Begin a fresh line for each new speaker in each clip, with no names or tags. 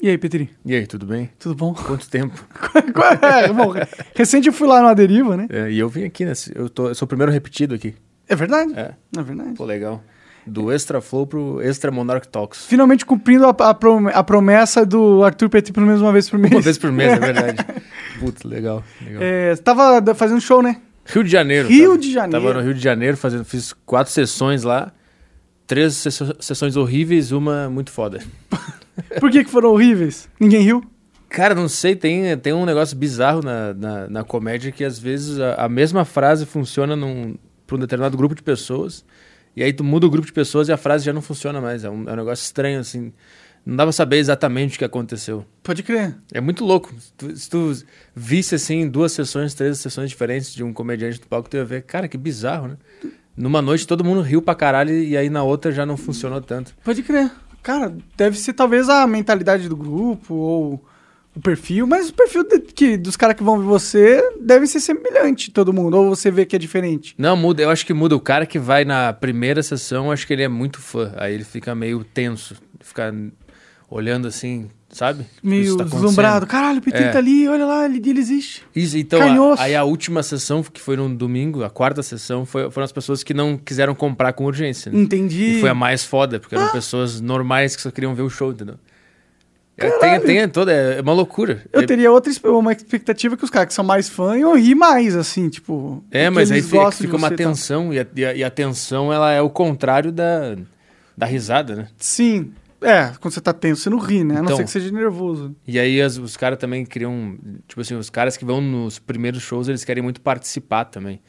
E aí, Petri?
E aí, tudo bem?
Tudo bom?
Quanto tempo?
Qual é? Bom, recente eu fui lá no Aderiva, né?
É, e eu vim aqui, né? Eu, tô, eu sou o primeiro repetido aqui.
É verdade.
É.
É verdade.
Pô, legal. Do Extra Flow pro Extra Monarch Talks.
Finalmente cumprindo a, a prom- a promessa do Arthur Petri pelo menos uma vez por mês.
Uma vez por mês, é verdade. Putz, legal. legal.
É, você tava da- fazendo show, né?
Rio de Janeiro.
Rio
tava-
de Janeiro.
Tava no Rio de Janeiro, fazendo, fiz quatro sessões lá. Três sesso- sessões horríveis, uma muito foda.
Por que, que foram horríveis? Ninguém riu?
Cara, não sei, tem, tem um negócio bizarro na, na, na comédia que às vezes a, a mesma frase funciona para um determinado grupo de pessoas, e aí tu muda o grupo de pessoas e a frase já não funciona mais. É um, é um negócio estranho, assim. Não dá pra saber exatamente o que aconteceu.
Pode crer.
É muito louco. Se tu, se tu visse, assim, duas sessões, três sessões diferentes de um comediante do palco, tu ia ver, cara, que bizarro, né? Numa noite todo mundo riu pra caralho e aí na outra já não funcionou tanto.
Pode crer. Cara, deve ser talvez a mentalidade do grupo ou o perfil, mas o perfil de- que, dos caras que vão ver você deve ser semelhante, todo mundo. Ou você vê que é diferente.
Não, muda. Eu acho que muda. O cara que vai na primeira sessão, acho que ele é muito fã. Aí ele fica meio tenso. Fica olhando assim, sabe?
Meio
Isso tá acontecendo.
deslumbrado. Caralho, o Petri
É.
tá ali, olha lá, ele, ele existe.
Isso, então,
Canhoço.
a, aí a última sessão, que foi no domingo, a quarta sessão, foi- foram as pessoas que não quiseram comprar com urgência. Né?
Entendi. Ah!
E foi a mais foda, porque eram pessoas normais que só queriam ver o show, entendeu? É, tem, tem toda, é, é uma loucura.
Eu
É-
teria outra expe- uma expectativa que os caras que são mais fã iam rir mais, assim, tipo.
É,
porque
mas aí
eles
fica,
gostam de
fica uma
você tá? e tal.
tensão, e a, e a- e a tensão ela é o contrário da, da risada, né?
Sim. É, quando você tá tenso, você não ri, né? A não
Então.
ser que seja nervoso.
E aí as- os caras também criam. Tipo assim, os caras que vão nos primeiros shows, eles querem muito participar também.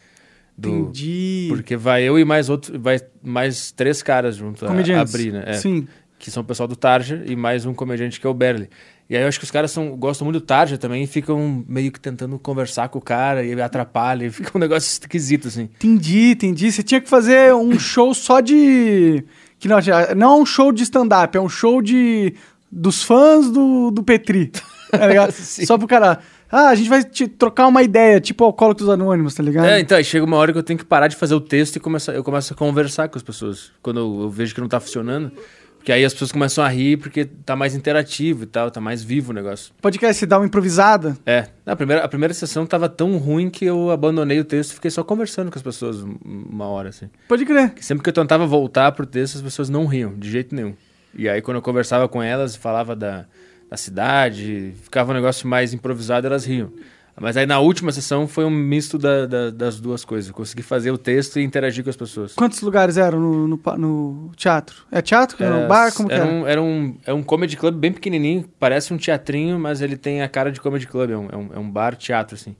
Do,
Entendi.
porque vai eu e mais outro, vai mais três caras junto a, a
Comediantes.
abrir, né? É,
Sim.
Que são o pessoal do Tarja e mais um comediante que é o Berli. E aí eu acho que os caras são, gostam muito do Tarja também e ficam meio que tentando conversar com o cara e atrapalha, e fica um negócio esquisito, assim.
Entendi, entendi. Você tinha que fazer um show só de. Que não, já- não é um show de stand-up, é um show de. dos fãs do, do Petri. Tá ligado? só pro cara. Ah, a gente vai te trocar uma ideia, tipo Alcoólicos Anônimos, tá ligado?
É, então, aí chega uma hora que eu tenho que parar de fazer o texto e começar, eu começo a conversar com as pessoas. Quando eu, eu vejo que não tá funcionando, porque aí as pessoas começam a rir porque tá mais interativo e tal, tá mais vivo o negócio.
Pode querer se dar uma improvisada.
É, a primeira, a primeira sessão tava tão ruim que eu abandonei o texto e fiquei só conversando com as pessoas um- uma hora, assim.
Pode crer.
Porque sempre que eu tentava voltar pro texto, as pessoas não riam, de jeito nenhum. E aí, quando eu conversava com elas, falava da, da cidade, ficava um negócio mais improvisado, elas riam. Mas aí, na última sessão, foi um misto da- da- das duas coisas. Eu consegui fazer o texto e interagir com as pessoas.
Quantos lugares eram no, no pa- no teatro? É teatro? É, um bar? Como que
era
era?
um, era, um, é um comedy club bem pequenininho, parece um teatrinho, mas ele tem a cara de comedy club, é um, é um, é um bar, teatro, assim.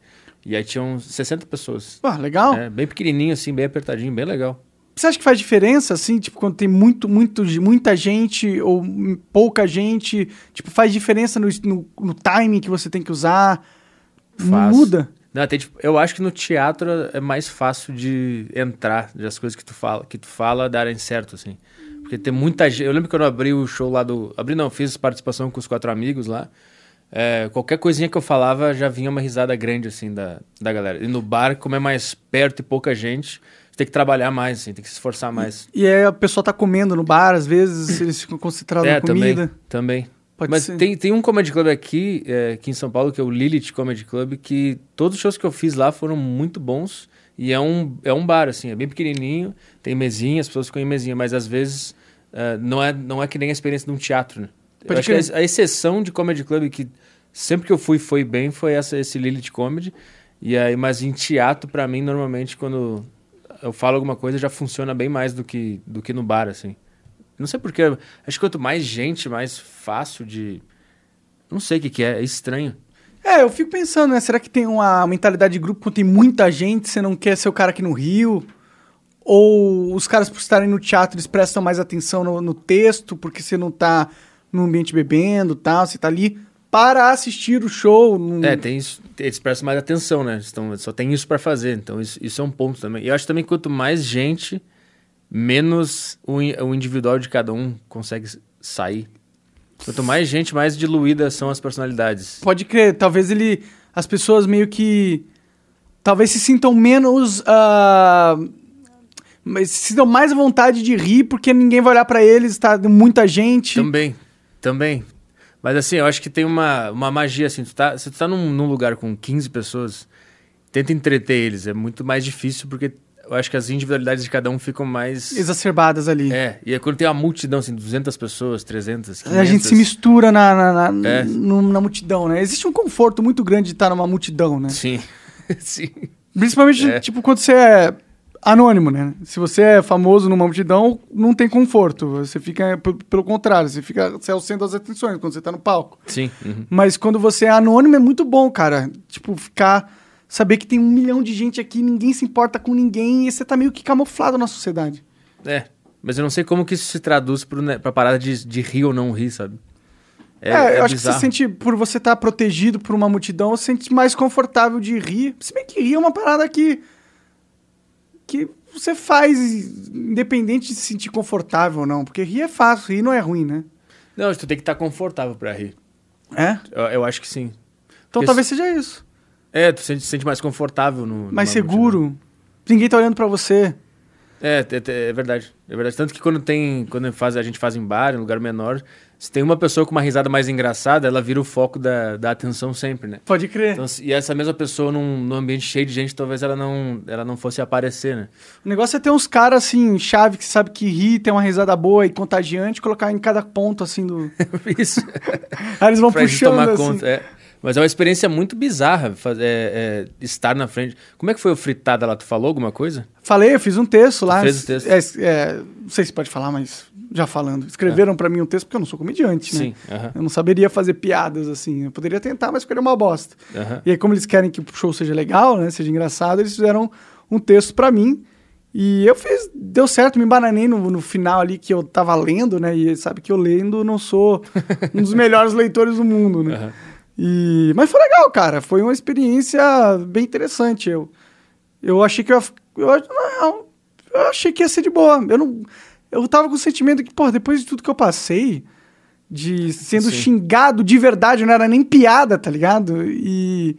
E aí tinham 60 pessoas.
Ah, legal.
É, bem pequenininho, assim, bem apertadinho, bem legal.
Você acha que faz diferença, assim, tipo, quando tem muito, muito, muita gente ou hum, pouca gente? Tipo, faz diferença no, no, no timing que você tem que usar?
Faz.
Muda?
Não, tem, tipo, eu acho que no teatro é mais fácil de entrar, das coisas que tu fala, que tu fala darem certo, assim. Porque tem muita gente. Eu lembro quando eu abri o show lá do. Abri não, fiz participação com os quatro amigos lá. É, qualquer coisinha que eu falava já vinha uma risada grande, assim, da, da galera. E no bar, como é mais perto e pouca gente, tem que trabalhar mais, assim, tem que se esforçar mais.
E aí a pessoa tá comendo no bar, às vezes, eles ficam concentrados
é,
na comida.
também. Também.
Pode
Mas
ser.
tem, tem um comedy club aqui, é, aqui em São Paulo, que é o Lilith Comedy Club, que todos os shows que eu fiz lá foram muito bons. E é um, é um bar, assim, é bem pequenininho, tem mesinha, as pessoas ficam em mesinha, mas às vezes é, não, é, não é que nem a experiência de um teatro, né? Eu
Pode
acho que a
crer.
ex- a exceção de comedy club que sempre que eu fui foi bem foi essa, esse Lilith Comedy. E aí, mas em teatro, pra mim, normalmente, quando eu falo alguma coisa, já funciona bem mais do que, do que no bar, assim. Não sei porquê. Acho que quanto mais gente, mais fácil de. Não sei o que, que é, é estranho.
É, eu fico pensando, né? Será que tem uma mentalidade de grupo quando tem muita gente, você não quer ser o cara aqui no Rio? Ou os caras, por estarem no teatro, eles prestam mais atenção no, no texto, porque você não tá no ambiente bebendo e tal, você tá ali para assistir o show. num-
É, tem isso. Eles prestam mais atenção, né? Então, só tem isso pra fazer. Então, isso, isso é um ponto também. E eu acho também que quanto mais gente, menos o, in- o individual de cada um consegue s- sair. Quanto mais gente, mais diluídas são as personalidades.
Pode crer, talvez ele. As pessoas meio que. Talvez se sintam menos. ah, mas se sintam mais à vontade de rir, porque ninguém vai olhar pra eles, tá muita gente.
Também, também. Mas assim, eu acho que tem uma, uma magia, assim, tu tá, se tu tá num, num lugar com 15 pessoas, tenta entreter eles, é muito mais difícil porque eu acho que as individualidades de cada um ficam mais...
Exacerbadas ali.
É, e é quando tem uma multidão, assim, 200 pessoas, 300, 500...
A gente se mistura na, na, na,
É.
no- na multidão, né? Existe um conforto muito grande de estar numa multidão, né?
Sim, sim.
Principalmente,
É.
tipo, quando você é anônimo, né? Se você é famoso numa multidão, não tem conforto. Você fica, p- pelo contrário, você fica você é o centro das atenções quando você tá no palco.
Sim, uhum.
Mas quando você é anônimo é muito bom, cara. Tipo, ficar. Saber que tem um milhão de gente aqui, ninguém se importa com ninguém e você tá meio que camuflado na sociedade.
é. Mas eu não sei como que isso se traduz pro, ne- pra parada de, de rir ou não rir, sabe?
É, eu acho que você sente, por você estar protegido por uma multidão, você sente mais confortável de rir. Se bem que rir é uma parada que. que você faz, independente de se sentir confortável ou não. Porque rir é fácil, rir não é ruim, né?
Não, tu tem que estar confortável pra rir.
É?
Eu, eu acho que sim.
Então
Porque
talvez seja isso.
É, tu se sente, se sente mais confortável
Mais
no. numa
seguro.
multidão.
Ninguém tá olhando pra você.
É, te- te- é verdade. É verdade. Tanto que quando tem. Quando faz, a gente faz em bar, em lugar menor, se tem uma pessoa com uma risada mais engraçada, ela vira o foco da, da atenção sempre, né?
Pode crer.
Então, se- e essa mesma pessoa num, num ambiente cheio de gente, talvez ela não, ela não fosse aparecer, né?
O negócio é ter uns caras assim, chave, que sabe que ri, tem uma risada boa e contagiante, colocar em cada ponto assim do.
Isso.
Aí eles vão
pra gente
puxando.
tomar
assim.
conta. é. Mas é uma experiência muito bizarra faz- é- é, estar na frente. Como é que foi o fritada lá? Tu falou alguma coisa?
Falei, eu fiz um texto lá.
fez o texto. É.
É, é, não sei se pode falar, mas já falando. Escreveram pra mim um texto porque eu não sou comediante, né?
Sim. aham,
Eu não saberia fazer piadas assim. Eu poderia tentar, mas ficaria uma bosta.
aham.
E aí, como eles querem que o show seja legal, né? Seja engraçado, eles fizeram um texto pra mim. E eu fiz, deu certo, me bananei no, no final ali que eu tava lendo, né? E sabe que eu lendo não sou um dos melhores leitores do mundo, né?
Aham.
E... Mas foi legal, cara. Foi uma experiência bem interessante. Eu, eu achei que eu ia... fi- Eu, ach- não, eu achei que ia ser de boa. Eu não... Eu tava com o sentimento que, pô, depois de tudo que eu passei, de sendo
Sim.
xingado de verdade, não era nem piada, tá ligado? E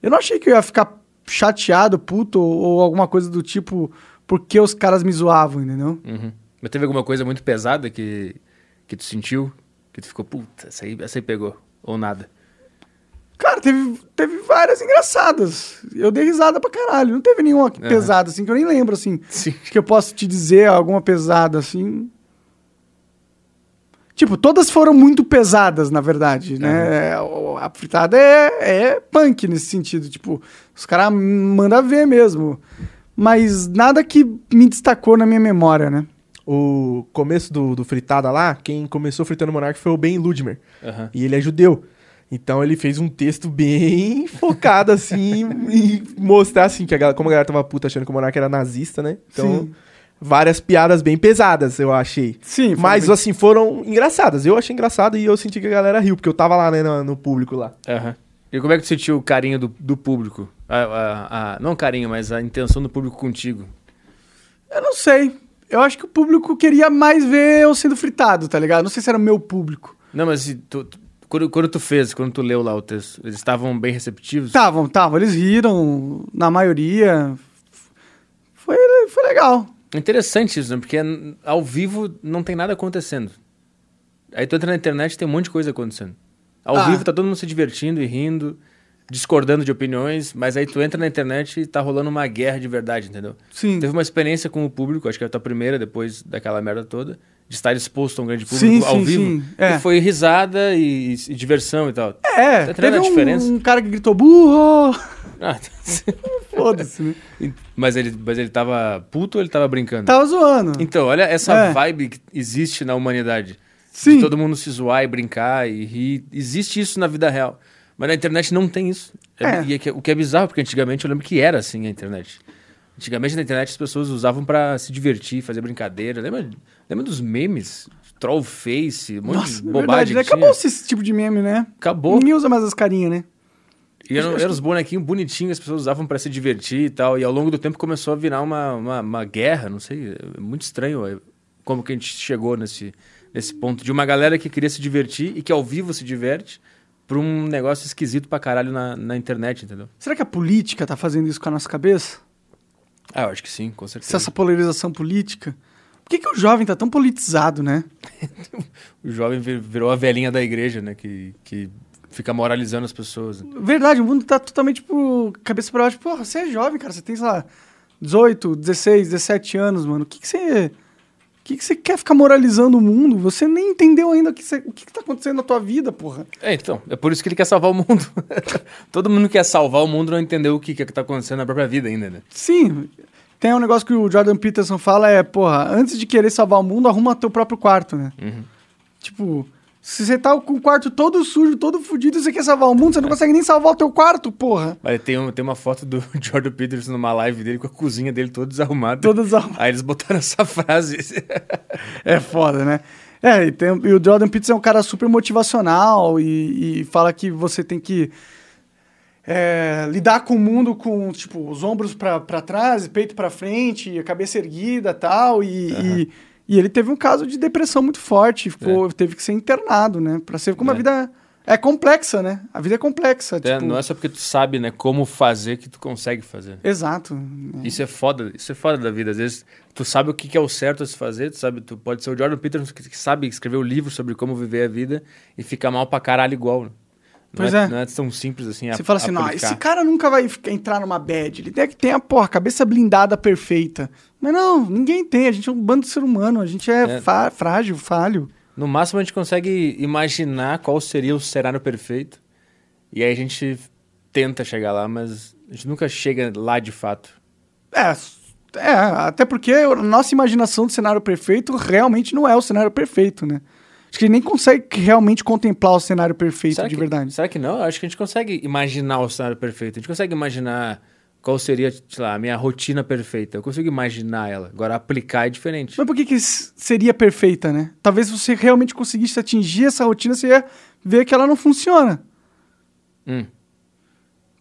eu não achei que eu ia ficar chateado, puto, ou, ou alguma coisa do tipo, porque os caras me zoavam, entendeu?
Uhum. Mas teve alguma coisa muito pesada que, que tu sentiu? Que tu ficou, puta, essa aí, essa aí pegou. Ou nada.
Cara, teve, teve várias engraçadas. Eu dei risada pra caralho. Não teve nenhuma pesada, assim, que eu nem lembro, assim.
Sim.
Acho que eu posso te dizer alguma pesada, assim. Tipo, todas foram muito pesadas, na verdade, né? É, o- A fritada é, é punk nesse sentido. Tipo, os caras mandam ver mesmo. Mas nada que me destacou na minha memória, né?
O começo do, do fritada lá, quem começou fritando o Monark foi o Ben Ludmer.
Aham.
E ele é judeu. Então ele fez um texto bem focado, assim, e mostrar, assim, que a galera, como a galera tava puta achando que o Monark era nazista, né? Então,
Sim.
várias piadas bem pesadas, eu achei.
Sim, foi
Mas,
bem-
assim, foram engraçadas. Eu achei engraçado e eu senti que a galera riu, porque eu tava lá, né, no, no público lá.
Aham. E como é que tu sentiu o carinho do, do público? A, a- a- não o carinho, mas a intenção do público contigo.
Eu não sei. Eu acho que o público queria mais ver eu sendo fritado, tá ligado? Não sei se era o meu público.
Não, mas se tu- tu- quando, quando tu fez, quando tu leu lá o texto, eles estavam bem receptivos?
Estavam, estavam. Eles riram, na maioria. Foi, foi legal.
Interessante isso, né? Porque n- ao vivo não tem nada acontecendo. Aí tu entra na internet e tem um monte de coisa acontecendo. Ao
Ah.
vivo tá todo mundo se divertindo e rindo, discordando de opiniões, mas aí tu entra na internet e tá rolando uma guerra de verdade, entendeu?
Sim.
Teve uma experiência com o público, acho que é a tua primeira depois daquela merda toda, de estar exposto a um grande público
Sim,
ao
sim,
vivo.
sim, é.
E foi risada e, e diversão e tal.
É,
Tá entendendo
teve
a
um,
diferença?
um cara que gritou burro.
Ah,
Foda-se, né?
mas, ele, mas ele tava puto ou ele tava brincando?
Tava zoando.
Então, olha essa
É.
vibe que existe na humanidade.
Sim.
De todo mundo se zoar e brincar e rir. Existe isso na vida real. Mas na internet não tem isso. É-
É.
E é que- o que é bizarro, porque antigamente eu lembro que era assim a internet. Antigamente na internet as pessoas usavam pra se divertir, fazer brincadeira. Lembra, lembra dos memes? Troll face, um monte
Nossa,
de
é
bobagem
verdade, né?
que tinha.
Acabou esse tipo de meme, né?
Acabou.
Ninguém usa mais as carinhas, né?
E eram, eram os bonequinhos bonitinhos que as pessoas usavam pra se divertir e tal. E ao longo do tempo começou a virar uma, uma, uma guerra, não sei. É muito estranho é, como que a gente chegou nesse, nesse ponto. De uma galera que queria se divertir e que ao vivo se diverte pra um negócio esquisito pra caralho na, na internet, entendeu?
Será que a política tá fazendo isso com a nossa cabeça?
Ah, eu acho que sim, com
Se
certeza.
essa polarização política? Por que, que o jovem tá tão politizado, né?
O jovem vir- virou a velhinha da igreja, né? Que, que fica moralizando as pessoas. né?
Verdade, o mundo tá totalmente, tipo, cabeça pra baixo. Porra, você é jovem, cara. Você tem, sei lá, 18, 16, 17 anos, mano. O que, que você. O que, que você quer ficar moralizando o mundo? Você nem entendeu ainda o que, você- o que, que tá acontecendo na tua vida, porra.
É, então, é por isso que ele quer salvar o mundo. Todo mundo quer salvar o mundo não entendeu o que, que tá acontecendo na própria vida ainda, né?
Sim, tem um negócio que o Jordan Peterson fala: é, porra, antes de querer salvar o mundo, arruma teu próprio quarto, né? Tipo, se você tá com o quarto todo sujo, todo fudido, e você quer salvar o mundo, você não consegue nem salvar o teu quarto, porra.
Olha, tem, um- tem uma foto do Jordan Peterson numa live dele com a cozinha dele toda desarrumada.
Todas as
Aí eles botaram essa frase.
É foda, né? É, e, tem- e o Jordan Peterson é um cara super motivacional e, e fala que você tem que é, lidar com o mundo com, tipo, os ombros pra pra trás, peito pra frente, a cabeça erguida tal, e tal. E, e ele teve um caso de depressão muito forte, ficou- teve que ser internado, né? Pra ser como a
É.
vida é complexa, né? A vida é complexa.
É,
tipo,
não é só porque tu sabe, né, como fazer que tu consegue fazer.
Exato.
Isso é foda, isso é foda da vida. Às vezes tu sabe o que que é o certo a se fazer, tu sabe, tu pode ser o Jordan Peterson que que sabe escrever o livro sobre como viver a vida e fica mal pra caralho igual. né? Não
Pois é.
Não é tão simples assim.
Você fala assim, não,
não,
esse cara nunca vai ficar- entrar numa bad. Ele tem que ter a porra, cabeça blindada perfeita. Mas não, ninguém tem. A gente é um bando de ser humano. A gente é,
É.
fa- frágil, falho.
No máximo a gente consegue imaginar qual seria o cenário perfeito e aí a gente tenta chegar lá, mas a gente nunca chega lá de fato.
É, s- é, até porque a nossa imaginação do cenário perfeito realmente não é o cenário perfeito, né? Acho que ele nem consegue realmente contemplar o cenário perfeito de
que,
verdade.
Será que não? Eu acho que a gente consegue imaginar o cenário perfeito. A gente consegue imaginar qual seria, sei lá, a minha rotina perfeita. Eu consigo imaginar ela. Agora, aplicar é diferente.
Mas por que, que s- seria perfeita, né? Talvez você realmente conseguisse atingir essa rotina, você ia ver que ela não funciona.
Hum.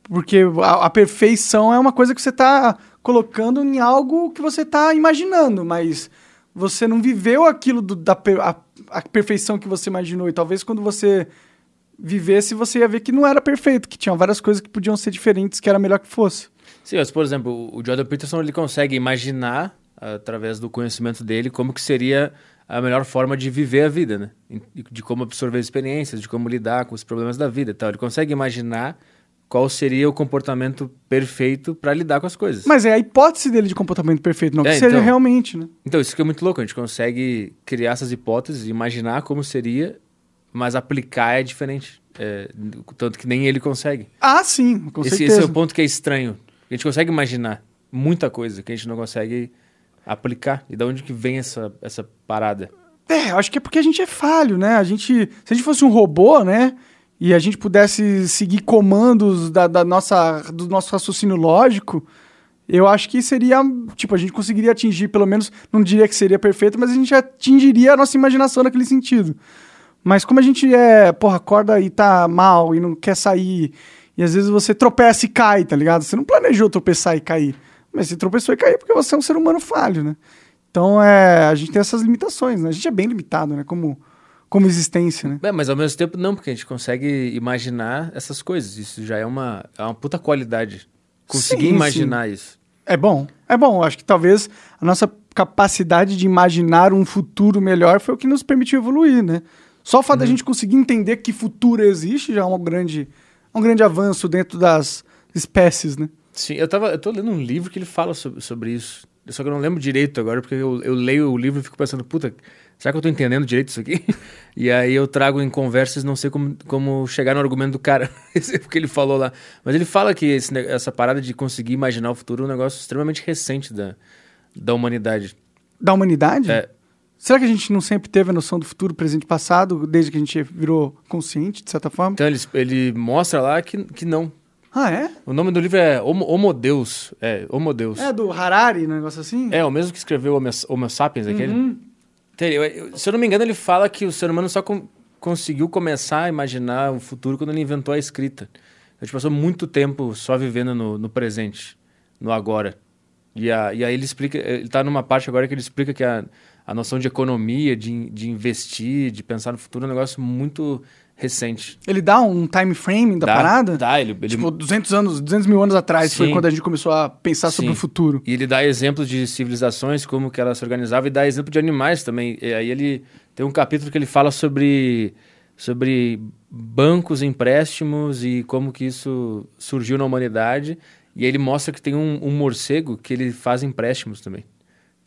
Porque a, a perfeição é uma coisa que você está colocando em algo que você está imaginando, mas você não viveu aquilo do- da per- a, a perfeição que você imaginou. E talvez quando você vivesse, você ia ver que não era perfeito, que tinha várias coisas que podiam ser diferentes, que era melhor que fosse.
Sim, mas, por exemplo, o- o Jordan Peterson ele consegue imaginar, através do conhecimento dele, como que seria a melhor forma de viver a vida, né? E- De como absorver experiências, de como lidar com os problemas da vida e tal. Ele consegue imaginar qual seria o comportamento perfeito para lidar com as coisas.
Mas é a hipótese dele de comportamento perfeito, não
É,
que seja
então.
realmente, né?
Então, isso que é muito louco. A gente consegue criar essas hipóteses, imaginar como seria, mas aplicar é diferente. É, tanto que nem ele consegue.
Ah, sim, com
Esse,
certeza.
esse é o ponto que é estranho. A gente consegue imaginar muita coisa que a gente não consegue aplicar. E da onde que vem essa, essa parada?
É, eu acho que é porque a gente é falho, né? A gente, se a gente fosse um robô, né? E a gente pudesse seguir comandos da, da nossa, do nosso raciocínio lógico, eu acho que seria, tipo, a gente conseguiria atingir, pelo menos, não diria que seria perfeito, mas a gente atingiria a nossa imaginação naquele sentido. Mas como a gente é, porra, acorda e tá mal e não quer sair, e às vezes você tropeça e cai, tá ligado? Você não planejou tropeçar e cair, mas você tropeçou e caiu porque você é um ser humano falho, né? Então é, a gente tem essas limitações, né? A gente é bem limitado, né? Como, como existência, né?
É, mas ao mesmo tempo não, porque a gente consegue imaginar essas coisas. Isso já é uma, é uma puta qualidade. Conseguir
Sim, sim.
imaginar isso.
É bom, é bom. Eu acho que talvez a nossa capacidade de imaginar um futuro melhor foi o que nos permitiu evoluir, né? Só o fato
Uhum.
da gente conseguir entender que futuro existe já é um grande, um grande avanço dentro das espécies, né?
Sim, eu, tava, eu tô lendo um livro que ele fala sobre, sobre isso. Só que eu não lembro direito agora, porque eu, eu leio o livro e fico pensando, puta, será que eu tô entendendo direito isso aqui? E aí eu trago em conversas, não sei como, como chegar no argumento do cara, esse é o que ele falou lá. Mas ele fala que esse ne- essa parada de conseguir imaginar o futuro é um negócio extremamente recente da, da humanidade.
Da humanidade?
É.
Será que a gente não sempre teve a noção do futuro, presente e passado, desde que a gente virou consciente, de certa forma?
Então ele, ele mostra lá que, que não.
Ah, é?
O nome do livro é Homo, Homo Deus. É, Homo Deus.
É do Harari, um negócio assim?
É, o mesmo que escreveu Homo, Homo Sapiens, aquele. Então, ele- eu- se eu não me engano, ele fala que o ser humano só com- conseguiu começar a imaginar o futuro quando ele inventou a escrita. A gente passou muito tempo só vivendo no, no presente, no agora. E, a- e aí ele explica, ele tá numa parte agora que ele explica que a, a noção de economia, de, de investir, de pensar no futuro é um negócio muito recente.
Ele dá um time frame da
Dá-
parada?
Dá, ele, ele-
Tipo, 200 anos, 200 mil anos atrás foi
Sim.
quando a gente começou a pensar sobre
Sim.
o futuro.
E ele dá exemplos de civilizações, como que ela se organizava, e dá exemplo de animais também. E aí ele tem um capítulo que ele fala sobre, sobre bancos, empréstimos e como que isso surgiu na humanidade. E aí ele mostra que tem um, um morcego que ele faz empréstimos também.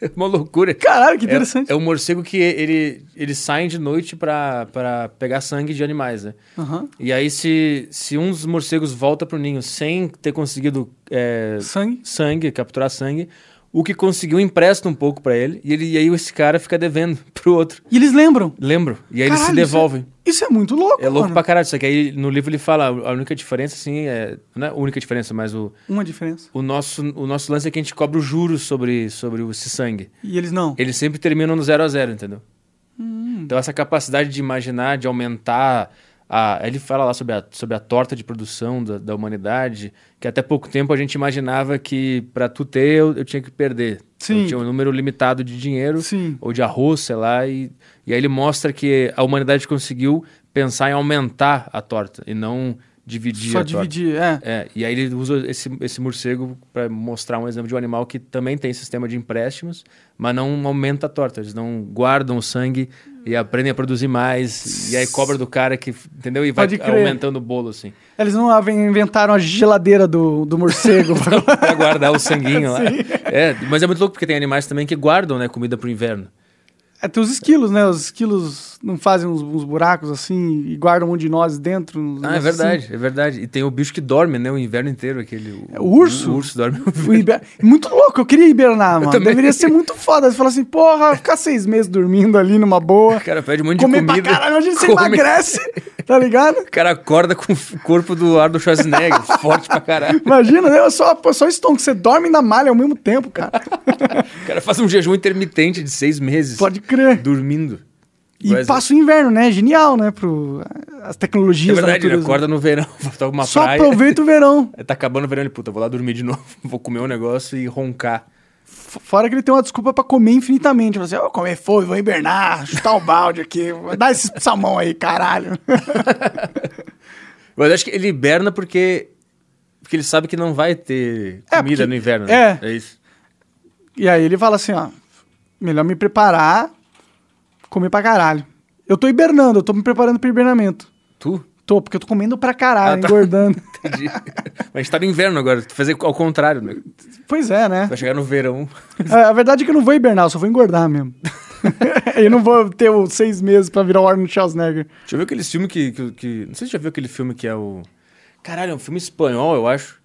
é uma loucura.
Caralho, que interessante.
É, é um morcego que ele, ele sai de noite pra pra pegar sangue de animais, né?
Aham.
E aí, se, se um dos morcegos volta pro ninho sem ter conseguido é,
Sangue.
sangue, capturar sangue, o que conseguiu empresta um pouco pra ele, e, ele, e aí esse cara fica devendo pro outro.
E eles lembram.
Lembro. E aí eles se
Caralho, isso é-
devolvem.
Isso é muito louco,
É louco
mano.
pra caralho. Só que aí no livro ele fala, a única diferença, assim, é. Não é a única diferença, mas o,
Uma diferença.
o, nosso, o nosso lance é que a gente cobra o juros sobre, sobre o- esse sangue.
E eles não. Hum.
Eles sempre terminam no zero a zero, entendeu? Então essa capacidade de imaginar, de aumentar. A... Ele fala lá sobre a, sobre a torta de produção da, da humanidade, que até pouco tempo a gente imaginava que para tu ter eu, eu tinha que perder.
Sim.
Eu tinha um número limitado de dinheiro
Sim.
ou de arroz, sei lá. E, e aí ele mostra que a humanidade conseguiu pensar em aumentar a torta e não dividir
Só
a torta.
dividir, é.
É, e aí ele usa esse, esse morcego para mostrar um exemplo de um animal que também tem sistema de empréstimos, mas não aumenta a torta. Eles não guardam o sangue e aprendem a produzir mais. E aí cobra do cara que, entendeu? E vai
Pode crer.
aumentando o bolo, assim.
Eles não ave- inventaram a geladeira do, do morcego.
Pra guardar o sanguinho lá. É, mas é muito louco porque tem animais também que guardam, né, comida pro inverno.
é, tem os esquilos, né? Os esquilos não fazem uns, uns buracos assim e guardam um de nós dentro. uns
Ah, é
negócios assim.
verdade, é verdade. E tem o bicho que dorme, né, o inverno inteiro, aquele...
É o urso?
O urso dorme.
assim. O hiber- Muito louco, eu queria hibernar, mano.
também.
Deveria ser muito foda. Você fala assim, porra, ficar seis meses dormindo ali numa boa.
O cara pede um monte de
comer
comida.
pra caralho, hoje você
come.
emagrece, tá ligado?
O cara acorda com o corpo do Arnold Schwarzenegger, forte pra caralho.
Imagina, né? Só, só estonco, você dorme na malha ao mesmo tempo, cara.
O cara faz um jejum intermitente de seis meses.
Pode crer.
Dormindo.
E
Mas- é
passa o inverno, né? Genial, né? Pro... As tecnologias
É
da
verdade, ele
natureza.
acorda no verão, vai pra uma
Só
praia.
aproveita o verão.
Tá acabando o verão, ele, puta, vou lá dormir de novo, vou comer um negócio e roncar.
F- Fora que ele tem uma desculpa pra comer infinitamente. Você, eu vou comer fome, vou hibernar, chutar o balde aqui, vou dar esse salmão aí, caralho.
Mas eu acho que ele hiberna porque... Porque ele sabe que não vai ter
É,
comida
porque-
no inverno. né? É isso.
E aí ele fala assim, ó, melhor me preparar, comer pra caralho. Eu tô hibernando, eu tô me preparando pro hibernamento.
Tu?
Tô, porque eu tô comendo pra caralho,
Ah, tá.
engordando.
Entendi. Mas a gente tá no inverno agora, tu fazer ao contrário, né?
Pois é, né?
Vai chegar no verão.
A a verdade é que eu não vou hibernar, eu só vou engordar mesmo. eu não vou ter os seis meses pra virar o Arnold Schwarzenegger.
Deixa eu ver aquele filme que, que, que- Não sei se você já viu aquele filme que é o. Caralho, é um filme espanhol, eu acho.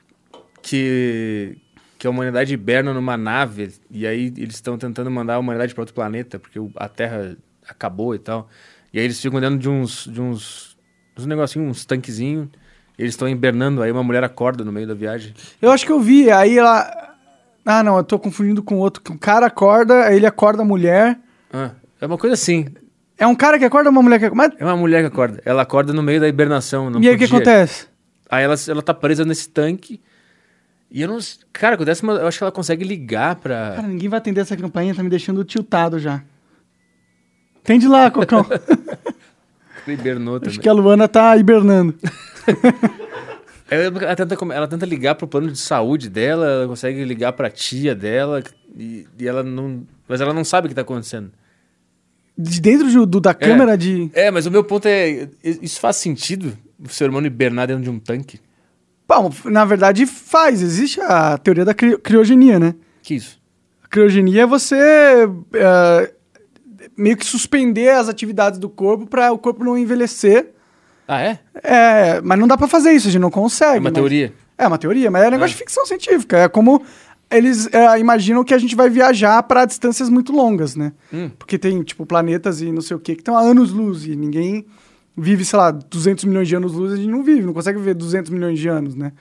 Que. Que a humanidade hiberna numa nave. E aí eles estão tentando mandar a humanidade para outro planeta, porque o- a Terra acabou e tal. E aí eles ficam dentro de uns. de uns. uns negocinhos, uns tanquezinhos. e Eles estão hibernando, aí uma mulher acorda no meio da viagem.
Eu acho que eu vi, aí ela... Ah, não, eu tô confundindo com outro. que Um cara acorda, aí ele acorda a mulher.
Ah, é uma coisa assim.
É um cara que acorda ou uma mulher que acorda? Mas...
É uma mulher que acorda. Ela acorda no meio da hibernação. Não
e aí o que
podia.
acontece?
Aí ela, ela tá presa nesse tanque. E eu não. s- Cara, acontece uma. Eu acho que ela consegue ligar pra.
Cara, ninguém vai atender essa campainha, tá me deixando tiltado já. Tende lá, Cocão.
pro Hibernou também.
acho que a Luana tá hibernando.
Aí Ela, ela tenta, come- ela tenta ligar pro plano de saúde dela, ela consegue ligar pra tia dela. E, e ela não. Mas ela não sabe o que tá acontecendo.
De dentro de- um, do, da câmera de...
É, mas o meu ponto é. i- Isso faz sentido? O ser humano hibernar dentro de um tanque?
Bom, na verdade faz, existe a teoria da cri- criogenia, né?
Que isso?
A criogenia é você é, meio que suspender as atividades do corpo para o corpo não envelhecer.
Ah, é?
É, mas não dá para fazer isso, a gente não consegue.
É uma
mas-
teoria.
É uma teoria, mas é negócio de ficção científica. É como eles é, imaginam que a gente vai viajar para distâncias muito longas, né?
Hum.
Porque tem, tipo, planetas e não sei o que que estão a anos-luz e ninguém vive, sei lá, 200 milhões de anos-luz, a gente não vive, não consegue viver 200 milhões de anos, né?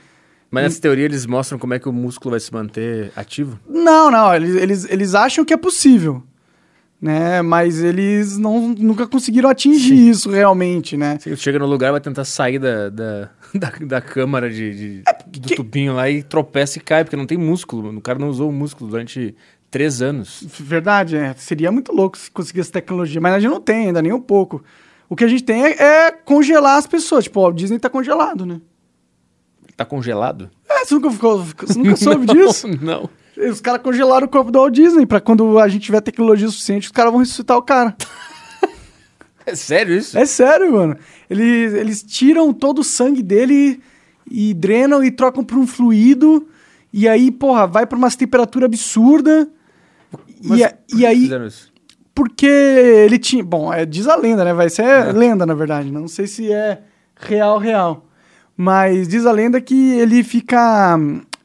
Mas nessa teoria eles mostram como é que o músculo vai se manter ativo?
Não, não, eles, eles, eles acham que é possível, né? Mas eles não, nunca conseguiram atingir isso realmente, né?
Você chega no lugar, vai tentar sair da, da, da, da câmara de, de- do
que-
tubinho lá e tropeça e cai, porque não tem músculo. O cara não usou o músculo durante três anos.
Verdade, é. Seria muito louco se conseguisse tecnologia, mas a gente não tem ainda, nem um pouco. O que a gente tem é, é congelar as pessoas. Tipo, ó, o Disney tá congelado, né?
Tá congelado?
É, você nunca, ficou, você nunca soube disso?
Não.
Os caras congelaram o corpo do Walt Disney pra quando a gente tiver tecnologia suficiente, os caras vão ressuscitar o cara.
É sério isso?
É sério, mano. Eles, eles tiram todo o sangue dele e drenam e trocam por um fluido. E aí, porra, vai pra umas temperatura absurda.
Mas
e, a-
por
e
que
aí,
fizeram isso?
porque ele tinha. Bom, é, diz a lenda, né? Vai ser lenda, na verdade. Não sei se é real, real. Mas diz a lenda que ele fica.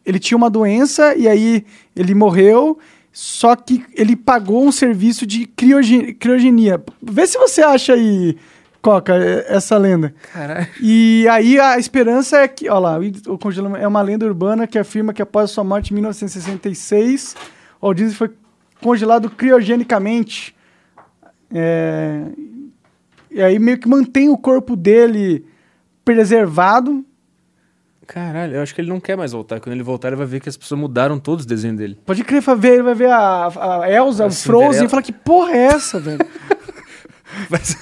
Ele tinha uma doença e aí ele morreu. Só que ele pagou um serviço de crioge- criogenia. Vê se você acha aí, Coca, é- essa lenda.
Caralho.
E aí a esperança é que, olha lá, o congelamento é uma lenda urbana que afirma que após sua morte em 1966, Walt Disney foi congelado criogenicamente. É, E aí meio que mantém o corpo dele preservado.
Caralho, eu acho que ele não quer mais voltar. Quando ele voltar, ele vai ver que as pessoas mudaram todos os desenhos dele.
Pode crer, vai ver, vai ver a, a Elsa,
A
o Frozen,
Cinderela.
e fala que porra é essa, velho?
Mas-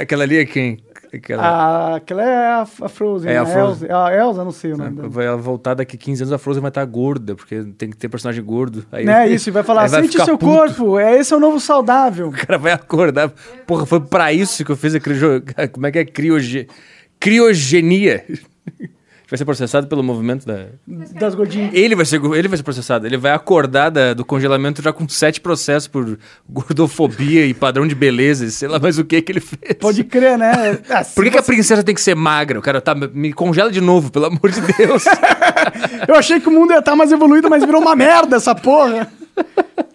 Aquela ali é quem? Aquela...
a, aquela é a, a Frozen,
É a
a,
Frozen. É,
Elsa, a Elsa, não sei o nome dela.
Ah, Vai ela voltar daqui 15 anos, a Frozen vai estar gorda, porque tem que ter personagem gordo. Aí
Né, isso, e vai falar,
aí vai
sente o
ficar
seu
puto.
corpo, é esse é o novo saudável.
O cara vai acordar. Porra, foi pra isso que eu fiz a crio... Como é que é? Crioge... Criogenia. Vai ser processado pelo movimento da.
Das gordinhas.
Ele vai ser, ele vai ser processado. Ele vai acordar da- do congelamento já com sete processos por gordofobia e padrão de beleza, e sei lá mais o que que ele fez.
Pode crer, né? Ah, se
Por que, que a
você-
princesa tem que ser magra? O cara tá. Me congela de novo, pelo amor de Deus.
Eu achei que o mundo ia estar mais evoluído, mas virou uma merda essa porra.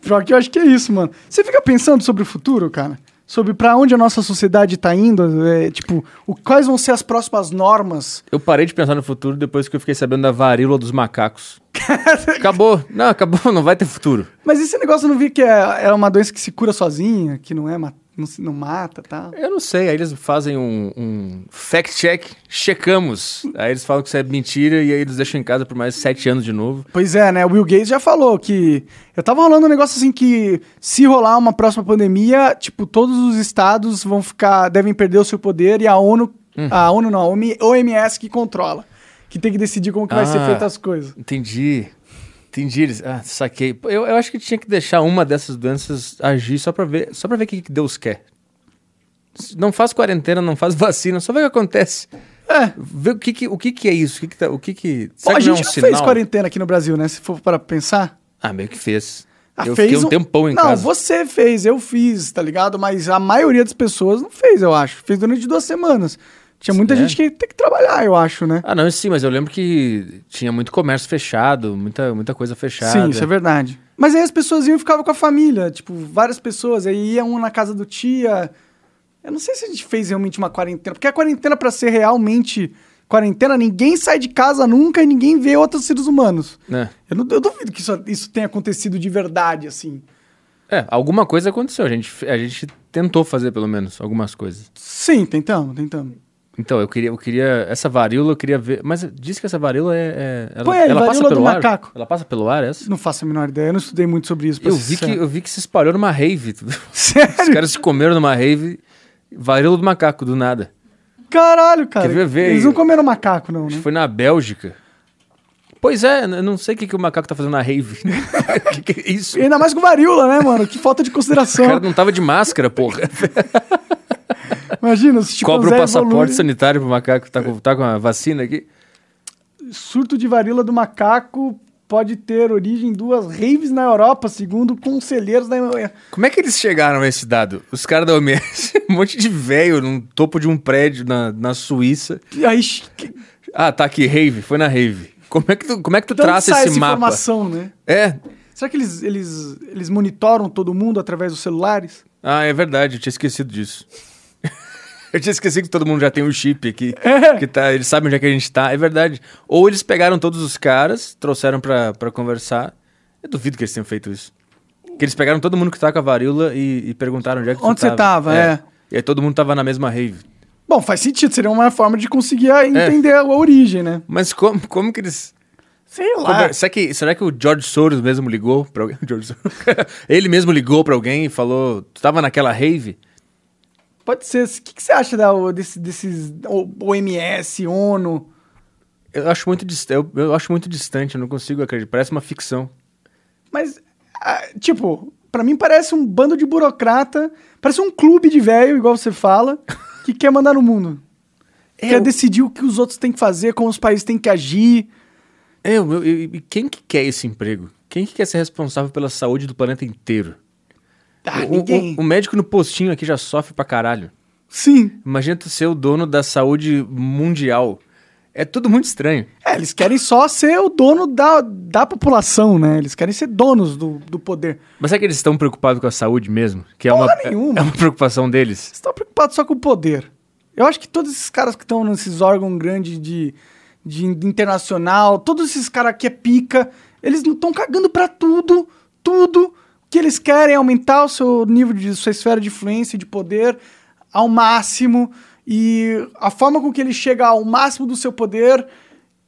Pior que eu acho que é isso, mano. Você fica pensando sobre o futuro, cara? Sobre pra onde a nossa sociedade tá indo? é, tipo, o- quais vão ser as próximas normas?
Eu parei de pensar no futuro depois que eu fiquei sabendo da varíola dos macacos. acabou. Não, acabou. Não vai ter futuro.
Mas esse negócio eu não vi que é, é uma doença que se cura sozinha, que não é ma- não, se- não mata, tá?
Eu não sei. Aí eles fazem um, um fact-check, checamos. Aí eles falam que isso é mentira e aí eles deixam em casa por mais sete anos de novo.
Pois é, né? O Bill Gates já falou que. Eu tava rolando um negócio assim que se rolar uma próxima pandemia, tipo, todos os estados vão ficar. devem perder o seu poder e a ONU.
Hum.
A ONU não, a OMI OMS que controla. Que tem que decidir como que vai ser
Ah.
feitas as coisas.
Entendi. Entendi. Eles- Ah, saquei. Pô, Eu, eu acho que tinha que deixar uma dessas doenças agir só pra ver, só pra ver o que que Deus quer. S- Não faz quarentena, não faz vacina, só vê o que acontece.
É.
Vê o que que, o que, que é isso, o que que tá, o que que...
Pô,
será
a
que
gente
não
não,
é um
fez
sinal?
quarentena aqui no Brasil, né? Se for para pensar.
Ah, meio que fez.
Ah,
eu
fez
fiquei um tempão em
não,
casa.
você fez, eu fiz, tá ligado? Mas a maioria das pessoas não fez, eu acho. Fez durante duas semanas. Tinha muita
É.
gente que tem que trabalhar, eu acho, né?
Ah, não, sim, mas eu lembro que tinha muito comércio fechado, muita, muita coisa fechada.
Sim, isso é verdade. Mas aí as pessoas iam e ficavam com a família, tipo, várias pessoas. Aí ia um na casa do tia. Eu não sei se a gente fez realmente uma quarentena, porque a quarentena, pra ser realmente quarentena, ninguém sai de casa nunca e ninguém vê outros seres humanos.
né?
Eu, não, eu duvido que isso, isso tenha acontecido de verdade, assim.
É, alguma coisa aconteceu, a gente, a gente tentou fazer pelo menos algumas coisas.
Sim, tentamos, tentamos.
Então, eu queria, eu queria. Essa varíola eu queria ver. Mas diz que essa varíola é. é- ela
Põe aí,
ela passa
varíola do
pelo ar.
macaco.
Ela passa pelo ar, é essa?
Não faço a menor ideia, eu não estudei muito sobre isso. pra
Eu
ser
vi, que,
sincero.
eu vi que se espalhou numa rave. Os
Sério?
caras se comeram numa rave. Varíola do macaco, do nada.
Caralho, cara.
Quer ver, ver
Eles
aí?
não comeram macaco, não,
Acho
né?
que foi na Bélgica. Pois é, eu não sei o que, que o macaco tá fazendo na rave. que, que é isso?
E ainda mais com varíola, né, mano? Que falta de
O
consideração.
cara não tava de máscara, porra.
Imagina, se tipo,
Cobra o passaporte sanitário pro macaco. Tá com, tá com a vacina aqui.
Surto de varíola do macaco pode ter origem em duas raves na Europa, segundo conselheiros da.
Como é que eles chegaram a esse dado? Os caras da OMS, um monte de velho no topo de um prédio na, na Suíça.
E Aí, que-
Ah, tá aqui, rave, foi na rave. Como é que tu, como é que tu
de onde
traça
sai
esse
essa
mapa?
informação, né?
É.
Será que eles, eles, eles monitoram todo mundo através dos celulares?
Ah, é verdade, eu tinha esquecido disso. eu tinha esquecido que todo mundo já tem um chip aqui.
É.
Que tá, eles sabem onde é que a gente tá, é verdade. Ou eles pegaram todos os caras, trouxeram pra, pra conversar. Eu duvido que eles tenham feito isso. Que eles pegaram todo mundo que tá com a varíola e, e perguntaram onde é que
Onde
tu
você tava, é.
E aí todo mundo tava na mesma rave. É.
Bom, faz sentido, seria uma forma de conseguir ah, entender a origem, né?
Mas como, como que eles.
Sei lá.
Conver- Será que, será que o George Soros mesmo ligou pra alguém? George Soros. Ele mesmo ligou pra alguém e falou: Tu tava naquela rave?
Pode ser. O que, que você acha da, desse, desses o- OMS, ONU?
Eu acho muito, dis- eu, eu acho muito distante, eu não consigo acreditar. Parece uma ficção.
Mas, ah, tipo, pra mim parece um bando de burocrata, parece um clube de velho, igual você fala, que quer mandar no mundo. quer decidir o que os outros têm que fazer, como os países têm que agir.
Eu, eu, eu- É, e quem que quer esse emprego? Quem que quer ser responsável pela saúde do planeta inteiro?
Ah,
O- o-
ninguém.
O, médico no postinho aqui já sofre pra caralho.
Sim.
Imagina tu ser o dono da saúde mundial. É tudo muito estranho.
É, eles querem só ser o dono da, da população, né? Eles querem ser donos do, do poder.
Mas será que eles estão preocupados com a saúde mesmo? Que é
Porra
uma,
nenhuma.
é uma preocupação deles.
Vocês estão preocupados tá só com o poder. Eu acho que todos esses caras que estão nesses órgãos grandes de, de internacional, todos esses caras que é pica, eles não estão cagando pra tudo, tudo. O que eles querem é aumentar o seu nível de sua esfera de influência e de poder ao máximo. E a forma com que ele chega ao máximo do seu poder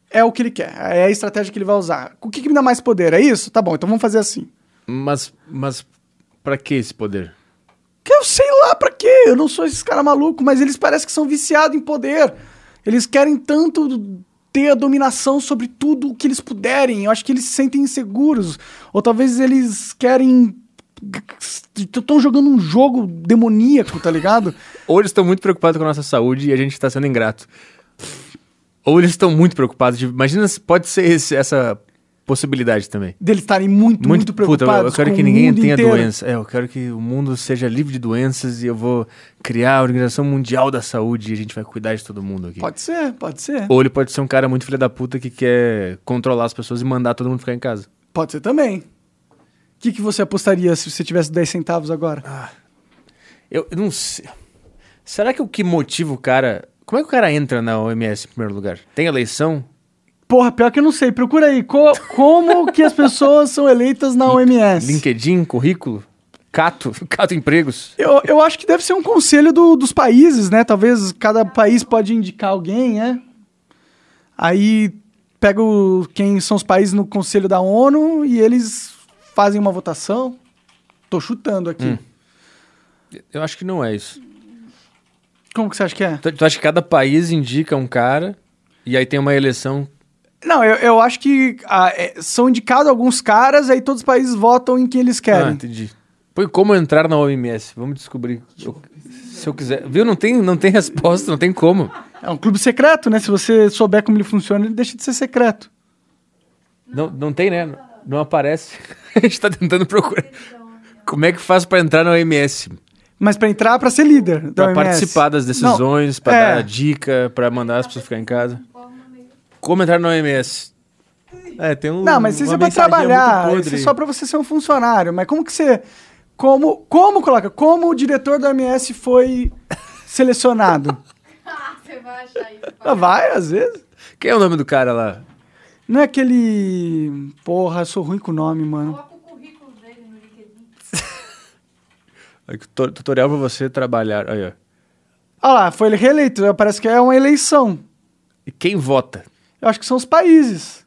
é o que ele quer, é a estratégia que ele vai usar. O que, que me dá mais poder? É isso? Tá bom, então vamos fazer assim.
Mas, mas para que esse poder?
Que eu sei lá pra quê, eu não sou esses caras malucos, mas eles parecem que são viciados em poder. Eles querem tanto ter a dominação sobre tudo o que eles puderem. Eu acho que eles se sentem inseguros. Ou talvez eles querem. Estão jogando um jogo demoníaco, tá ligado?
Ou eles estão muito preocupados com a nossa saúde e a gente está sendo ingrato. Ou eles estão muito preocupados. De, imagina se pode ser esse- essa possibilidade também.
Deles estarem muito, muito,
puta,
preocupados.
Eu quero
com
que
o
ninguém
mundo
tenha
inteiro.
doença. É, eu quero que o mundo seja livre de doenças e eu vou criar a Organização Mundial da Saúde e a gente vai cuidar de todo mundo aqui.
Pode ser, pode ser.
Ou ele pode ser um cara muito filho da puta que quer controlar as pessoas e mandar todo mundo ficar em casa.
Pode ser também. O que, que você apostaria se você tivesse 10 centavos agora?
Eu, eu não sei. Será que o que motiva o cara. Como é que o cara entra na OMS em primeiro lugar? Tem eleição?
Porra, pior que eu não sei. Procura aí. Co- como que as pessoas são eleitas na OMS?
LinkedIn? Currículo? Cato? Cato empregos?
Eu, eu acho que deve ser um conselho do- dos países, né? Talvez cada país pode indicar alguém, né? Aí pega o- quem são os países no conselho da ONU e eles fazem uma votação. Tô chutando aqui.
Hum. Eu acho que não é isso.
Como que você acha que é?
Tu, tu acha que cada país indica um cara e aí tem uma eleição.
Não, eu, eu acho que ah, é, são indicados alguns caras, aí todos os países votam em quem eles
Ah,
querem.
entendi. Pô, e como entrar na OMS? Vamos descobrir. Eu- se eu quiser. Viu? Não tem, não tem resposta, não tem como.
é um clube secreto, né? Se você souber como ele funciona, ele deixa de ser secreto.
Não, não tem, né? Não aparece. a gente tá tentando procurar. Como é que faz pra entrar na OMS?
Mas pra entrar, pra ser líder. da
Pra
OMS.
participar das
Não,
decisões, pra
é.
dar dica, pra mandar as pessoas ficarem em casa. Como entrar na OMS?
É, tem um.
Não, mas se
uma
você vai
mensagem muito
trabalhar,
podre.
isso é só pra você ser um funcionário. Mas como que você. Como, como coloca? Como o diretor da OMS foi selecionado?
Ah, você vai achar isso.
Ah, Vai, às vezes.
Quem é o nome do cara lá?
Não é aquele. Porra, sou ruim com o nome, mano.
Coloca o currículo dele no LinkedIn.
Aí, tu- Tutorial pra você trabalhar. Aí, ó.
Olha lá, foi ele reeleito. Parece que é uma eleição.
E quem vota?
Eu acho que são os países.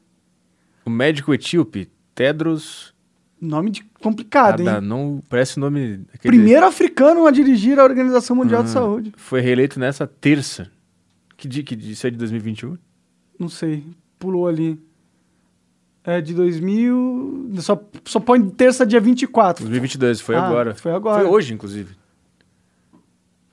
O médico etíope, Tedros
Nome de-
Ah,
complicado, hein?
Adhanom, parece o nome... aquele-
Primeiro africano a dirigir a Organização Mundial de Saúde.
Foi reeleito nessa terça. Que dia que dia? isso é de 2021?
Não sei. Pulou ali. É de 2000. Só, só põe terça, dia 24.
2022, foi
Ah,
agora.
foi agora.
Foi hoje, inclusive.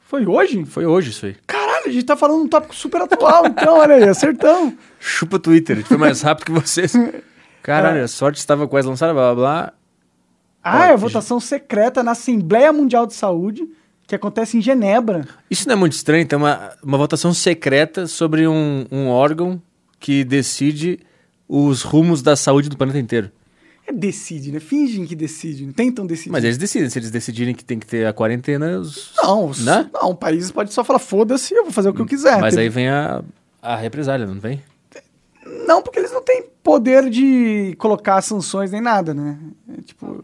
Foi hoje?
Foi hoje isso aí.
Caralho, a gente tá falando um tópico super atual, então, olha aí, acertamos.
Chupa Twitter, a gente foi mais rápido que vocês.
É.
Caralho, a sorte estava quase lançada, blá blá blá.
Ah, é
Ó,
a votação secreta na Assembleia Mundial de Saúde, que acontece em Genebra.
Isso não é muito estranho, tem uma, uma votação secreta sobre um, um órgão que decide os rumos da saúde do planeta inteiro.
É, decide, né? Fingem que decide, né? tentam decidir.
Mas eles decidem, se eles decidirem que tem que ter a quarentena, os...
Não, os-
Né? Hum,
não, o país pode só falar, foda-se, eu vou fazer o que eu quiser.
Mas
É, Tem-
aí vem a, a represália, não vem?
Não, porque eles não têm poder de colocar sanções nem nada, né? É, tipo...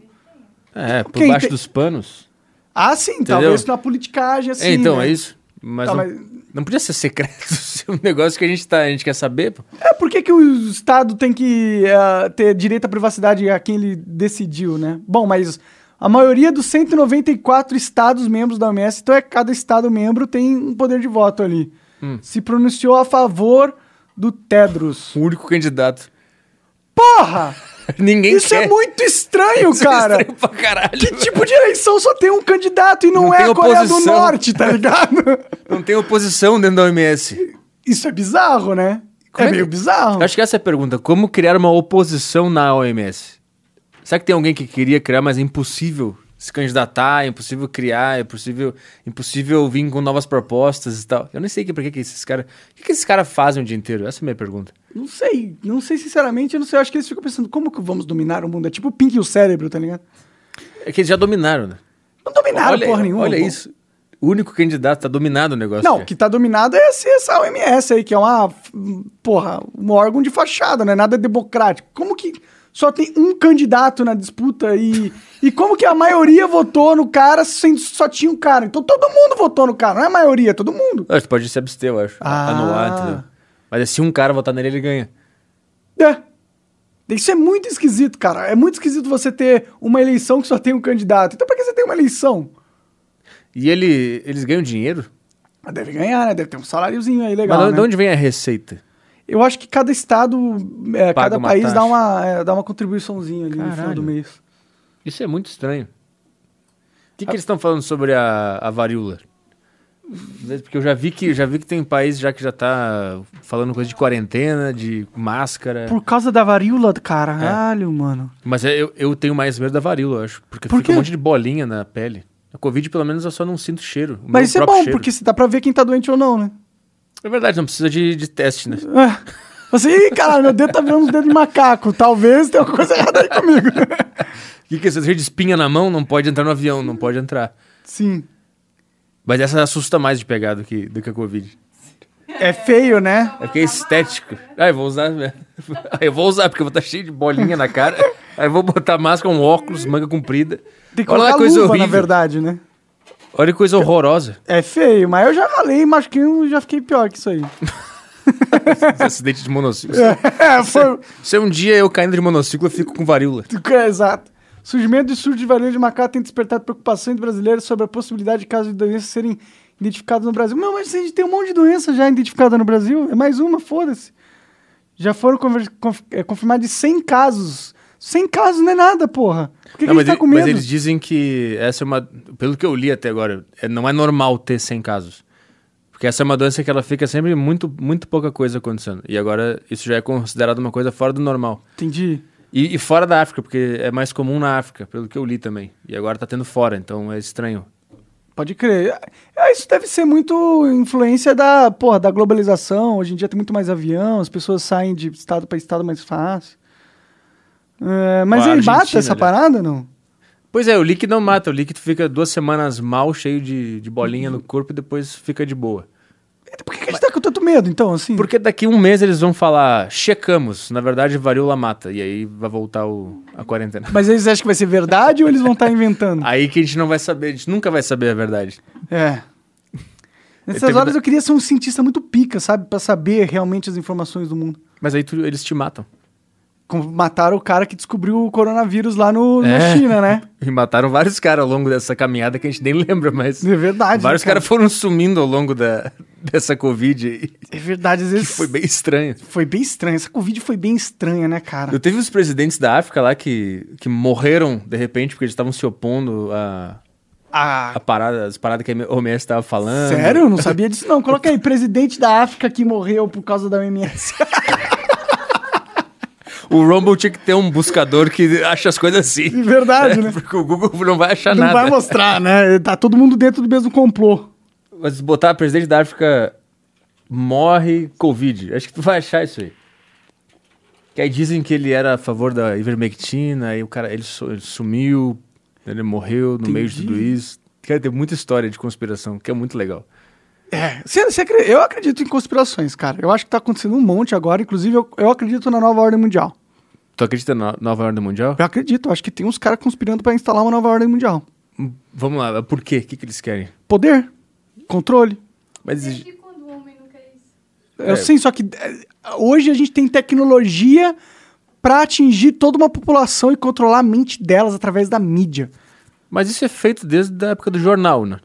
É, por
Quem
baixo
tem-
dos panos.
Ah, sim,
Entendeu?
talvez na politicagem, assim,
é, então,
né?
é isso. Mas,
Tá,
não,
mas-
não Não podia ser secreto se um negócio que a gente, tá, a gente quer saber, pô.
É, por que, que o Estado tem que eh, ter direito à privacidade a quem ele decidiu, né? Bom, mas a maioria dos 194 Estados membros da OMS, então é cada Estado membro tem um poder de voto ali.
Hum.
Se pronunciou a favor do Tedros.
O único candidato.
Porra!
Ninguém
Isso
quer.
é muito estranho,
Isso é
cara!
estranho pra caralho.
Que tipo de eleição só tem um candidato e não,
Não
é
tem
a Coreia do
oposição.
Norte, tá ligado?
Não tem oposição dentro da OMS.
Isso é bizarro, né?
Como
é
é que-
meio bizarro.
Acho que essa é a pergunta. Como criar uma oposição na OMS? Será que tem alguém que queria criar, mas é impossível se candidatar, é impossível criar, é impossível, impossível vir com novas propostas e tal? Eu nem sei que, pra que, que esses caras... O que, que esses caras fazem o dia inteiro? Essa é a minha pergunta.
Não sei, não sei sinceramente, eu não sei. Eu acho que eles ficam pensando, como que vamos dominar o mundo? É tipo o Pink e o cérebro, tá ligado?
É que eles já dominaram, né?
Não dominaram
olha,
porra nenhuma.
Olha
pô.
isso. O único candidato tá dominado o negócio.
Não, o
já.
que tá dominado é esse- essa OMS aí, que é uma, f- porra, um órgão de fachada, não é nada democrático. Como que só tem um candidato na disputa e, e como que a maioria votou no cara sendo só tinha um cara? Então todo mundo votou no cara, não é a maioria, todo mundo.
Ah, tu pode se abster, eu acho.
Ah.
Anular, entendeu? Mas é se um cara votar nele, ele ganha.
É. Isso é muito esquisito, cara. É muito esquisito você ter uma eleição que só tem um candidato. Então pra que você tem uma eleição?
E ele, eles ganham dinheiro?
Mas deve ganhar, né? Deve ter um saláriozinho aí legal.
Mas de-
né?
de onde vem a receita?
Eu acho que cada estado, é,
Paga
cada
uma
país dá
taxa.
uma, é, dá uma contribuiçãozinha ali no final
Caralho.
do mês.
Isso é muito estranho. O que, que eles estão falando sobre a, a varíola? Porque eu já vi que já vi que tem país já que já tá falando coisa de quarentena, de máscara.
Por causa da varíola, caralho, mano.
Mas é- eu, eu tenho mais medo da varíola, eu acho. Porque
Por
fica um
quê?
monte de bolinha na pele. A Covid, pelo menos, eu só não sinto cheiro. o meu
Mas isso é
próprio
bom,
cheiro.
porque se dá pra ver quem tá doente ou não, né?
É verdade, não precisa de, de teste, né?
É. Você, ih, caralho, meu dedo tá virando um dedo de macaco. Talvez tenha alguma coisa errada aí comigo.
O que, que é isso? Cheio de espinha na mão, não pode entrar no avião, não pode entrar.
Sim.
Mas essa assusta mais de pegar do que, do que a Covid.
É feio, né?
É porque é estético. Ah, eu vou usar. né? Ah, eu vou usar, porque eu vou estar cheio de bolinha na cara. Aí eu vou botar máscara, um óculos, manga comprida.
Tem que
Olha lá,
colocar
coisa
luva, na
horrível.
verdade, né?
Olha que coisa horrorosa.
É feio, mas eu já ralei, machuquei e já fiquei pior que isso aí.
Esse acidente de monociclo.
É, foi...
Se um dia eu caindo de monociclo, eu fico com varíola.
É, exato. Surgimento de surto de varíola de macaco tem despertado preocupações entre brasileiros sobre a possibilidade de casos de doenças serem identificados no Brasil. Não, mas a gente tem um monte de doença já identificada no Brasil. É mais uma, foda-se. Já foram conver- conf- é, confirmados 100 casos. 100 casos não é nada, porra. Por que, que
Não,
a gente
mas,
tá
ele-
com
mas
medo?
eles dizem que essa é uma. Pelo que eu li até agora, é- não é normal ter 100 casos. Porque essa é uma doença que ela fica sempre muito, muito pouca coisa acontecendo. E agora isso já é considerado uma coisa fora do normal.
Entendi.
E, e fora da África, porque é mais comum na África, pelo que eu li também. E agora tá tendo fora, então é estranho.
Pode crer. É, Isso deve ser muito influência da, porra, da globalização. Hoje em dia tem muito mais avião, as pessoas saem de estado para estado mais fácil. É, mas
Ó, a
aí mata
Argentina,
essa
né?
parada, não?
Pois é, o líquido não mata. O líquido fica duas semanas mal, cheio de, de bolinha no corpo e depois fica de boa.
Por que, que a gente tá com tanto medo, então, assim?
Porque daqui um mês eles vão falar, checamos. Na verdade, varíola mata. E aí vai voltar o, a quarentena.
Mas eles acham que vai ser verdade ou eles vão estar inventando?
Aí que a gente não vai saber, a gente nunca vai saber a verdade.
É. Nessas
Teve
horas
da-
eu queria ser um cientista muito pica, sabe? Pra saber realmente as informações do mundo.
Mas aí tu- eles te matam.
Como mataram o cara que descobriu o coronavírus lá no, na
É.
China, né?
E mataram vários caras ao longo dessa caminhada que a gente nem lembra, mas.
É verdade.
vários
né, cara?
caras foram sumindo ao longo da, dessa Covid. E
É verdade, às vezes.
foi bem estranho.
Foi bem estranho. Essa Covid foi bem estranha, né, cara?
Eu teve os presidentes da África lá que, que morreram de repente porque eles estavam se opondo à, à
Ah,
parada, as paradas que a OMS estava falando.
sério? Eu não sabia disso, não. Coloca aí, presidente da África que morreu por causa da OMS.
O Rumble tinha que ter um buscador que acha as coisas assim.
É verdade, né?
Porque o Google não vai achar
Não
nada.
vai mostrar, né? Tá todo mundo dentro do mesmo complô.
Mas botar presidente da África morre Covid. Acho que tu vai achar isso aí. Que aí dizem que ele era a favor da ivermectina, aí o cara ele, su- ele sumiu, ele morreu no meio de
Entendi.
tudo isso. Cara, tem muita história de conspiração, que é muito legal.
É, você- você acre- eu acredito em conspirações, cara. Eu acho que tá acontecendo um monte agora. Inclusive, eu, eu acredito na nova ordem mundial.
Tu acredita na nova ordem mundial?
Eu acredito, eu acho que tem uns caras conspirando pra instalar uma nova ordem mundial.
Vamos lá, por quê? O que, que eles querem?
Poder, controle.
Mas
É.
Desde quando o é
Eu sei, só que eh, hoje a gente tem tecnologia pra atingir toda uma população e controlar a mente delas através da mídia.
Mas isso é feito desde a época do jornal, né?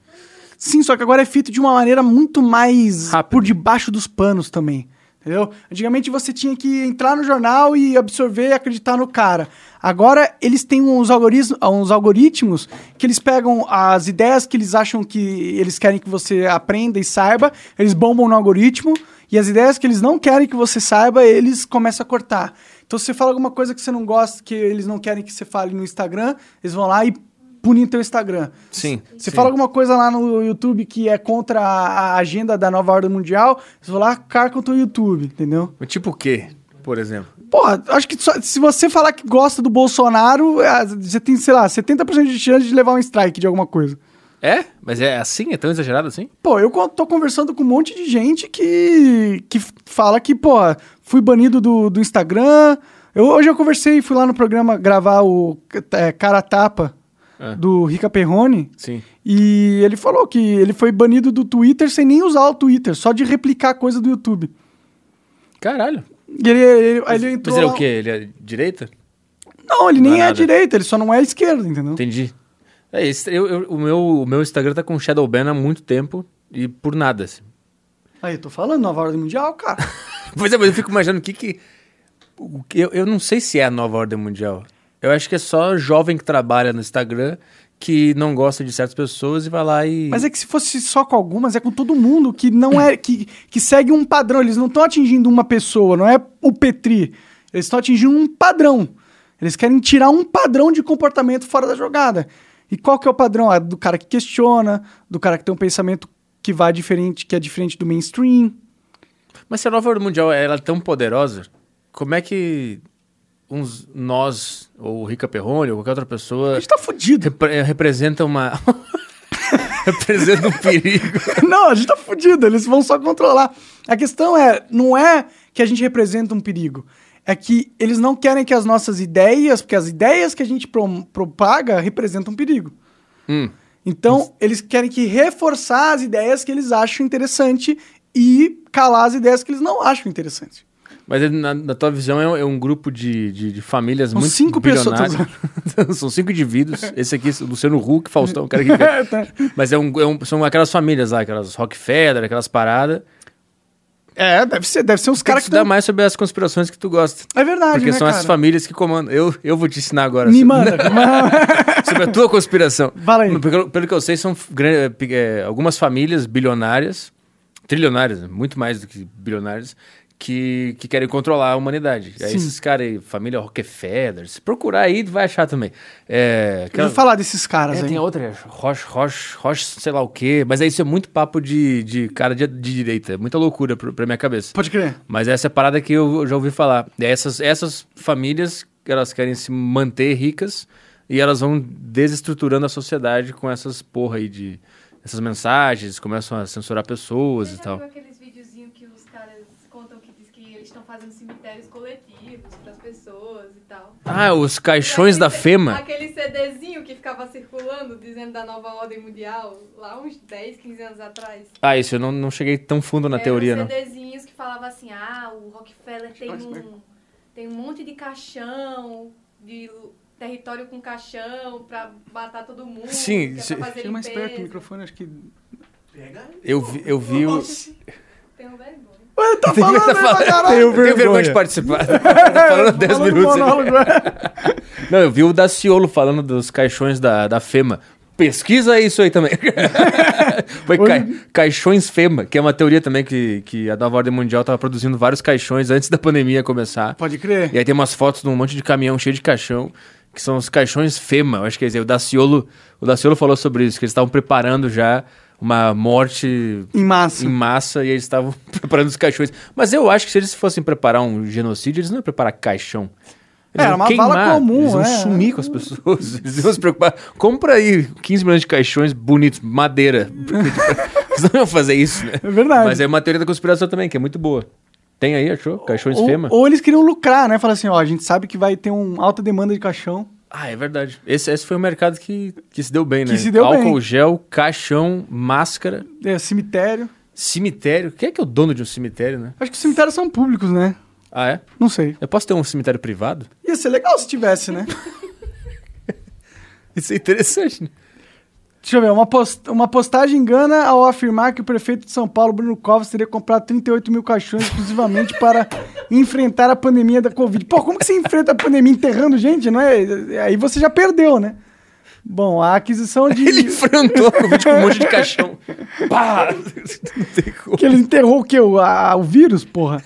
Sim, só que agora é feito de uma maneira muito mais
Rápido.
por debaixo dos panos também. Entendeu? Antigamente você tinha que entrar no jornal e absorver e acreditar no cara. Agora eles têm uns, algoritmos, uns algoritmos que eles pegam as ideias que eles acham que eles querem que você aprenda e saiba, eles bombam no algoritmo, e as ideias que eles não querem que você saiba, eles começam a cortar. Então se você fala alguma coisa que você não gosta, que eles não querem que você fale no Instagram, eles vão lá e punem teu Instagram.
Sim.
Você fala alguma coisa lá no YouTube que é contra a a agenda da nova ordem mundial, você "Ah, vai lá, carca o teu YouTube, entendeu?
Mas Tipo o quê, por exemplo?
Porra, acho que só- se você falar que gosta do Bolsonaro, é, você tem, sei lá, 70% de chance de levar um strike de alguma coisa.
É? Mas é assim? É tão exagerado assim?
Pô, eu con- tô conversando com um monte de gente que, que f- fala que, pô, fui banido do, do Instagram. Eu, hoje eu conversei, fui lá no programa gravar o é, Cara a Tapa
É.
do Rica Perrone.
Sim.
E ele falou que ele foi banido do Twitter sem nem usar o Twitter, só de replicar coisa do YouTube.
Caralho.
E ele, ele, aí ele
Mas
entrou.
ele é
lá-
o quê? Ele é direita?
Não, ele
Não
nem
é
é,
nada.
direita, ele só não é esquerda, entendeu?
Entendi. É, esse- eu- eu- o, meu, o meu Instagram tá com shadow ban há muito tempo e por nada. Assim.
Aí eu tô falando, nova ordem mundial, cara.
Pois é, mas eu fico imaginando o que que... o que- eu, eu não sei se é a nova ordem mundial. Eu acho que é só jovem que trabalha no Instagram que não gosta de certas pessoas e vai lá e...
Mas é que se fosse só com algumas, é com todo mundo que não é. que, que segue um padrão. Eles não estão atingindo uma pessoa, não é o Petri. Eles estão atingindo um padrão. Eles querem tirar um padrão de comportamento fora da jogada. E qual que é o padrão? É do cara que questiona, do cara que tem um pensamento que vai diferente, que é diferente do mainstream.
Mas se a nova ordem mundial ela é tão poderosa, como é que uns nós, ou o Rica Perrone, ou qualquer outra
A
pessoa,
gente tá fudido.
repre- eh, representa uma. representa um perigo.
Não, a gente tá fudido, eles vão só controlar. A questão é, não é que a gente representa um perigo. É que eles não querem que as nossas ideias, porque as ideias que a gente prom- propaga representam um perigo.
Hum.
Então, eles querem que reforçar as ideias que eles acham interessante e calar as ideias que eles não acham interessante.
Mas ele, na, na tua visão é um, é um grupo de, de, de famílias
São
muito
cinco pessoas, tô
bilionárias. São cinco indivíduos. Esse aqui, é o Luciano Huck, Faustão, o cara que.
tá.
Mas é um, é um- são aquelas famílias lá, aquelas Rockefeller, aquelas paradas.
É, deve ser, deve ser uns
Cara,
caras
Tem que
que.
estudar
tão-
mais sobre as conspirações que tu gosta.
É verdade,
Porque
né,
são
cara?
essas famílias que comandam. Eu, eu vou te ensinar agora.
Me
sobre-
manda, me manda.
sobre a tua conspiração.
Fala aí.
Mas Pelo, pelo que eu sei, são gran- eh, pe- eh, algumas famílias bilionárias, trilionárias, né? muito mais do que bilionárias, que, que querem controlar a humanidade. Aí
Sim.
esses caras aí, família Rockefeller, se procurar aí, tu vai achar também. É,
Eu
aquela-
vou falar desses caras
é,
aí.
tem outra, acho. Roche, Roche, Roche, sei lá o quê. Mas aí isso é muito papo de, de cara de, de direita. é Muita loucura pra, pra minha cabeça.
Pode crer.
Mas essa é a parada que eu já ouvi falar. É Essas, essas famílias, elas querem se manter ricas e elas vão desestruturando a sociedade com essas porra aí de... Essas mensagens, começam a censurar pessoas
Você
e
já
tal.
viu aqueles videozinhos que os caras contam que diz que eles estão fazendo cemitérios coletivos pras pessoas e tal?
Ah, os caixões da
Aquele-
FEMA.
Aquele CDzinho que ficava circulando dizendo da nova ordem mundial, lá uns 10, 15 anos atrás.
Ah, isso eu não, não cheguei tão fundo na
Eram
teoria, não.
CDzinhos que falava assim, ah, o Rockefeller tem um, tem um monte de caixão, de lu- território com caixão pra matar todo mundo.
Sim,
que é
se-
pra fazer
Chega mais perto
limpeza.
do microfone, acho que.
Eu vi, eu vi os...
Tenho vergonha.
Ué, tá falando aí pra caralho!
Tenho
Eu tenho vergonha de
vergonha.
participar. Tô falando há 10
Falando
minutos.
monólogo, é.
Não, eu vi o Daciolo falando dos caixões da, da FEMA. Pesquisa isso aí também. Foi cai- caixões FEMA, que é uma teoria também que, que a nova ordem mundial estava produzindo vários caixões antes da pandemia começar.
Pode crer.
E aí tem umas fotos de um monte de caminhão cheio de caixão, que são os caixões FEMA. Eu acho que é isso aí. o Daciolo, o Daciolo falou sobre isso, que eles estavam preparando já uma morte
Em massa.
em massa e eles estavam preparando os caixões. Mas eu acho que se eles fossem preparar um genocídio, eles não iam preparar caixão. Eles
É,
iam
uma bala comum,
eles iam
é.
sumir com as pessoas, eles iam se preocupar. Compra aí 15 milhões de caixões bonitos, madeira. eles não iam fazer isso, né?
É verdade.
Mas é uma teoria da conspiração também, que é muito boa. Tem aí, achou? Caixões
ou,
Fema?
ou eles queriam lucrar, né? Falar assim, ó, a gente sabe que vai ter uma alta demanda de caixão.
Ah, é verdade. Esse, esse foi um mercado que, que se deu bem, né?
Que se deu
Álcool
bem.
gel, caixão, máscara.
É, cemitério.
Cemitério? Quem é que é o dono de um cemitério, né?
Acho que os cemitérios são públicos, né?
Ah, é?
Não sei.
Eu posso ter um cemitério privado?
Ia ser legal se tivesse, né?
Isso é interessante, né?
Deixa eu ver, uma, post- uma postagem engana ao afirmar que o prefeito de São Paulo, Bruno Covas, teria comprado 38 mil caixões exclusivamente para enfrentar a pandemia da Covid. Pô, como que você enfrenta a pandemia enterrando gente, não é? Aí você já perdeu, né? Bom, a aquisição de...
Ele enfrentou a Covid com um monte de caixão. Pá! Não tem como.
Que ele enterrou o quê? O, a- o vírus, porra?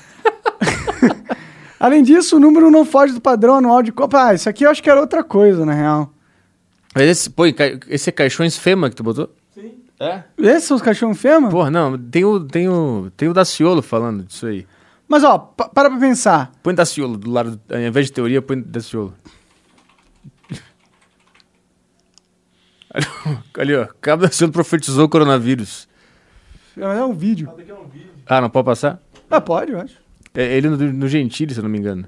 Além disso, o número não foge do padrão anual de Copa. Ah, isso aqui eu acho que era outra coisa, na real.
Mas esse, pô, ca- esse é caixões Fema que tu botou? Sim. É?
Esses são os cachorros fema?
Porra, não, tem o, tem o, tem o Daciolo falando disso aí.
Mas, ó, pa- para pra pensar.
Põe Daciolo do lado, do- ao invés de teoria, põe Daciolo. Ali, ó. Cabo Daciolo profetizou o coronavírus.
É um vídeo.
Ah, não pode passar?
Ah, pode, eu acho.
É ele no, no Gentili, se eu não me engano.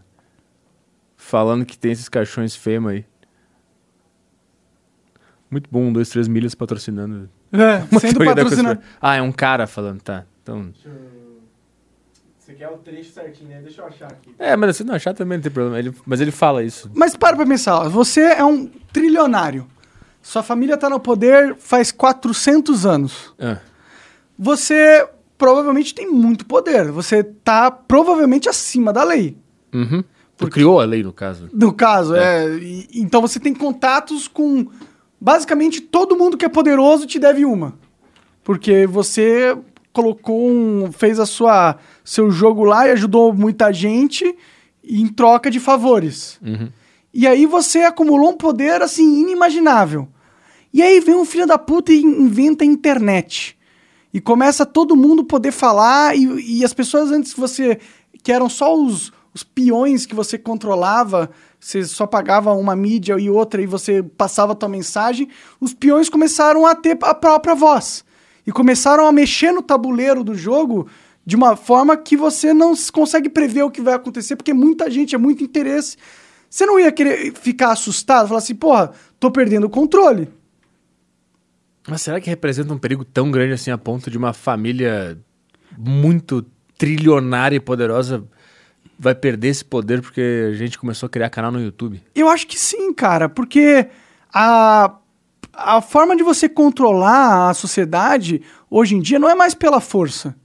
Falando que tem esses caixões Fema aí. Muito bom, um, dois, três milhas patrocinando.
É,
Uma
sendo
teoria da
patrocinado.
conspira- Ah, é um cara falando, tá. Então,
Você quer o trecho certinho, né? Deixa eu achar aqui.
é, mas se não achar também não tem problema. Ele- mas ele fala isso.
Mas para pra pensar, ó, você é um trilionário. Sua família tá no poder faz 400 anos.
Ah,
Você provavelmente tem muito poder. Você tá provavelmente acima da lei.
uhum. Tu criou a lei, no caso.
No caso, é. e- então você tem contatos com. Basicamente, todo mundo que é poderoso te deve uma. Porque você colocou um. fez a sua seu jogo lá e ajudou muita gente em troca de favores.
Uhum.
E aí você acumulou um poder assim inimaginável. E aí vem um filho da puta e inventa a internet. E começa todo mundo poder falar e, e as pessoas antes que você que eram só os, os peões que você controlava, você só pagava uma mídia e outra e você passava a tua mensagem, os peões começaram a ter a própria voz. E começaram a mexer no tabuleiro do jogo de uma forma que você não s- consegue prever o que vai acontecer, porque é muita gente, é muito interesse. Você não ia querer ficar assustado, falar assim, porra, tô perdendo o controle.
Mas será que representa um perigo tão grande assim a ponto de uma família muito trilionária e poderosa vai perder esse poder porque a gente começou a criar canal no YouTube?
Eu acho que sim, cara, porque a, a forma de você controlar a sociedade hoje em dia não é mais pela força.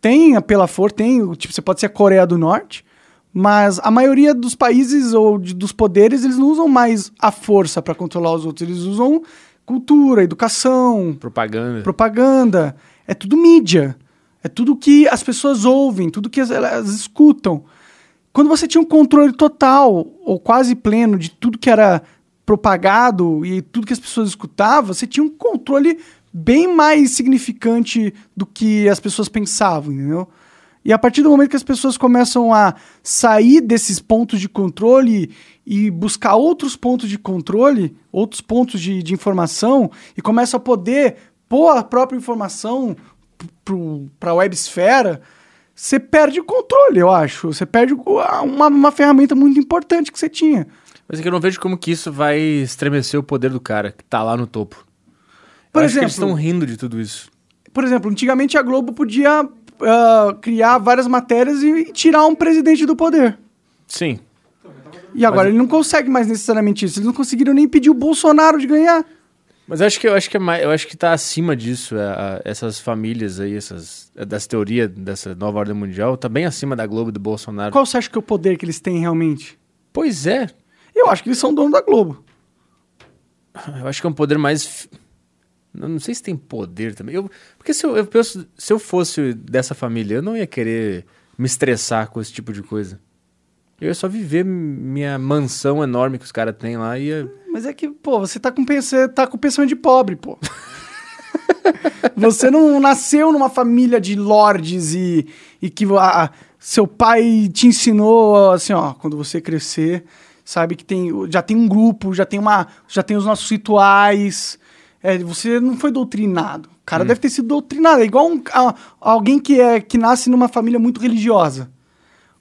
Tem a pela força, tem, o- tipo, você pode ser a Coreia do Norte, mas a maioria dos países ou de- dos poderes, eles não usam mais a força para controlar os outros, eles usam cultura, educação,
Propaganda.
propaganda, é tudo mídia, é tudo que as pessoas ouvem, tudo que as- elas escutam. Quando você tinha um controle total ou quase pleno de tudo que era propagado e tudo que as pessoas escutavam, você tinha um controle bem mais significante do que as pessoas pensavam, entendeu? E a partir do momento que as pessoas começam a sair desses pontos de controle e buscar outros pontos de controle, outros pontos de, de informação, e começam a poder pôr a própria informação para a websfera, você perde o controle, eu acho. Você perde o- a- uma, uma ferramenta muito importante que você tinha.
Mas é que eu não vejo como que isso vai estremecer o poder do cara que tá lá no topo. Eu
Por
acho que
exemplo-
eles estão rindo de tudo isso.
Por exemplo, antigamente a Globo podia ah, criar várias matérias e, e tirar um presidente do poder.
Sim.
E agora ele não consegue mais necessariamente isso. Eles não conseguiram nem pedir o Bolsonaro de ganhar.
Mas eu acho que eu acho que é mais, eu acho que tá acima disso a- a- essas famílias aí, essas das teorias dessa nova ordem mundial, tá bem acima da Globo e do Bolsonaro.
Qual você acha que é o poder que eles têm realmente?
Pois é,
Eu acho que eles são dono da Globo.
Eu acho que é um poder mais. fi- Eu não sei se tem poder também. Eu, porque se eu, eu penso, se eu fosse dessa família, eu não ia querer me estressar com esse tipo de coisa. Eu ia só viver m- minha mansão enorme que os caras têm lá e ia.
Mas é que, pô, você tá com, pens- você tá com pensamento de pobre, pô. você não nasceu numa família de lordes e, e que a- a- seu pai te ensinou, assim, ó, quando você crescer, sabe que tem, já tem um grupo, já tem, uma, já tem os nossos rituais. É, você não foi doutrinado. O cara deve ter sido doutrinado. É igual um- a- alguém que, é, que nasce numa família muito religiosa.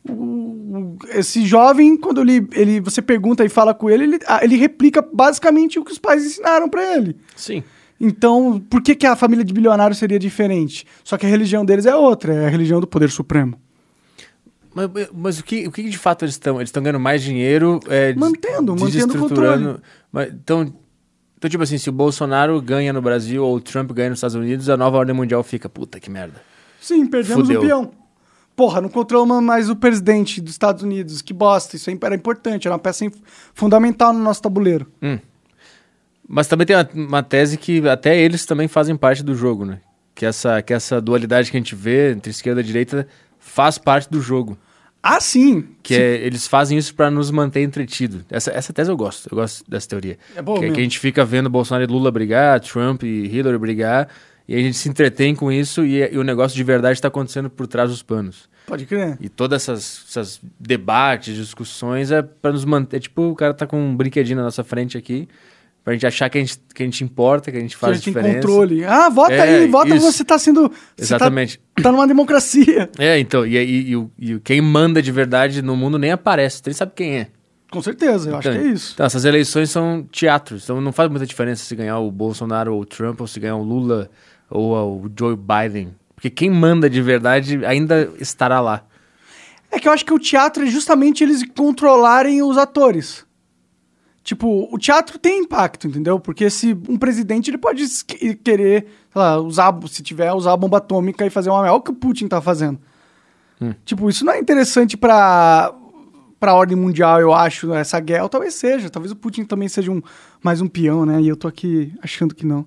O- o- esse jovem, quando ele, ele, você pergunta e fala com ele, ele, ah, ele replica basicamente o que os pais ensinaram pra ele.
Sim.
Então, por que, que a família de bilionário seria diferente? Só que a religião deles é outra, é a religião do poder supremo.
Mas, mas o, que, o que de fato eles estão? Eles estão ganhando mais dinheiro? É, des-
Mantendo, mantendo o
desestruturando.
controle.
Mas, então, então, tipo assim, se o Bolsonaro ganha no Brasil ou o Trump ganha nos Estados Unidos, a nova ordem mundial fica. Puta que merda.
Sim, perdemos
Fudeu.
um peão. Porra, não controlamos mais o presidente dos Estados Unidos. Que bosta, isso aí era importante, era uma peça in- fundamental no nosso tabuleiro.
Mas também tem uma, uma tese que até eles também fazem parte do jogo, né? Que essa, que essa dualidade que a gente vê entre esquerda e direita faz parte do jogo.
Ah, sim.
Que é, eles fazem isso pra nos manter entretido. Essa, essa tese eu gosto, eu gosto dessa teoria.
É boa
que,
mesmo.
que a gente fica vendo Bolsonaro e Lula brigar, Trump e Hillary brigar, e a gente se entretém com isso e, e o negócio de verdade tá acontecendo por trás dos panos.
Pode crer.
E todas essas, essas debates, discussões é pra nos manter. É tipo, o cara tá com um brinquedinho na nossa frente aqui, pra gente achar que a gente, que a gente importa, que a gente
Que a
faz
gente tem
diferença.
controle. Ah, vota
É,
aí, vota
isso.
você tá sendo.
Exatamente.
Você tá, tá numa democracia.
É, então, e, e, e, o- e o- quem manda de verdade no mundo nem aparece, nem sabe quem é.
Com certeza, eu acho que
Então,
é isso.
Então, essas eleições são teatros, então não faz muita diferença se ganhar o Bolsonaro ou o Trump, ou se ganhar o Lula ou o Joe Biden. Porque quem manda de verdade ainda estará lá.
É que eu acho que o teatro é justamente eles controlarem os atores. Tipo, o teatro tem impacto, entendeu? Porque se um presidente ele pode es- que- querer, sei lá, usar, se tiver, usar a bomba atômica e fazer uma. Olha o que o Putin tá fazendo. Tipo, isso não é interessante pra, pra ordem mundial, eu acho, né? essa guerra. Ou Talvez seja. Talvez o Putin também seja um, mais um peão, né? E eu tô aqui achando que não.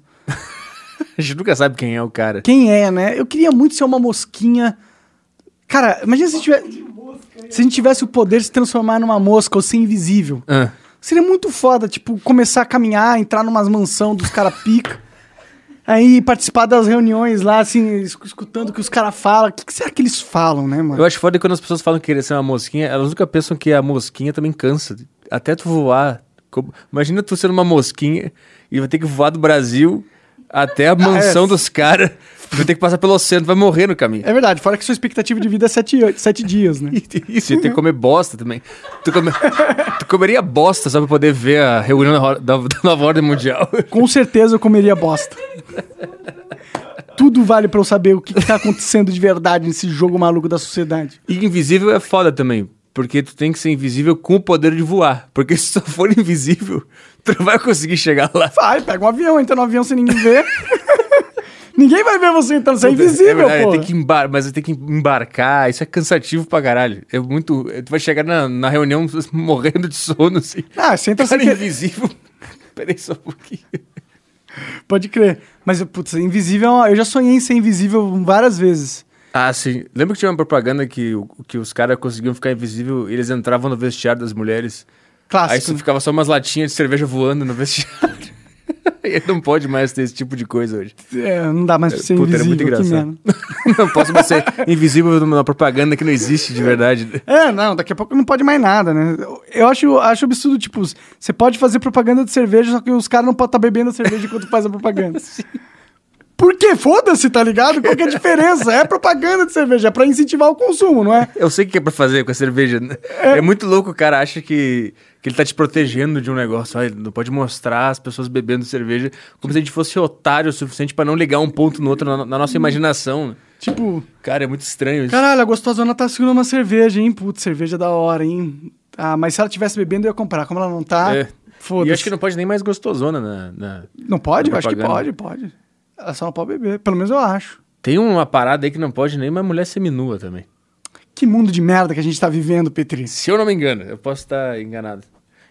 A gente nunca sabe quem é o cara.
Quem é, né? Eu queria muito ser uma mosquinha. Cara, imagina se tiver. Se a gente tivesse o poder de se transformar numa mosca ou ser invisível.
Ah,
Seria muito foda, tipo, começar a caminhar, entrar numas mansão dos caras pica. aí participar das reuniões lá, assim, esc- escutando o que os caras falam. O que, que será que eles falam, né, mano?
eu acho foda quando as pessoas falam que querer ser uma mosquinha, elas nunca pensam que a mosquinha também cansa. Até tu voar. Como- Imagina tu sendo uma mosquinha e vai ter que voar do Brasil
É.
até a mansão dos caras. Vai ter que passar pelo oceano, vai morrer no caminho.
É verdade, fora que sua expectativa de vida é sete, an- sete dias, né?
Isso, ia ter que comer bosta também. Tu, come- tu comeria bosta só pra poder ver a reunião da, ro- da- da nova ordem mundial.
Com certeza eu comeria bosta. Tudo vale pra eu saber o que, que tá acontecendo de verdade nesse jogo maluco da sociedade.
E invisível é foda também. Porque tu tem que ser invisível com o poder de voar. Porque se tu só for invisível, tu não vai conseguir chegar lá.
Vai, pega um avião, entra no avião sem ninguém ver. ninguém vai ver você entrando, você é
É
invisível,
verdade,
pô.
tem que embar mas tem que embarcar. Isso é cansativo pra caralho. É muito. Tu vai chegar na, na reunião morrendo de sono, assim.
Ah, você entra sem
Cara
querer.
invisível. Peraí só um pouquinho.
Pode crer. Mas, putz, invisível, é uma- eu já sonhei em ser invisível várias vezes.
Ah, sim. Lembra que tinha uma propaganda que, o- que os caras conseguiam ficar invisível e eles entravam no vestiário das mulheres? Aí
Clássico.
só ficava só umas latinhas de cerveja voando no vestiário. e não pode mais ter esse tipo de coisa hoje.
É, não dá mais pra ser
Puta, era muito
invisível, que
engraçado.
merda.
não posso mais ser invisível numa propaganda que não existe de verdade.
É, não, daqui a pouco não pode mais nada, né? Eu- Eu acho, acho absurdo, tipo, você pode fazer propaganda de cerveja, só que os caras não podem estar bebendo a cerveja enquanto faz a propaganda. Por quê? Foda-se, tá ligado? Qual que é a diferença? É propaganda de cerveja, é pra incentivar o consumo, não é?
Eu sei o que é pra fazer com a cerveja. né? É, muito louco o cara acha que, que ele tá te protegendo de um negócio. Ah, ele não pode mostrar as pessoas bebendo cerveja como se a gente fosse otário o suficiente pra não ligar um ponto no outro na, na nossa imaginação.
Tipo,
Cara, é muito estranho isso.
Caralho, a gostosona tá segurando uma cerveja, hein? Putz, cerveja da hora, hein? Ah, mas se ela tivesse bebendo, eu ia comprar. Como ela não tá,
É. E acho
foda-se.
que
Não...
não né? pode nem mais gostosona na. na-
pode?
na
Eu acho que pode,
propaganda.
pode. Ela só não pode beber. Pelo menos eu acho.
Tem uma parada aí que não pode nem uma mulher seminua também.
Que mundo de merda que a gente tá vivendo, Petri.
Se eu não me engano, eu posso estar enganado.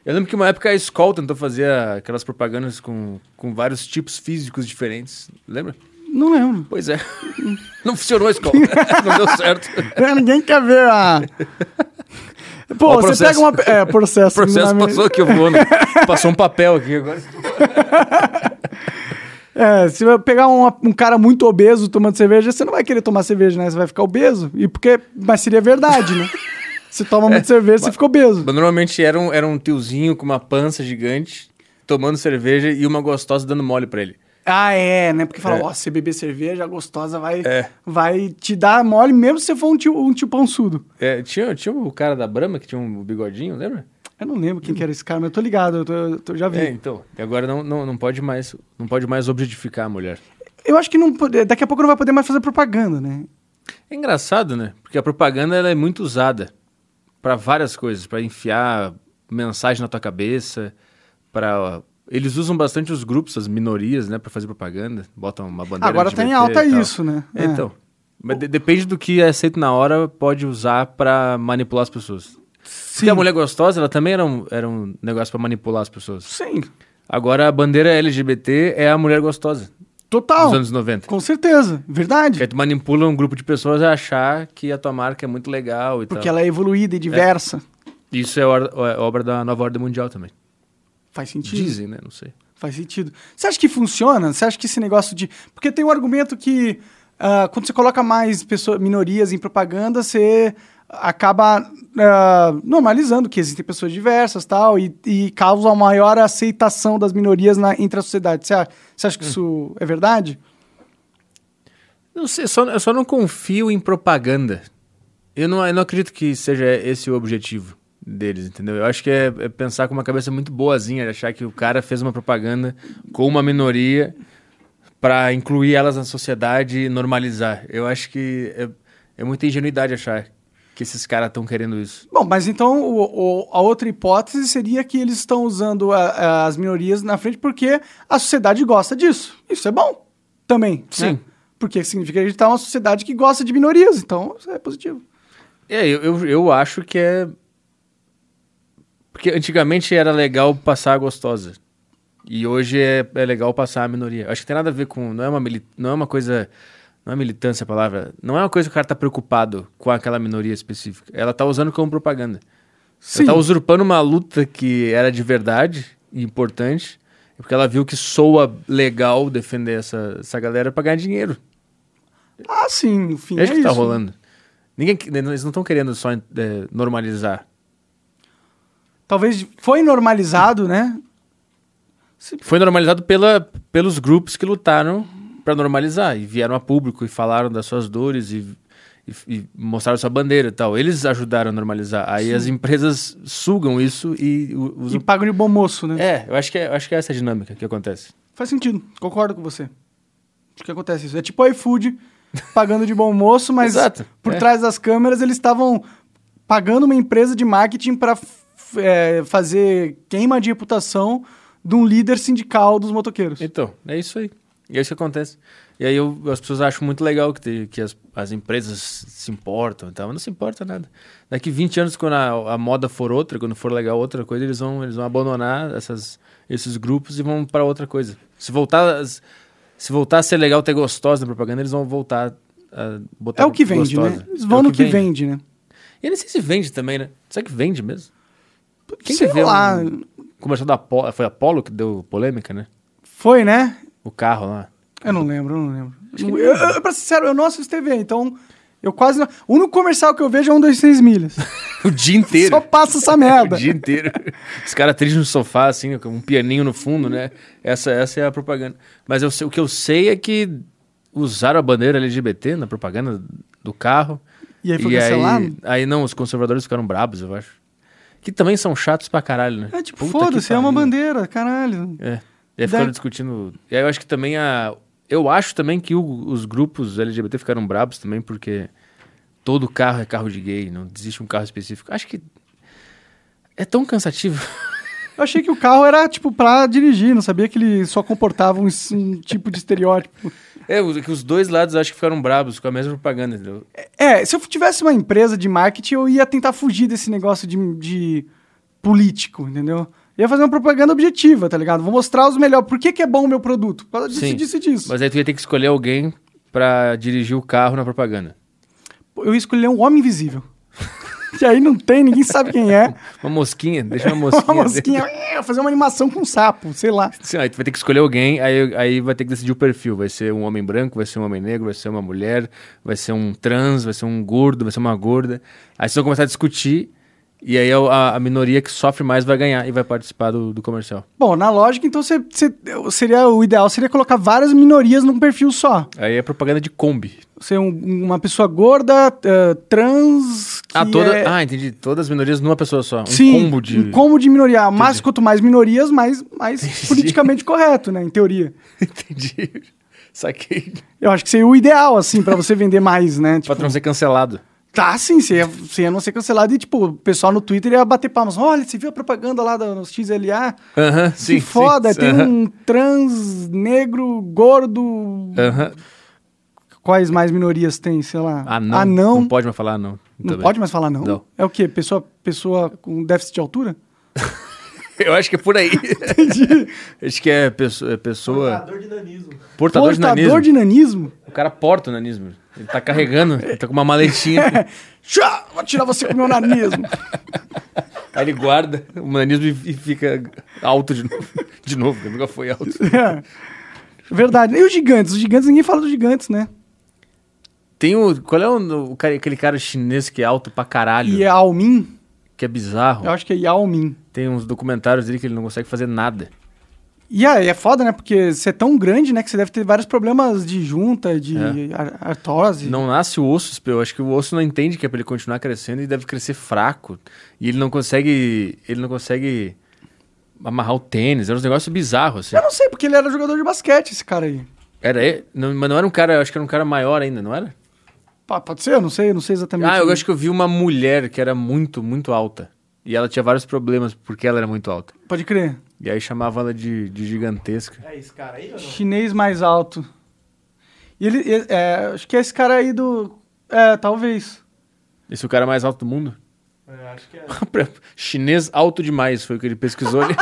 Eu lembro que uma época a Skoll tentou fazer aquelas propagandas com, com vários tipos físicos diferentes. Lembra?
Não lembro.
Pois é. Não funcionou a Skoll. não deu certo.
É, Ninguém quer ver a... Pô,
Ó, o
você
processo.
pega uma... É, processo.
O processo
minimamente.
passou aqui, eu vou. no- Passou um papel aqui agora.
É, se eu pegar um, um cara muito obeso tomando cerveja, você não vai querer tomar cerveja, né? Você vai ficar obeso. E porque... Mas seria verdade, né? Você toma muito cerveja, você fica obeso.
É. Mas normalmente era um, era um tiozinho com uma pança gigante, tomando cerveja e uma gostosa dando mole pra ele.
Ah, é, né? Porque fala, ó, se beber cerveja gostosa vai,
É.
vai te dar mole mesmo se você for um tio, um tio pançudo.
É, tinha, tinha o cara da Brahma que tinha um bigodinho, lembra?
Eu não lembro quem que era esse cara, mas eu tô ligado, eu, tô- eu tô- já vi.
É, então. E agora não, não, não, pode mais, não pode mais objetificar a mulher.
Eu acho que não pode- daqui a pouco não vai poder mais fazer propaganda, né?
É engraçado, né? Porque a propaganda ela é muito usada para várias coisas, para enfiar mensagem na tua cabeça, para eles usam bastante os grupos, as minorias, né, para fazer propaganda, botam uma bandeira
Agora tá em
LGBT e
alta
tal.
isso, né?
É,
É.
Então, mas de- depende do que é aceito na hora, pode usar para manipular as pessoas. Porque a mulher gostosa, ela também era um, era um negócio para manipular as pessoas.
Sim,
Agora a bandeira LGBT é a mulher gostosa
total.
dos anos 90.
Com certeza, verdade.
Que aí tu manipula um grupo de pessoas a achar que a tua marca é muito legal e
Porque
tal.
ela é evoluída e diversa.
Isso é or- é obra da nova ordem mundial também.
Faz sentido.
Dizem, né? Não sei.
Faz sentido. Você acha que funciona? Você acha que esse negócio de. Porque tem um argumento que ah, quando você coloca mais pessoa, minorias em propaganda, você acaba ah, normalizando que existem pessoas diversas tal, e, e causa uma maior aceitação das minorias na- entre a sociedade. Você, a- você acha que isso é verdade?
Não sei, só, eu só não confio em propaganda. Eu não, eu não acredito que seja esse o objetivo deles, entendeu? Eu acho que é, é pensar com uma cabeça muito boazinha, de achar que o cara fez uma propaganda com uma minoria pra incluir elas na sociedade e normalizar. Eu acho que é, é muita ingenuidade achar que esses caras estão querendo isso.
Bom, mas então o- o- a outra hipótese seria que eles estão usando a- a- as minorias na frente porque a sociedade gosta disso. Isso é bom também. né?
Sim.
Porque significa que a gente está uma sociedade que gosta de minorias, então isso é positivo.
É, eu, eu, eu acho que é. Porque antigamente era legal passar a gostosa. E hoje é, é legal passar a minoria. Acho que tem nada a ver com. Não é uma, mili- não é uma coisa. Não é militância a palavra. Não é uma coisa que o cara tá preocupado com aquela minoria específica. Ela tá usando como propaganda.
Sim.
Ela tá usurpando uma luta que era de verdade e importante. Porque ela viu que soa legal defender essa, essa galera pra ganhar dinheiro.
Ah, sim, o fim
É
é,
isso que
isso.
tá rolando. Ninguém, que- eles não estão querendo só eh, normalizar.
Talvez foi normalizado, né?
Foi normalizado pela, pelos grupos que lutaram para normalizar e vieram a público e falaram das suas dores e, e, e mostraram sua bandeira e tal. Eles ajudaram a normalizar. Aí as empresas sugam isso e u-
E
usam.
pago de bom moço, né?
É, eu acho que é, eu acho que é essa a dinâmica que acontece.
Faz sentido, concordo com você. Acho que acontece isso. É tipo o iFood pagando de bom moço, mas
Exato,
por
é.
trás das câmeras eles estavam pagando uma empresa de marketing para fazer queima de reputação de um líder sindical dos motoqueiros.
Então, é isso aí. E é isso que acontece. E aí eu- as pessoas acham muito legal que, te- que as, as empresas se importam e tal, mas não se importa nada. Daqui 20 anos, quando a, a moda for outra, quando for legal outra coisa, eles vão, eles vão abandonar essas, esses grupos e vão para outra coisa. Se voltar, as- se voltar a ser legal ter gostosa na propaganda, eles vão voltar a botar
É o que vende, né?
gostosa.
Eles
É
vão
o
no que vende, né?
E eu nem sei se vende também, né? Será que vende mesmo? Quem
Sei
que vê
lá.
um comercial da Apollo? Foi a Apollo que deu polêmica, né?
Foi, né?
O carro lá.
Eu não lembro, eu não lembro. Eu, eu, eu, pra ser sincero, eu não assisto TV, então eu quase não... O único comercial que eu vejo é um dos seis milhas.
O dia inteiro.
Só passa essa
O
merda.
dia inteiro. Os caras tristes no sofá, assim, com um pianinho no fundo, né? Essa, essa é a propaganda. Mas eu sei- o que eu sei é que usaram a bandeira LGBT na propaganda do carro.
E aí foi cancelado?
Aí, aí não, os conservadores ficaram brabos, eu acho. Que também são chatos pra caralho, né?
É tipo,
Puta
foda-se,
que
é uma
pariu.
bandeira, caralho.
É. E aí ficaram
Da-
discutindo. E aí eu acho que também a. Eu acho também que o- os grupos LGBT ficaram brabos também, porque todo carro é carro de gay, não existe um carro específico. Acho que. É tão cansativo.
Eu achei que o carro era, tipo, pra dirigir, não sabia que ele só comportava um, um tipo de estereótipo.
É, os- que os dois lados acho que ficaram brabos com a mesma propaganda, entendeu?
É, se eu tivesse uma empresa de marketing, eu ia tentar fugir desse negócio de, de político, entendeu? Ia fazer uma propaganda objetiva, tá ligado? Vou mostrar os melhores. Por que, que é bom o meu produto? Por causa disso,
Sim.
disso e disso.
Mas aí tu ia ter que escolher alguém pra dirigir o carro na propaganda.
Eu ia escolher um homem invisível. e aí não tem, ninguém sabe quem é.
Uma mosquinha, deixa uma mosquinha.
Uma mosquinha, é, fazer uma animação com um sapo, sei lá.
Sim, aí tu vai ter que escolher alguém, aí, aí vai ter que decidir o perfil. Vai ser um homem branco, vai ser um homem negro, vai ser uma mulher, vai ser um trans, vai ser um gordo, vai ser uma gorda. Aí vocês vão começar a discutir E aí a, a minoria que sofre mais vai ganhar e vai participar do, do comercial.
Bom, na lógica, então, você- você- seria, o ideal seria colocar várias minorias num perfil só.
Aí é propaganda de Kombi.
Ser um- uma pessoa gorda, eh, trans... que
ah, toda...
é-
ah, entendi. Todas as minorias numa pessoa só. Um
Sim,
combo de.
um combo de minoria. Mas quanto mais minorias, mais, mais politicamente correto, né? Em teoria.
entendi. Saquei.
Eu acho que seria o ideal, assim, pra você vender mais, né?
O
Tipo,
patrão ser cancelado.
Tá, sim, você ia, você ia não ser cancelado e, tipo, o pessoal no Twitter ia bater palmas. Olha, você viu a propaganda lá do- nos XLA?
Aham, sim.
que foda,
sim,
tem
aham,
um trans, negro, gordo...
aham.
Quais mais minorias tem, sei lá?
Ah, não.
Anão.
Não pode mais falar, não.
Não pode mais falar não?
Não.
É o quê? Pessoa, pessoa com déficit de altura?
Eu acho que é por aí. acho que é pessoa. é pessoa-
Portador de nanismo.
Portador, de nanismo.
Portador de nanismo?
O cara porta o nanismo. Ele tá carregando, ele tá com uma maletinha.
Tchá, vou tirar você com meu nanismo.
aí ele guarda o nanismo e, e fica alto de novo. De novo, porque nunca foi alto.
É. Verdade. E os gigantes? Os gigantes, ninguém fala dos gigantes, né?
Tem o. Qual é o, o cara- aquele cara chinês que é alto pra caralho?
E Yao Ming?
Que é bizarro.
Eu acho que é Yao Ming.
Tem uns documentários dele que ele não consegue fazer nada.
E aí, é foda, né? Porque você é tão grande, né? Que você deve ter vários problemas de junta, de
É.
ar- artrose.
Não nasce o osso, eu acho que o osso não entende que é pra ele continuar crescendo e deve crescer fraco. E ele não consegue. Ele não consegue amarrar o tênis. Era um negócio bizarro, assim.
Eu não sei, porque ele era jogador de basquete, esse cara aí.
Era ele. Não, mas não era um cara, eu acho que era um cara maior ainda, não era?
Pá, Pode ser? Eu não sei, eu não sei exatamente.
Ah, eu acho que eu vi uma mulher que era muito, muito alta. E ela tinha vários problemas porque ela era muito alta.
Pode crer.
E aí chamava ela de, de gigantesca.
É esse cara aí ou não?
Chinês mais alto. E ele, e- é, acho que é esse cara aí do. É, talvez.
Esse é o cara mais alto do mundo?
É, acho que é.
Chinês alto demais, foi o que ele pesquisou ali.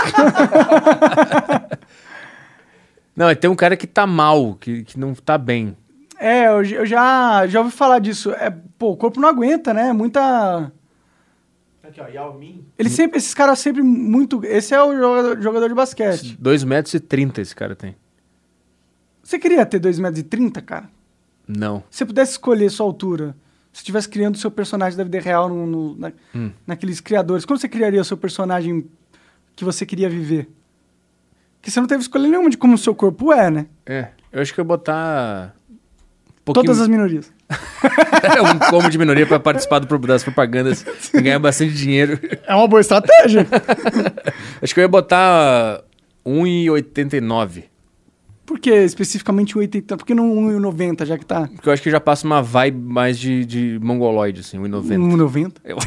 não, é tem um cara que tá mal, que, que não tá bem.
É, eu, j- eu já, já ouvi falar disso. É, pô, o corpo não aguenta, né? Muita.
Aqui, ó, Yao Ming.
Ele sempre, esses caras sempre muito. Esse é o jogador, jogador de basquete.
2 metros e 30 esse cara tem.
Você queria ter 2,30m, cara?
Não.
Se você pudesse escolher sua altura, se estivesse criando seu personagem da vida real no, no- na-
Hum.
naqueles criadores, como você criaria o seu personagem que você queria viver? Porque você não teve escolha nenhuma de como o seu corpo é, né?
É, eu acho que eu ia botar... um
Todas as
pouquinho-
minorias.
um combo de minoria pra participar do, pro- das propagandas e ganhar bastante dinheiro.
É uma boa estratégia.
Acho que eu ia botar 1,89.
Por que especificamente 1,80? Por que não 1,90, já que tá
Porque eu acho que já passa uma vibe mais de, de mongoloide, assim, 1,90.
1,90?
Eu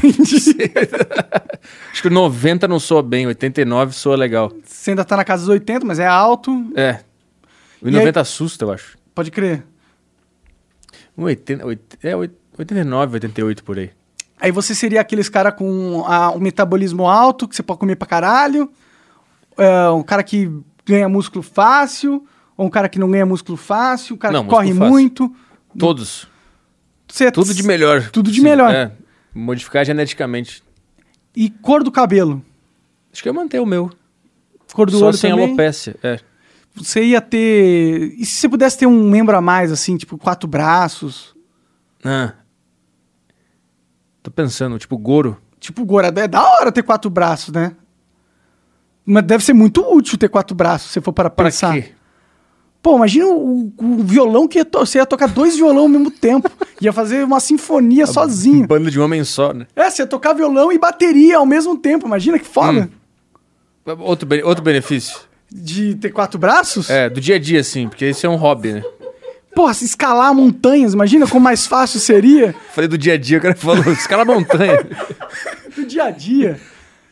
acho que 90 não soa bem, 89 soa legal.
Você ainda tá na casa dos 80, mas é alto.
É. O
E
90 assusta, eu acho.
Pode crer.
Um 80, oit- é, oit- 89, 88 por aí.
Aí você seria aqueles cara com ah, um metabolismo alto, que você pode comer pra caralho. é, um cara que ganha músculo fácil. Ou um cara que não ganha músculo fácil. Um cara
Não,
que
músculo
corre
fácil.
muito.
Todos.
Você é
Tudo de melhor.
Tudo de
Sim,
melhor.
É. Modificar geneticamente.
E cor do cabelo.
Acho que eu ia manter o meu.
Cor do
Só
olho
sem
também.
alopécia. É.
Você ia ter... E se você pudesse ter um membro a mais, assim, tipo quatro braços?
Ah. Tô pensando, tipo, Goro.
Tipo, Gora, é da hora ter quatro braços, né? Mas deve ser muito útil ter quatro braços, se for para
Pra
pensar.
quê?
Pô, imagina o, o violão que ia to- você ia tocar dois violão ao mesmo tempo. ia fazer uma sinfonia
Tá
sozinho.
Um Bando de homem só, né?
É, você ia tocar violão e bateria ao mesmo tempo. Imagina que
Hum.
foda.
Outro, be- outro benefício.
De ter quatro braços?
É, do dia a dia, assim, porque esse é um hobby, né?
Porra, se escalar montanhas, imagina como mais fácil seria
Falei do dia a dia, o cara falou, escala a montanha.
no dia a dia.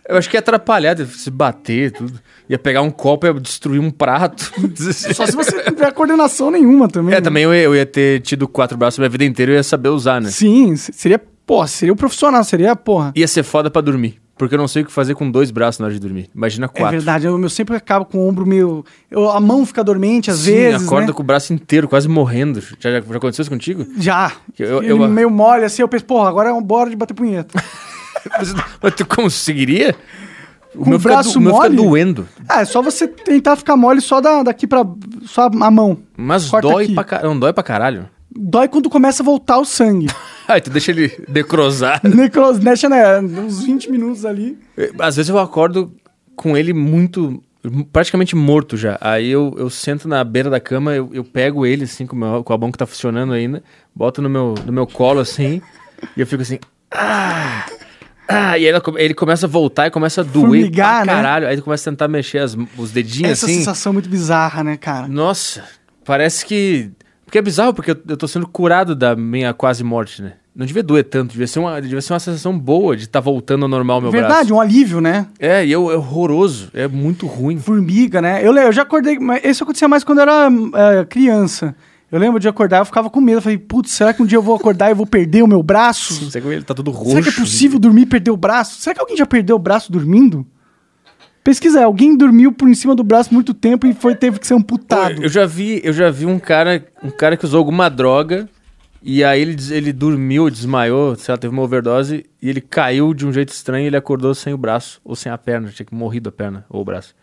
Eu acho que ia atrapalhar, deve se bater, tudo. Ia pegar um copo e ia destruir um prato.
Só se você não tiver coordenação nenhuma também.
É,
né?
também eu ia, eu ia ter tido quatro braços minha vida inteira e eu ia saber usar, né?
Sim, se- seria, porra, seria o profissional, seria, porra.
Ia ser foda pra dormir. Porque eu não sei o que fazer com dois braços na hora de dormir. Imagina quatro.
É verdade, eu, eu sempre acabo com o ombro meio. eu- a mão fica dormente às
Sim,
vezes.
acorda
né?
com o braço inteiro, quase morrendo. Já, já, já aconteceu isso contigo?
Já.
Eu-
Ele
eu-
meio mole assim, eu penso, porra, agora é uma hora de bater punheta.
Mas, mas tu conseguiria? O
Com o
fica
braço
o meu
mole?
fica doendo.
ah, é só você tentar ficar mole só da, daqui pra. só a mão.
Mas
Corta
dói
aqui.
pra, ca- não, dói pra caralho.
Dói quando começa a voltar o sangue.
Aí tu deixa ele decrosar.
Necros, deixa, né? Uns 20 minutos ali.
É, Às vezes eu acordo com ele muito. praticamente morto já. Aí eu, eu sento na beira da cama, eu, eu pego ele, assim, com, o meu- com a mão que tá funcionando ainda, boto no meu, no meu colo, assim, e eu fico assim. Ah! Ah! E aí ela come- ele começa a voltar e começa a doer.
Formigar,
pra
né?
caralho. Aí ele começa a tentar mexer as- os dedinhos
Essa
assim.
sensação é muito bizarra, né, cara?
Nossa, parece que. Porque é bizarro, porque eu, eu tô sendo curado da minha quase morte, né? Não devia doer tanto, devia ser uma, devia ser uma sensação boa de estar voltando ao normal meu
Verdade,
braço.
um alívio, né?
É, e eu, é horroroso, é muito ruim.
Formiga, né? Eu, le- eu já acordei, mas isso acontecia mais quando eu era eh, criança. Eu lembro de acordar, eu ficava com medo. Eu falei, putz, será que um dia eu vou acordar e vou perder o meu braço?
Você vê, ele tá todo roxo.
será que é possível dormir e perder o braço? Será que alguém já perdeu o braço dormindo? Pesquisa, aí, alguém dormiu por em cima do braço muito tempo e foi teve que ser amputado.
Eu, eu já vi, eu já vi um cara, um cara que usou alguma droga e aí ele, des- ele dormiu, desmaiou, sei lá, teve uma overdose e ele caiu de um jeito estranho e ele acordou sem o braço ou sem a perna, tinha que morrido a perna ou o braço.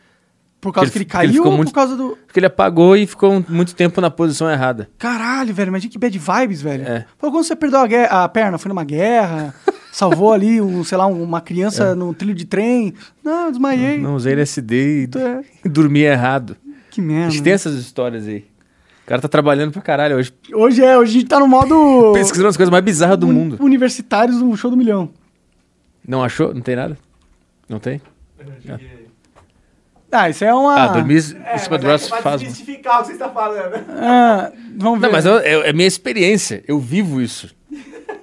por causa que
ele
ele
fi- ele
caiu
ficou
ou
muito-
por causa do.
Porque ele apagou e ficou um- muito tempo na posição errada.
Caralho, velho, imagina que bad vibes, velho.
É.
Falou, quando você perdeu a, guer- a perna, foi numa guerra, salvou ali, um, sei lá, uma criança num trilho de trem. Não, eu desmaiei.
É. Não usei LSD e
É.
dormi errado.
Que merda.
A gente tem essas histórias aí. O cara tá trabalhando pra caralho hoje,
Hoje é, hoje a gente tá no modo.
pesquisando as coisas mais bizarras do
un-
mundo.
Universitários no show do milhão.
Não achou? Não tem nada? Não tem?
Eu cheguei.
Ah, isso é uma.
Ah, dormir em cima
mas
do
aí
braço
vai
faz. mano.
desmistificar o que você está falando.
Ah, vamos ver.
Não, mas eu- é, é minha experiência. Eu vivo isso.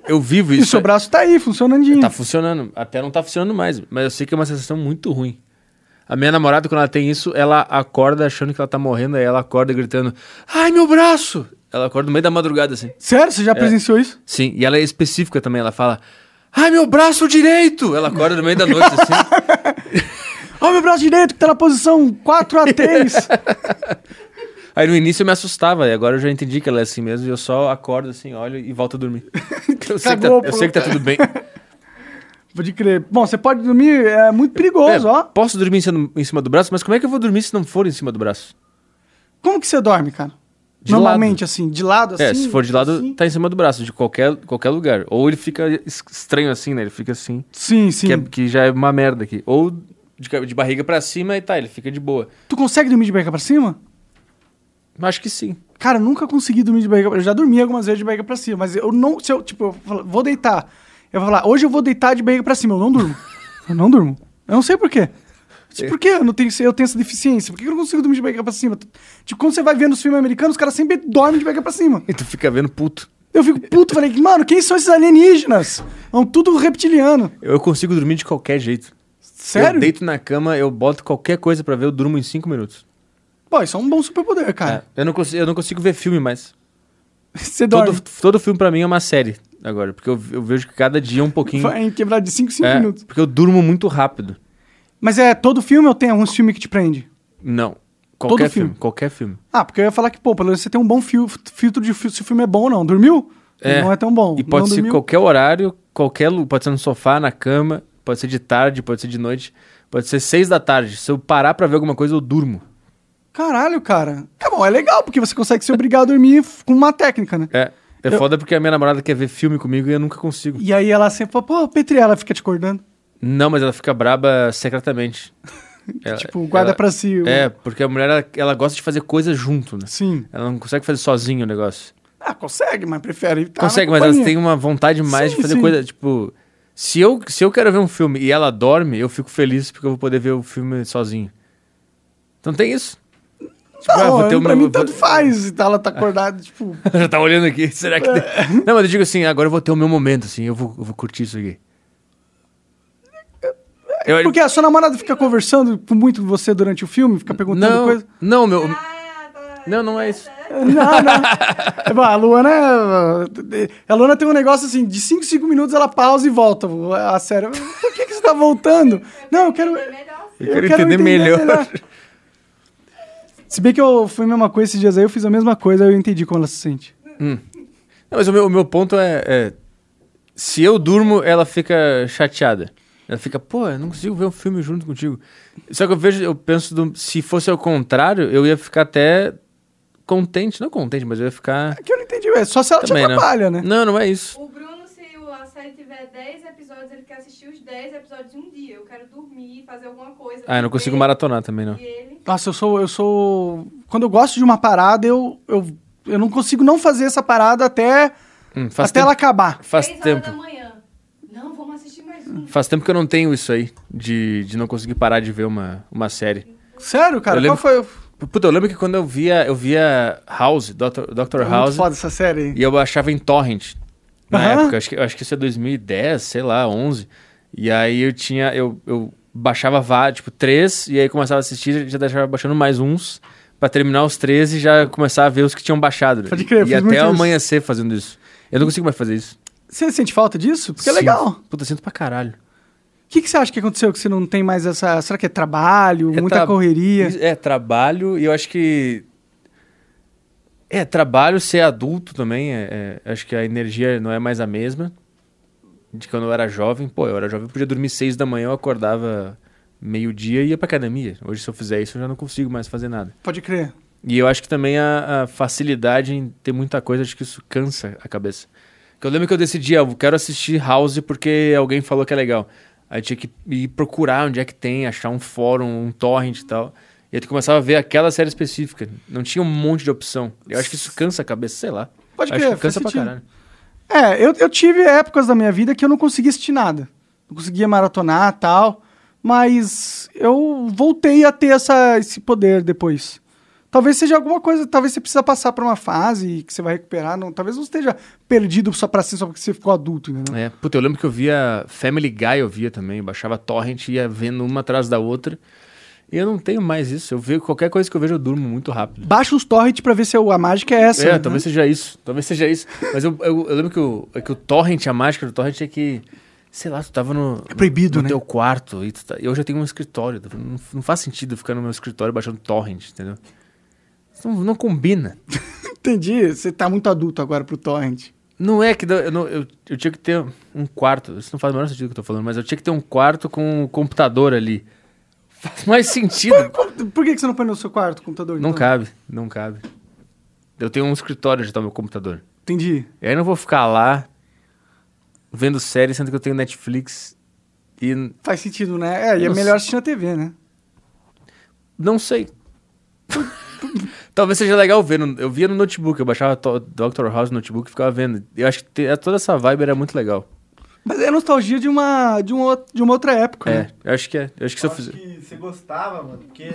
Eu
E
vivo
o
isso. é-
seu braço tá aí, funcionandinho.
Tá funcionando. Até não tá funcionando mais. Mas eu sei que é uma sensação muito ruim. A minha namorada, quando ela tem isso, ela acorda achando que ela tá morrendo. Aí ela acorda gritando: Ai, meu braço! Ela acorda no meio da madrugada assim.
Sério? Você já presenciou isso?
Sim, e ela é específica também. Ela fala: Ai, meu braço direito! Ela acorda no meio da noite assim.
Ó, meu braço direito que tá na posição 4x3.
Aí no início eu me assustava. E agora eu já entendi que ela é assim mesmo. E eu só acordo assim, olho e volto a dormir. Eu sei, que tá,
Cagou,
eu sei que tá tudo bem.
Pode crer. Bom, você pode dormir, é muito perigoso,
É,
ó.
Posso dormir em cima, em cima do braço, mas como é que eu vou dormir se não for em cima do braço?
Como que você dorme, cara?
De
Normalmente, assim, de lado, assim.
é, se for de lado,
assim?
tá em cima do braço, de qualquer, qualquer lugar. Ou ele fica es- estranho assim, né? Ele fica assim,
Sim, sim.
que, é- que já é uma merda aqui. Ou de, ca- de barriga pra cima e tá, ele fica de boa.
Tu consegue dormir de barriga pra cima?
Acho que sim.
Cara, eu nunca consegui dormir de barriga pra Eu já dormi algumas vezes de barriga pra cima, mas eu não. Se eu, tipo, eu falo, vou deitar. Eu vou falar, hoje eu vou deitar de barriga pra cima. Eu não durmo. eu não durmo. Eu não sei por quê.
É.
Tipo, Por que eu, não tenho, eu tenho essa deficiência? Por que eu não consigo dormir de barriga pra cima? Tipo, quando você vai vendo os filmes americanos, os caras sempre dormem de barriga pra cima.
E tu fica vendo puto.
Eu fico puto, falei, mano, quem são esses alienígenas? São tudo reptiliano.
Eu consigo dormir de qualquer jeito.
Sério?
Eu deito na cama, eu boto qualquer coisa pra ver, eu durmo em cinco minutos.
Pô, isso é um bom superpoder, cara.
É. Eu, não consigo, eu não consigo ver filme mais.
Você dorme.
É. Todo, todo filme pra mim é uma série agora, porque eu, eu vejo que cada dia é um pouquinho.
Vai em quebrar de 5 5
É,
minutos.
Porque eu durmo muito rápido.
Mas é todo filme ou tem alguns filmes que te prende?
Não. Qualquer
filme.
filme. Qualquer filme.
Ah, porque eu ia falar que, pô, pelo menos você tem um bom fil- filtro de fi- se o filme é bom ou não. Dormiu?
É.
Não é tão bom.
E pode
não
ser
dormiu?
qualquer horário, qualquer lu- pode ser no sofá, na cama, pode ser de tarde, pode ser de noite, pode ser seis da tarde. Se eu parar pra ver alguma coisa, eu durmo.
Caralho, cara. Tá bom, é legal, porque você consegue se obrigar a dormir f- com uma técnica, né?
É. É
Eu-
foda porque a minha namorada quer ver filme comigo e eu nunca consigo.
E aí ela sempre fala, pô, Petri, ela fica te acordando.
Não, mas ela fica braba secretamente. Ela-
tipo, guarda
ela-
pra si. o-
É, porque a mulher, ela, ela gosta de fazer coisas junto, né?
Sim.
Ela não consegue fazer sozinha o negócio.
Ah, consegue, mas prefere estar Tá, na
consegue, mas elas
companhia.
têm uma vontade mais
Sim,
de fazer
sim.
coisa, tipo... Se eu, se eu quero ver um filme e ela dorme, eu fico feliz porque eu vou poder ver o filme sozinho. Então tem isso. Tipo, ah,
Não,
vou ter o
Tá, pra
meu-
mim tanto
vou- Ah.
faz. e tal, Ela tá acordada, tipo...
Já tá olhando aqui, será
É.
que tem? Não, mas eu digo assim, agora eu vou ter o meu momento, assim, eu vou, eu vou curtir isso aqui. Eu-
É Porque a sua namorada fica conversando com muito com você durante o filme, fica perguntando
não,
coisa.
não, meu...
Ah, tá.
Não, não é isso.
Não, não. Bom, a Luana. A Luana tem um negócio assim, de 5, 5 minutos ela pausa e volta. A sério, por que, que você tá voltando? Não, eu quero.
É melhor assim.
Eu quero entender melhor.
Se bem que eu fui a mesma coisa esses dias aí, eu fiz a mesma coisa, eu entendi como ela se sente.
Não, mas o meu, o meu ponto é, é, Se eu durmo, ela fica chateada. Ela fica, pô, eu não consigo ver um filme junto contigo. Só que eu vejo, eu penso, do- se fosse ao contrário, eu ia ficar até contente. Não contente, mas eu ia ficar.
É que eu não entendi, é só se ela
Também,
te
né?
atrapalha, né?
Não, não é isso.
O Bruno se ele tiver 10 episódios, ele quer assistir os 10 episódios em um dia. Eu quero dormir, fazer alguma coisa.
Ah, eu não consigo
beber.
maratonar também, não.
E ele.
Nossa, eu sou. Eu sou. Quando eu gosto de uma parada, eu, eu, eu não consigo não fazer essa parada até,
Hum, faz
até ela
tempo,
acabar.
faz
3
tempo.
horas da manhã. Não, vamos assistir mais um.
Faz tempo que eu não tenho isso aí, de, de não conseguir parar de ver uma, uma série.
Sério, cara?
Eu
Qual
lembro-
foi. o-
Puta, eu lembro que quando eu via, eu via House, Dr. Dr.
É muito
House,
foda essa série.
e eu baixava em torrent na
Aham.
época. Acho que, acho que isso é 2010, sei lá, 11. E aí eu tinha, eu, eu baixava, vá- tipo, três, e aí começava a assistir, já deixava baixando mais uns, pra terminar os 13 e já começar a ver os que tinham baixado. né?
Pode crer, eu
e
fiz muito
até
isso.
amanhecer fazendo isso. Eu não consigo mais fazer isso.
Você sente falta disso? Porque é
Sinto.
legal.
Puta, sinto pra caralho.
O que, que você acha que aconteceu que você não tem mais essa. Será que é trabalho,
É
muita
tra-
correria?
Isso- É, trabalho, e eu acho que. É, trabalho, ser adulto também. é- é, acho que a energia não é mais a mesma. De quando eu era jovem, pô, eu era jovem, eu podia dormir seis da manhã, eu acordava meio-dia e ia pra academia. Hoje, se eu fizer isso, eu já não consigo mais fazer nada.
Pode crer.
E eu acho que também a, a facilidade em ter muita coisa, acho que isso cansa a cabeça. Porque eu lembro que eu decidi, ah, eu quero assistir House porque alguém falou que é legal. Aí tinha que ir procurar onde é que tem, achar um fórum, um torrent e tal. E aí tu começava a ver aquela série específica. Não tinha um monte de opção. Eu acho que isso cansa a cabeça, sei lá.
Pode
acho
crer,
que cansa
faz
pra
sentido.
caralho.
É, eu, eu tive épocas da minha vida que eu não conseguia assistir nada. Não conseguia maratonar tal. Mas eu voltei a ter essa, esse poder depois. Talvez seja alguma coisa, talvez você precisa passar por uma fase que você vai recuperar. Não, talvez não esteja perdido só pra si, só porque você ficou adulto, entendeu?
É, puta, eu lembro que eu via Family Guy, eu via também, eu baixava torrent e ia vendo uma atrás da outra. E eu não tenho mais isso. Eu vejo qualquer coisa que eu vejo, eu durmo muito rápido.
Baixa uns torrent pra ver se a mágica é essa.
É,
né?
talvez seja isso. Talvez seja isso. Mas eu, eu, eu lembro que o, é que o Torrent, a mágica do Torrent é que. Sei lá, tu tava no.
É proibido,
no
né?
teu quarto. E, tu tá- e hoje eu tenho um escritório. tu- Não, não faz sentido eu ficar no meu escritório baixando Torrent, entendeu? Isso Não, não combina.
Entendi, você tá muito adulto agora pro torrent.
Não é que. dá- Eu, não- eu, eu tinha que ter um quarto. Isso não faz o menor sentido que eu tô falando, mas eu tinha que ter um quarto com um computador ali. Faz mais sentido.
Por que, que você não põe no seu quarto o computador?
não
então?
cabe, não cabe. Eu tenho um escritório onde tá o meu computador.
Entendi.
E aí eu não vou ficar lá vendo série, sendo que eu tenho Netflix e n-
Faz sentido, né? É, e é
Eu não
melhor assistir
sei.
na TV, né?
não sei. Talvez seja legal ver. no- Eu via no notebook, eu baixava to- Dr. House no notebook e ficava vendo. Eu acho que te- é- toda essa vibe era muito legal.
Mas é nostalgia de uma, de um outro- de uma outra época, né?
É, eu acho que é. Eu acho que se eu
acho
fizer.
que você gostava, mano, porque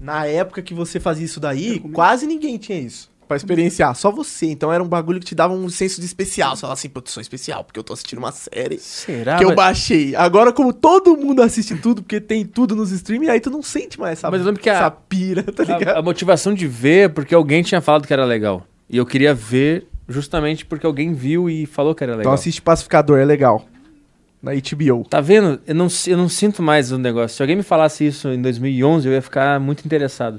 na época que você fazia isso daí, quase ninguém tinha isso. Pra experienciar, só você. Então era um bagulho que te dava um senso de especial. Você falava assim, produção especial, porque eu tô assistindo uma série
Será?
que eu
Ah, mas...
baixei. Agora, como todo mundo assiste tudo, porque tem tudo nos streaming, aí tu não sente mais essa,
Mas eu lembro que a- Ah,
essa pira, tá
a,
ligado?
a motivação de ver é porque alguém tinha falado que era legal. E eu queria ver justamente porque alguém viu e falou que era legal.
Então assiste Pacificador, é legal. Na HBO.
Tá vendo? Eu não, si- eu não sinto mais o negócio. Se alguém me falasse isso em 2011, eu ia ficar muito interessado.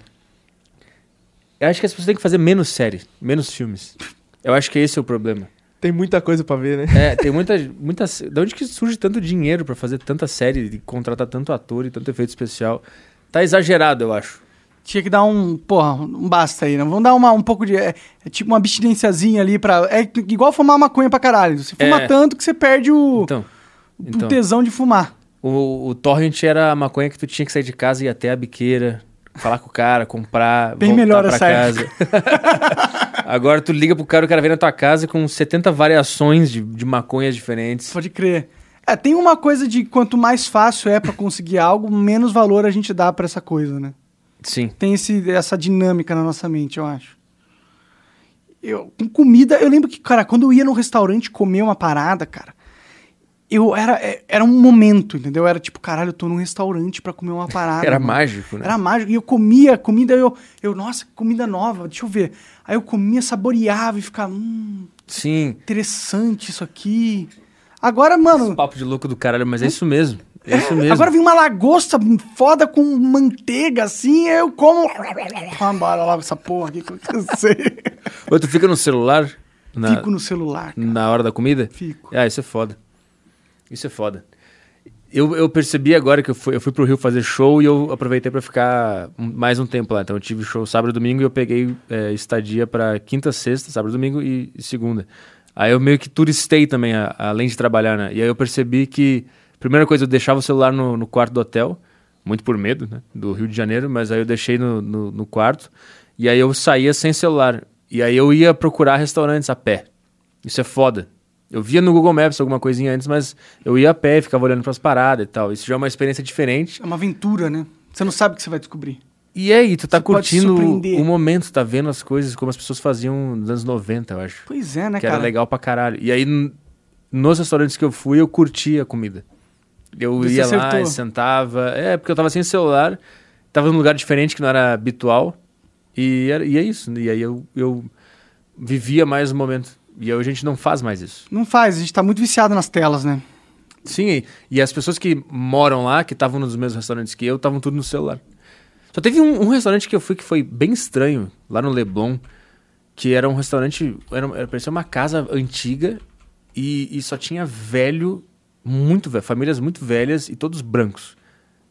Eu acho que as pessoas têm que fazer menos série, menos filmes. Eu acho que esse é o problema.
Tem muita coisa pra ver, né?
É, tem muita, muita. se- Da onde que surge tanto dinheiro pra fazer tanta série, de contratar tanto ator e tanto efeito especial? Tá exagerado, eu acho.
Tinha que dar um, porra, um basta aí, né? Vamos dar uma, um pouco de. É, é tipo uma abstinênciazinha ali pra. É igual fumar maconha pra caralho. Você fuma
É.
tanto que você perde o,
Então,
o
então.
tesão de fumar.
o, o Torrent era a maconha que tu tinha que sair de casa e ir até a biqueira, falar com o cara, comprar,
Bem
voltar
melhor
pra
essa
casa. Agora tu liga pro cara, o cara vem na tua casa com 70 variações de, de maconhas diferentes.
Pode crer. É, tem uma coisa de quanto mais fácil é pra conseguir algo, menos valor a gente dá pra essa coisa, né?
Sim.
Tem esse, essa dinâmica na nossa mente, eu acho. Eu, com comida, eu lembro que, cara, quando eu ia no restaurante comer uma parada, cara, eu era, é- era um momento, entendeu? Era tipo, caralho, eu tô num restaurante pra comer uma parada.
Era
mano.
mágico, né?
Era mágico. E eu comia comida, eu, eu, nossa, comida nova, deixa eu ver. Aí eu comia, saboreava e ficava, hum,
Sim.
interessante isso aqui. Agora, mano.
Esse papo de louco do caralho, mas é isso mesmo. É isso mesmo.
Hum? Agora vem uma lagosta foda com manteiga assim, eu como. Vambora logo essa porra aqui que eu cansei.
Ou tu fica no celular na,
Fico no celular, cara.
na hora da comida?
Fico.
Ah, isso é foda. Isso é foda. Eu, eu percebi agora que eu fui, eu fui pro Rio fazer show e eu aproveitei pra ficar um- mais um tempo lá. Então eu tive show sábado e domingo e eu peguei é, estadia pra quinta, sexta, sábado e domingo e, e segunda. Aí eu meio que turistei também, a- além de trabalhar, né? E aí eu percebi que, primeira coisa, eu deixava o celular no, no quarto do hotel, muito por medo, né? Do Rio de Janeiro, mas aí eu deixei no, no, no quarto. E aí eu saía sem celular. E aí eu ia procurar restaurantes a pé. Isso é foda. Eu via no Google Maps alguma coisinha antes, mas eu ia a pé, ficava olhando pras paradas e tal. Isso já é uma experiência diferente.
É uma aventura, né? Você não sabe o que você vai descobrir.
E aí, tu tá
Você pode se
curtindo
surpreender.
o momento, tá vendo as coisas como as pessoas faziam nos anos 90, eu acho.
Pois é, né,
que
cara?
era legal pra caralho. E aí, n- nos restaurantes que eu fui, eu curtia a comida. Eu
Você
ia lá,
acertou.
e sentava. É, porque eu tava sem celular, tava num lugar diferente que não era habitual. E, era- e é isso. E aí eu, eu vivia mais o momento. E hoje a gente não faz mais isso.
Não faz, a gente tá muito viciado nas telas, né?
Sim, e, e as pessoas que moram lá, que estavam nos mesmos restaurantes que eu, estavam tudo no celular. Só teve um, um restaurante que eu fui que foi bem estranho, lá no Leblon, que era um restaurante, era, era- parecia uma casa antiga e, e só tinha velho, muito velho, famílias muito velhas e todos brancos.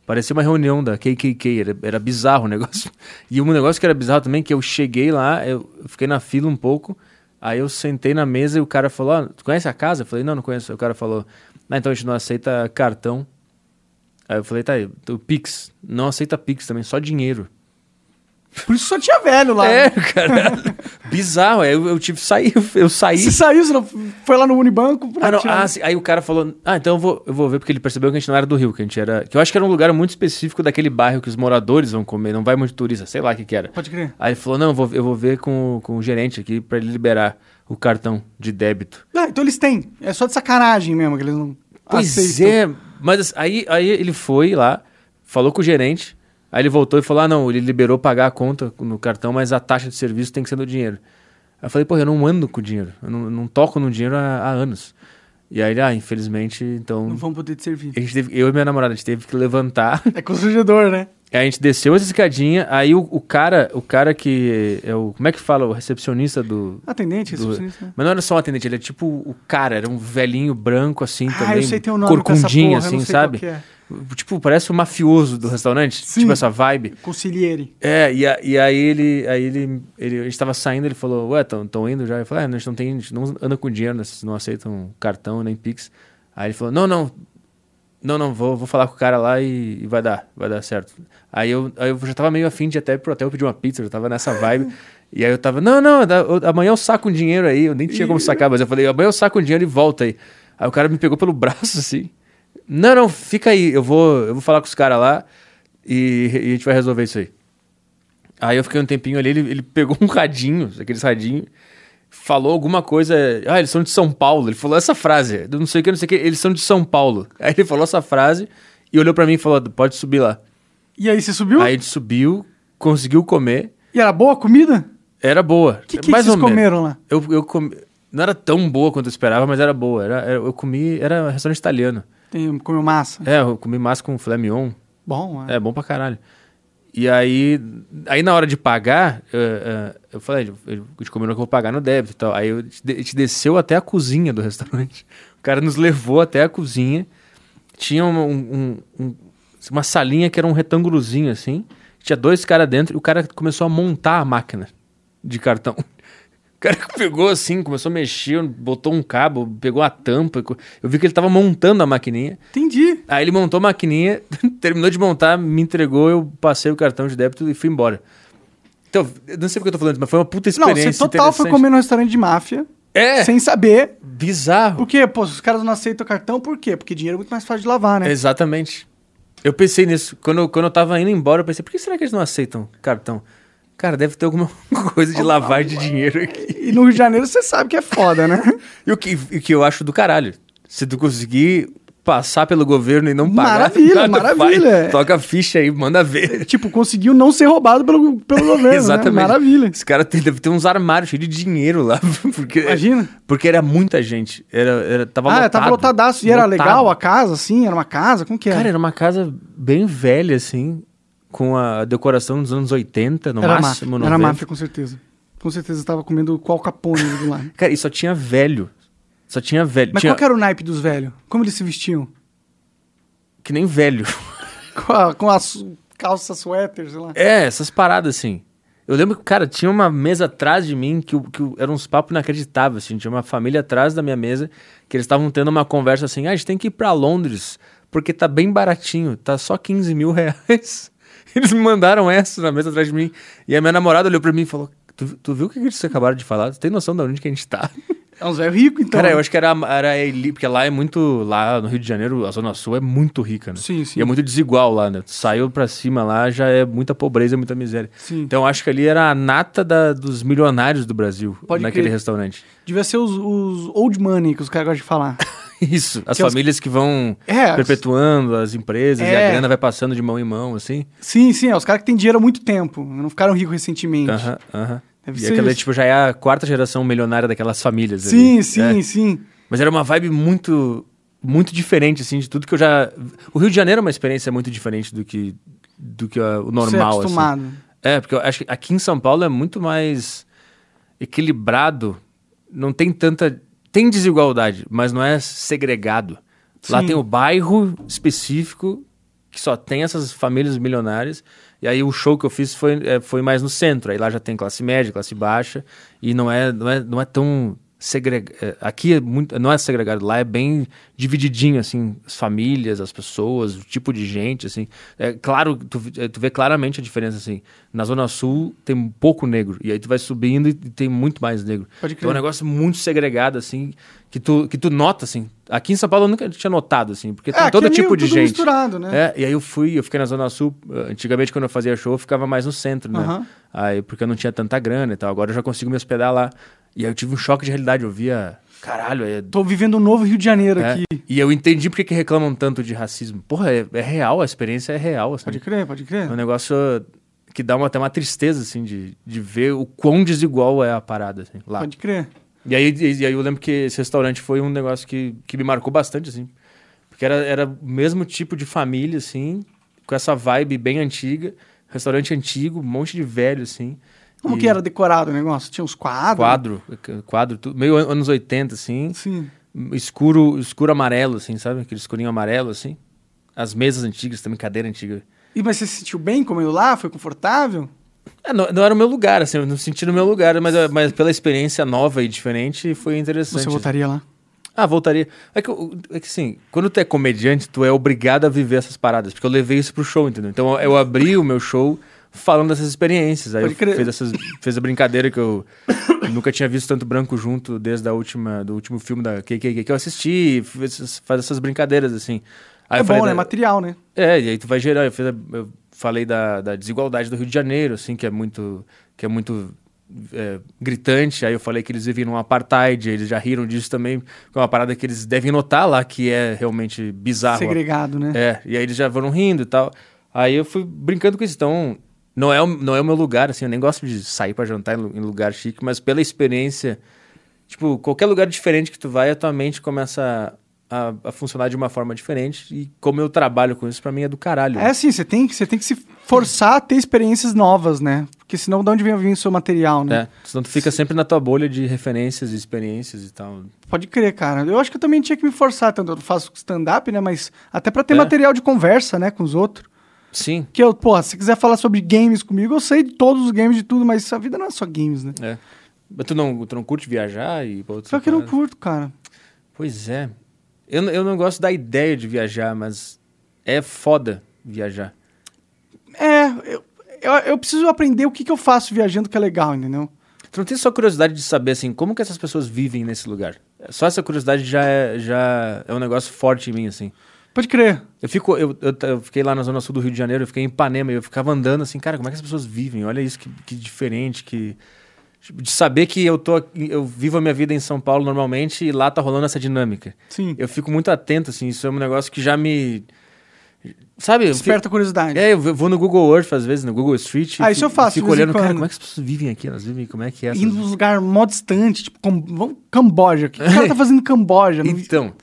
Parecia uma reunião da KKK, era, era bizarro o negócio. E um negócio que era bizarro também, que eu cheguei lá, eu fiquei na fila um pouco, aí eu sentei na mesa e o cara falou, ah, tu conhece a casa? Eu falei, não, não conheço. Aí O cara falou, ah, então a gente não aceita cartão. Aí eu falei, tá aí, o Pix, não aceita Pix também, só dinheiro.
Por isso só tinha velho lá.
É,
né?
cara, bizarro, aí eu, eu tive que sair, eu saí...
Você saiu, você não foi lá no Unibanco pra
Ah, não,
tirar- um
ah, sim, aí o cara falou, ah, então eu vou, eu vou ver, porque ele percebeu que a gente não era do Rio, que a gente era... Que eu acho que era um lugar muito específico daquele bairro que os moradores vão comer, não vai muito turista, sei lá o que que era.
Pode crer.
Aí ele falou, não, eu vou, eu vou ver com, o- com o gerente aqui pra ele liberar o cartão de débito.
Ah, então eles têm. É só de sacanagem mesmo que eles não
Pois
aceitam.
é, mas assim, aí, aí ele foi lá, falou com o gerente, aí ele voltou e falou: ah, não, ele liberou pagar a conta no cartão, mas a taxa de serviço tem que ser no dinheiro. Aí eu falei, pô, eu não ando com dinheiro, eu não, não toco no dinheiro há, há anos. E aí ele, ah, infelizmente, então.
Não vão poder te servir.
A gente teve- eu e minha namorada, a gente teve que levantar.
É constrangedor, né?
Aí a gente desceu essa escadinha, aí o, o cara, o cara que é o. Como é que fala? O recepcionista do.
Atendente,
Do-
recepcionista. né?
Mas não era só um atendente, ele é tipo o cara, era um velhinho branco assim
ah,
também.
eu sei ter um nome com essa porra,
corcundinho,
eu
assim,
não sei
sabe?
Qual que é.
Tipo, parece o mafioso do restaurante.
Sim.
Tipo essa vibe.
Conciliere.
É, e, a- e aí ele. Aí ele, ele. A gente tava saindo, ele falou, ué, tão, tão indo já. Eu falei, ah, a gente não tem. A gente não anda com dinheiro, né? vocês não aceitam cartão nem Pix. Aí ele falou, não, não. Não, não, vou, vou falar com o cara lá e, e vai dar, vai dar certo. Aí eu, aí eu já tava meio afim de ir até pro hotel pedir uma pizza, eu já tava nessa vibe. e aí eu tava, não, não, da- eu- amanhã eu saco um dinheiro aí, eu nem tinha como sacar, mas eu falei, amanhã eu saco um dinheiro e volta aí. Aí o cara me pegou pelo braço assim. Não, não, fica aí, eu vou, eu vou falar com os caras lá e, e a gente vai resolver isso aí. Aí eu fiquei um tempinho ali, ele, ele pegou um radinho, aqueles radinhos, falou alguma coisa. Ah, eles são de São Paulo. Ele falou essa frase, do não sei o que, não sei o que, eles são de São Paulo. Aí ele falou essa frase e olhou pra mim e falou: pode subir lá.
E aí, você subiu?
Aí ele subiu, conseguiu comer,
E era boa a comida?
era boa.
O que, que
É mais
vocês
ou menos.
comeram lá?
Eu, eu comi. Não era tão boa quanto eu esperava, mas era boa. Era, era- eu comi, era restaurante italiano.
Tem, comeu massa.
É, eu comi massa com filé mignon.
Bom, é.
É bom pra caralho. E aí, aí na hora de pagar, eu, eu, eu falei, eu- a gente combinou que eu vou pagar no débito e tal. Aí eu- a gente de- a gente desceu até a cozinha do restaurante. O cara nos levou até a cozinha. Tinha um- um- um- uma salinha que era um retângulozinho assim. Tinha dois caras dentro e o cara começou a montar a máquina de cartão. O cara pegou assim, começou a mexer, botou um cabo, pegou a tampa. Eu vi que ele tava montando a maquininha.
Entendi.
Aí ele montou a maquininha, terminou de montar, me entregou, eu passei o cartão de débito e fui embora. Então, eu não sei porque eu tô falando isso, mas foi uma puta
Não,
experiência
você total foi
interessante.
comer num restaurante de máfia,
É,
sem saber.
bizarro.
Por quê? Pô, se os caras não aceitam cartão, por quê? Porque dinheiro é muito mais fácil de lavar, né?
Exatamente. Eu pensei nisso. Quando, eu- quando eu tava indo embora, eu pensei, por que será que eles não aceitam cartão? Cara, deve ter alguma coisa de lavagem de dinheiro aqui.
E no Rio de Janeiro você sabe que é foda, né?
E o que, e o que eu acho do caralho. Se tu conseguir passar pelo governo e não pagar...
Maravilha,
cara,
maravilha.
vai, toca a ficha aí, manda ver.
tipo, conseguiu não ser roubado pelo, pelo governo. né?
Exatamente.
Maravilha.
Esse cara tem, deve ter uns armários cheios de dinheiro lá. Porque, é
Imagina.
Porque era muita gente. Era, era, tava
ah,
lotado.
tava lotadaço. E era
Lotado.
legal a casa, assim? Era uma casa? Como que era?
Cara, era uma casa bem velha, assim, com a decoração dos anos 80, no
Era
máximo.
máfia.
90.
Era máfia, com certeza. Com certeza eu tava comendo qual capone ali do lado.
Cara, e só tinha velho. Só tinha velho.
Mas
tinha,
qual que era o naipe dos velhos? Como eles se vestiam? é?
que nem velho.
Com a, com a su- calça suéter, sei lá.
É, essas paradas assim. Eu lembro que, cara, tinha uma mesa atrás de mim que, o- que o- eram uns papos inacreditáveis, assim. Tinha uma família atrás da minha mesa que eles estavam tendo uma conversa assim, ah, a gente tem que ir pra Londres porque tá bem baratinho, tá só 15 mil reais. Eles me mandaram essa na mesa atrás de mim. E a minha namorada olhou pra mim e falou, tu, tu viu o que eles acabaram de falar? Tu tem noção de onde que a gente tá?
É um Zé rico, então.
Cara, eu acho que era, era Eli, porque lá é muito. Lá no Rio de Janeiro, a Zona Sul é muito rica, né?
Sim, sim.
E é muito desigual lá, né? Tu Saiu pra cima lá, já é muita pobreza, muita miséria.
Sim.
Então eu acho que ali era a nata da- dos milionários do Brasil,
Pode
naquele
crer.
restaurante.
Devia ser os, os old money que os caras gostam de falar.
Isso, as
Que é os-
famílias que vão
É.
perpetuando as empresas e
É.
a grana vai passando de mão em mão, assim.
Sim, sim, é os caras que têm dinheiro há muito tempo. Não ficaram ricos recentemente.
Aham, aham.
Deve
E
ser
aquela,
isso.
tipo, já é a quarta geração milionária daquelas famílias.
Sim,
ali. É.
sim, sim.
Mas era uma vibe muito muito diferente assim de tudo que eu já O Rio de Janeiro é uma experiência muito diferente do que do que ah, o
Você é
normal assim.
acostumado.
É, porque eu acho que aqui em São Paulo é muito mais equilibrado, não tem tanta tem desigualdade, mas não é segregado. Lá
Sim.
tem o bairro específico que só tem essas famílias milionárias. E aí o show que eu fiz foi, eh, foi mais no centro. Aí lá já tem classe média, classe baixa. E não é, não é, não é tão segregado. Aqui é muito, não é segregado. Lá é bem divididinho, assim. As famílias, as pessoas, o tipo de gente, assim. É claro, tu, vi- eh, tu vê claramente a diferença, assim. Na Zona Sul tem pouco negro. E aí tu vai subindo e tem muito mais negro.
Pode
Então é um
crer.
negócio muito segregado, assim. Que tu, que tu nota, assim. Aqui em São Paulo eu nunca tinha notado, assim. Porque tem
aqui
todo
é meio
tipo de
tudo
gente.
misturado, né?
É, e aí eu fui, eu fiquei na Zona Sul. eh, Antigamente, quando eu fazia show, eu ficava mais no centro, né?
Aham.
Aí, porque eu não tinha tanta grana e tal. Agora eu já consigo me hospedar lá. E aí eu tive um choque de realidade. Eu via, caralho, é.
Tô vivendo um novo Rio de Janeiro
é.
aqui.
E eu entendi por que que reclamam tanto de racismo. Porra, é, é real, a experiência é real, assim.
Pode crer, pode crer.
É um negócio que dá uma, até uma tristeza, assim, de, de ver o quão desigual é a parada, assim, lá.
Pode crer.
E aí, e e aí eu lembro que esse restaurante foi um negócio que, que me marcou bastante, assim. Porque era, era o mesmo tipo de família, assim, com essa vibe bem antiga. Restaurante antigo, um monte de velho, assim.
Como
E
que era decorado o negócio? Tinha uns quadros?
Quadro, eh, quadro, tudo, meio an- anos 80, assim.
Sim.
Escuro, escuro amarelo, assim, sabe? Aquele escurinho amarelo, assim. As mesas antigas também, cadeira antiga.
E mas você se sentiu bem comendo lá? Foi confortável?
É, não, não era o meu lugar, assim, eu não senti no meu lugar, mas, mas pela experiência nova e diferente, foi interessante.
Você
assim.
voltaria lá?
Ah, voltaria. É que, eu- é que assim, quando tu é comediante, tu é obrigado a viver essas paradas. Porque eu levei isso pro show, entendeu? Então eu abri o meu show falando dessas experiências. Aí
Pode
eu
crer.
fiz, essas, fez a brincadeira que eu nunca tinha visto tanto branco junto desde a última, do último filme da KKK que eu assisti. Fez essas- Faz essas brincadeiras, assim. Aí
é
eu falei
bom, né?
da-
Material, né?
é, e aí tu vai gerar. Eu, fiz a- eu falei da, da desigualdade do Rio de Janeiro, assim, que é muito, que é muito é, gritante. Aí eu falei que eles vivem num apartheid, eles já riram disso também, que é uma parada que eles devem notar lá, que é realmente bizarro.
Segregado, né?
É, e aí eles já foram rindo e tal. Aí eu fui brincando com isso. Então, não é o, não é o meu lugar, assim, eu nem gosto de sair pra jantar em lu- em lugar chique, mas pela experiência, tipo, qualquer lugar diferente que tu vai, a tua mente começa a, a- a funcionar de uma forma diferente. E como eu trabalho com isso, pra mim é do caralho.
É assim, você tem, que- você tem que se forçar a ter experiências novas, né? Porque senão de onde vem vir o seu material, né?
né? Senão tu fica sempre na tua bolha de referências e experiências e tal.
Pode crer, cara. Eu acho que eu também tinha que me forçar, tanto eu faço stand-up, né? Mas até pra ter
É.
material de conversa, né, com os outros.
Sim.
Que eu, porra, se quiser falar sobre games comigo, eu sei de todos os games de tudo, mas a vida não é só games, né?
É. Mas tu não, tu não curte viajar e outros
Só que eu não curto, cara.
Pois é. Eu, n- eu não gosto da ideia de viajar, mas é foda viajar.
É, eu, eu, eu preciso aprender o que, que eu faço viajando que é legal, entendeu?
Tu não tem só curiosidade de saber, assim, como que essas pessoas vivem nesse lugar? Só essa curiosidade já é, já é um negócio forte em mim, assim.
Pode crer.
Eu, fico, eu, eu, ta- eu fiquei lá na zona sul do Rio de Janeiro, eu fiquei em Ipanema, e eu ficava andando assim, cara, como é que as pessoas vivem? Olha isso, que, que diferente, que... tipo, De saber que eu, tô, aqui- eu vivo a minha vida em São Paulo normalmente e lá tá rolando essa dinâmica.
Sim.
Eu fico muito atento, assim, isso é um negócio que já me... Sabe? eu fico-
Desperta a curiosidade.
é, eu vou no Google Earth às vezes, no Google Street.
Ah,
e
isso eu
fi-
faço, de
Fico
vez em
olhando, cara,
quando.
como é que as pessoas vivem aqui? Elas vivem, como é que é? essas-
Indo num lugar mó distante, tipo, com, vamos, Camboja. O que o cara tá fazendo em Camboja? Não-
Então,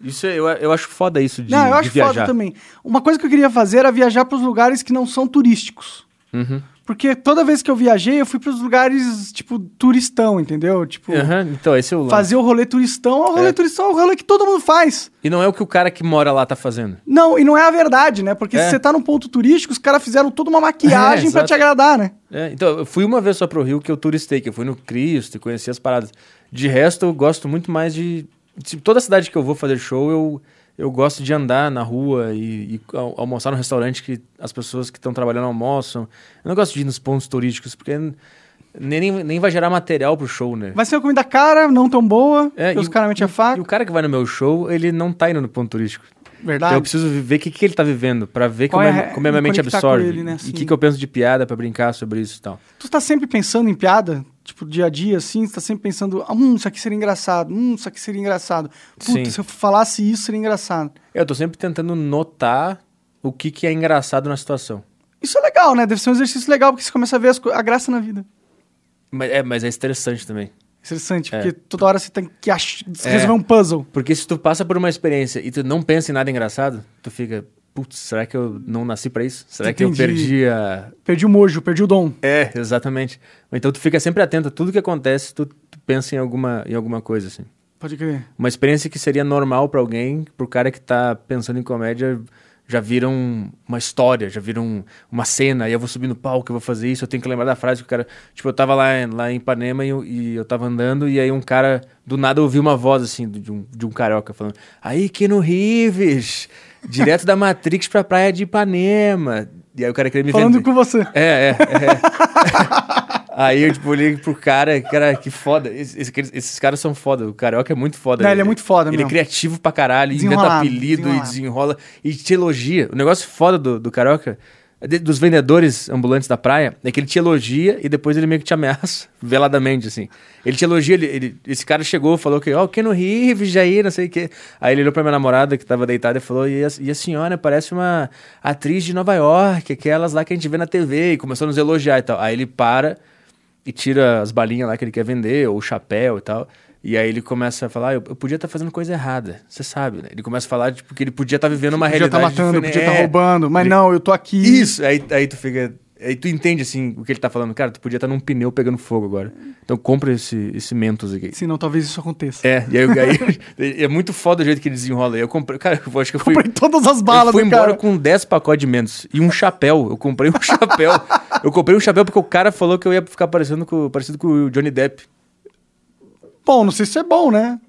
isso é- eu, eu acho foda isso de,
não, eu
de
acho
viajar.
foda também. Uma coisa que eu queria fazer era viajar pros lugares que não são turísticos.
Uhum.
Porque toda vez que eu viajei, eu fui pros lugares, tipo, turistão, entendeu? Tipo,
Aham, então, esse é o lance.
fazer o rolê turistão, o rolê
É.
turistão é o rolê que todo mundo faz.
E não é o que o cara que mora lá tá fazendo.
Não, e não é a verdade, né? Porque
É.
se você tá num ponto turístico, os caras fizeram toda uma maquiagem
É,
pra te agradar, né?
É, então, eu fui uma vez só pro Rio que eu turistei, que eu fui no Cristo e conheci as paradas. De resto, eu gosto muito mais de. de toda cidade que eu vou fazer show, eu, eu gosto de andar na rua e, e al- almoçar no restaurante que as pessoas que estão trabalhando almoçam. Eu não gosto de ir nos pontos turísticos, porque n- nem, nem, nem vai gerar material pro show, né?
Vai ser uma comida cara, não tão boa,
É,
porque
e
os
o-
caras metem a
E
faca.
o cara que vai no meu show, ele não tá indo no ponto turístico. Então eu
Verdade.
preciso ver o que, que ele tá vivendo, pra ver
Tá. Qual
como,
é
é,
a-
como a minha
me
mente
conectar com
absorve.
ele, né,
E o
assim.
que, que eu penso de piada pra brincar sobre isso e tal.
Tu tá sempre pensando em piada? Tipo, dia a dia, assim, tu tá sempre pensando, "Ah, hum, isso aqui seria engraçado, hum, isso aqui seria engraçado.
Sim.
Putz, se eu falasse isso, seria engraçado.
Eu tô sempre tentando notar o que, que é engraçado na situação.
Isso é legal, né? Deve ser um exercício legal, porque você começa a ver as co- a graça na vida.
Mas é, mas é estressante também.
Interessante,
É.
porque toda hora você tem que ach-
É.
resolver um puzzle.
Porque se tu passa por uma experiência e tu não pensa em nada engraçado, tu fica, putz, será que eu não nasci pra isso? Será que eu
Entendi.
perdi a.
Perdi o mojo, perdi o dom.
É, exatamente. Então tu fica sempre atento a tudo que acontece, tu, tu pensa em alguma, em alguma coisa, assim.
Pode crer.
Uma experiência que seria normal pra alguém, pro cara que tá pensando em comédia, já vira um- uma história, já vira um- uma cena, e eu vou subir no palco, eu vou fazer isso, eu tenho que lembrar da frase que o cara. Tipo, eu tava lá, em- lá em Ipanema e eu, e eu tava andando, e aí um cara, do nada, ouviu uma voz assim, de um, de um carioca, falando: Aí, Keno Rives, direto da Matrix pra praia de Ipanema. E aí o cara queria me
Falando
vender.
com você.
É, é, é. Aí eu, tipo, olhei pro cara, cara, que foda. Esse- esse- Esses, caras são foda. O Carioca é muito foda.
Não, ele é muito foda
Ele
mesmo.
é criativo pra caralho, inventa
Desenrolado,
apelido e
desenrolado.
desenrola. E te elogia. O negócio foda do, do Carioca, de- dos vendedores ambulantes da praia, é que ele te elogia e depois ele meio que te ameaça, veladamente, assim. Ele te elogia, ele, ele- esse cara chegou, falou que, ó, o Keno Reeves, Jair, não sei o quê. Aí ele olhou pra minha namorada, que tava deitada, e falou, e a, e a senhora parece uma atriz de Nova York, aquelas lá que a gente vê na TV, e começou a nos elogiar e tal. Aí ele para e tira as balinhas lá que ele quer vender, ou o chapéu e tal. E aí ele começa a falar, "Ah, eu, eu podia estar fazendo coisa errada, você sabe, né? Ele começa a falar, tipo, que ele podia estar vivendo uma
Podia
realidade
tá matando,
diferente.
podia tá
É.
roubando, mas não, eu tô aqui.
Isso, aí, aí tu fica. Aí tu entende assim o que ele tá falando. Cara, tu podia estar num pneu pegando fogo agora. Então compra esse, esse Mentos aqui.
Senão talvez isso aconteça.
É, e aí, eu- aí é muito foda o jeito que ele desenrola. Eu comprei, cara, eu acho que eu fui,
Comprei todas as balas
eu fui
do
embora
cara.
com 10 pacotes de Mentos e um chapéu. Eu comprei um chapéu. eu comprei um chapéu porque o cara falou que eu ia ficar parecendo com, parecido com o Johnny Depp.
Bom, não sei se isso é bom, né?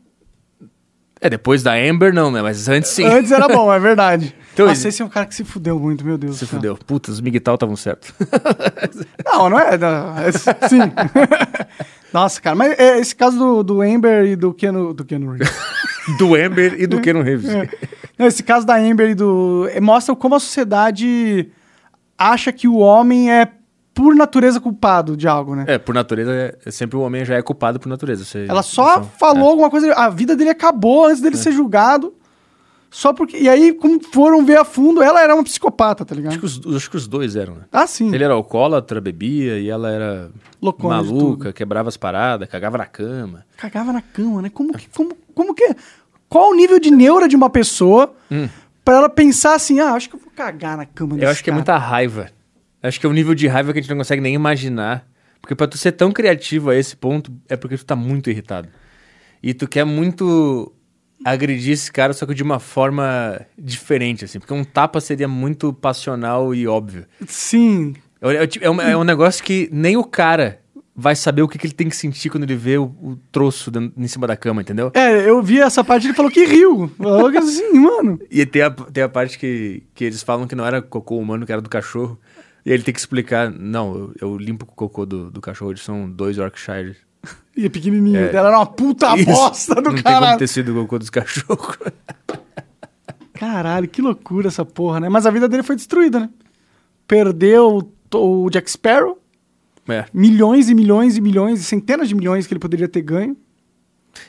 É, depois da Amber não, né? Mas antes sim.
Antes era bom, é verdade.
Então,
Nossa,
ele-
esse é um cara que se fudeu muito, meu Deus.
Se
do céu.
fudeu. Puta, os Miguel estavam certos.
Não, não é. não, é- sim. Nossa, cara, mas é, esse caso do, do Amber e do Keanu, do Keanu Reeves.
do Amber e do
É.
Keanu Reeves.
Não, esse caso da Amber e do. eh, Mostra como a sociedade acha que o homem é, por natureza, culpado de algo, né?
É, por natureza, é- é sempre o homem já é culpado por natureza. Você-
Ela só
então, É.
falou alguma coisa. A vida dele acabou antes dele ser julgado. Só porque. E aí, como foram ver a fundo, ela era uma psicopata, tá
Acho
ligado?
que, os, acho que os dois eram, né?
Ah, sim.
Ele era alcoólatra, bebia e ela era
Loucona de
maluca, quebrava as paradas, cagava na cama.
Cagava na cama, né?
É.
Como que. Como, como que. é? Qual o nível de neura de uma pessoa pra ela pensar assim, ah, acho que eu vou cagar na cama desse
Hum. Eu acho que é
cara.
muita raiva. Eu Acho que é um nível de raiva que a gente não consegue nem imaginar. Porque pra tu ser tão criativo a esse ponto, é porque tu tá muito irritado. E tu quer muito agredir esse cara, só que de uma forma diferente, assim. Porque um tapa seria muito passional e óbvio.
Sim.
É, um- é tipo- é um, é um negócio que nem o cara vai saber o que, que ele tem que sentir quando ele vê o, o troço dan- em cima da cama, entendeu?
É, eu vi essa parte ele falou que riu. Falou que assim, mano.
E tem a, tem a parte que, que eles falam que não era cocô humano, que era do cachorro. E ele tem que explicar, não, eu, eu limpo com o cocô do, do cachorro, eles são dois Yorkshire.
E é pequenininho. Ela era uma puta
Isso.
Tá bosta
não
do
tem como
caralho.
ter sido o cocô dos cachorros.
Caralho, que loucura essa porra, né? Mas a vida dele foi destruída, né? Perdeu to- o Jack Sparrow,
É.
milhões e milhões e milhões, e centenas de milhões que ele poderia ter ganho.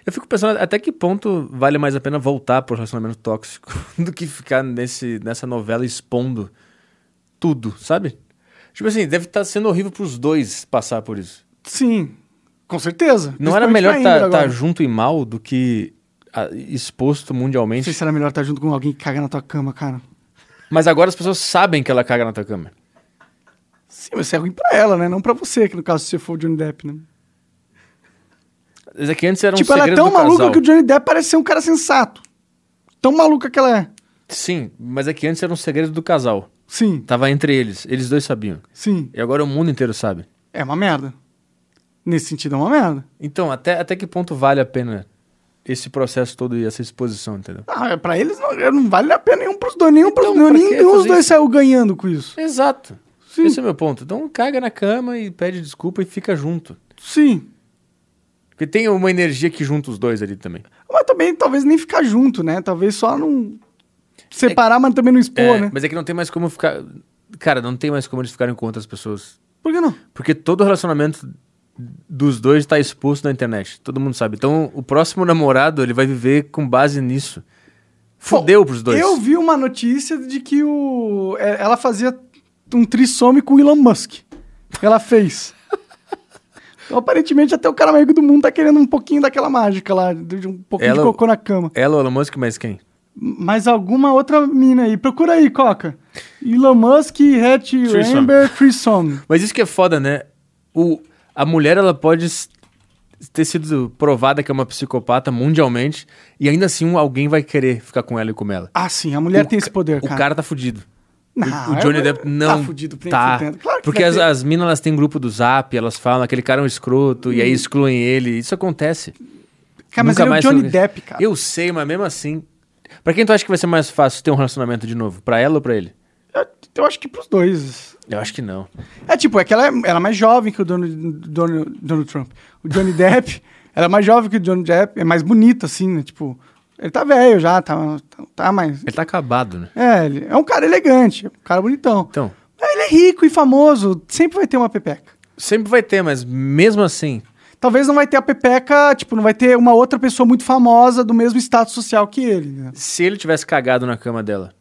Eu fico pensando até que ponto vale mais a pena voltar pro relacionamento tóxico do que ficar nesse, nessa novela expondo tudo, sabe? Tipo assim, deve estar sendo horrível pros dois passar por isso.
Sim, com certeza.
Não era
Principalmente
melhor
pra
tá- estar
Ingrid agora.
junto e mal do que ah, exposto
Não
mundialmente?
sei se era melhor estar junto com alguém que caga na tua cama, cara.
Mas agora as pessoas sabem que ela caga na tua cama.
Sim, mas isso é ruim pra ela, né? Não pra você, que no caso você for o Johnny Depp, né?
Mas é que antes era um
tipo, ela é
segredo
tão
do
maluca
casal.
que o Johnny Depp parece ser um cara sensato. Tão maluca que ela é.
Sim, mas é que antes era um segredo do casal.
Sim,
Tava entre eles, eles dois sabiam.
sim.
E agora o mundo inteiro sabe.
É uma merda. Nesse sentido, é uma merda.
Então, até, até que ponto vale a pena esse processo todo e essa exposição, entendeu?
Ah, pra eles não, não vale a pena nenhum pros dois. Nenhum, pros,
Então, pra
nenhum,
que
nenhum dos
fazer
dois
isso?
saiu ganhando com isso.
Exato.
Sim.
Esse é o meu ponto. Então caga na cama e pede desculpa e fica junto.
Sim.
Porque tem uma energia que junta os dois ali também.
Mas também, talvez nem ficar junto, né? Talvez só não separar, mas também não expor,
É,
né?
Mas é que não tem mais como ficar. Cara, não tem mais como eles ficarem com outras pessoas.
Por que não?
Porque todo relacionamento dos dois tá exposto na internet. Todo mundo sabe. Então o próximo namorado ele vai viver com base nisso. Fudeu pros dois.
Eu vi uma notícia de que o... é, ela fazia um trissome com o Elon Musk. Ela fez. então, aparentemente, até o cara meio do mundo tá querendo um pouquinho daquela mágica lá, de de um pouquinho de
Ela-
cocô na cama.
Ela, o Elon Musk, mais quem?
Mas alguma outra mina aí. Procura aí, Coca. Elon Musk, Hatch,
Threesome.
Amber, Threesome.
Mas isso que é foda, né? O, a mulher, ela pode s- ter sido provada que é uma psicopata mundialmente e ainda assim um- alguém vai querer ficar com ela e com ela.
Ah, sim, a mulher
O
tem esse poder,
O
cara.
cara tá fudido. O-
Não,
o Johnny
eu-
Depp não
Tá fudido, tem
tá.
fudendo. Claro que
Porque
vai
as,
ter.
as minas, elas têm grupo do Zap, elas falam, aquele cara é um escroto, e aí
Uhum.
excluem ele. Isso acontece.
Cara, mas
Nunca
ele é o
mais
Johnny
eu-
Depp, cara.
Eu sei, mas mesmo assim... Pra quem tu acha que vai ser mais fácil ter um relacionamento de novo? Pra ela ou pra ele?
Eu, eu acho que pros dois.
Eu acho que não.
É tipo, é que ela é, ela é mais jovem que o Donald, Donald, Donald Trump. O Johnny Depp, ela é mais jovem que o Johnny Depp, é mais bonita, assim, né? Tipo, ele tá velho já, tá, tá, tá mais...
Ele tá acabado, né?
É, ele é um cara elegante, é um cara bonitão.
Então,
Mas Ele é rico e famoso, sempre vai ter uma pepeca.
sempre vai ter, mas mesmo assim,
Talvez não vai ter a pepeca, tipo, não vai ter uma outra pessoa muito famosa do mesmo status social que ele, né?
se ele tivesse cagado na cama dela,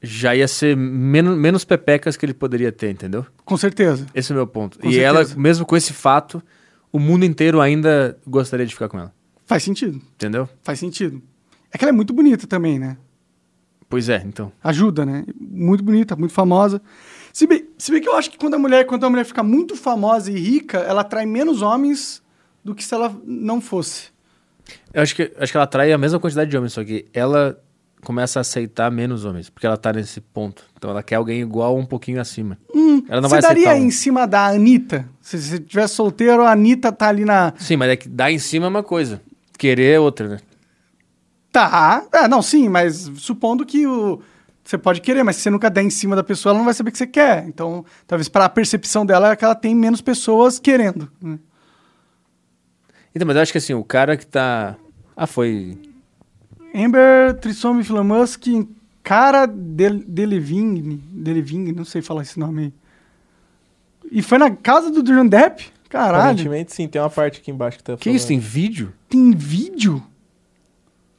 já ia ser menos, menos pepecas que ele poderia ter, entendeu?
Com certeza.
Esse é o meu ponto.
Com
e
certeza.
ela, mesmo com esse fato, o mundo inteiro ainda gostaria de ficar com ela,
Faz sentido,
entendeu?
faz sentido. É que ela é muito bonita também, né?
Pois é, então.
Ajuda, né? Muito bonita, muito famosa. Se bem, se bem que eu acho que quando a mulher, quando a mulher fica muito famosa e rica, ela atrai menos homens do que se ela não fosse.
Eu acho que, acho que ela atrai a mesma quantidade de homens, só que ela começa a aceitar menos homens, porque ela tá nesse ponto. Então ela quer alguém igual ou um pouquinho acima. ela não
Hum, Você
vai
daria
aceitar. um.
em cima da Anitta? Se você tivesse solteiro, a Anitta tá ali na.
Sim, mas é que dar em cima é uma coisa, querer é outra, né?
Tá. Ah, não, sim, mas supondo que o. Você pode querer, mas se você nunca der em cima da pessoa, ela não vai saber o que você quer. Então, talvez para a percepção dela é que ela tem menos pessoas querendo. né?
Então, mas eu acho que assim, o cara que tá. Ah, foi
Amber Trissome Elon Musk, cara Del- Delevingne, Delevingne, não sei falar esse nome aí. E foi na casa do Johnny Depp? Caralho,
Aparentemente sim, tem uma parte aqui embaixo que tá
Que isso, tem vídeo?
tem vídeo?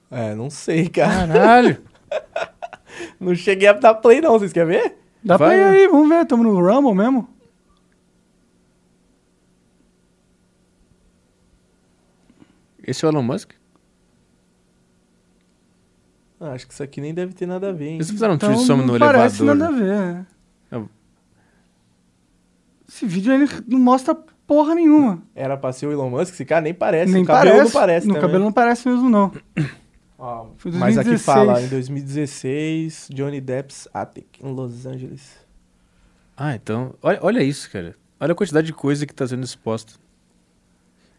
É, não sei, cara.
Caralho! Ah.
Não cheguei a dar play não, vocês querem ver?
Dá
Vai,
pra ir
né?
aí, vamos ver, tamo no Rumble mesmo?
Esse é o Elon Musk?
Ah, acho que isso aqui nem deve ter nada a ver, hein?
Eles fizeram um
Então,
trissome no
não parece
elevador.
nada a ver. né?
Eu-
Esse vídeo ele não mostra porra nenhuma.
Era pra ser o Elon Musk, esse cara nem parece.
Nem
o
parece.
cabelo não parece
no
também.
cabelo não parece mesmo, não.
Ó,
Foi
mas aqui
2016.
fala, em 2016, Johnny Depp's Attic, em Los Angeles.
Ah, então. Olha, olha isso, cara. Olha a quantidade de coisa que tá sendo exposta.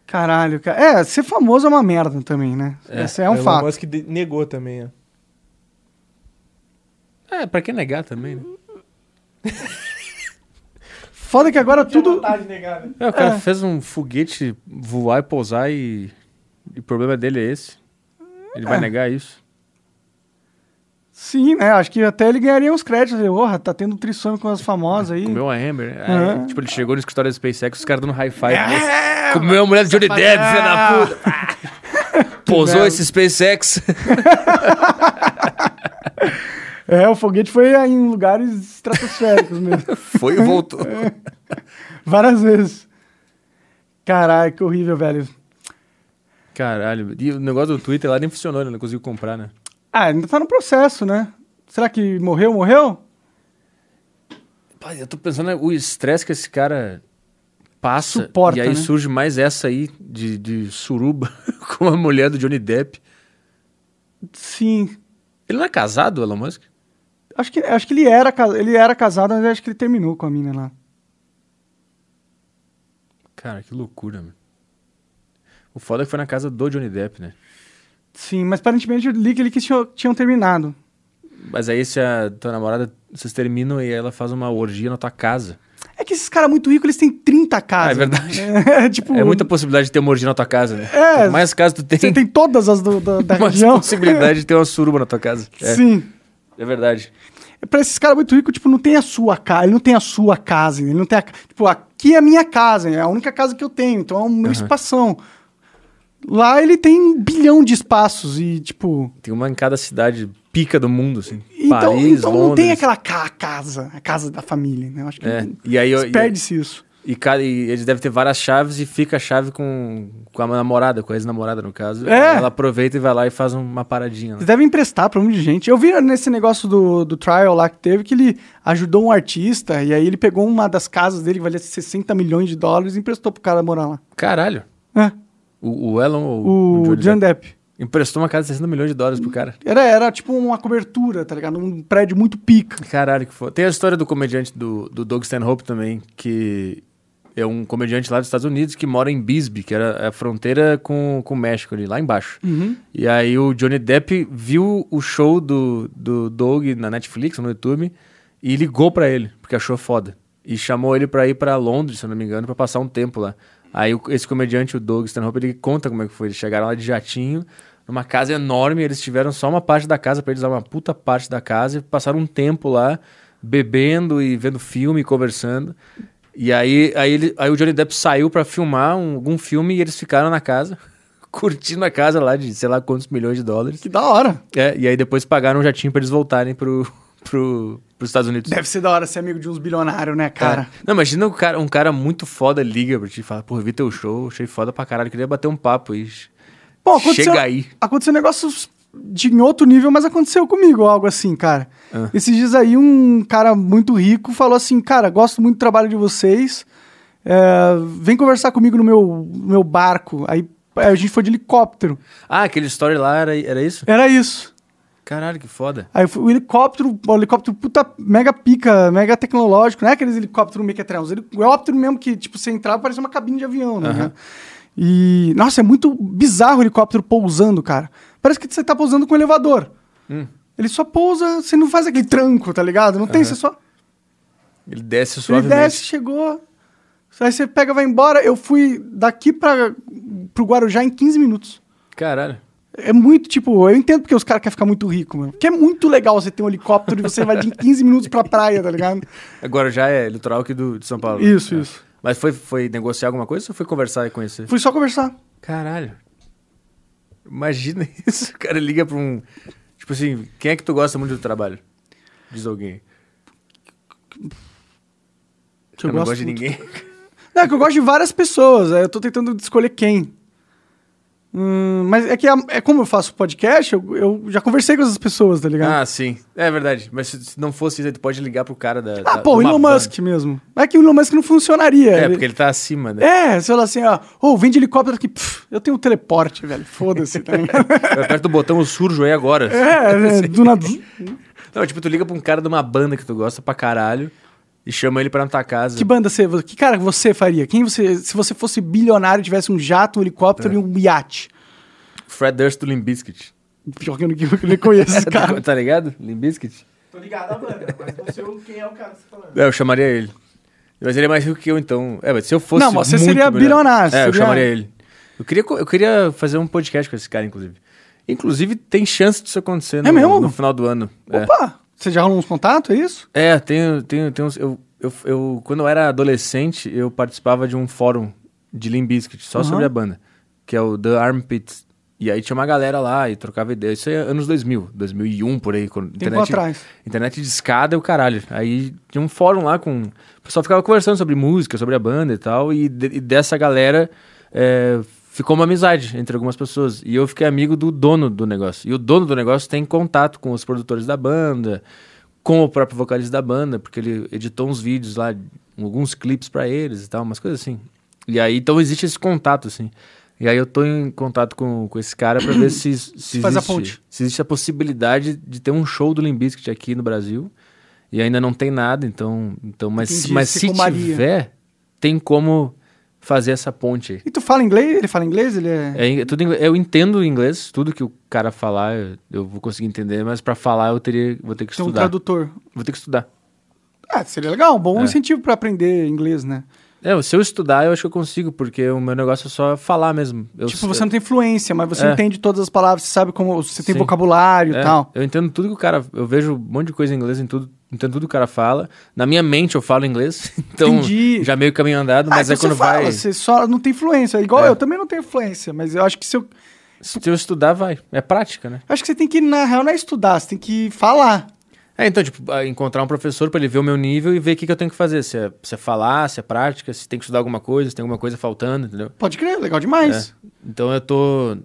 Caralho, cara. É, ser famoso é uma merda também, né?
É,
Esse é um
o Elon
fato.
Musk de- negou também, ó.
É, pra que negar também, né?
Foda que agora
tá
tudo.
É, o cara
É.
fez um foguete voar e pousar e. E o problema dele é esse. Ele vai
É.
negar isso.
Sim, né? Acho que até ele ganharia uns créditos. Ele, Porra, tá tendo trissome com as famosas aí.
Comeu a Amber. É,
Aham.
Tipo, ele chegou no escritório da SpaceX, os caras dando high
É.
five. né? Comeu a mulher do Johnny Depp, filha da puta. Ah. Pousou
merda.
esse SpaceX.
É, o foguete foi aí em lugares estratosféricos mesmo.
Foi e voltou.
Várias vezes. Caralho, que horrível, velho.
Caralho. E o negócio do Twitter lá nem funcionou, né? Não conseguiu comprar, né?
Ah, ainda tá no processo, né? Será que morreu, morreu?
Rapaz, eu tô pensando né, o estresse que esse cara passa.
Suporta,
e aí
né?
surge mais essa aí de, de suruba com a mulher do Johnny Depp.
Sim.
Ele não é casado, Elon Musk?
Acho que, acho que ele, era, ca- ele era casado, mas acho que ele terminou com a mina lá.
Cara, que loucura, mano. O foda é que foi na casa do Johnny Depp, né?
Sim, mas aparentemente eu li que eles tinham, tinham terminado.
Mas aí se a tua namorada, vocês terminam e ela faz uma orgia na tua casa.
É que esses caras muito ricos, eles têm 30 casas.
Ah, é verdade.
É, tipo,
É muita possibilidade de ter uma orgia na tua casa, né?
É,
Quanto mais casa tu tem,
você tem todas as do- da, da
mais
região.
possibilidade de ter uma suruba na tua casa. É,
Sim.
é verdade.
Pra esses caras muito ricos, tipo, não tem a sua casa, ele não tem a sua casa, ele não tem a... ca- Tipo, aqui é a minha casa, é a única casa que eu tenho, então é o meu espação. Lá ele tem um bilhão de espaços e, tipo...
Tem uma em cada cidade pica do mundo, assim.
Então,
Paris,
então
Londres.
não tem aquela ca- casa, a casa da família, né? Eu acho que
É, e aí eu- Ah.
perde-se isso.
E, cada, e eles devem ter várias chaves e fica a chave com, com a namorada, com a ex-namorada, no caso.
É.
Ela aproveita e vai lá e faz uma paradinha. Né?
Eles devem emprestar pra um monte de gente. Eu vi nesse negócio do, do trial lá que teve que ele ajudou um artista e aí ele pegou uma das casas dele que valia 60 milhões de dólares e emprestou pro cara morar lá.
Caralho.
É,
O, o Elon ou
o,
Johnny
John
Depp
Depp.
emprestou uma casa de 60 milhões de dólares pro cara.
Era, era tipo uma cobertura, tá ligado? Um prédio muito pica.
Caralho, que foda. Tem a história do comediante do, do Doug Stanhope também, que é um comediante lá dos Estados Unidos que mora em Bisbee, que era a fronteira com, com o México ali, lá embaixo.
Uhum.
E aí o Johnny Depp viu o show do, do Doug na Netflix, no YouTube, e ligou pra ele, porque achou foda. E chamou ele pra ir pra Londres, se eu não me engano, pra passar um tempo lá. Aí o- esse comediante, o Doug Stanhope, ele conta como é que foi. Eles chegaram lá de jatinho, numa casa enorme, eles tiveram só uma parte da casa pra eles, uma puta parte da casa, e passaram um tempo lá, bebendo e vendo filme, e conversando. E aí, aí, ele, aí o Johnny Depp saiu pra filmar um- algum filme e eles ficaram na casa, curtindo a casa lá de sei lá quantos milhões de dólares.
Que da hora.
É, e aí depois pagaram um jatinho pra eles voltarem pro, pro, pros Estados Unidos.
Deve ser da hora ser amigo de uns bilionários, né, cara?
É. Não, imagina um cara, um cara muito foda liga pra ti e fala, pô, eu vi teu show, achei foda pra caralho, queria bater um papo e
Bom, aconteceu,
chega aí.
aconteceu um negócio de em outro nível, mas aconteceu comigo algo assim, cara.
Ah.
Esses dias aí, um cara muito rico falou assim, cara, gosto muito do trabalho de vocês, é, vem conversar comigo no meu, no meu barco. Aí a gente foi de helicóptero.
Ah, aquele story lá era, era isso?
Era isso.
Caralho, que foda.
Aí foi o helicóptero, o helicóptero puta mega pica, mega tecnológico, não é aqueles helicópteros mequetrão, os heli- o helicóptero mesmo que, tipo, você entrava parecia uma cabine de avião, né?
Aham.
E, nossa, é muito bizarro o helicóptero pousando, cara. Parece que você tá pousando com um elevador.
Hum.
Ele só pousa, você não faz aquele tranco, tá ligado? Não tem, você só...
Ele desce
Ele
suavemente.
desce, chegou, aí você pega, vai embora. Eu fui daqui pra, pro Guarujá em 15 minutos.
Caralho.
É muito, tipo, eu entendo porque os caras querem ficar muito rico, mano. Porque é muito legal você ter um helicóptero e você vai de 15 minutos pra praia, tá ligado?
Agora já é litoral aqui do, de São Paulo.
Isso,
É.
isso.
Mas foi, foi negociar alguma coisa ou foi conversar e conhecer?
Fui só conversar.
Caralho. Imagina isso. O cara liga pra um. Tipo assim, quem é que tu gosta muito do trabalho? Diz alguém.
Que
eu
eu
não
gosto
gosto de
muito.
ninguém.
Não, é que eu gosto de várias pessoas, aí eu tô tentando escolher quem. Hum, mas é que a- é como eu faço podcast, eu, eu já conversei com essas pessoas, tá ligado? Ah,
Ah, sim. É verdade. Mas se, se não fosse isso, aí tu pode ligar pro cara da. da-
Ah, pô, o
de uma
Elon
banda.
Musk mesmo. É que o Elon Musk não funcionaria.
É, porque ele tá acima, né?
É, você fala assim, ó, ô, vem de helicóptero aqui, pff, eu tenho um teleporte, velho, foda-se, tá ligado?
Eu aperto o botão, eu surjo aí agora.
É, né, do nada.
Não, tipo, tu liga pra um cara de uma banda que tu gosta pra caralho e chama ele pra na tua casa.
Que banda você. Que cara você faria? Quem você. Se você fosse bilionário, tivesse um jato, um
É.
helicóptero e um iate.
Fred Durst do Limbiskit.
Pior que eu não, que eu nem conheço esse cara.
Tá ligado? Limbiskit?
Tô ligado à banda, mas não sei o- quem é o cara que você tá falando.
É, eu chamaria ele. Mas ele é mais rico que eu, então. É, mas se eu fosse.
Não, você
muito
seria
milionário-
bilionário,
É, eu
seria-
chamaria ele. Eu queria, co- eu queria fazer um podcast com esse cara, inclusive. Inclusive, tem chance disso acontecer no,
É mesmo?
no final do ano. É.
Opa! Você já rolou uns contatos, é isso?
É, tem, tem, tem uns. Eu, eu, eu- quando eu era adolescente, eu participava de um fórum de Limp Bizkit, só
Aham.
sobre a banda, que é o The Armpits. E aí tinha uma galera lá e trocava ideia. Isso é anos 2000, 2001 por aí. Quando
Tempo atrás.
internet de escada e o caralho. Aí tinha um fórum lá com. O pessoal ficava conversando sobre música, sobre a banda e tal. E, de- e dessa galera é, ficou uma amizade entre algumas pessoas. E eu fiquei amigo do dono do negócio. E o dono do negócio tem contato com os produtores da banda, com o próprio vocalista da banda, porque ele editou uns vídeos lá, alguns clipes pra eles e tal, umas coisas assim. E aí, então existe esse contato, assim. E aí eu tô em contato com, com esse cara pra ver se, se,
Faz a
existe-
ponte.
se existe a possibilidade de ter um show do Limp Bizkit aqui no Brasil. E ainda não tem nada, então... então mas
Entendi,
mas
se
se
comaria.
tiver, tem como fazer essa ponte aí.
E tu fala inglês? Ele fala inglês? Ele é...
É, em- tudo em inglês. eu entendo o inglês, tudo que o cara falar eu, eu vou conseguir entender, mas pra falar eu teria, vou ter que
Tem um
estudar.
tradutor.
Vou ter que estudar.
Ah, seria legal, um bom
É.
incentivo pra aprender inglês, né?
É, se eu estudar, eu acho que eu consigo, porque o meu negócio é só falar mesmo. Eu,
tipo, você não tem fluência, mas você
É.
entende todas as palavras, você sabe como. Você tem
Sim.
vocabulário e
é,
tal.
Eu entendo tudo que o cara. Eu vejo um monte de coisa em inglês, em tudo, entendo tudo que o cara fala. Na minha mente eu falo inglês, então
Entendi.
já meio caminho andado,
Ah,
mas
então
é quando
você fala,
vai.
Você só não tem fluência. Igual
É.
eu também não tenho fluência, mas eu acho que se eu.
Se eu estudar, vai. É prática, né?
Acho que você tem que, na real, não é estudar, você tem que falar.
É, então, tipo, ah, encontrar um professor pra ele ver o meu nível e ver o que, que eu tenho que fazer. Se é, se é falar, se é prática, se tem que estudar alguma coisa, se tem alguma coisa faltando, entendeu?
Pode crer, legal demais.
Então eu tô.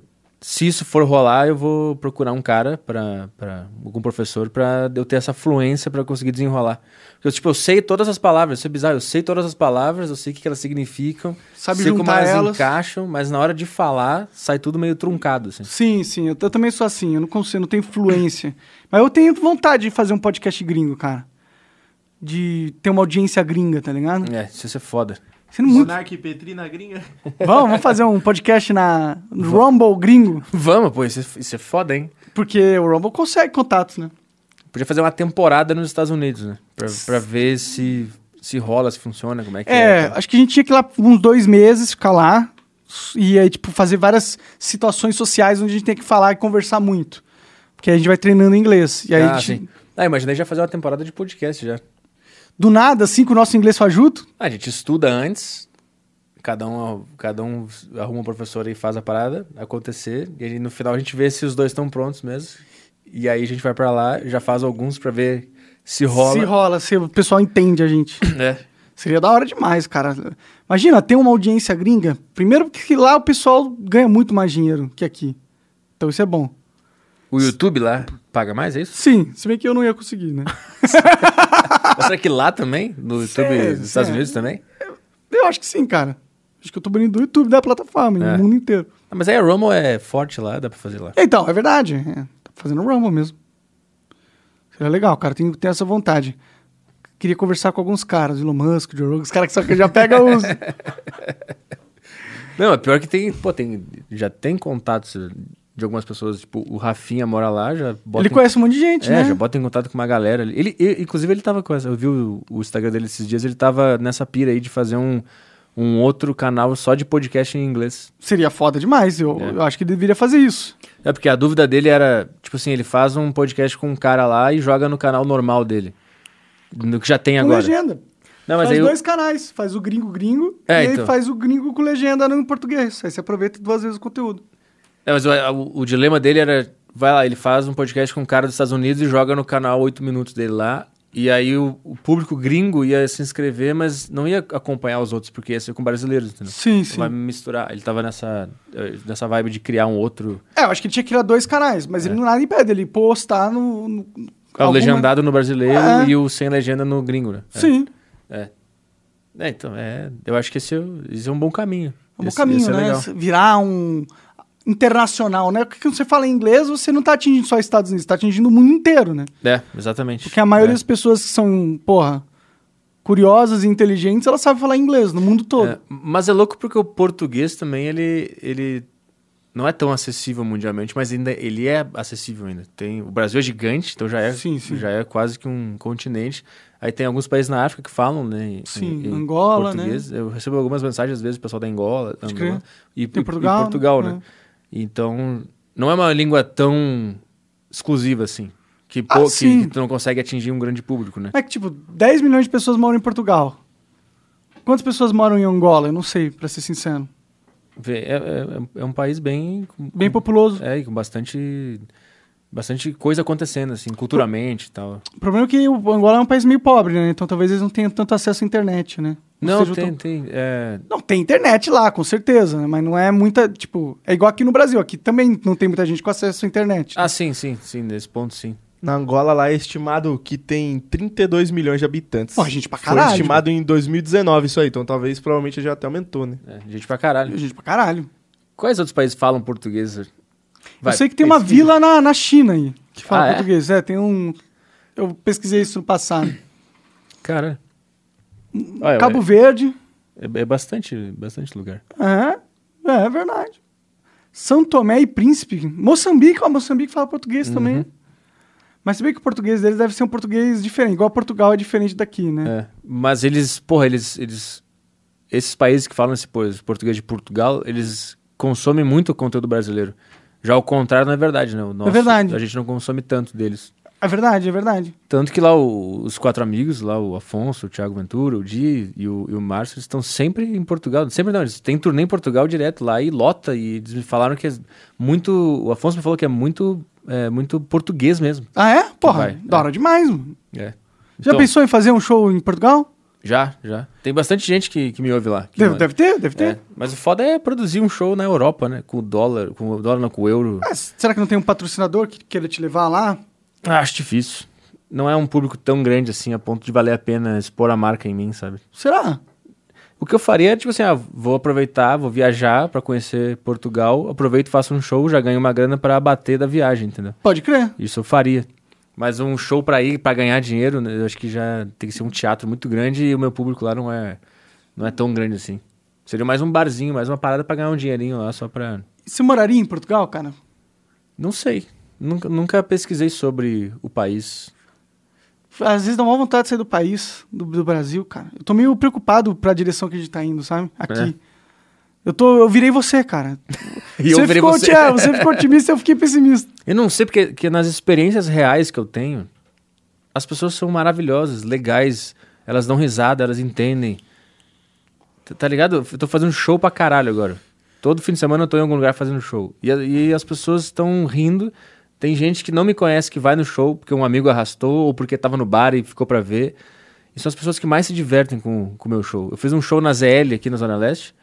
Se isso for rolar, eu vou procurar um cara para algum professor para eu ter essa fluência para conseguir desenrolar. Porque eu, tipo, eu sei todas as palavras, isso é bizarro, eu sei todas as palavras, eu sei o que que elas significam,
Sabe
sei como
juntar
elas,
elas.
encaixam, mas na hora de falar sai tudo meio truncado assim.
Sim, sim, eu, t- eu também sou assim, eu não consigo, não tenho fluência. mas eu tenho vontade de fazer um podcast gringo, cara. De ter uma audiência gringa, tá ligado?
É, isso é foda.
Sendo muito.
Monark e Petri na gringa.
né?
vamos, vamos fazer um podcast na no Rumble gringo,
Vamos, pô, isso é, isso é foda, hein?
porque o Rumble consegue contatos, né?
Podia fazer uma temporada nos Estados Unidos, né? Pra, pra ver se se rola, se funciona, como é que é.
É, acho que a gente tinha que ir lá por uns dois meses, ficar lá. E aí, tipo, fazer várias situações sociais onde a gente tem que falar e conversar muito. Porque aí a gente vai treinando inglês. E aí,
ah,
a gente-
sim. Ah, imaginei já fazer uma temporada de podcast já.
do nada, assim, com o nosso inglês fajuto,
A gente estuda antes, cada um, cada um arruma um professor e faz a parada acontecer, e aí no final a gente vê se os dois estão prontos mesmo. E aí a gente vai pra lá, já faz alguns pra ver se rola.
se rola, se o pessoal entende a gente.
É.
Seria da hora demais, cara. Imagina, ter uma audiência gringa. Primeiro que lá o pessoal ganha muito mais dinheiro que aqui. Então isso é bom.
O YouTube lá paga mais, é isso?
Sim, se bem que eu não ia conseguir, né?
Mas será que lá também? No YouTube
Sério,
dos Estados
sério.
Unidos também?
Eu acho que sim, cara. Acho que eu tô bonito do YouTube, da plataforma,
É.
no mundo inteiro.
Ah, mas aí a Rumble é forte lá, dá pra fazer lá.
Então, é verdade. É, tá fazendo Rumble mesmo. Seria legal, cara. Tenho, tenho essa vontade. Queria conversar com alguns caras, Elon Musk, Joe Rogan, os caras que só que já pega os.
Não, é pior que tem, pô, tem, já tem contatos de algumas pessoas, tipo, o Rafinha mora lá, já bota
Ele
em-
conhece um monte de gente,
É,
né?
já bota em contato com uma galera. ali. Ele, e- inclusive, ele tava com essa. Eu vi o, o Instagram dele esses dias, ele tava nessa pira aí de fazer um, um outro canal só de podcast em inglês.
Seria foda demais. Eu,
É.
eu acho que deveria fazer isso.
É porque a dúvida dele era, tipo assim, ele faz um podcast com um cara lá e joga no canal normal dele. No que já tem
Com
agora.
legenda.
Não, Ah, mas
faz
aí. eu-
dois canais. Faz o gringo gringo
É,
e aí
então.
faz o gringo com legenda no português. Aí você aproveita duas vezes o conteúdo.
É, mas o, o- o dilema dele era. Vai lá, ele faz um podcast com um cara dos Estados Unidos e joga no canal 8 minutos dele lá. E aí o, o público gringo ia se inscrever, mas não ia acompanhar os outros, porque ia ser com brasileiros, entendeu?
Sim, sim.
Vai misturar. Ele tava nessa, eh, nessa vibe de criar um outro.
É, eu acho que ele tinha que criar dois canais, mas ele não nada impede ele postar no. no
Ah, É. O
alguma-
legendado no brasileiro
É.
e o sem legenda no gringo, né? É.
Sim.
É, então, é, eu acho que esse, é o- esse é um bom caminho.
É um bom
Esse-
caminho,
esse é
né?
legal.
Virar um internacional, né? Porque quando você fala inglês, você não tá atingindo só Estados Unidos, tá atingindo o mundo inteiro, né?
É, exatamente.
Porque a maioria
É.
das pessoas que são, porra, curiosas e inteligentes, elas sabem falar inglês no mundo todo.
É, mas é louco porque o português também, ele, ele não é tão acessível mundialmente, mas ainda ele é acessível ainda. Tem, o Brasil é gigante, então já é,
Sim, sim.
já é quase que um continente. Aí tem alguns países na África que falam, né? em-
Sim,
em- em
Angola, né?
português. Eu recebo algumas mensagens, às vezes, do pessoal da Angola,
crer.
Angola e, e
Tem Portugal,
Portugal, e Portugal
né?
né? Então, não é uma língua tão exclusiva assim. Que,
Ah,
pô, que-
sim.
que tu não consegue atingir um grande público, né?
É que, tipo, 10 milhões de pessoas moram em Portugal. Quantas pessoas moram em Angola? Eu não sei, pra ser sincero.
Vê, É, é- é um país bem...
Bem populoso.
É, e com bastante, bastante coisa acontecendo, assim, culturalmente e tal.
O problema é que o Angola é um país meio pobre, né? Então talvez eles não tenham tanto acesso à internet, né? Ou
Não,
seja, o
tem, tem. é,
Não, tem internet lá, com certeza, né? mas não é muita, tipo, é igual aqui no Brasil, aqui também não tem muita gente com acesso à internet.
Ah, sim, sim, sim, nesse ponto sim.
Na Angola lá é estimado que tem 32 milhões de habitantes.
Pô, gente pra
Foi
caralho.
estimado em 2019 isso aí, então talvez provavelmente já até aumentou, né?
É, gente pra caralho.
Gente pra caralho.
Quais outros países falam português? Vai,
eu sei que tem uma
pesquisa.
vila na, na China aí que fala
Ah, é?
português. É, tem um. Eu pesquisei isso no passado.
Cara. Olha,
Cabo Verde.
é, é bastante, bastante lugar.
É, é, é verdade. São Tomé e Príncipe. Moçambique, ó, Moçambique fala português
Uhum.
também. Mas se bem que o português deles deve ser um português diferente, igual Portugal é diferente daqui, né?
É. Mas eles, porra, eles, eles. Esses países que falam esse pô, esse português de Portugal, eles consomem muito o conteúdo brasileiro. Já ao contrário, não é verdade, né? O nosso-
verdade.
A gente não consome tanto deles.
É verdade, é verdade.
Tanto que lá o- os quatro amigos, lá o Afonso, o Thiago Ventura, o Di e o, e o Márcio, eles estão sempre em Portugal. Sempre não, eles têm turnê em Portugal direto lá e lota. E eles me falaram que é muito. O Afonso me falou que é muito, é, muito português mesmo.
Ah, é? Porra,
Vai,
da
é.
hora demais, mano.
É.
Já
Então,
pensou em fazer um show em Portugal?
Já, já. Tem bastante gente que, que me ouve lá. que
Deve,
não-
deve ter, deve ter.
É, mas o foda é produzir um show na Europa, né? Com o dólar, com o dólar não, com o euro.
Ah, será que não tem um patrocinador que queira te levar lá?
Ah, Acho difícil. Não é um público tão grande assim, a ponto de valer a pena expor a marca em mim, sabe?
Será?
O que eu faria é, tipo assim, ah, vou aproveitar, vou viajar pra conhecer Portugal, aproveito, faço um show, já ganho uma grana pra abater da viagem, entendeu?
Pode crer.
Isso eu faria. Mas um show pra ir, pra ganhar dinheiro, né, eu acho que já tem que ser um teatro muito grande e o meu público lá não é, não é tão grande assim. Seria mais um barzinho, mais uma parada pra ganhar um dinheirinho lá só pra
E Você moraria em Portugal, cara?
Não sei. Nunca, nunca pesquisei sobre o país.
Às vezes dá uma vontade de sair do país, do, do Brasil, cara. Eu tô meio preocupado pra direção que a gente tá indo, sabe? Aqui. Eu, tô, eu virei você, cara.
É. E
você, ficou, é, você ficou otimista, eu fiquei pessimista.
Eu não sei porque que nas experiências reais que eu tenho, as pessoas são maravilhosas, legais, elas dão risada, elas entendem. T- Tá ligado? Eu tô fazendo show pra caralho agora. Todo fim de semana eu tô em algum lugar fazendo show. E, a- e as pessoas estão rindo. Tem gente que não me conhece que vai no show porque um amigo arrastou ou porque tava no bar e ficou pra ver. E são as pessoas que mais se divertem com com o meu show. Eu fiz um show na ZL aqui na Zona Leste.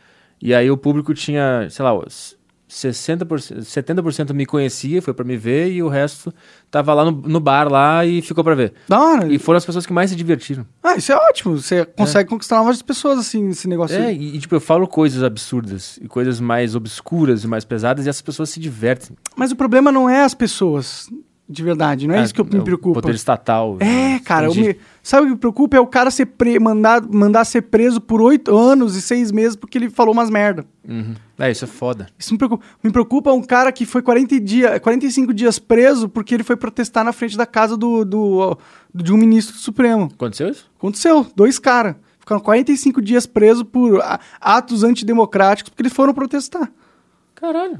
E aí o público tinha, sei lá, os 60%, 70% me conhecia, foi pra me ver. E o resto tava lá no, no bar lá e ficou pra ver.
Da hora.
E foram as pessoas que mais se divertiram.
Ah, isso é ótimo. Você consegue conquistar novas pessoas, assim, esse negócio.
É,
aí.
e, e, tipo, eu falo coisas absurdas e coisas mais obscuras e mais pesadas e as pessoas se divertem.
Mas o problema não é as pessoas, de verdade. Não é, isso que eu me preocupa.
Poder estatal.
É,
né?
cara. eu
Entendi.
me- Sabe o que me preocupa? É o cara ser pre... mandar, mandar ser preso por oito anos e seis meses porque ele falou umas merda.
Uhum. É, isso é foda.
Isso me preocupa. Me preocupa um cara que foi 40 dia, 45 dias preso porque ele foi protestar na frente da casa do, do, de um ministro do Supremo.
Aconteceu isso?
Aconteceu, dois caras. Ficaram 45 dias presos por a- atos antidemocráticos porque eles foram protestar.
Caralho.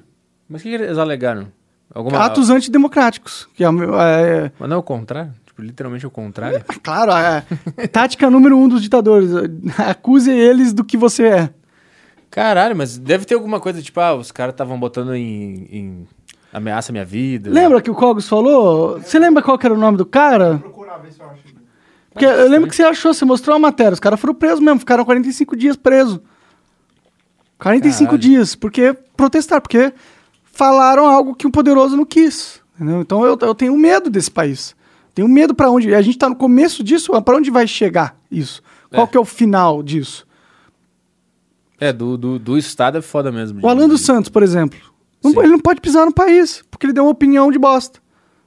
Mas o que, que eles alegaram? Alguma...
Atos antidemocráticos. Que é, é-
Mas não é o contrário? Tipo, literalmente o contrário?
é claro, é, tática número um dos ditadores. Acuse eles do que você é.
Caralho, mas deve ter alguma coisa, tipo, ah, os caras estavam botando em, em ameaça à minha vida.
Lembra que o Cogos falou? Você lembra qual que era o nome do cara?
Procurar, ver se eu acho.
Porque eu lembro que você achou, você mostrou a matéria. Os caras foram presos mesmo, ficaram 45 dias presos. 45
Caralho.
dias, porque protestaram, porque falaram algo que o poderoso não quis. entendeu? Então eu, eu tenho medo desse país. Tenho medo pra onde. A gente tá no começo disso, pra onde vai chegar isso? Qual
É.
que é o final disso?
É, do, do, do Estado é foda mesmo.
O Alan dos Santos, por exemplo. não-
Sim.
ele não pode pisar no país, porque ele deu uma opinião de bosta.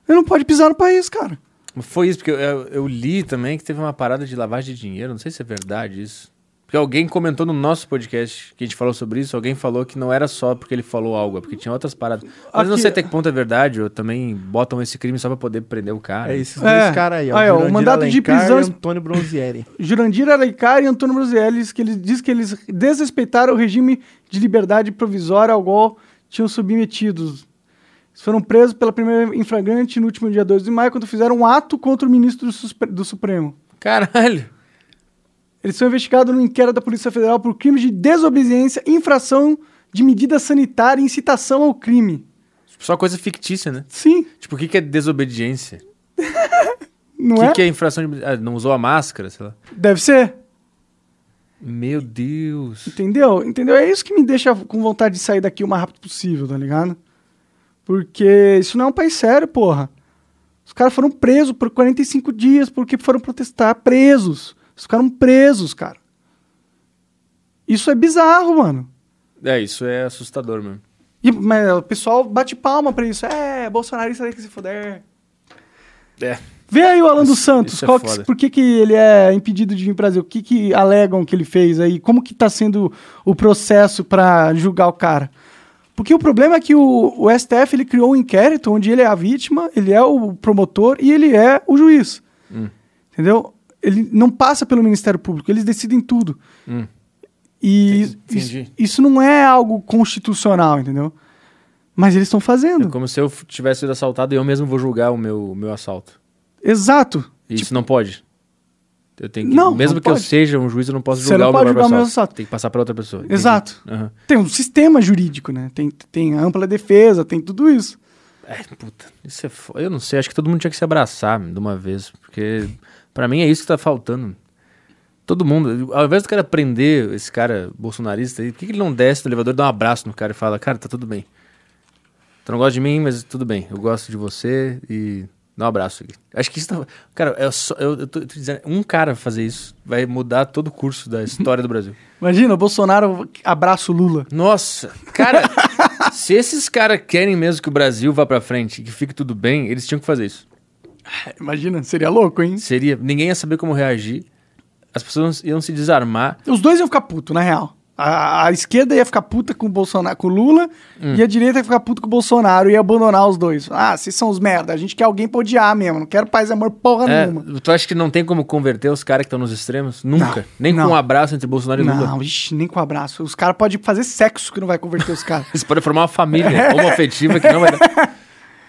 Ele não pode pisar no país, cara.
Foi isso, porque eu, eu- eu li também que teve uma parada de lavagem de dinheiro, não sei se é verdade isso. Porque alguém comentou no nosso podcast que a gente falou sobre isso, alguém falou que não era só porque ele falou algo, é porque tinha outras paradas. Mas eu não
Aqui-
sei até que ponto é verdade, ou também botam esse crime só pra poder prender o cara.
É esses
É.
dois caras aí, ó.
Aí, ó, o
Jurandir
mandato de
Alencar e
prisão-
Antônio Bronzieri.
Jurandir Alencar e Antônio Brosielles, que ele diz que eles desrespeitaram o regime de liberdade provisória ao qual tinham submetidos. Eles foram presos pela primeira em flagrante no último dia 2 de maio, quando fizeram um ato contra o ministro do, Suspe- do Supremo.
Caralho!
Eles são investigados no inquérito da Polícia Federal por crimes de desobediência, infração de medida sanitária e incitação ao crime.
Tipo, Só coisa fictícia, né?
Sim,
Tipo, o que, que é desobediência?
não
O que, é?
é?
que é infração de. Ah, não usou a máscara, sei lá.
Deve ser.
Meu Deus.
Entendeu? Entendeu? É isso que me deixa com vontade de sair daqui o mais rápido possível, tá ligado? Porque isso não é um país sério, porra. Os caras foram presos por 45 dias porque foram protestar. Presos. Eles ficaram presos, cara. Isso é bizarro, mano.
É, isso é assustador mesmo.
E, mas o pessoal bate palma pra isso. É, bolsonarista tem que se fuder.
É.
Vê aí o Alan dos
Isso-
Santos.
isso é
qual que-
foda.
por que, que ele é impedido de vir pro Brasil? O que, que alegam que ele fez aí? Como que tá sendo o processo pra julgar o cara? Porque o problema é que o, o STF ele criou um inquérito onde ele é a vítima, ele é o promotor e ele é o juiz. Entendeu? Ele não passa pelo Ministério Público, eles decidem tudo.
Hum.
E isso-
Entendi.
isso não é algo constitucional, entendeu? Mas eles estão fazendo.
É como se eu f- tivesse sido assaltado e eu mesmo vou julgar o meu, o meu assalto.
Exato.
E isso não pode. Eu tenho que,
Não,
mesmo
não
que eu
pode.
seja um juiz, eu não posso
Você
julgar
não
o meu
pode
próprio
julgar o meu
assalto.
assalto.
Tem que passar para outra pessoa. Entendi.
Exato.
Aham.
Tem um sistema jurídico, né? Tem, tem ampla defesa, tem tudo isso.
É, puta, isso é fo... Eu não sei, acho que todo mundo tinha que se abraçar meu, de uma vez, porque pra mim é isso que tá faltando. Todo mundo, ao invés do cara prender esse cara bolsonarista aí, por que, que ele não desce do elevador, dá um abraço no cara e fala, cara, tá tudo bem. Tu não gosta de mim, mas tudo bem, eu gosto de você e dá um abraço aqui. Acho que isso tá... Cara, é só- eu, eu tô, eu tô dizendo, um cara fazer isso vai mudar todo o curso da história do Brasil.
Imagina, o Bolsonaro abraça o Lula.
Nossa, cara, se esses caras querem mesmo que o Brasil vá pra frente e que fique tudo bem, eles tinham que fazer isso.
É, Imagina, seria louco, hein?
Seria. Ninguém ia saber como reagir. As pessoas iam se desarmar.
Os dois iam ficar puto, na real. A, a esquerda ia ficar puta com o, Bolsonaro, com o Lula
Hum.
e a direita ia ficar puta com o Bolsonaro e ia abandonar os dois. Ah, vocês são os merda. A gente quer alguém pra odiar mesmo. Não quero paz e amor porra
É,
nenhuma.
tu acha que não tem como converter os caras que estão nos extremos? Nunca. Nem
não.
com um abraço entre Bolsonaro e Lula.
Não, ixi, nem com abraço. Os caras podem fazer sexo que não vai converter os caras.
Eles podem formar uma
É.
família homoafetiva que não vai dar.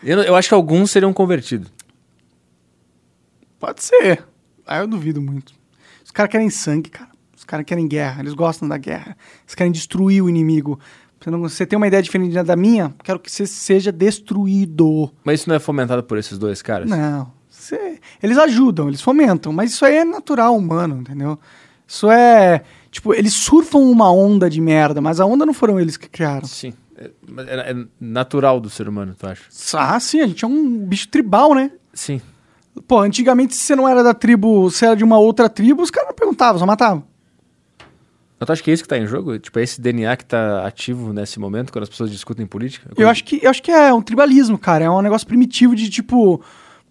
Eu, não- eu acho que alguns seriam convertidos.
Pode ser. Ah, eu duvido muito. Os caras querem sangue, cara. Os caras querem guerra. Eles gostam da guerra. Eles querem destruir o inimigo. Você, não- você tem uma ideia diferente da minha? Quero que você seja destruído.
Mas isso não é fomentado por esses dois caras?
Não. Você- eles ajudam, eles fomentam. Mas isso aí é natural humano, entendeu? Isso é. Tipo, eles surfam uma onda de merda, mas a onda não foram eles que criaram.
Sim. É, mas é- é natural do ser humano, tu acha?
Ah, sim, a gente é um bicho tribal, né?
Sim.
Pô, antigamente, se você não era da tribo, se era de uma outra tribo, os caras não perguntavam, só matavam.
Mas tu acha que é isso que tá em jogo? Tipo, é esse DNA que tá ativo nesse momento, quando as pessoas discutem política?
Eu acho, que, eu acho que é um tribalismo, cara. É um negócio primitivo de tipo.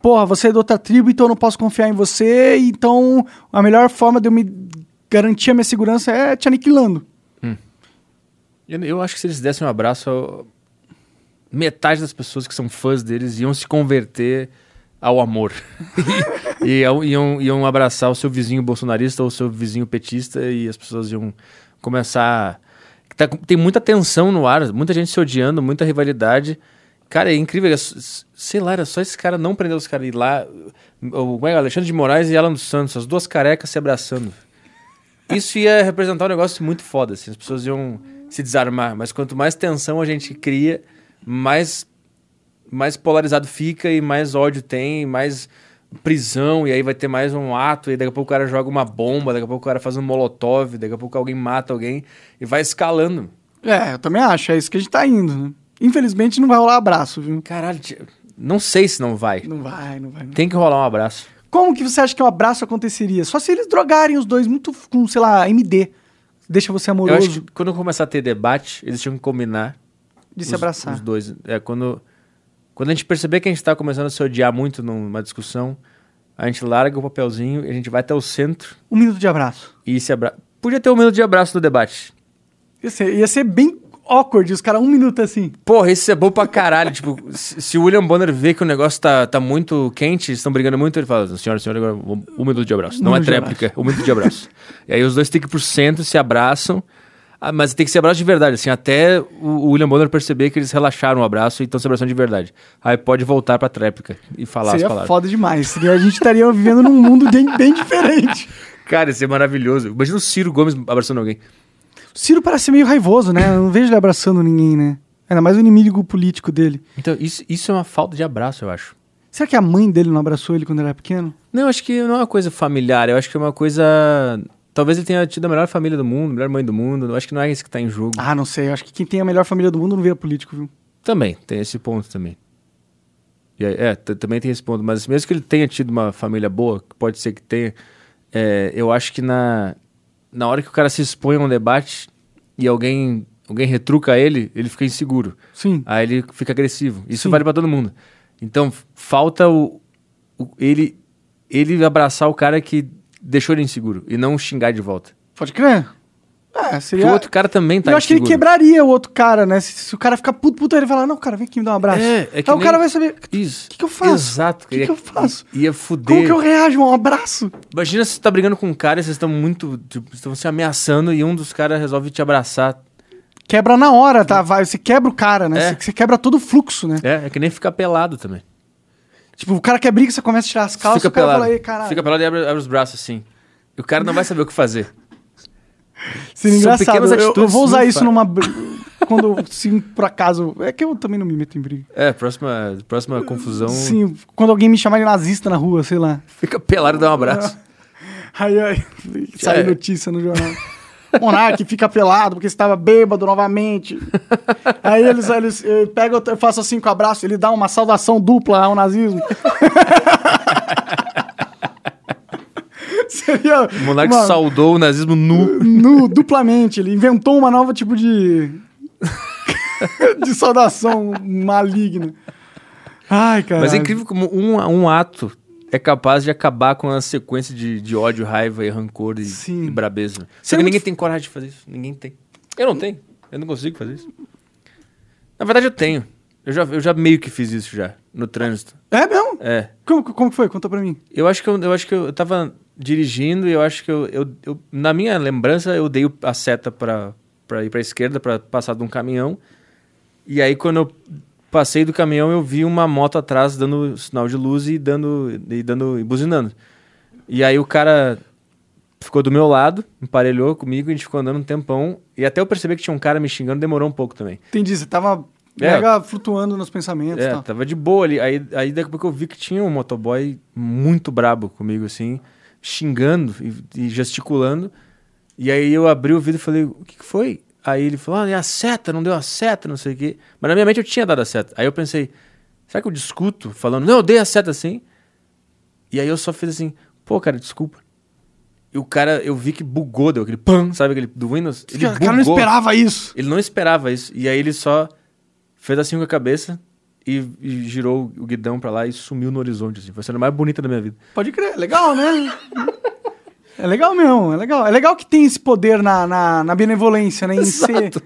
Porra, você é de outra tribo, então eu não posso confiar em você. Então a melhor forma de eu me garantir a minha segurança é te aniquilando.
Eu, eu acho que se eles dessem um abraço, eu- metade das pessoas que são fãs deles iam se converter ao amor. e iam, iam, iam abraçar o seu vizinho bolsonarista ou o seu vizinho petista e as pessoas iam começar. Tá com- tem muita tensão no ar, muita gente se odiando, muita rivalidade. Cara, é incrível. é s- s- Sei lá, era só esse cara não prender os caras e ir lá. O, como é, que é? Alexandre de Moraes e Alan dos Santos, as duas carecas se abraçando. Isso ia representar um negócio muito foda, assim. As pessoas iam se desarmar. Mas quanto mais tensão a gente cria, mais, mais polarizado fica e mais ódio tem, e mais prisão. E aí vai ter mais um ato. E daqui a pouco o cara joga uma bomba, daqui a pouco o cara faz um molotov, daqui a pouco alguém mata alguém. E vai escalando.
É, eu também acho. É isso que a gente tá indo, né? Infelizmente não vai rolar abraço, viu?
Caralho, tia, não sei se não vai.
Não vai, não vai. não vai.
Tem que rolar um abraço.
Como que você acha que um abraço aconteceria? Só se eles drogarem os dois muito f- com, sei lá, MD. Deixa você
Eu acho
amoroso
que quando começar a ter debate, eles tinham que combinar
de se
os-
abraçar.
Os dois. É, quando, quando a gente perceber que a gente tá começando a se odiar muito numa discussão, a gente larga o papelzinho e a gente vai até o centro
Um minuto de abraço.
e se abraça. Podia ter um minuto de abraço no debate.
Ia ser, ia ser bem awkward, os caras um minuto assim.
Porra, esse é bom pra caralho. tipo, se se o William Bonner vê que o negócio tá, tá muito quente, eles estão brigando muito, ele fala, senhora, senhora, agora um um minuto de abraço. Não
Um
é
minuto de
tréplica, um minuto de abraço. e aí os dois têm que ir pro centro, se abraçam, ah, mas tem que ser abraço de verdade, assim, até o, o William Bonner perceber que eles relaxaram o abraço e estão se abraçando de verdade. Aí pode voltar pra tréplica e falar as
Seria
palavras.
foda demais. Seria, a gente estaria vivendo num mundo bem, bem diferente.
Cara, isso é maravilhoso. Imagina o Ciro Gomes abraçando alguém.
O Ciro parece ser meio raivoso, né? Eu não vejo ele abraçando ninguém, né? Ainda mais o inimigo político dele.
Então, isso, isso é uma falta de abraço, eu acho.
Será que a mãe dele não abraçou ele quando era pequeno?
Não, acho que não é uma coisa familiar, eu acho que é uma coisa. Talvez ele tenha tido a melhor família do mundo, a melhor mãe do mundo. Eu acho que não é isso que tá em jogo.
Ah, não sei. Eu acho que quem tem a melhor família do mundo não vira político, viu?
Também, tem esse ponto também. E aí- é, t- também tem esse ponto. Mas mesmo que ele tenha tido uma família boa, que pode ser que tenha, é, eu acho que na, na hora que o cara se expõe a um debate e alguém, alguém retruca ele, ele fica inseguro.
Sim.
Aí ele fica agressivo. Isso vale pra todo mundo. Então, f- falta o, o- ele ele abraçar o cara que deixou ele inseguro e não xingar de volta.
Pode crer. É,
Porque
seria.
o outro cara também tá
eu acho que ele
inseguro.
quebraria o outro cara, né? Se, se o cara ficar puto, puto, ele falar, não, cara, vem aqui me dar um abraço.
É, é que
Aí o
nem-
cara vai saber, o
Isso.
que, que eu faço?
Exato.
O que, que eu faço?
Ia fuder.
Como que eu reajo? Um abraço?
Imagina se você tá brigando com um cara e vocês estão muito. Tipo, estão se ameaçando e um dos caras resolve te abraçar.
Quebra na hora, tá? Vai, você quebra o cara, né?
É.
Você, você quebra todo o fluxo, né?
É, é que nem ficar pelado também.
Tipo, o cara quer briga, você começa a tirar as
Você
calças,
fica
o cara
pelado.
fala, ei, caralho.
Fica pelado e abre, abre os braços assim. E o cara não vai saber o que fazer.
Seria
São
engraçado.
pequenas
Eu- eu,
atitudes
vou usar
muito
isso
fa-
numa. br- Quando, sim, por acaso. É que eu também não me meto em briga.
É, próxima, próxima confusão.
Sim, quando alguém me chamar de nazista na rua, sei lá.
Fica pelado e dá um abraço.
Aí, aí sai
É.
notícia no jornal. Monark fica pelado porque estava bêbado novamente. Aí eles, eles eh, pegam, eu faço assim com o abraço, ele dá uma saudação dupla ao nazismo. Seria.
O monarca
uma-
saudou o nazismo nu.
nu duplamente. Ele inventou uma nova tipo de. de saudação maligna. Ai, cara.
Mas é incrível como um, um ato é capaz de acabar com a sequência de, de ódio, raiva e rancor e,
Sim.
e brabeza.
Você
Só
é
que
muito
ninguém tem coragem de fazer isso. Ninguém tem. Eu não tenho. Eu não consigo fazer isso. Na verdade, eu tenho. Eu já, eu já meio que fiz isso já, no trânsito.
É mesmo?
É.
Como, como que foi? Conta pra mim.
Eu acho que eu, eu, acho que eu, eu tava dirigindo e eu acho que eu, eu, eu- Na minha lembrança, eu dei o- a seta pra, pra ir pra esquerda, pra passar de um caminhão. E aí, quando eu passei do caminhão, eu vi uma moto atrás dando sinal de luz e dando. e dando. e buzinando. E aí o cara ficou do meu lado, emparelhou comigo, a gente ficou andando um tempão. E até eu perceber que tinha um cara me xingando, demorou um pouco também.
Entendi, você tava
É.
mega flutuando nos pensamentos e
É,
tal.
tava de boa ali. Aí, aí daqui a pouco eu vi que tinha um motoboy muito brabo comigo, assim, xingando e, e gesticulando. E aí eu abri o vidro e falei, o que, que foi? Aí ele falou, ah, é a seta, não deu a seta, não sei o quê. Mas na minha mente eu tinha dado a seta. Aí eu pensei, será que eu discuto falando, não, eu dei a seta assim? E aí eu só fiz assim, pô, cara, desculpa. E o cara, eu vi que bugou, deu aquele pam, sabe aquele do Windows? Ele
o cara não
bugou.
esperava isso.
Ele não esperava isso. E aí ele só fez assim com a cabeça e, e girou o guidão pra lá e sumiu no horizonte. Assim. Foi a cena mais bonita da minha vida.
Pode crer, legal, né? é legal mesmo, é legal. É legal que tem esse poder na, na, na benevolência, né? Em ser.
Exato.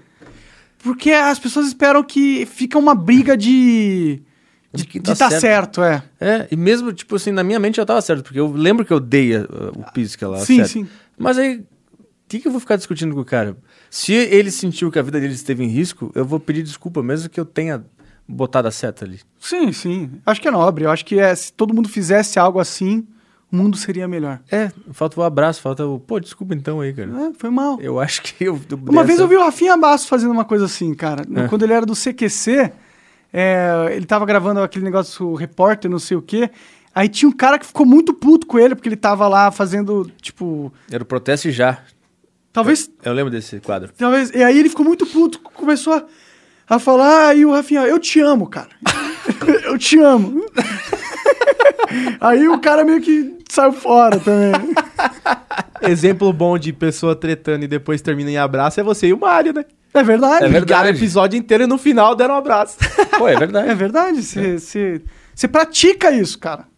Porque as pessoas esperam que fica uma briga de.
De que
de
tá
tá
certo.
certo, é.
É, e mesmo, tipo assim, na minha mente já tava certo, porque eu lembro que eu dei a- a- o pisca lá.
Sim,
certo.
sim.
Mas aí, o que, que eu vou ficar discutindo com o cara? Se ele sentiu que a vida dele esteve em risco, eu vou pedir desculpa, mesmo que eu tenha botado a seta ali.
Sim, sim. Acho que é nobre. Eu acho que é, se todo mundo fizesse algo assim, o mundo seria melhor.
É, falta o abraço, falta o. Pô, desculpa então aí, cara.
É, foi mal.
Eu acho que eu. eu
Uma
dei
vez
essa-
eu vi o Rafinha Basso fazendo uma coisa assim, cara. No-
É.
Quando ele era do CQC, é, ele tava gravando aquele negócio o repórter, não sei o quê. Aí tinha um cara que ficou muito puto com ele, porque ele tava lá fazendo, tipo.
Era o protesto e já.
Talvez
Eu lembro desse quadro.
Talvez. E aí ele ficou muito puto, começou a, a falar, "Ah, e o Rafinha, eu te amo, cara. eu te amo. aí o cara meio que saiu fora também.
Exemplo bom de pessoa tretando e depois termina em abraço é você e o Mário, né?
É verdade.
É verdade.
Ligaram o episódio inteiro e no final deram um abraço.
Pô, é
É
verdade.
verdade. Você você- você pratica isso, cara.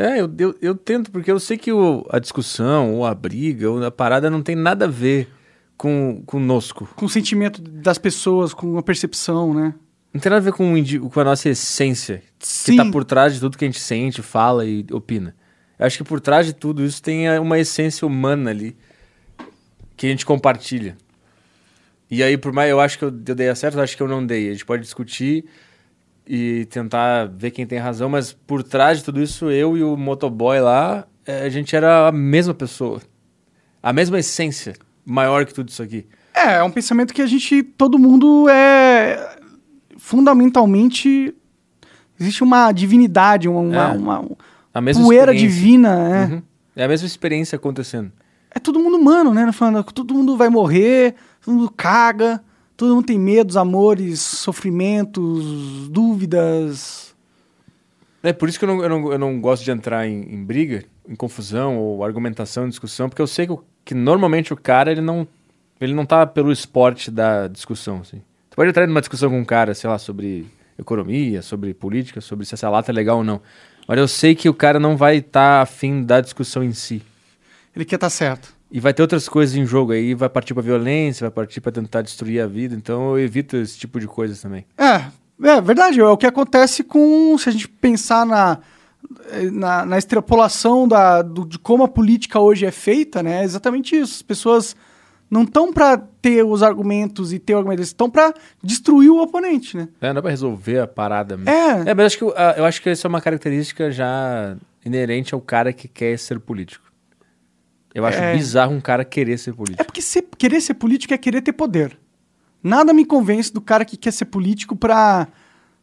É, eu, eu, eu tento, porque eu sei que o- a discussão, ou a briga, ou a parada não tem nada a ver com conosco.
Com o sentimento das pessoas, com a percepção, né?
Não tem nada a ver com, o indi- com a nossa essência, que tá por trás de tudo que a gente sente, fala e opina. Eu acho que por trás de tudo isso tem a- uma essência humana ali, que a gente compartilha. E aí, por mais eu acho que eu, eu dei a certo, eu acho que eu não dei. A gente pode discutir e tentar ver quem tem razão, mas por trás de tudo isso, eu e o motoboy lá, eh, a gente era a mesma pessoa. A mesma essência, maior que tudo isso aqui.
É, é um pensamento que a gente, todo mundo é fundamentalmente existe uma divindade, uma, uma,
É.
uma
A mesma
poeira
experiência.
divina, é.
Uhum. É a mesma experiência acontecendo.
É todo mundo humano, né? Falando, todo mundo vai morrer, todo mundo caga, todo mundo tem medos, amores, sofrimentos, dúvidas.
É por isso que eu não, eu não, eu não gosto de entrar em, em briga, em confusão ou argumentação, em discussão, porque eu sei que, o- que normalmente o cara ele não, ele não tá pelo esporte da discussão. Assim. Tu pode entrar numa discussão com um cara, sei lá, sobre economia, sobre política, sobre se essa lata é legal ou não. Mas eu sei que o cara não vai estar afim da discussão em si.
Ele quer estar certo.
E vai ter outras coisas em jogo aí, vai partir pra violência, vai partir pra tentar destruir a vida. Então eu evito esse tipo de coisas também.
É, é verdade. É o que acontece com. Se a gente pensar na, na, na extrapolação da, do- de como a política hoje é feita, né? É exatamente isso. As pessoas não estão para ter os argumentos e ter o argumento, eles estão para destruir o oponente, né?
É, não dá pra resolver a parada mesmo.
É.
É, mas eu acho que, ah, eu acho que essa é uma característica já inerente ao cara que quer ser político. Eu acho
É.
bizarro um cara querer ser
É
político.
porque ser- querer ser político é querer ter poder. Nada me convence do cara que quer ser político pra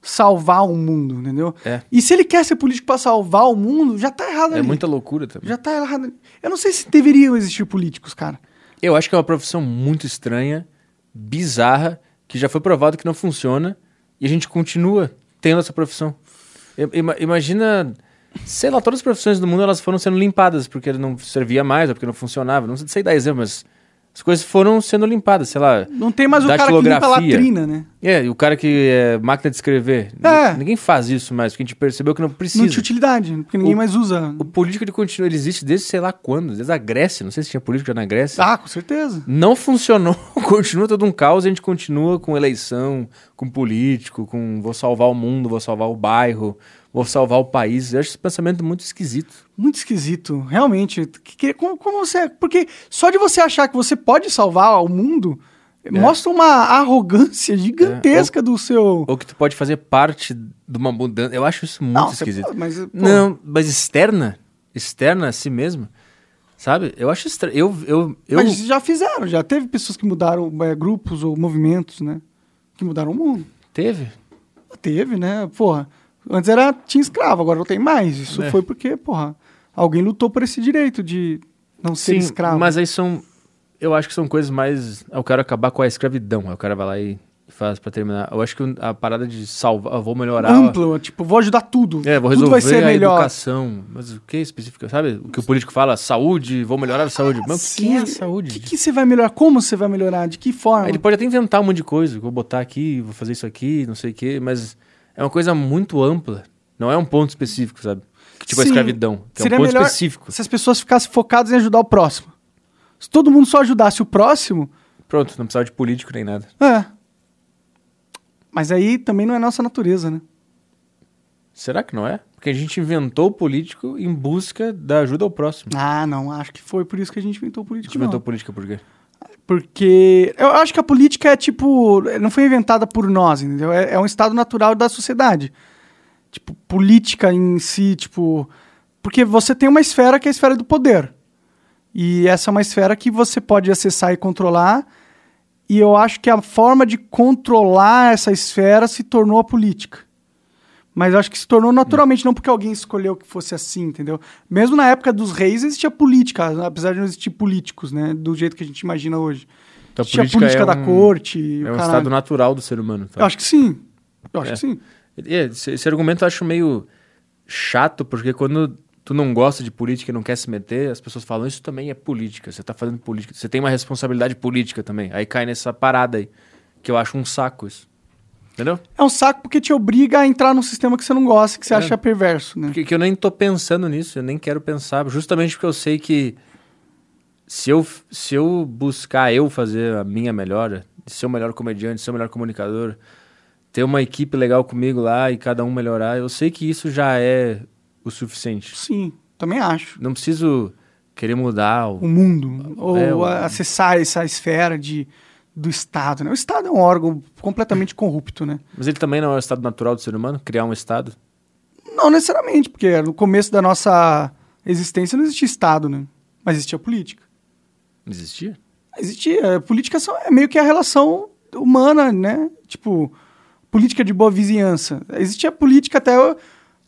salvar o mundo, entendeu?
É.
E se ele quer ser político pra salvar o mundo, já tá errado
É,
ali.
muita loucura também.
Já tá errado. ali. Eu não sei se deveriam existir políticos, cara.
Eu acho que é uma profissão muito estranha, bizarra, que já foi provado que não funciona e a gente continua tendo essa profissão. I- ima- imagina, sei lá, todas as profissões do mundo elas foram sendo limpadas porque não servia mais ou porque não funcionava. Não sei dar exemplo, mas as coisas foram sendo limpadas, sei lá.
Não tem mais o cara que limpa a
Dactilografia.
latrina, né?
É, e o cara que é máquina de escrever.
É.
Ni- Ninguém faz isso mais, porque a gente percebeu que não
Não
precisa.
tinha utilidade, né? porque ninguém
O-
mais usa.
O político ele continua, ele existe desde sei lá quando, desde a Grécia, não sei se tinha político já na Grécia.
Ah, com certeza.
Não funcionou, continua todo um caos, a gente continua com eleição, com político, com vou salvar o mundo, vou salvar o bairro, vou salvar o país. Eu acho esse pensamento muito esquisito.
Muito esquisito, realmente. Que- que- Como, como você. é? Porque só de você achar que você pode salvar o mundo
É.
mostra uma arrogância gigantesca do seu.
Ou que tu pode fazer parte de uma mudança. Eu acho isso muito
Não, você
esquisito.
pode, mas, pô,
Não, mas externa, externa a si mesmo, sabe? Eu acho estranho. Eu, eu, eu...
Mas já fizeram, já teve pessoas que mudaram é, grupos ou movimentos, né? Que mudaram o mundo.
Teve?
Teve, né? Porra. Antes era tinha escravo, agora não tem mais. Isso
É.
foi porque, porra, alguém lutou por esse direito de não ser escravo.
mas aí são. Eu acho que são coisas mais. Eu quero acabar com a escravidão. Aí o cara vai lá e faz pra terminar. Eu acho que a parada de salvar. eu Vou melhorar.
Amplo, tipo, vou ajudar tudo.
É, vou
tudo
resolver
vai ser
a
melhor.
educação. Mas o que é específico? Sabe? O que o político fala? Saúde, vou melhorar a saúde. Mas o que é a
O que, é?
saúde?
que você vai melhorar? Como você vai melhorar? De que forma?
Aí ele pode até inventar um monte de coisa. Vou botar aqui, vou fazer isso aqui, não sei o quê. Mas é uma coisa muito ampla. Não é um ponto específico, sabe? Que Tipo a
Sim.
escravidão. Que é um
Seria
ponto
melhor
específico.
se as pessoas ficassem focadas em ajudar o próximo. Se todo mundo só ajudasse o próximo,
Pronto, não precisava de político nem nada.
é. Mas aí também não é nossa natureza, né?
Será que não é? Porque a gente inventou o político em busca da ajuda ao próximo.
Ah, não. Acho que foi por isso que a gente inventou o
Hum. A
político.
gente inventou
não.
política por quê?
Porque eu acho que a política é tipo. Não foi inventada por nós, entendeu? É, é um estado natural da sociedade. Tipo, política em si, tipo. Porque você tem uma esfera que é a esfera do poder. E essa é uma esfera que você pode acessar e controlar. E eu acho que a forma de controlar essa esfera se tornou a política. Mas eu acho que se tornou naturalmente, não porque alguém escolheu que fosse assim, entendeu? Mesmo na época dos reis existia política, apesar de não existir políticos, né? Do jeito que a gente imagina hoje.
Então,
existia a política da corte. e o
É um
caralho.
estado natural do ser humano. tá?
Eu acho que sim. Eu acho
É.
que sim.
É, Esse, esse argumento eu acho meio chato, porque quando tu não gosta de política e não quer se meter, as pessoas falam, isso também é política, você tá fazendo política, você tem uma responsabilidade política também. Aí cai nessa parada aí, que eu acho um saco isso. Entendeu?
É um saco porque te obriga a entrar num sistema que você não gosta, que você
É.
acha perverso, né?
Porque que eu nem tô pensando nisso, eu nem quero pensar, justamente porque eu sei que se eu, se eu buscar eu fazer a minha melhora, ser o melhor comediante, ser o melhor comunicador, ter uma equipe legal comigo lá e cada um melhorar, eu sei que isso já é o suficiente.
Sim, também acho.
Não preciso querer mudar o...
O mundo, ou
É, o-
a- acessar essa esfera de, do Estado, né? O Estado é um órgão completamente corrupto, né?
Mas ele também não é o estado natural do ser humano, criar um estado.
Não necessariamente, porque no começo da nossa existência não existia Estado, né? Mas existia política.
Não existia?
Existia. Política são- é meio que a relação humana, né? Tipo, política de boa vizinhança. Existia política até. o-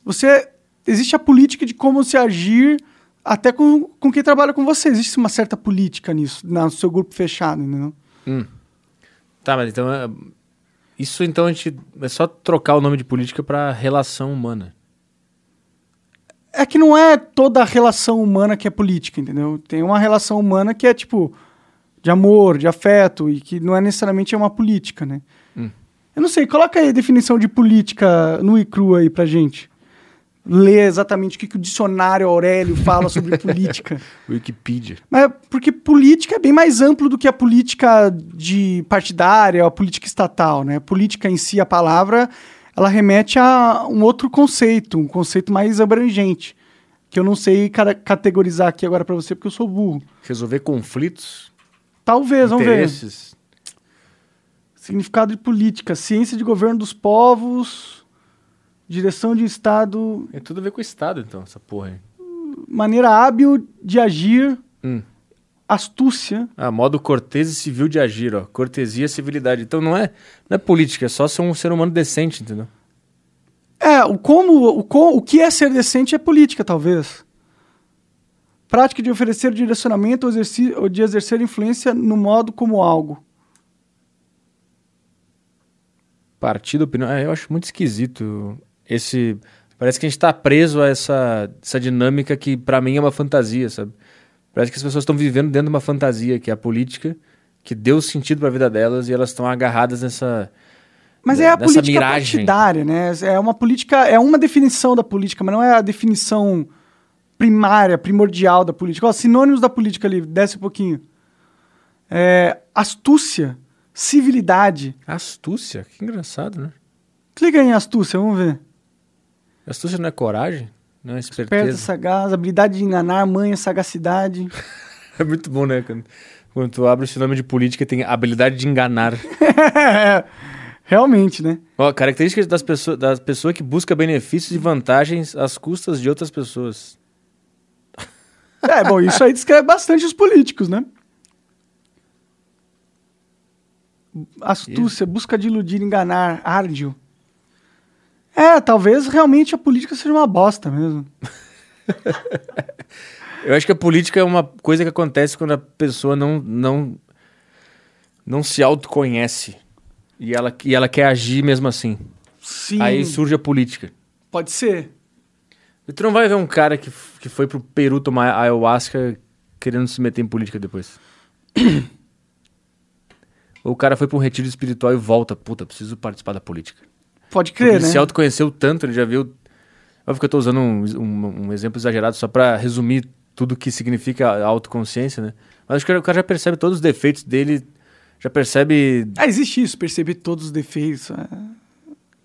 Você. Existe a política de como se agir até com, com quem trabalha com você. Existe uma certa política nisso, na- no seu grupo fechado, entendeu?
Tá, mas então... é- Isso então a gente... É só trocar o nome de política pra relação humana.
É que não é toda a relação humana que é política, entendeu? Tem uma relação humana que é tipo de amor, de afeto e que não é necessariamente uma política, né?
Hum.
Eu não sei, coloca aí a definição de política nua e crua aí pra gente. Lê exatamente o que, que o dicionário Aurélio fala sobre política.
Wikipedia.
Mas é porque política é bem mais amplo do que a política de partidária, a política estatal, né? Política em si, a palavra, ela remete a um outro conceito, um conceito mais abrangente, que eu não sei cara- categorizar aqui agora pra você porque eu sou burro.
Resolver conflitos,
Talvez, vamos ver.
interesses.
Significado de política, ciência de governo dos povos, direção de Estado,
É tudo a ver com o Estado, então, essa porra aí.
maneira hábil de agir,
Hum.
astúcia.
Ah, modo cortês e civil de agir, ó. Cortesia e civilidade. Então não é, não é política, é só ser um ser humano decente, entendeu?
É, o como, o, co- o que é ser decente é política, talvez. Prática de oferecer direcionamento ou, exerci- ou de exercer influência no modo como algo.
Partido, opinião. É, eu acho muito esquisito esse. Parece que a gente tá preso a essa, essa dinâmica que pra mim é uma fantasia, sabe? Parece que as pessoas estão vivendo dentro de uma fantasia, que é a política, que deu sentido pra vida delas e elas estão agarradas nessa.
Mas
De-
é a
dessa
política
miragem.
partidária, né? É uma política, é uma definição da política, mas não é a definição primária, primordial da política. Ó, sinônimos da política ali, desce um pouquinho. É, astúcia, civilidade.
Astúcia? Que engraçado, né?
Clica em astúcia, vamos ver.
Astúcia não é coragem? Não é esperteza?
Perto, sagaz, habilidade de enganar, manha, sagacidade.
É muito bom, né? Quando, quando tu abre o sinônimo de política, tem habilidade de enganar.
É, Realmente, né?
Ó, características das pessoa, da pessoa que busca benefícios e vantagens às custas de outras pessoas.
É, bom, isso aí descreve bastante os políticos, né? Astúcia, busca de iludir, enganar, árdio. É, talvez realmente a política seja uma bosta mesmo.
Eu acho que a política é uma coisa que acontece quando a pessoa não, não, não se autoconhece. E ela, e ela quer agir mesmo assim.
Sim,
Aí surge a política.
pode ser.
E tu não vai ver um cara que, f- que foi pro Peru tomar ayahuasca querendo se meter em política depois. Ou o cara foi pra um retiro espiritual e volta. Puta, preciso participar da política.
Pode
Porque
crer,
ele
né?
se autoconheceu tanto, ele já viu. Óbvio que eu tô usando um, um- um exemplo exagerado só pra resumir tudo que significa a autoconsciência, né? Mas acho que o cara já percebe todos os defeitos dele, já percebe.
Ah, existe isso, perceber todos os defeitos. é.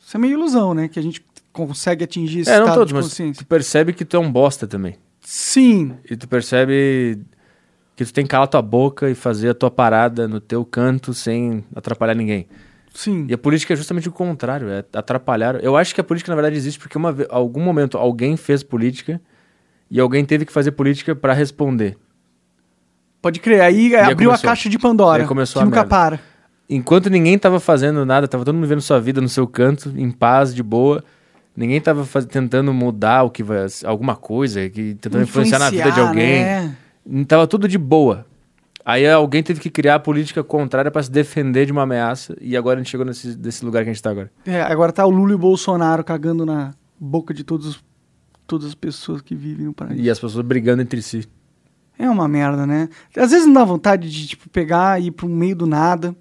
Isso é meio ilusão, né? Que a gente consegue atingir esse
É, não
estado
todos,
de
mas
consciência.
tu percebe que tu é um bosta também.
Sim,
E tu percebe que tu tem que calar tua boca e fazer a tua parada no teu canto sem atrapalhar ninguém.
sim.
E a política é justamente o contrário, é atrapalhar. Eu acho que a política, na verdade, existe porque uma vez, algum momento alguém fez política e alguém teve que fazer política pra responder.
Pode crer. Aí é,
aí
abriu
começou.
a caixa de Pandora.
E aí começou
que
a
nunca
merda.
para.
Enquanto ninguém tava fazendo nada, tava todo mundo vivendo sua vida no seu canto, em paz, de boa. Ninguém tava faz- tentando mudar o que vai, alguma coisa, que tentando influenciar na vida de alguém.
né?
Tava tudo de boa. Aí alguém teve que criar a política contrária pra se defender de uma ameaça. E agora a gente chegou nesse desse lugar que a gente tá agora.
É, agora tá o Lula e o Bolsonaro cagando na boca de todos, os- todas as pessoas que vivem no país.
E as pessoas brigando entre si.
É uma merda, né? Às vezes não dá vontade de, tipo, pegar e ir pro meio do nada,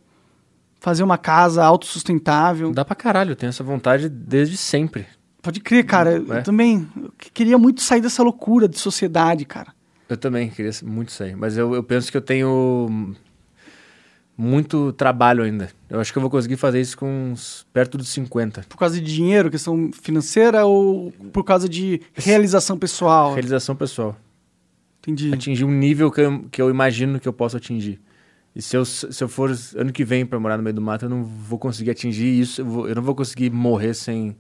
fazer uma casa autossustentável.
Dá pra caralho, eu tenho essa vontade desde sempre.
Pode crer, cara. Eu
É.
também eu que- queria muito sair dessa loucura de sociedade, cara.
Eu também queria muito sair. Mas eu, eu penso que eu tenho muito trabalho ainda. Eu acho que eu vou conseguir fazer isso com uns perto dos 50.
Por causa de dinheiro, questão financeira ou por causa de realização pessoal?
Realização pessoal.
Entendi.
Atingir um nível que eu, que eu imagino que eu posso atingir. E se eu, se eu for ano que vem pra morar no meio do mato, eu não vou conseguir atingir isso. Eu, vou- eu não vou conseguir morrer sem,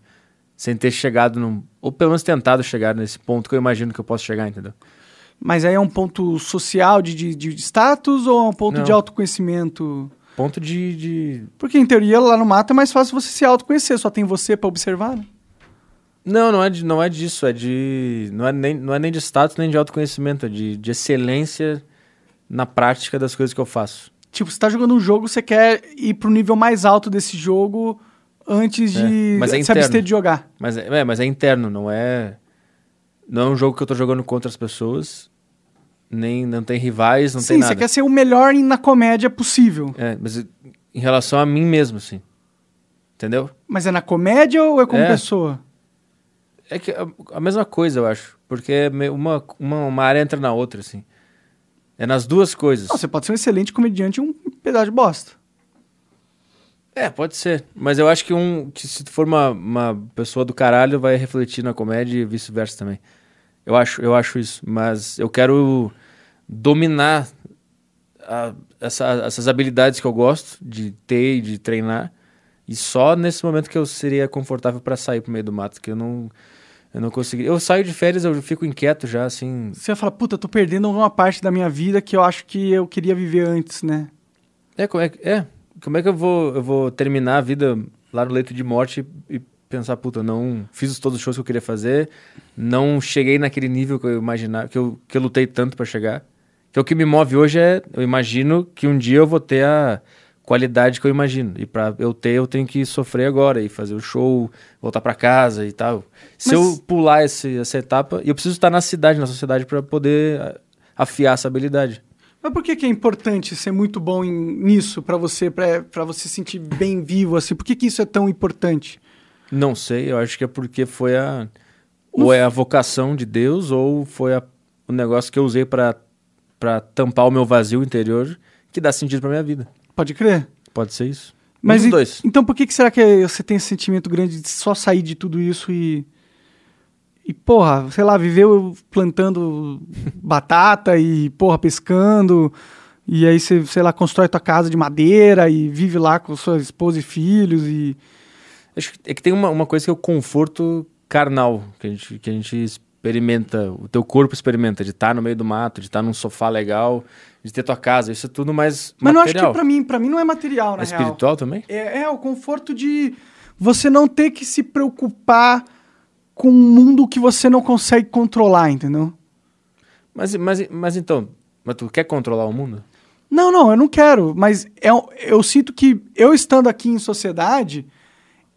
sem ter chegado num. Ou pelo menos tentado chegar nesse ponto que eu imagino que eu posso chegar, entendeu?
Mas aí é um ponto social de, de, de status ou é um ponto
Não.
de autoconhecimento?
Ponto de. de...
Porque em teoria lá no mato é mais fácil você se autoconhecer, só tem você pra observar. né?
Não, não é, de- não é disso. É de. Não é, nem, não é nem de status, nem de autoconhecimento. É de, de excelência na prática das coisas que eu faço.
Tipo, você tá jogando um jogo, você quer ir pro nível mais alto desse jogo antes
É,
de
mas é
se abster
interno.
de jogar.
Mas é, é, mas é interno, não é. Não é um jogo que eu tô jogando contra as pessoas. Nem, não tem rivais, não tem
Sim,
nada.
você quer ser o melhor na comédia possível.
É, mas em relação a mim mesmo, assim. Entendeu?
Mas é na comédia ou é como
É.
pessoa?
É que a, a mesma coisa, eu acho. Porque é meio- uma, uma, uma área entra na outra, assim. É nas duas coisas.
Não, você pode ser um excelente comediante e um pedaço de bosta.
É, pode ser. Mas eu acho que um. Que se tu for uma, uma pessoa do caralho, vai refletir na comédia e vice-versa também. Eu acho, eu acho isso. Mas eu quero dominar a- essa- essas habilidades que eu gosto de ter e de treinar. E só nesse momento que eu seria confortável pra sair pro meio do mato, que eu não. Eu não consegui. Eu saio de férias, eu fico inquieto já, assim.
Você vai falar, puta, eu tô perdendo uma parte da minha vida que eu acho que eu queria viver antes, né?
É, como é, que- é, como é que eu vou, eu vou terminar a vida lá no leito de morte e, e pensar, puta, não fiz todos os shows que eu queria fazer, não cheguei naquele nível que eu imaginava, que eu, que eu lutei tanto pra chegar. Que o que me move hoje é, eu imagino que um dia eu vou ter a qualidade que eu imagino. E pra eu ter, eu tenho que sofrer agora e fazer o show, voltar pra casa e tal. Se
Mas-
eu pular esse- essa etapa, e eu preciso estar na cidade, na sociedade, pra poder a- afiar essa habilidade.
Mas por que, que é importante ser muito bom em- nisso pra você, pra, pra você se sentir bem vivo, assim? Por que, que isso é tão importante?
Não sei, eu acho que é porque foi a. Ou é a vocação de Deus, ou foi a- o negócio que eu usei pra pra tampar o meu vazio interior que dá sentido pra minha vida.
Pode crer?
Pode ser isso?
Mas
um
e-
dos dois.
Então por que, que será que você tem esse sentimento grande de só sair de tudo isso e. E, porra, sei lá, viveu plantando batata e, porra, pescando. E aí você, sei lá, constrói tua casa de madeira e vive lá com sua esposa e filhos e.
Acho que, é que tem uma, uma coisa que é o conforto carnal, que a gente, que a gente experimenta, o teu corpo experimenta, de estar no meio do mato, de estar num sofá legal, de ter tua casa, isso é tudo mais
Mas não acho
material.
que pra mim, pra mim não é material, na
é
real.
espiritual também?
É, é, o conforto de você não ter que se preocupar com um mundo que você não consegue controlar, entendeu?
Mas, mas, mas então, mas tu quer controlar o mundo?
Não, não, eu não quero, mas é um- eu sinto que eu estando aqui em sociedade,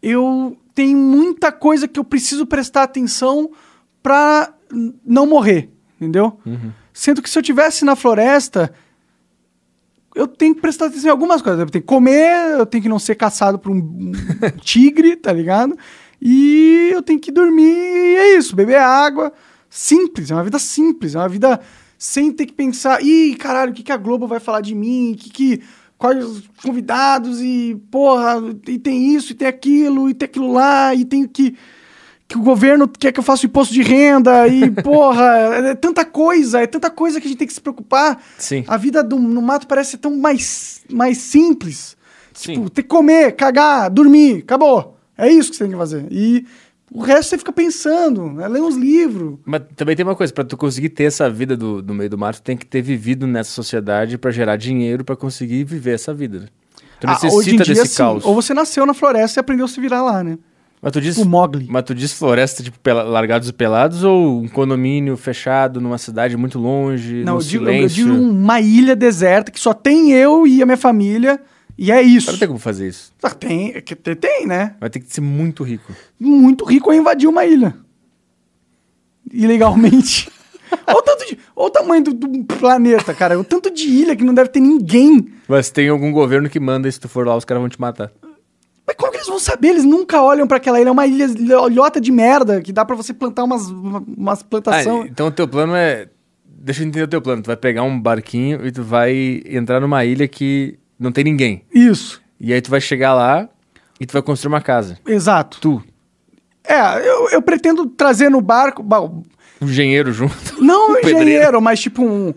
eu tenho muita coisa que eu preciso prestar atenção pra n- não morrer, entendeu? Sendo que se eu tivesse na floresta, eu tenho que prestar atenção em algumas coisas. Eu tenho que comer, eu tenho que não ser caçado por um um tigre, tá ligado? E eu tenho que dormir, e é isso, beber água. Simples, é uma vida simples, é uma vida sem ter que pensar, ih, caralho, o que, que a Globo vai falar de mim? O que que. Quais os convidados e, porra, e tem isso, e tem aquilo, e tem aquilo lá, e tem que que o governo quer que eu faça imposto de renda e, porra, é tanta coisa, é tanta coisa que a gente tem que se preocupar.
Sim.
A vida do- no mato parece ser tão mais, mais simples.
Sim.
Tipo, ter que comer, cagar, dormir, acabou. É isso que você tem que fazer. E o resto você fica pensando, né? lê uns livros.
Mas também tem uma coisa, pra tu conseguir ter essa vida do, do meio do mato, tu tem que ter vivido nessa sociedade pra gerar dinheiro pra conseguir viver essa vida. né? Tu
Ah,
necessita desse caos.
ou você nasceu na floresta e aprendeu a se virar lá, né?
Mas tu diz,
O Mogli.
mas tu diz floresta tipo pela- largados e pelados ou um condomínio fechado numa cidade muito longe,
Não,
no
eu digo, eu
silêncio?
digo um uma ilha deserta que só tem eu e a minha família, e é isso.
Não tem como fazer isso.
Ah, Tem, é que tem, tem, né?
Vai ter que ser muito rico.
muito rico a invadir uma ilha. Ilegalmente. Olha o, tanto de, olha o tamanho do, do planeta, cara. O tanto de ilha que não deve ter ninguém.
Mas tem algum governo que manda, e se tu for lá, os caras vão te matar.
Mas como que eles vão saber? Eles nunca olham pra aquela ilha. É uma ilha ilhota de merda que dá pra você plantar umas, uma- umas
Ah,
plantações.
então o teu plano é. Deixa eu entender o teu plano. Tu vai pegar um barquinho e tu vai entrar numa ilha que não tem ninguém.
Isso,
E aí tu vai chegar lá e tu vai construir uma casa.
exato.
Tu,
É, eu, eu pretendo trazer no barco. ba-
um engenheiro junto.
Não um
pedreiro.
engenheiro, mas tipo um.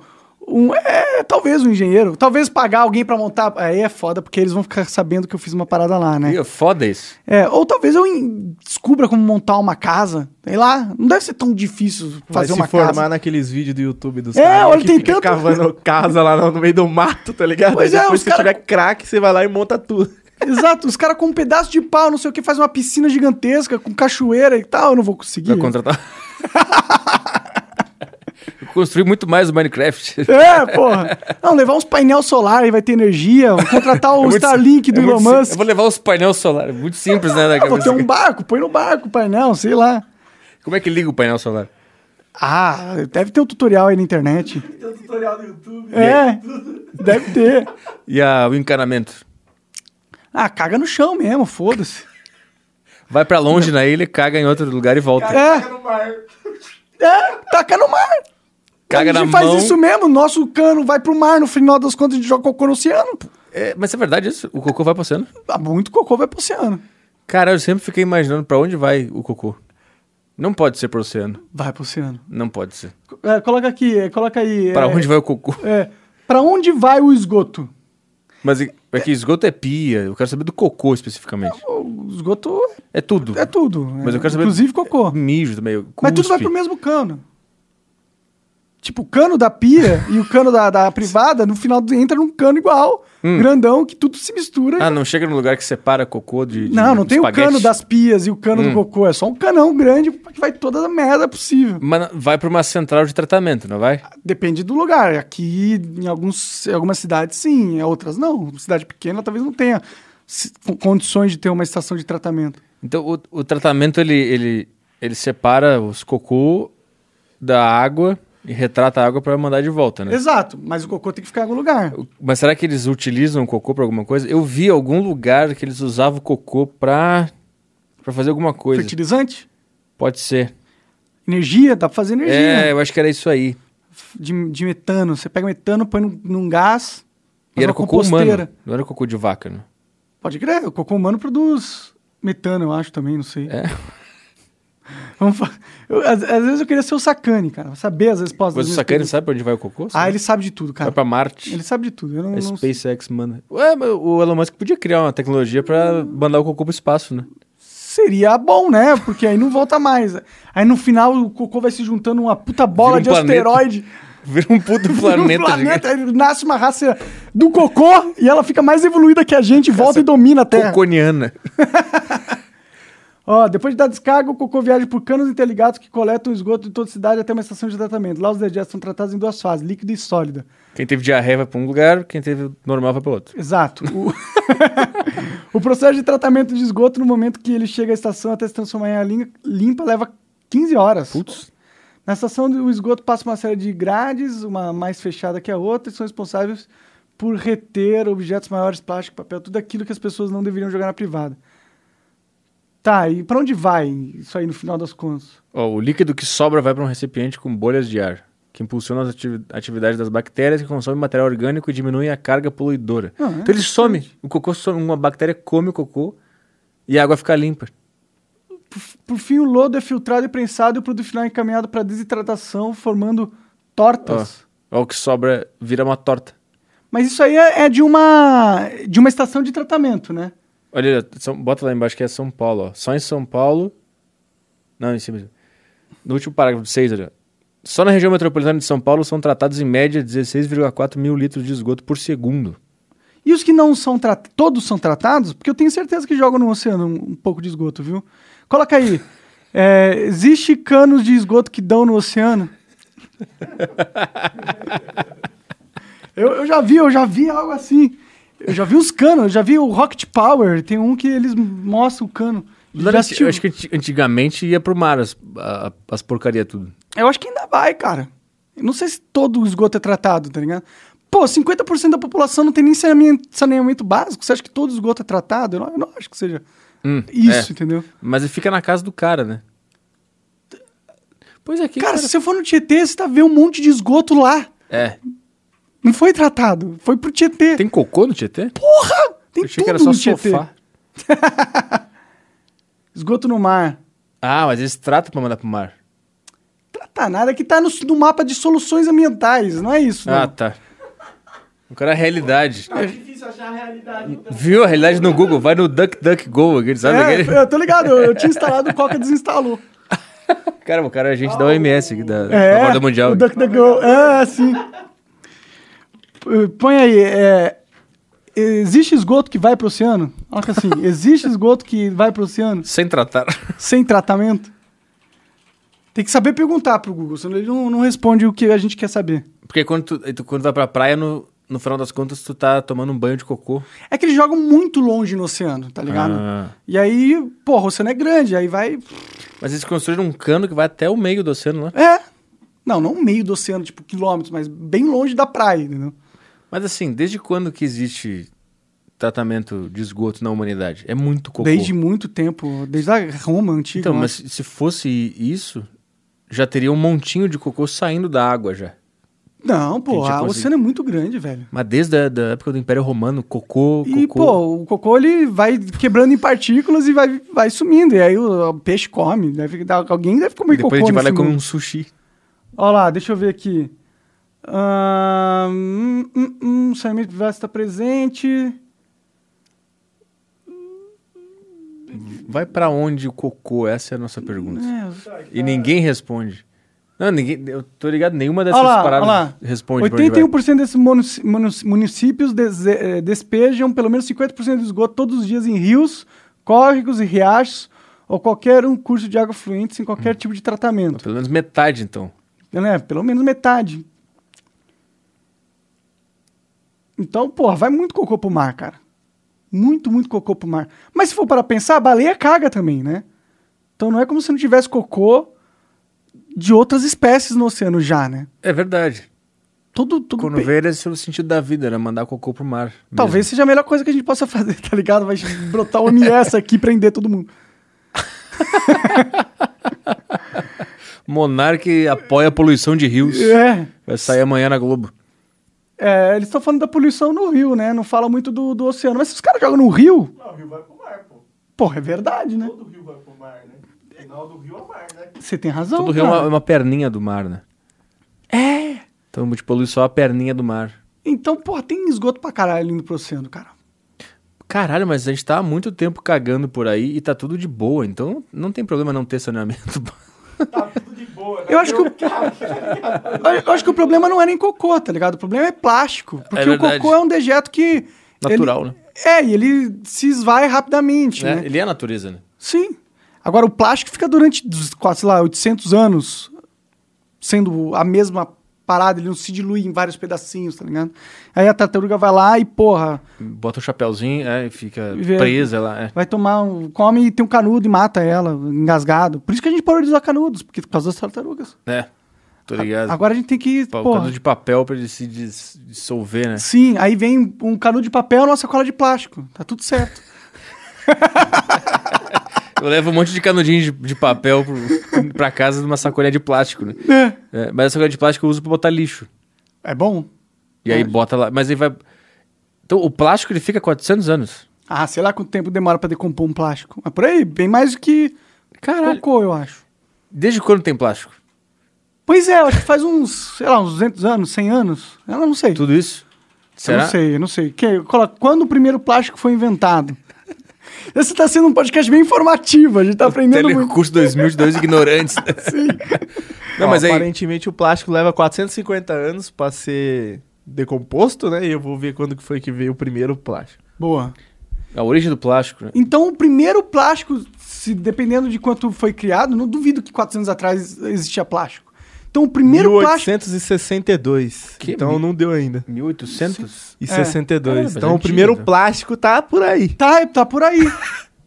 um é, talvez um engenheiro. Talvez pagar alguém pra montar. Aí é foda, porque eles vão ficar sabendo que eu fiz uma parada lá, né?
Ih, é Foda isso.
É, ou talvez eu em- descubra como montar uma casa. Sei lá, não deve ser tão difícil
Vai
fazer
se
uma
formar né?
casa.
naqueles vídeos do YouTube dos
É,
caras
olha,
que
tem
fica
tanto-
cavando casa lá no, no meio do mato, tá ligado?
Pois
Aí
é,
depois
os
que
cara-
tiver craque, você vai lá e monta tudo.
Exato, os caras com um pedaço de pau, não sei o que, faz uma piscina gigantesca com cachoeira e tal, eu não vou conseguir.
Vai contratar. Eu construí muito mais o Minecraft.
É, porra. Não, levar uns painel solar e vai ter energia, vou contratar o
muito
Starlink
sim-
do
é
Elon
muito sim-
Musk.
Eu vou levar os painéis solares. Muito simples, né? da
Ah, vou ter
cabeça.
um barco, põe no barco o painel, sei lá.
Como é que liga o painel solar?
Ah, deve ter um tutorial aí na internet.
Tem um tutorial no YouTube.
É, deve ter.
E a, o encanamento?
Ah, caga no chão mesmo, foda-se.
Vai pra longe na ilha, caga em outro lugar e volta.
É.
Fica no mar.
É, taca no mar.
Caga
a gente
na
faz
mão.
isso mesmo, nosso cano vai pro mar, no final das contas a gente joga cocô no oceano. pô.
É, mas é verdade isso? O cocô vai passando?
Ah, Muito cocô vai pro oceano.
Cara, eu sempre fiquei imaginando pra onde vai o cocô. Não pode ser pro oceano.
Vai pro oceano.
Não pode ser.
É, coloca aqui, é, coloca aí.
Pra
é,
onde vai o cocô?
É, pra onde vai o esgoto?
Mas e- é que esgoto é pia. Eu quero saber do cocô especificamente.
O esgoto
É tudo.
é tudo.
Mas eu quero saber-
Inclusive cocô.
Mijo também.
Mas tudo vai
cuspe.
pro mesmo cano. Tipo, o cano da pia e o cano da, da privada, no final entra num cano igual,
Hum.
grandão, que tudo se mistura.
Ah, não chega num lugar que separa cocô de. de
não, não tem
espaguete. Hum.
o cano das pias e o cano do cocô, é só um canão grande que vai toda a merda possível.
Mas vai pra uma central de tratamento, não vai?
Depende do lugar. Aqui, em, alguns, em algumas cidades, sim, em outras não. Cidade pequena talvez não tenha se- com condições de ter uma estação de tratamento.
Então o, o tratamento ele, ele, ele separa os cocô da água e retrata a água pra mandar de volta, né?
Exato, mas o cocô tem que ficar em algum lugar.
Mas será que eles utilizam o cocô pra alguma coisa? Eu vi algum lugar que eles usavam o cocô pra, pra fazer alguma coisa.
Fertilizante,
Pode ser.
energia, dá pra fazer energia
É, eu acho que era isso aí.
de, de metano. Você pega metano, põe num, num gás,
E
faz
era
uma
cocô
composteira.
humano. Não era cocô de vaca, né?
Pode crer, o cocô humano produz metano, eu acho também, não sei.
É.
Vamos fa- eu- às, às vezes eu queria ser o Sacani, cara, saber as respostas. das
Mas o
minhas
Sacani
perguntas.
sabe pra onde vai o cocô?
Ah,
Sabe?
ele sabe de tudo, cara.
Vai pra Marte.
Ele sabe de tudo. Eu não,
A
não-
SpaceX manda. Ué, mas o Elon Musk podia criar uma tecnologia pra mandar o cocô pro espaço, né?
Seria bom, né? Porque aí não volta mais. Aí no final o cocô vai se juntando uma puta bola
Vira um
de
planeta.
asteroide.
Vira um puto
no
planeta, gigante.
planeta, aí nasce uma raça do cocô e ela fica mais evoluída que a gente, volta e domina a Terra.
é. coconiana.
Ó, depois de dar descarga, o cocô viaja por canos interligados que coletam o esgoto de toda a cidade até uma estação de tratamento. Lá os dejetos são tratados em duas fases, líquida e sólida.
Quem teve diarreia vai pra um lugar, quem teve normal vai pra outro.
Exato. O... o processo de tratamento de esgoto, no momento que ele chega à estação até se transformar em a linha limpa, leva 15 horas.
Putz.
Na estação, o esgoto passa uma série de grades, uma mais fechada que a outra, e são responsáveis por reter objetos maiores, plástico, papel, tudo aquilo que as pessoas não deveriam jogar na privada. Tá, e pra onde vai isso aí no final das contas?
Ó, o líquido que sobra vai pra um recipiente com bolhas de ar, que impulsiona a ati- atividade das bactérias que consomem material orgânico e diminuem a carga poluidora.
Ah, é
então ele some. O cocô some, uma bactéria come o cocô e a água fica limpa.
Por fim, o lodo é filtrado e prensado e o produto final é encaminhado para desidratação, formando tortas.
Ó, o que sobra vira uma torta.
Mas isso aí é é de uma de uma estação de tratamento, né?
Olha, São- bota lá embaixo que é São Paulo, ó. Só em São Paulo. Não, em cima. No último parágrafo 6, olha. Só na região metropolitana de São Paulo são tratados em média 16,4 mil litros de esgoto por segundo.
E os que não são tratados, todos são tratados, porque eu tenho certeza que jogam no oceano um, um pouco de esgoto, viu? Coloca aí. É, existe canos de esgoto que dão no oceano? eu, eu já vi, eu já vi algo assim. Eu já vi uns canos, eu já vi o Rocket Power, tem um que eles mostram o cano.
Lá
Já
anti-
assistiu?
eu acho que anti- antigamente ia pro mar as, a- as porcaria tudo.
Eu acho que ainda vai, cara. Eu não sei se todo o esgoto é tratado, tá ligado? Pô, 50% da população não tem nem saneamento, saneamento básico. Você acha que todo esgoto é tratado? Eu não, eu não acho que seja
Hum,
isso,
é.
entendeu?
Mas fica na casa do cara, né? Pois é que.
cara, se você for no Tietê, você tá vendo um monte de esgoto lá.
É.
Não foi tratado, foi pro Tietê. Tem,
Tem cocô no Tietê?
tem
eu achei
tudo
que era só
no Tietê.
sofá.
Esgoto no mar.
Ah, mas eles tratam pra mandar pro mar.
Tratar nada que tá no, no mapa de soluções ambientais, não é isso,
Ah,
não.
tá. O cara é a realidade.
É difícil achar a realidade. Então.
Viu a realidade no Google? Vai no DuckDuckGo, aquele, sabe?
É,
aquele?
eu tô ligado, eu tinha instalado, o Coca desinstalou.
Cara, o cara é gente da
Ah,
OMS, aqui, da, da
É,
Guarda Mundial.
O DuckDuckGo. É, sim. P- Põe aí. é, existe esgoto que vai pro oceano? Olha assim. Existe esgoto que vai pro oceano
Sem tratar.
sem tratamento? Tem que saber perguntar pro Google, senão ele não, não responde o que a gente quer saber.
Porque quando tu, tu- quando vai pra praia, no, no final das contas, tu tá tomando um banho de cocô.
É que eles jogam muito longe no oceano, tá ligado?
Ah.
E aí, porra, o oceano é grande, aí vai.
Mas eles construíram um cano que vai até o meio do oceano, né?
É, Não, não meio do oceano, tipo, quilômetros, mas bem longe da praia, entendeu?
Mas assim, desde quando que existe tratamento de esgoto na humanidade? É muito cocô.
Desde muito tempo, desde a Roma antiga.
Então,
lá.
mas se fosse isso, já teria um montinho de cocô saindo da água já.
Não,
Quem
pô, a-
tinha
o
conseguido?
oceano é muito grande, velho.
Mas desde a da época do Império Romano, cocô,
E,
cocô.
pô, o cocô ele vai quebrando em partículas e vai, vai sumindo. E aí o, o peixe come. Deve, dar- alguém deve comer
Depois
cocô.
a gente vai lá
nesse
e come
mundo.
um sushi.
Ó lá, deixa eu ver aqui. Ahn, hum, hum, hum, saneamento privado está presente. É,
Vai pra onde o cocô? Essa é a nossa pergunta.
É,
E ninguém responde. Não, ninguém. Eu tô ligado, nenhuma dessas
Olha lá,
paradas
olha lá.
responde pra onde vai.
81% desses munici- munici- municípios dese- eh, despejam pelo menos 50% do esgoto todos os dias em rios, córregos e riachos ou qualquer um curso de água fluente sem qualquer
Hum.
tipo de tratamento.
Pelo menos metade, então.
né? Pelo menos metade. Então, porra, vai muito cocô pro mar, cara. Muito, muito cocô pro mar. Mas se for para pensar, a baleia caga também, né? Então não é como se não tivesse cocô de outras espécies no oceano já, né?
É verdade.
Todo, todo
Quando
pe-
veio era esse o sentido da vida, era mandar cocô pro mar. mesmo.
Talvez seja a melhor coisa que a gente possa fazer, tá ligado? Vai brotar o MS aqui e prender todo mundo.
Monark apoia a poluição de rios.
É.
Vai sair amanhã na Globo.
É, eles estão falando da poluição no rio, né? Não fala muito do, do oceano. Mas se os caras jogam no rio,
Não, o rio vai pro mar, pô.
porra, é verdade, né?
Todo rio vai pro mar, né? O final do rio é o mar, né?
Você tem razão.
Todo rio é
cara.
uma, é uma perninha do mar, né?
É.
Então, tipo, polui só a perninha do mar.
Então, porra, tem esgoto pra caralho indo pro oceano, cara.
Caralho, mas a gente tá há muito tempo cagando por aí e tá tudo de boa, então não tem problema não ter saneamento.
Tá tudo de boa, né?
Eu acho que o, Eu- eu acho que o problema não é nem cocô, tá ligado? O problema é plástico. Porque o
verdade.
cocô é um dejeto que.
Natural,
ele-
né?
É, e ele se esvai rapidamente, né?
É, Ele é a natureza, né?
Sim. Agora, o plástico fica durante, dos- quase, sei lá, 800 anos sendo a mesma parada, ele não se dilui em vários pedacinhos, tá ligado? Aí a tartaruga vai lá e, porra,
Bota o chapéuzinho é, e fica
Vê.
presa lá. é.
vai tomar um. come e tem um canudo e mata ela, engasgado. Por isso que a gente parou de usar canudos, porque por causa das tartarugas.
É, tô ligado.
Agora a gente tem que.
Pa- o
porra,
canudo de papel pra ele se dis- dissolver, né?
Sim, aí vem um canudo de papel numa sacola de plástico. Tá tudo certo.
Eu levo um monte de canudinho de, de papel pro, pra casa numa sacolinha de plástico, né?
é.
É, mas a sacolinha de plástico eu uso pra botar lixo.
É bom?
E aí bota lá. Mas ele vai. Então o plástico ele fica 400 anos.
Ah, sei lá quanto tempo demora pra decompor um plástico. Mas por aí, bem mais do que
Caralho.
cocô, eu acho.
Desde quando tem plástico?
Pois é, eu acho que faz uns, sei lá, uns 200 anos, 100 anos. Eu não sei.
Tudo isso?
Eu
Será?
não sei, eu não sei. Que, coloca, quando o primeiro plástico foi inventado? Esse tá sendo um podcast bem informativo, a gente tá aprendendo muito.
Telecurso 2000 de dois ignorantes. Não,
Ó,
mas aí.
Aparentemente o plástico leva 450 anos pra ser decomposto, né? E eu vou ver quando que foi que veio o primeiro plástico.
Boa.
A origem do plástico, né?
Então, o primeiro plástico, se dependendo de quanto foi criado, não duvido que 400 anos atrás existia plástico. Então, o primeiro plástico...
1862.
Que
então
mi-
não deu ainda.
1800?
E
É.
62.
É, mas é
então o
antigo,
primeiro
então.
plástico tá por aí.
Tá, tá por aí.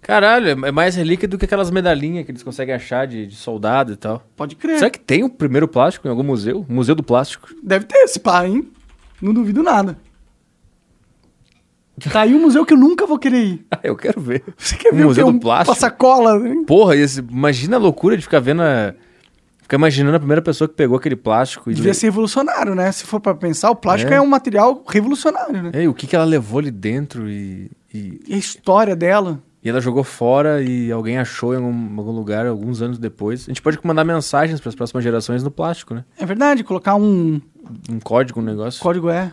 Caralho, é mais relíquia do que aquelas medalhinhas que eles conseguem achar de, de soldado e tal.
Pode crer.
Será que tem o primeiro plástico em algum museu? Museu do plástico?
Deve ter esse pá, hein? Não duvido nada. Tá aí um museu que eu nunca vou querer ir.
Ah, eu quero ver.
Você quer
Um
ver o
museu
que é
do
um,
plástico?
uma sacola? hein?
Porra, esse- imagina a loucura de ficar vendo a... Ficar imaginando a primeira pessoa que pegou aquele plástico e...
Devia ser revolucionário, né? Se for pra pensar, o plástico
É.
é, um material revolucionário, né?
É, e o que, que ela levou ali dentro e, e...
É.
E a história dela.
e ela jogou fora e alguém achou em algum, algum lugar alguns anos depois. A gente pode mandar mensagens para as próximas gerações no plástico, né?
É verdade, colocar um
Um código, um negócio.
código é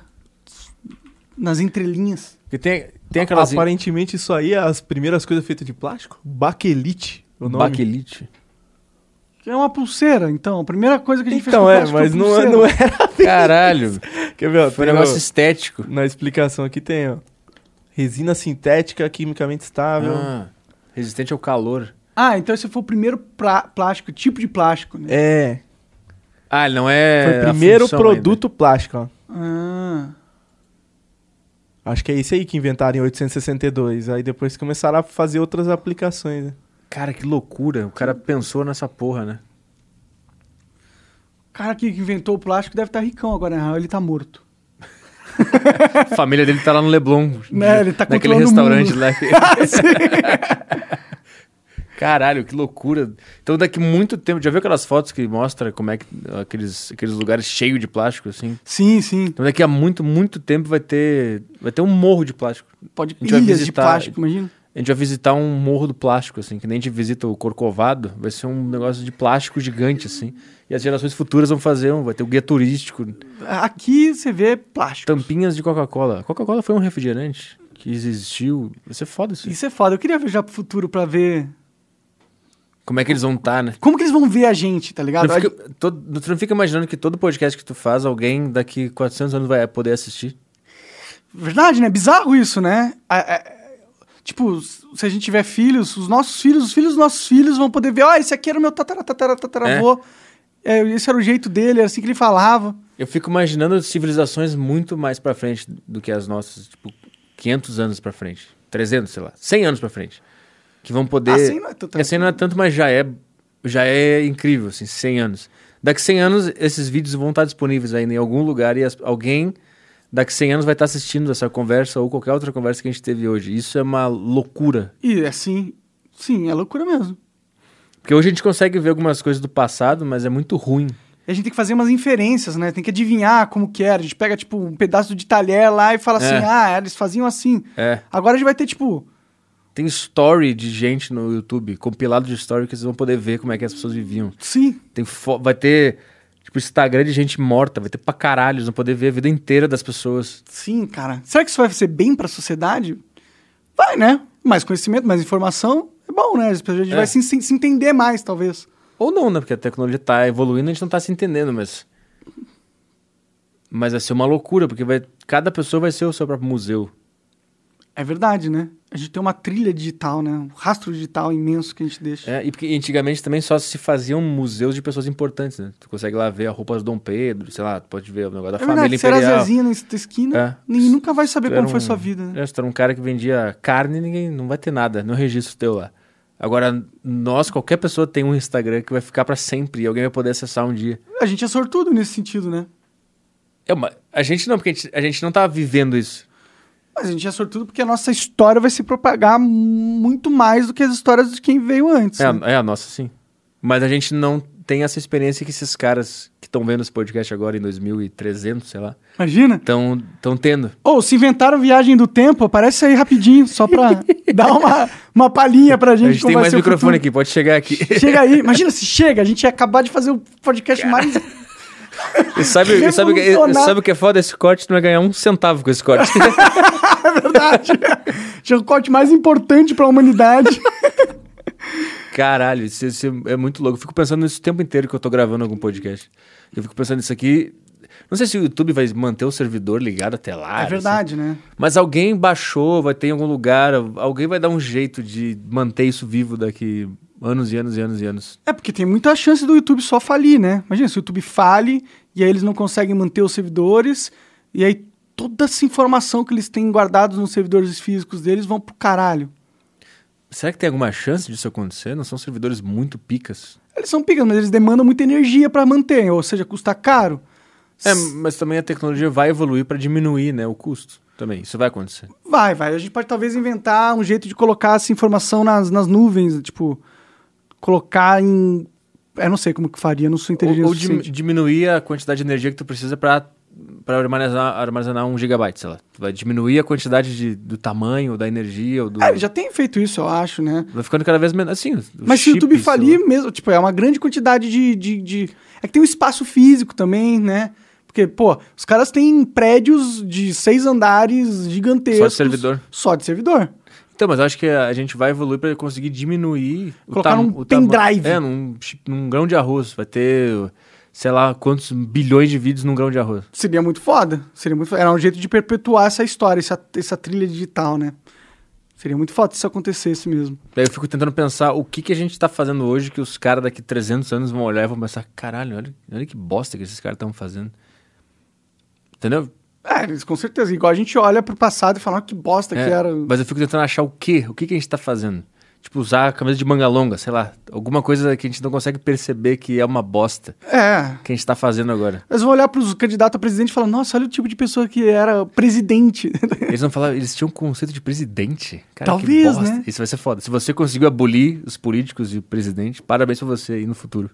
nas entrelinhas.
Porque tem, tem aquelas...
Aparentemente isso aí é as primeiras coisas feitas de plástico. Baquelite. O nome.
Baquelite.
Que é uma pulseira, então. A primeira coisa que a gente fez
Então
com
é,
plástico
mas não, é-
pulseira.
não era.
Caralho.
Quer ver? Ó,
Foi um
tem
negócio assim.
no-
estético.
Na explicação aqui tem, ó. Resina sintética, quimicamente estável.
Ah, resistente ao calor.
Ah, então esse foi o primeiro pra- plástico, tipo de plástico, né?
É.
Ah, ele não é...
Foi o
a
primeiro
função ainda.
produto plástico, ó.
Ah.
Acho que é esse aí que inventaram em 862. Aí depois começaram a fazer outras aplicações. né?
Cara, que loucura. O cara pensou nessa porra, né?
cara que inventou o plástico deve estar ricão agora, na real, ele tá morto.
A família dele tá lá no Leblon.
Né, ele tá
Naquele
controlando o
restaurante
mundo.
lá. que- Caralho, que loucura. Então daqui muito tempo... Já viu aquelas fotos que mostra como é que... Aqueles, aqueles lugares cheios de plástico, assim?
Sim, sim.
Então daqui a muito, muito tempo vai ter... Vai ter um morro de plástico.
Pode
A gente vai
pilhas de
visitar-
plástico, imagina.
A gente vai visitar um morro do plástico, assim, que nem a gente visita o Corcovado, vai ser um negócio de plástico gigante, assim. E as gerações futuras vão fazer, um, vai ter o guia turístico,
Aqui você vê plástico.
tampinhas de Coca-Cola. Coca-Cola foi um refrigerante que existiu. Vai ser foda
Então,
isso.
Isso é foda. Eu queria viajar pro futuro pra ver
Como é que eles vão estar, né?
como que eles vão ver a gente, tá ligado?
Não fica- todo- tu não fica imaginando que todo podcast que tu faz, alguém daqui 400 anos vai poder assistir?
Verdade, né? Bizarro isso, né? A- a- Tipo, se a gente tiver filhos, os nossos filhos, os filhos dos nossos filhos vão poder ver, ó, esse aqui era o meu tatara, tatara, tataravô. É, esse era o jeito dele, era assim que ele falava.
Eu fico imaginando civilizações muito mais pra frente do que as nossas, tipo, 500 anos pra frente, 300, sei lá, 100 anos pra frente, que vão poder
Ah, 100 não é tanto.
É, 100 não é tanto, mas já é já é incrível, assim, 100 anos. Daqui 100 anos esses vídeos vão estar disponíveis ainda em algum lugar e as- alguém daqui 100 anos vai estar assistindo essa conversa ou qualquer outra conversa que a gente teve hoje. Isso é uma loucura.
E assim, sim, é loucura mesmo.
Porque hoje a gente consegue ver algumas coisas do passado, mas é muito ruim.
E a gente tem que fazer umas inferências, né? Tem que adivinhar como que era. A gente pega, tipo, um pedaço de talher lá e fala
É.
assim, ah, eles faziam assim.
É.
Agora a gente vai ter, tipo,
Tem story de gente no YouTube, compilado de story que vocês vão poder ver como é que as pessoas viviam.
sim,
Tem fo- vai ter tipo Instagram de gente morta, vai ter pra caralho, eles vão poder ver a vida inteira das pessoas.
sim, cara. Será que isso vai ser bem pra sociedade? Vai, né? Mais conhecimento, mais informação, é bom, né? A gente
É.
vai se, se- se entender mais, talvez.
Ou não, né? Porque a tecnologia tá evoluindo, a gente não tá se entendendo, mas mas vai ser uma loucura, porque vai cada pessoa vai ser o seu próprio museu.
É verdade, né? A gente tem uma trilha digital, né? Um rastro digital imenso que a gente deixa.
É, e porque antigamente também só se faziam museus de pessoas importantes, né? Tu consegue lá ver a roupa do Dom Pedro, sei lá, tu pode ver o negócio da
É
família
verdade, você era
imperial.
Zezinho na esquina,
É.
ninguém nunca vai saber
Tu
como
era
foi
um-
sua vida, né?
É, se tu era um cara que vendia carne, ninguém não vai ter nada, não registro teu lá. Agora, nós, qualquer pessoa tem um Instagram que vai ficar pra sempre e alguém vai poder acessar um dia.
A gente é sortudo nesse sentido, né?
É uma- a gente não, porque a gente, a gente não tá vivendo isso.
Mas a gente é sortudo porque a nossa história vai se propagar muito mais do que as histórias de quem veio antes.
É
né?
a, é a nossa, sim. Mas a gente não tem essa experiência que esses caras que estão vendo esse podcast agora em 2300, sei lá,
Imagina?
estão tendo.
Ou se inventaram viagem do tempo, aparece aí rapidinho, só pra dar uma, uma palhinha pra gente.
a gente tem mais microfone aqui, pode chegar aqui.
Chega aí, imagina se chega, a gente ia acabar de fazer o podcast mais.
E sabe, e sabe, o que- e-
Revolucionar.
sabe o que é foda? Esse corte tu não vai ganhar um centavo com esse corte.
É verdade. Tinha o corte mais importante pra humanidade.
Caralho, isso, isso é muito louco. Eu fico pensando nisso o tempo inteiro que eu tô gravando algum podcast. Eu fico pensando nisso aqui. Não sei se o YouTube vai manter o servidor ligado até lá.
é verdade, né?
assim. Mas alguém baixou, vai ter em algum lugar, alguém vai dar um jeito de manter isso vivo daqui anos e anos e anos e anos.
É porque tem muita chance do YouTube só falir, né? Imagina se o YouTube fale e aí eles não conseguem manter os servidores e aí toda essa informação que eles têm guardados nos servidores físicos deles vão pro caralho.
Será que tem alguma chance disso acontecer? Não são servidores muito picas?
Eles são pigas, mas eles demandam muita energia pra manter, ou seja, custa caro.
É, mas também a tecnologia vai evoluir para diminuir, né, o custo também. Isso vai acontecer.
Vai, vai. A gente pode talvez inventar um jeito de colocar essa informação nas, nas nuvens, tipo, colocar em. Eu não sei como que faria, não sou inteligente o
Ou, ou dim-
suficiente.
diminuir a quantidade de energia que tu precisa pra para armazenar, armazenar um gigabyte, sei lá. Tu vai diminuir a quantidade de, do tamanho, da energia, ou do...
É, ele já tem feito isso, eu acho, né?
Vai ficando cada vez menos, assim...
Mas se o YouTube falir mesmo, tipo, é uma grande quantidade de, de, de- É que tem um espaço físico também, né? Porque, pô, os caras têm prédios de seis andares gigantescos.
Só de servidor.
Só de servidor.
Então, mas eu acho que a gente vai evoluir pra conseguir diminuir...
Colocar
tam-
num
tama-
pendrive.
É, num, chi- num grão de arroz. Vai ter, sei lá, quantos bilhões de vídeos num grão de arroz.
Seria muito foda. Seria muito foda. Era um jeito de perpetuar essa história, essa, essa trilha digital, né? Seria muito foda se isso acontecesse mesmo.
Daí eu fico tentando pensar o que, que a gente tá fazendo hoje que os caras daqui 300 anos vão olhar e vão pensar, caralho, olha, olha que bosta que esses caras estão fazendo. Entendeu?
É, eles com certeza. Igual a gente olha pro passado e fala, "Ah, que bosta
É,
que era.
Mas eu fico tentando achar o quê? O que, que a gente tá fazendo? Tipo, usar a camisa de manga longa, sei lá. Alguma coisa que a gente não consegue perceber que é uma bosta
É.
que a gente tá fazendo agora.
Eles vão olhar pros candidatos a presidente e falar, nossa, olha o tipo de pessoa que era presidente.
Eles não falavam, eles tinham um conceito de presidente. Cara,
Talvez,
que bosta.
né?
Isso vai ser foda. Se você conseguiu abolir os políticos e o presidente, parabéns pra você aí no futuro.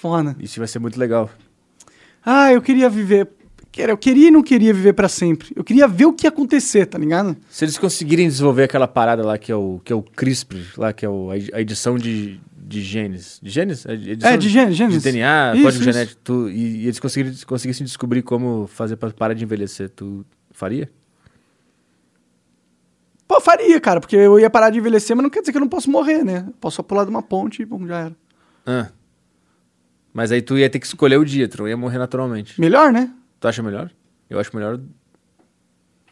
Fona.
Isso vai ser muito legal.
Ah, eu queria viver. Cara, Eu queria e não queria viver pra sempre. Eu queria ver o que ia acontecer, tá ligado?
Se eles conseguirem desenvolver aquela parada lá que é o, que é o CRISPR, lá que é o- a ed- a edição de, de genes. De genes? É, edição
É, de gênero, gênero.
De DNA,
Isso,
código
isso.
genético, tu- e, e eles conseguirem, conseguissem descobrir como fazer pra parar de envelhecer, tu faria?
Pô, faria, cara, porque eu ia parar de envelhecer, mas não quer dizer que eu não posso morrer, né? Posso só pular de uma ponte e bom, já era.
Ah. Mas aí tu ia ter que escolher o dia, tu não ia morrer naturalmente.
Melhor, né?
Tu acha melhor? Eu acho melhor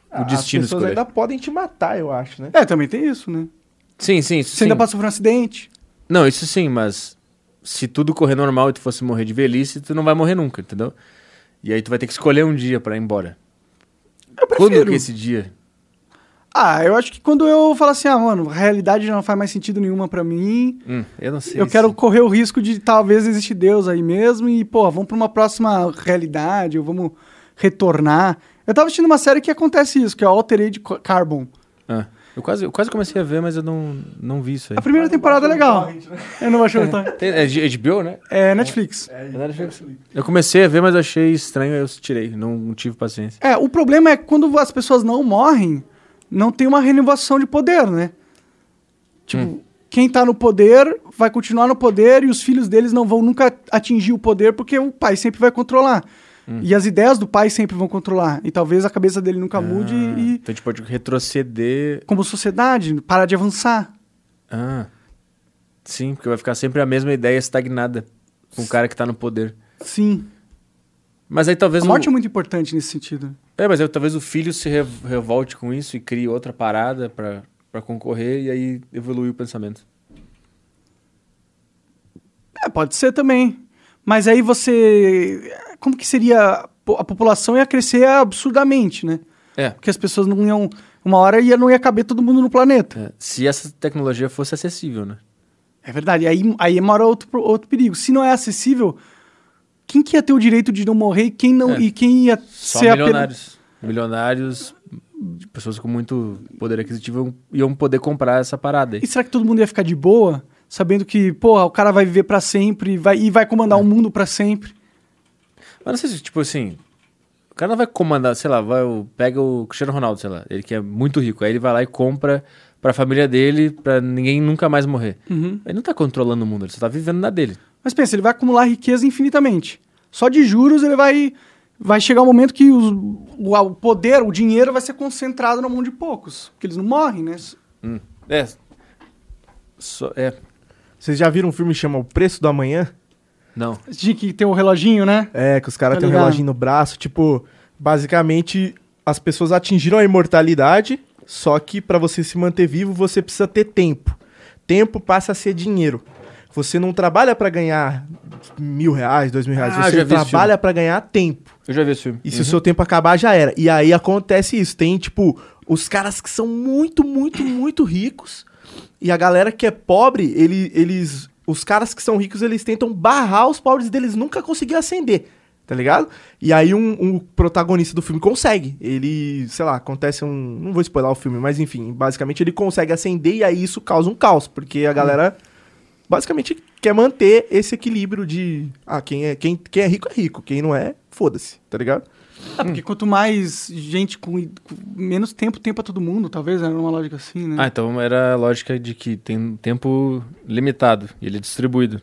Ah,
o
As
destino
pessoas
escolher.
ainda podem te matar, eu acho, né?
É, também tem isso, né?
Sim, sim, isso
Você
sim.
ainda pode sofrer um acidente.
Não, isso sim, mas se tudo correr normal e tu fosse morrer de velhice, tu não vai morrer nunca, entendeu? E aí tu vai ter que escolher um dia pra ir embora.
Eu
Quando
prefiro.
que é esse dia?
Ah, eu acho que quando eu falar assim, ah, mano, a realidade não faz mais sentido nenhuma pra mim,
Hum, eu não sei.
eu
se-
quero correr o risco de talvez existir Deus aí mesmo e, pô, vamos pra uma próxima realidade, ou vamos retornar. Eu tava assistindo uma série que acontece isso, que é Altered Co- Carbon.
Ah, eu, quase, eu quase comecei a ver, mas eu não, não vi isso aí.
A primeira temporada é legal. Eu não baixou o tom.
Tem- É de HBO, né?
É Netflix.
Eu comecei a ver, mas achei estranho, aí eu tirei. Não tive paciência.
É, o problema é que quando as pessoas não morrem, não tem uma renovação de poder, né? Tipo, quem tá no poder vai continuar no poder e os filhos deles não vão nunca atingir o poder porque o pai sempre vai controlar. E as ideias do pai sempre vão controlar. E talvez a cabeça dele nunca mude
Ah,
e,
Então a gente pode retroceder.
como sociedade, parar de avançar.
Ah. Sim, porque vai ficar sempre a mesma ideia estagnada com o cara que tá no poder.
Sim.
Mas aí talvez
A
o-
morte é muito importante nesse sentido.
É, mas aí talvez o filho se rev- revolte com isso e crie outra parada pra pra concorrer e aí evolui o pensamento.
É, pode ser também. Mas aí você. Como que seria. A população ia crescer absurdamente, né?
É.
Porque as pessoas não iam. Uma hora ia, não ia caber todo mundo no planeta.
É, Se essa tecnologia fosse acessível, né?
É verdade. E Aí, aí mora outro, pro- outro perigo. Se não é acessível, quem que ia ter o direito de não morrer e quem não.
É.
E quem ia
Só
ser apenas.
milionários. Milionários, de pessoas com muito poder aquisitivo iam poder comprar essa parada aí.
E será que todo mundo ia ficar de boa? Sabendo que, porra, o cara vai viver pra sempre vai, e vai comandar o mundo pra sempre.
Mas não sei se, tipo assim, o cara não vai comandar, sei lá, vai, o- pega o Cristiano Ronaldo, sei lá, ele que é muito rico, aí ele vai lá e compra pra família dele, pra ninguém nunca mais morrer.
Uhum.
Ele não tá controlando o mundo, ele só tá vivendo na dele.
Mas pensa, ele vai acumular riqueza infinitamente. Só de juros ele vai. Vai chegar um momento que os- o, o poder, o dinheiro vai ser concentrado na mão de poucos. Porque eles não morrem, né?
É. Só, é.
Vocês já viram um filme que chama O Preço do Amanhã?
Não.
De que tem o reloginho, né?
É, que os caras
Tô
Tá
têm um
ligado.
reloginho no braço. Tipo, basicamente, as pessoas atingiram a imortalidade, só que pra você se manter vivo, você precisa ter tempo. Tempo passa a ser dinheiro. Você não trabalha pra ganhar mil reais, dois mil reais.
Ah, já
você
vi esse
trabalha pra ganhar tempo.
Eu já vi esse filme. Uhum.
E se o seu tempo acabar, já era. E aí acontece isso. Tem, tipo, os caras que são muito, muito, muito ricos. E a galera que é pobre, ele- eles. Os caras que são ricos, eles tentam barrar os pobres deles nunca conseguir ascender. Tá ligado? E aí um, um protagonista do filme consegue. Ele, sei lá, acontece um. Não vou spoiler o filme, mas enfim, basicamente ele consegue ascender e aí isso causa um caos. Porque a galera basicamente quer manter esse equilíbrio de. Ah, quem é, quem, quem é rico é rico, quem não é, foda-se, tá ligado?
Ah, porque quanto mais gente com, com menos tempo tem pra todo mundo, talvez, era uma lógica assim, né?
Ah, então era a lógica de que tem tempo limitado e ele é distribuído.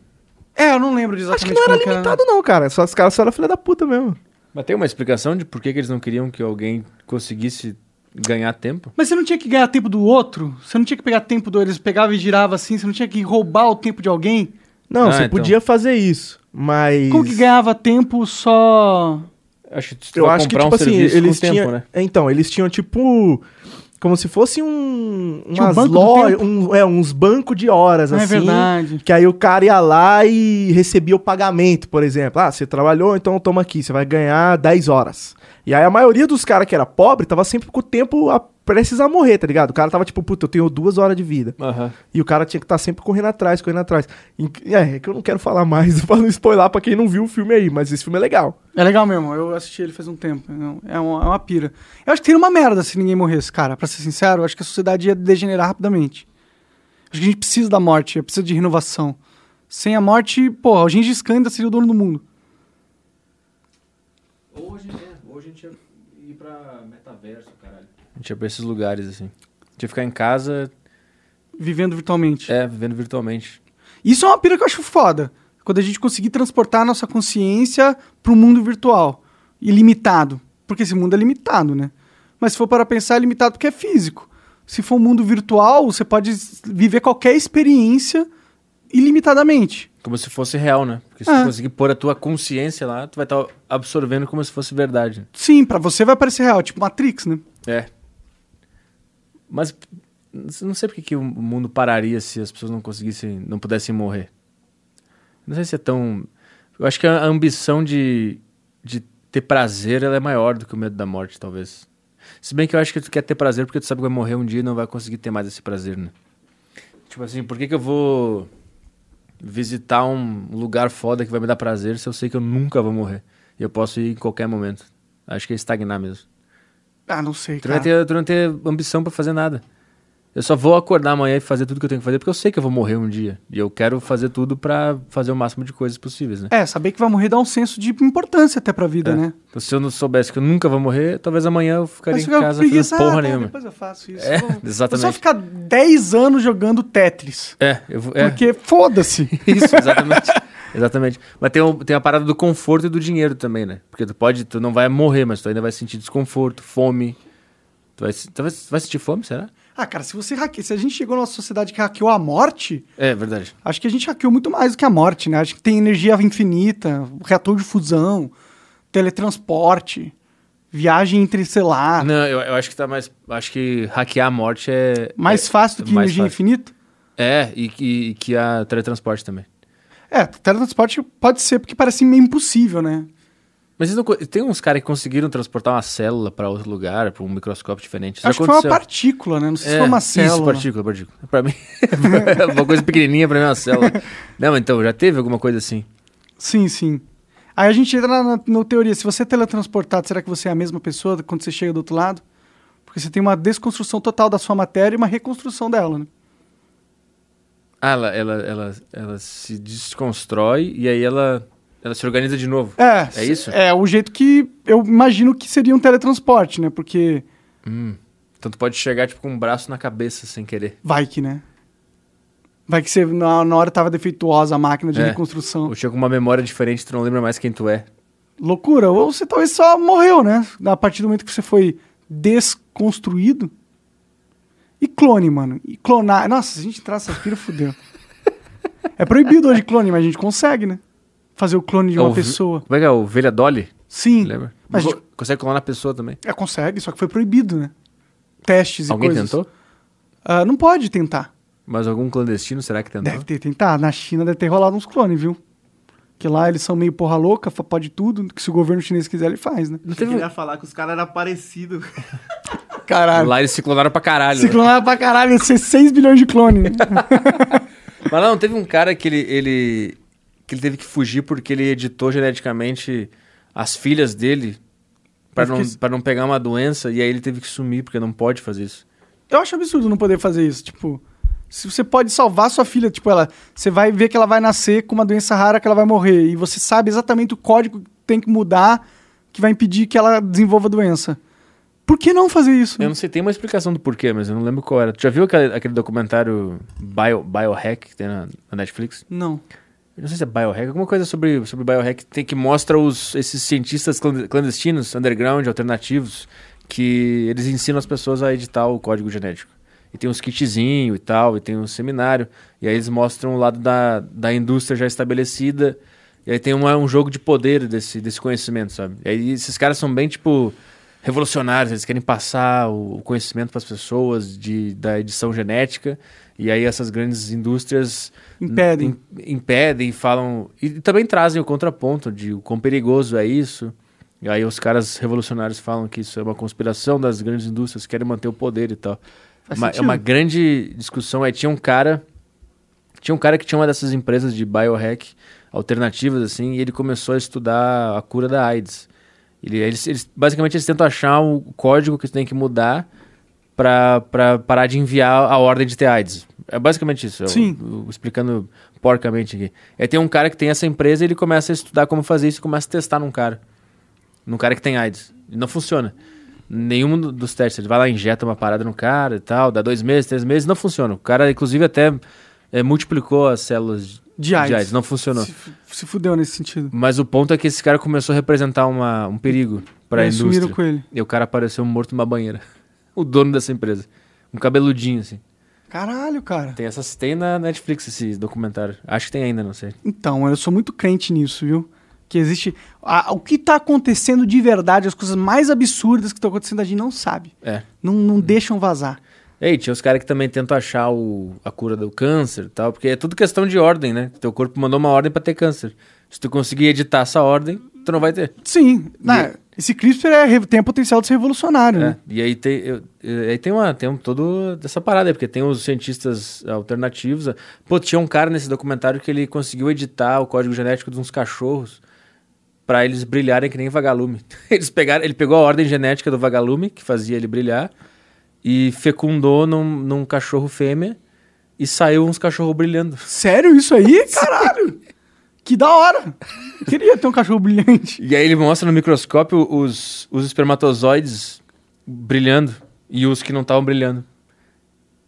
É, eu não lembro de
Acho que
exatamente
não era
como que
limitado, não, cara. Só os caras só eram filha da puta mesmo.
Mas tem uma explicação de por que, que eles não queriam que alguém conseguisse ganhar tempo?
Mas você não tinha que ganhar tempo do outro? Você não tinha que pegar tempo do eles pegava e girava assim? Você não tinha que roubar o tempo de alguém?
Não,
Ah,
você
então.
podia fazer isso, mas.
Como que ganhava tempo só.
Acho que tu
Eu
vai
acho que,
comprar
tipo
um
assim,
serviço com
eles
tempo,
tinham.
né?
Então, eles tinham, tipo. Como se fosse um.
Tinha um
Umas
banco do
lojas.
tempo.
é, uns bancos de horas,
Não é
assim.
verdade.
Que aí o cara ia lá e recebia o pagamento, por exemplo. Ah, você trabalhou, então toma aqui, você vai ganhar 10 horas. E aí a maioria dos caras que era pobre tava sempre com o tempo a- precisar morrer, tá ligado? O cara tava tipo, puta, eu tenho duas horas de vida.
Aham.
E o cara tinha que estar sempre correndo atrás, correndo atrás. E- É, é que eu não quero falar mais, pra não spoiler pra quem não viu o filme aí, mas esse filme é legal.
É legal mesmo, eu assisti ele faz um tempo. não- É uma, é uma pira. Eu acho que seria uma merda se ninguém morresse, cara. Pra ser sincero, eu acho que a sociedade ia degenerar rapidamente. Acho que a gente precisa da morte, precisa de renovação. Sem a morte, porra, o Gengis Khan ainda seria o dono do mundo.
Ou a gente, é, ou a gente ia ir pra metaverso, caralho.
A gente ia pra esses lugares, assim. A gente ia ficar em casa,
Vivendo virtualmente.
é, vivendo virtualmente.
Isso é uma pira que eu acho foda. Quando a gente conseguir transportar a nossa consciência pro mundo virtual. Ilimitado. Porque esse mundo é limitado, né? Mas se for para pensar, é limitado porque é físico. Se for um mundo virtual, você pode s- viver qualquer experiência ilimitadamente.
Como se fosse real, né? Porque se
Ah.
tu conseguir pôr a tua consciência lá, tu vai estar absorvendo como se fosse verdade.
Sim, pra você vai parecer real, tipo Matrix, né?
É. Mas p- não sei porque que o mundo pararia se as pessoas não conseguissem, não pudessem morrer. Não sei se é tão. Eu acho que a ambição de, de ter prazer ela é maior do que o medo da morte, talvez. Se bem que eu acho que tu quer ter prazer porque tu sabe que vai morrer um dia e não vai conseguir ter mais esse prazer, né? Tipo assim, por que, que eu vou visitar um lugar foda que vai me dar prazer se eu sei que eu nunca vou morrer? E eu posso ir em qualquer momento. Acho que é estagnar mesmo.
Ah, não sei,
Tu não,
cara.
vai ter, tu não vai ter ambição pra fazer nada. Eu só vou acordar amanhã e fazer tudo que eu tenho que fazer, porque eu sei que eu vou morrer um dia. E eu quero fazer tudo pra fazer o máximo de coisas possíveis, né?
É, saber que vai morrer dá um senso de importância até pra vida,
É.
né?
Então, se eu não soubesse que eu nunca vou morrer, talvez amanhã eu ficaria
Mas
em
fica
casa
preguiça,
fazendo porra
ah, tá,
nenhuma.
Depois eu faço isso.
É,
Vou- Vou
exatamente.
só ficar 10 anos jogando Tetris.
É, eu vou. É,
Porque foda-se.
isso, exatamente. exatamente. Mas tem, o- tem a parada do conforto e do dinheiro também, né? Porque tu pode, tu não vai morrer, mas tu ainda vai sentir desconforto, fome. Tu vai, se- tu vai, tu vai sentir fome, será?
Ah, cara, se você hacke... se a gente chegou numa sociedade que hackeou a morte,
É, verdade.
acho que a gente hackeou muito mais do que a morte, né? Acho que tem energia infinita, reator de fusão, teletransporte, viagem interestelar.
Não, eu, eu acho que tá mais. Acho que hackear a morte é.
Mais
é-
fácil do que
mais
energia
fácil.
infinita?
É, e que, e que a teletransporte também.
É, teletransporte pode ser, porque parece meio impossível, né?
Mas vocês não co- tem uns caras que conseguiram transportar uma célula pra outro lugar, pra um microscópio diferente. Isso
acho que foi uma
aconteceu.
partícula, né? Não sei se foi
É,
uma
Isso,
célula.
partícula, partícula. Pra mim, uma coisa pequenininha pra mim é uma célula. Não, mas então, já teve alguma coisa assim?
sim, sim. Aí a gente entra na, na- no teoria. Se você é teletransportado, será que você é a mesma pessoa quando você chega do outro lado? Porque você tem uma desconstrução total da sua matéria e uma reconstrução dela, né?
Ah, ela, ela, ela, ela se desconstrói e aí ela, ela se organiza de novo.
É,
É isso?
É, o jeito que eu imagino que seria um teletransporte, né? Porque
Então tu pode chegar, tipo, com um braço na cabeça sem querer.
vai que, né? Vai que você, na, na hora tava defeituosa a máquina de
É.
reconstrução.
Ou chega com uma memória diferente, tu não lembra mais quem tu é.
Loucura. Ou você talvez só morreu, né? A partir do momento que você foi desconstruído. E clone, mano. E clonar. Nossa, se a gente entrar nessa pira, fudeu. é proibido hoje clone, mas a gente consegue, né? Fazer o clone de
É
uma
o-
pessoa.
Como é que é? Ovelha Dolly?
Sim.
Lembra?
Mas a gente-
Consegue colar na pessoa também.
é, consegue, só que foi proibido, né? Testes
Alguém
e coisas.
tentou?
Ah, não pode tentar.
Mas algum clandestino será que tentou?
Deve ter tentado. Na China deve ter rolado uns clones, viu? Que lá eles são meio porra louca, fa- pode tudo. Que se o governo chinês quiser, ele faz, né?
Não
Eu
teve... um
queria falar que os caras eram parecidos.
Caralho.
Lá eles se clonaram pra caralho. né?
Se clonar é pra caralho, ia ser 6 bilhões de clones.
Mas não, teve um cara que ele, ele, que ele teve que fugir porque ele editou geneticamente as filhas dele pra
Eu
não,
esqueci.
pra não pegar uma doença e aí ele teve que sumir porque não pode fazer isso.
Eu acho absurdo não poder fazer isso. Tipo, se você pode salvar sua filha, tipo, ela. Você vai ver que ela vai nascer com uma doença rara que ela vai morrer. E você sabe exatamente o código que tem que mudar que vai impedir que ela desenvolva a doença. Por que não fazer isso?
Eu não sei, tem uma explicação do porquê, mas eu não lembro qual era. Tu já viu aquele, aquele documentário Bio, Biohack que tem na, na Netflix?
Não.
Eu não sei se é biohack, alguma coisa sobre, sobre biohack tem que mostra os, esses cientistas clan- clandestinos, underground, alternativos, que eles ensinam as pessoas a editar o código genético. E tem uns kitzinhos e tal, e tem um seminário, e aí eles mostram o lado da, da indústria já estabelecida, e aí tem uma- um jogo de poder desse, desse conhecimento, sabe? E aí esses caras são bem, tipo, revolucionários, eles querem passar o o conhecimento para as pessoas de, da edição genética, e aí essas grandes indústrias
Impedem.
im- impedem, falam. E também trazem o contraponto de o quão perigoso é isso. E aí os caras revolucionários falam que isso é uma conspiração das grandes indústrias, querem manter o poder e tal.
Faz
Uma- é
sentido.
uma grande discussão. Aí tinha um cara. Tinha um cara que tinha uma dessas empresas de biohack alternativas, assim, e ele começou a estudar a cura da AIDS. Ele, eles, eles- basicamente, eles tentam achar o código que tu tem que mudar pra, pra parar de enviar a ordem de ter AIDS. É basicamente isso. eu-
Sim.
eu- explicando porcamente aqui. Aí tem um cara que tem essa empresa e ele começa a estudar como fazer isso e começa a testar num cara. Num cara que tem AIDS. E não funciona. Nenhum do- dos testes. Ele vai lá, injeta uma parada no cara e tal, dá dois meses, três meses, não funciona. O cara, inclusive, até eh, multiplicou as células
De AIDS.
de AIDS. Não funcionou.
Se, fu- se fudeu nesse sentido.
Mas o ponto é que esse cara começou a representar uma, um perigo pra
E aí
indústria.
É, sumiram com ele.
E o cara apareceu morto numa banheira. O dono dessa empresa. Um cabeludinho, assim.
Caralho, cara.
Tem, essas, tem na Netflix esse documentário. Acho que tem ainda, não sei.
Então, eu sou muito crente nisso, viu? Que existe. a- o que tá acontecendo de verdade, as coisas mais absurdas que estão acontecendo, a gente não sabe.
É.
Não, não deixam vazar.
Ei, tinha os caras que também tentam achar o- a cura do câncer e tal, porque é tudo questão de ordem, né? Teu corpo mandou uma ordem pra ter câncer. Se tu conseguir editar essa ordem, tu não vai ter.
Sim. né? Esse CRISPR é re- tem o potencial de ser revolucionário,
É,
né?
e aí tem, eu- eh, aí tem uma, tem um, todo essa parada, aí, porque tem os cientistas alternativos. ah, Pô, tinha um cara nesse documentário que ele conseguiu editar o código genético de uns cachorros pra eles brilharem que nem vagalume. Eles pegaram, ele pegou a ordem genética do vagalume que fazia ele brilhar e fecundou num, num cachorro fêmea e saiu uns cachorros brilhando.
Sério isso aí? Caralho! Que da hora! Queria ter um cachorro brilhante.
E aí ele mostra no microscópio os, os espermatozoides brilhando e os que não estavam brilhando.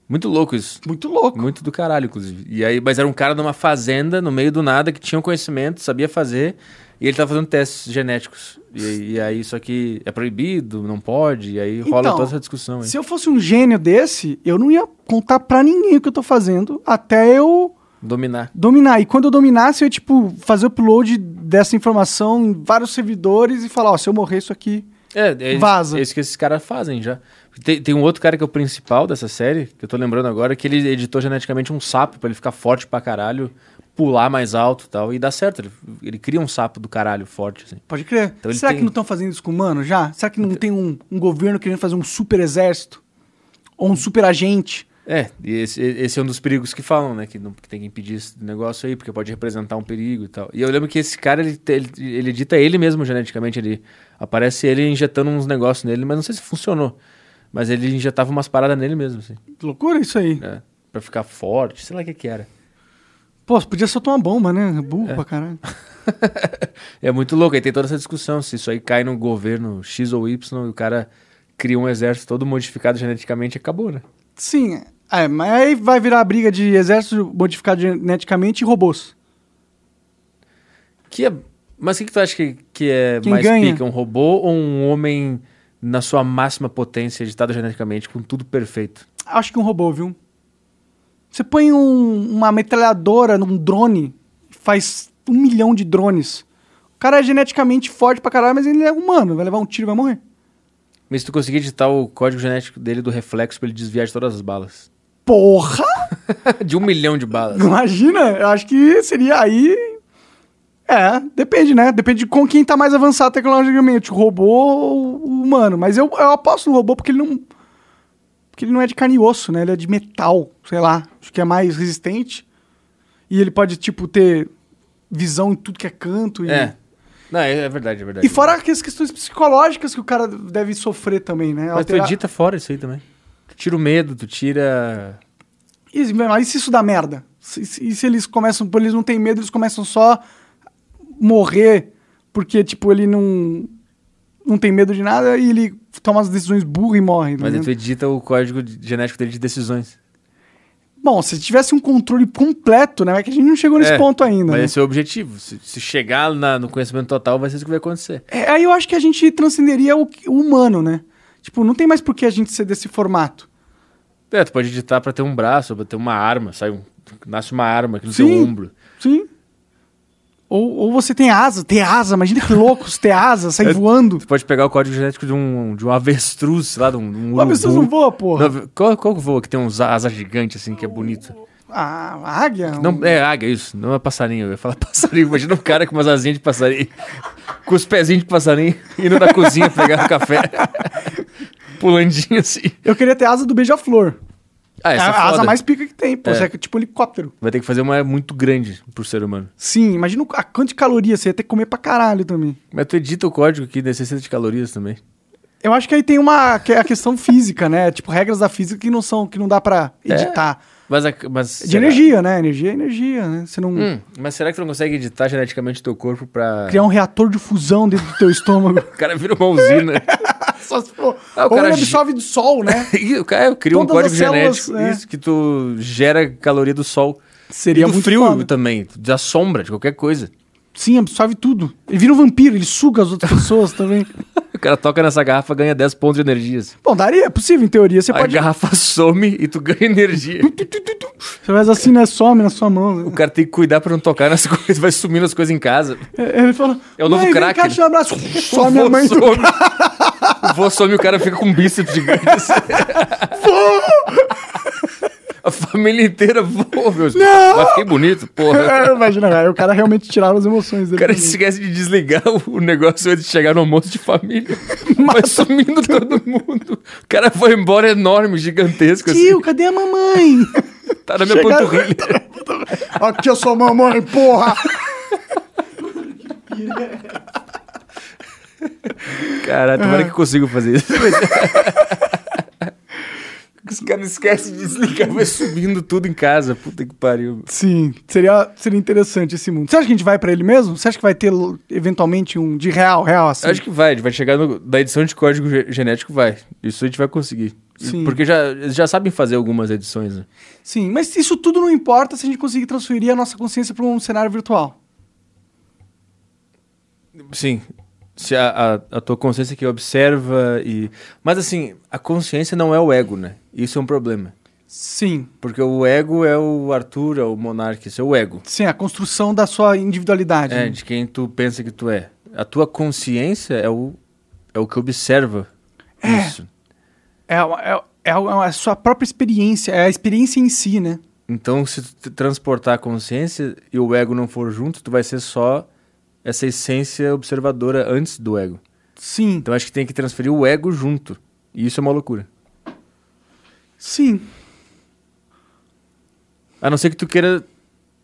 Muito louco isso.
Muito louco.
Muito do caralho, inclusive. E aí, mas era um cara de uma fazenda, no meio do nada, que tinha um conhecimento, sabia fazer, e ele tava fazendo testes genéticos. E, e aí, só que é proibido, não pode, e aí rola
Então,
toda essa discussão aí.
Se eu fosse um gênio desse, eu não ia contar pra ninguém o que eu tô fazendo até eu
Dominar.
dominar. E quando eu dominasse, eu ia, tipo, fazer o upload dessa informação em vários servidores e falar, ó, se eu morrer isso aqui...
É, é isso-
Vaza.
É isso que esses caras fazem já. Tem, tem um outro cara que é o principal dessa série, que eu tô lembrando agora, que ele editou geneticamente um sapo pra ele ficar forte pra caralho, pular mais alto e tal, e dá certo. Ele, ele cria um sapo do caralho forte, assim.
Pode crer.
Então ele
Será
tem-
que não estão fazendo isso com humano já? Será que não tem um, um governo querendo fazer um super exército? Ou um super agente?
É, e esse, esse é um dos perigos que falam, né? Que, não, que tem que impedir esse negócio aí, porque pode representar um perigo e tal. E eu lembro que esse cara, ele, te- ele, ele edita ele mesmo geneticamente. Ele, aparece ele injetando uns negócios nele, mas não sei se funcionou. Mas ele injetava umas paradas nele mesmo, assim,
Que Loucura isso aí.
né? Pra ficar forte, sei lá o que que era.
Pô, podia soltar uma bomba, né? Burro pra caralho.
É muito louco, aí tem toda essa discussão, se isso aí cai no governo X ou Y e o cara cria um exército todo modificado geneticamente, acabou, né?
Sim, é, mas aí vai virar a briga de exército modificado geneticamente e robôs.
Que é... Mas o que, que tu acha que, que é
Quem
mais
ganha?
pica? Um robô ou um homem na sua máxima potência, editado geneticamente, com tudo perfeito?
Acho que um robô, viu? Você põe um- uma metralhadora num drone, faz um milhão de drones. O cara é geneticamente forte pra caralho, mas ele é humano, vai levar um tiro e vai morrer.
Mas se tu conseguir editar o código genético dele do reflexo pra ele desviar de todas as balas.
Porra!
de um milhão de balas.
Imagina, eu acho que seria aí. É, depende, né? Depende de com quem tá mais avançado tecnologicamente, o robô ou o humano. Mas eu, eu aposto no robô porque ele não. Porque ele não é de carne e osso, né? Ele é de metal, sei lá. Acho que é mais resistente. E ele pode, tipo, ter visão em tudo que é canto. E,
É. Não, é, é verdade, é verdade.
e fora as questões psicológicas que o cara deve sofrer também, né?
Mas tu
Alterar-
edita fora isso aí também. Tu tira o medo, tu tira...
E, mas e se isso dá merda? Se- se- E se, eles começam, eles não têm medo, eles começam só morrer porque, tipo, ele não não tem medo de nada e ele toma as decisões burras e morre. tá
Mas aí tu
ligado?
edita o código de- genético dele de decisões.
Bom, se tivesse um controle completo, né? É que a gente não chegou nesse
É,
ponto ainda.
Mas
né?
esse é o objetivo. Se, se chegar na- no conhecimento total, vai ser isso que vai acontecer.
É, aí eu acho que a gente transcenderia o, que- o humano, né? Tipo, não tem mais por que a gente ser desse formato.
É, tu pode editar pra ter um braço, pra ter uma arma, sai um, nasce uma arma aqui no seu
Sim.
ombro.
Sim. Ou, ou você tem asa, ter asa, imagina que louco, se ter asa, sair
É,
voando.
Tu pode pegar o código genético de um, de um avestruz, sei lá, de um, de um
Uma pessoa não
urubu.
voa, porra.
Não, qual, qual que voa que tem uns asas gigantes assim, que é bonito?
Ah, a águia?
Não, é águia, isso. Não é passarinho. Eu ia falar passarinho. Imagina um cara com umas asinhas de passarinho, com os pezinhos de passarinho, indo na cozinha pegar um café. Pulandinho assim.
Eu queria ter asa do beija-flor.
Ah,
É
essa é
a
foda.
asa mais pica que tem, pô.
É.
Isso é tipo um helicóptero.
Vai ter que fazer uma muito grande pro ser humano.
Sim, imagina o- a quanto de caloria você ia ter que comer pra caralho também.
Mas tu edita o código que necessita de calorias também.
Eu acho que aí tem uma que é a questão física, né? Tipo, regras da física que não são, que não dá pra editar.
Mas, a- mas
De
será-
energia, né? Energia é energia, né? Você não
Hum, mas será que tu não consegue editar geneticamente teu corpo pra.
criar um reator de fusão dentro do teu estômago.
O cara vira uma usina.
Só se for.
Ah, o
Ou
cara
ele
gi-
absorve do sol, né?
Ih, o cara cria um
Todas
código
as células,
genético.
né?
Isso, que tu gera caloria do sol. E,
Seria
do
muito
frio
foda.
também. Da sombra, de qualquer coisa.
Sim, absorve tudo. Ele vira um vampiro, ele suga as outras pessoas também.
O cara toca nessa garrafa ganha 10 pontos de energia. assim.
Bom, daria, é possível, em teoria. Você
Aí
pode.
A garrafa some e tu ganha energia.
Você faz assim, né? Some na sua mão.
o cara tem que cuidar pra não tocar nas coisas, vai sumindo as coisas em casa.
É, Ele fala.
É o novo
"Mãe, vem
crack,
cá,
ele-
te dá um abraço. Some a
vô
mãe do
some. O vô some e o cara fica com um bíceps gigante. assim. A família inteira voa, meu Não! Mas fiquei bonito, porra.
É, Imagina, cara, o cara realmente tiraram as emoções
né? O
dele.
cara
também.
esquece de desligar o- o negócio antes de chegar no almoço de família. Vai sumindo todo mundo. O cara foi embora enorme, gigantesco,
Tio,
assim.
cadê a mamãe?
Tá na minha
Chegaram-
panturrilha.
Aqui eu sou mamãe, porra!
Caralho, tomara que eu consiga fazer isso. Os caras esquecem de desligar, vai subindo tudo em casa. Puta que pariu.
Sim, seria, seria interessante esse mundo. Você acha que a gente vai pra ele mesmo? Você acha que vai ter l- eventualmente um de real, real assim?
Eu Acho que vai, vai chegar no, da edição de código ge- genético, vai. Isso a gente vai conseguir.
Sim.
Porque já, eles já sabem fazer algumas edições, né?
Sim, mas isso tudo não importa se a gente conseguir transferir a nossa consciência pra um cenário virtual.
Sim. Se a, a, a tua consciência que observa e. Mas assim, a consciência não é o ego, né? Isso é um problema.
Sim,
Porque o ego é o Arthur, é o monarca, isso é o ego.
sim, a construção da sua individualidade.
É,
né?
de quem tu pensa que tu é. A tua consciência é o, é o que observa isso.
É, é, é a sua própria experiência, é a experiência em si, né?
Então, se tu te transportar a consciência e o ego não for junto, tu vai ser só essa essência observadora antes do ego.
Sim,
Então, acho que tem que transferir o ego junto. E isso é uma loucura.
sim.
A não ser que tu queira...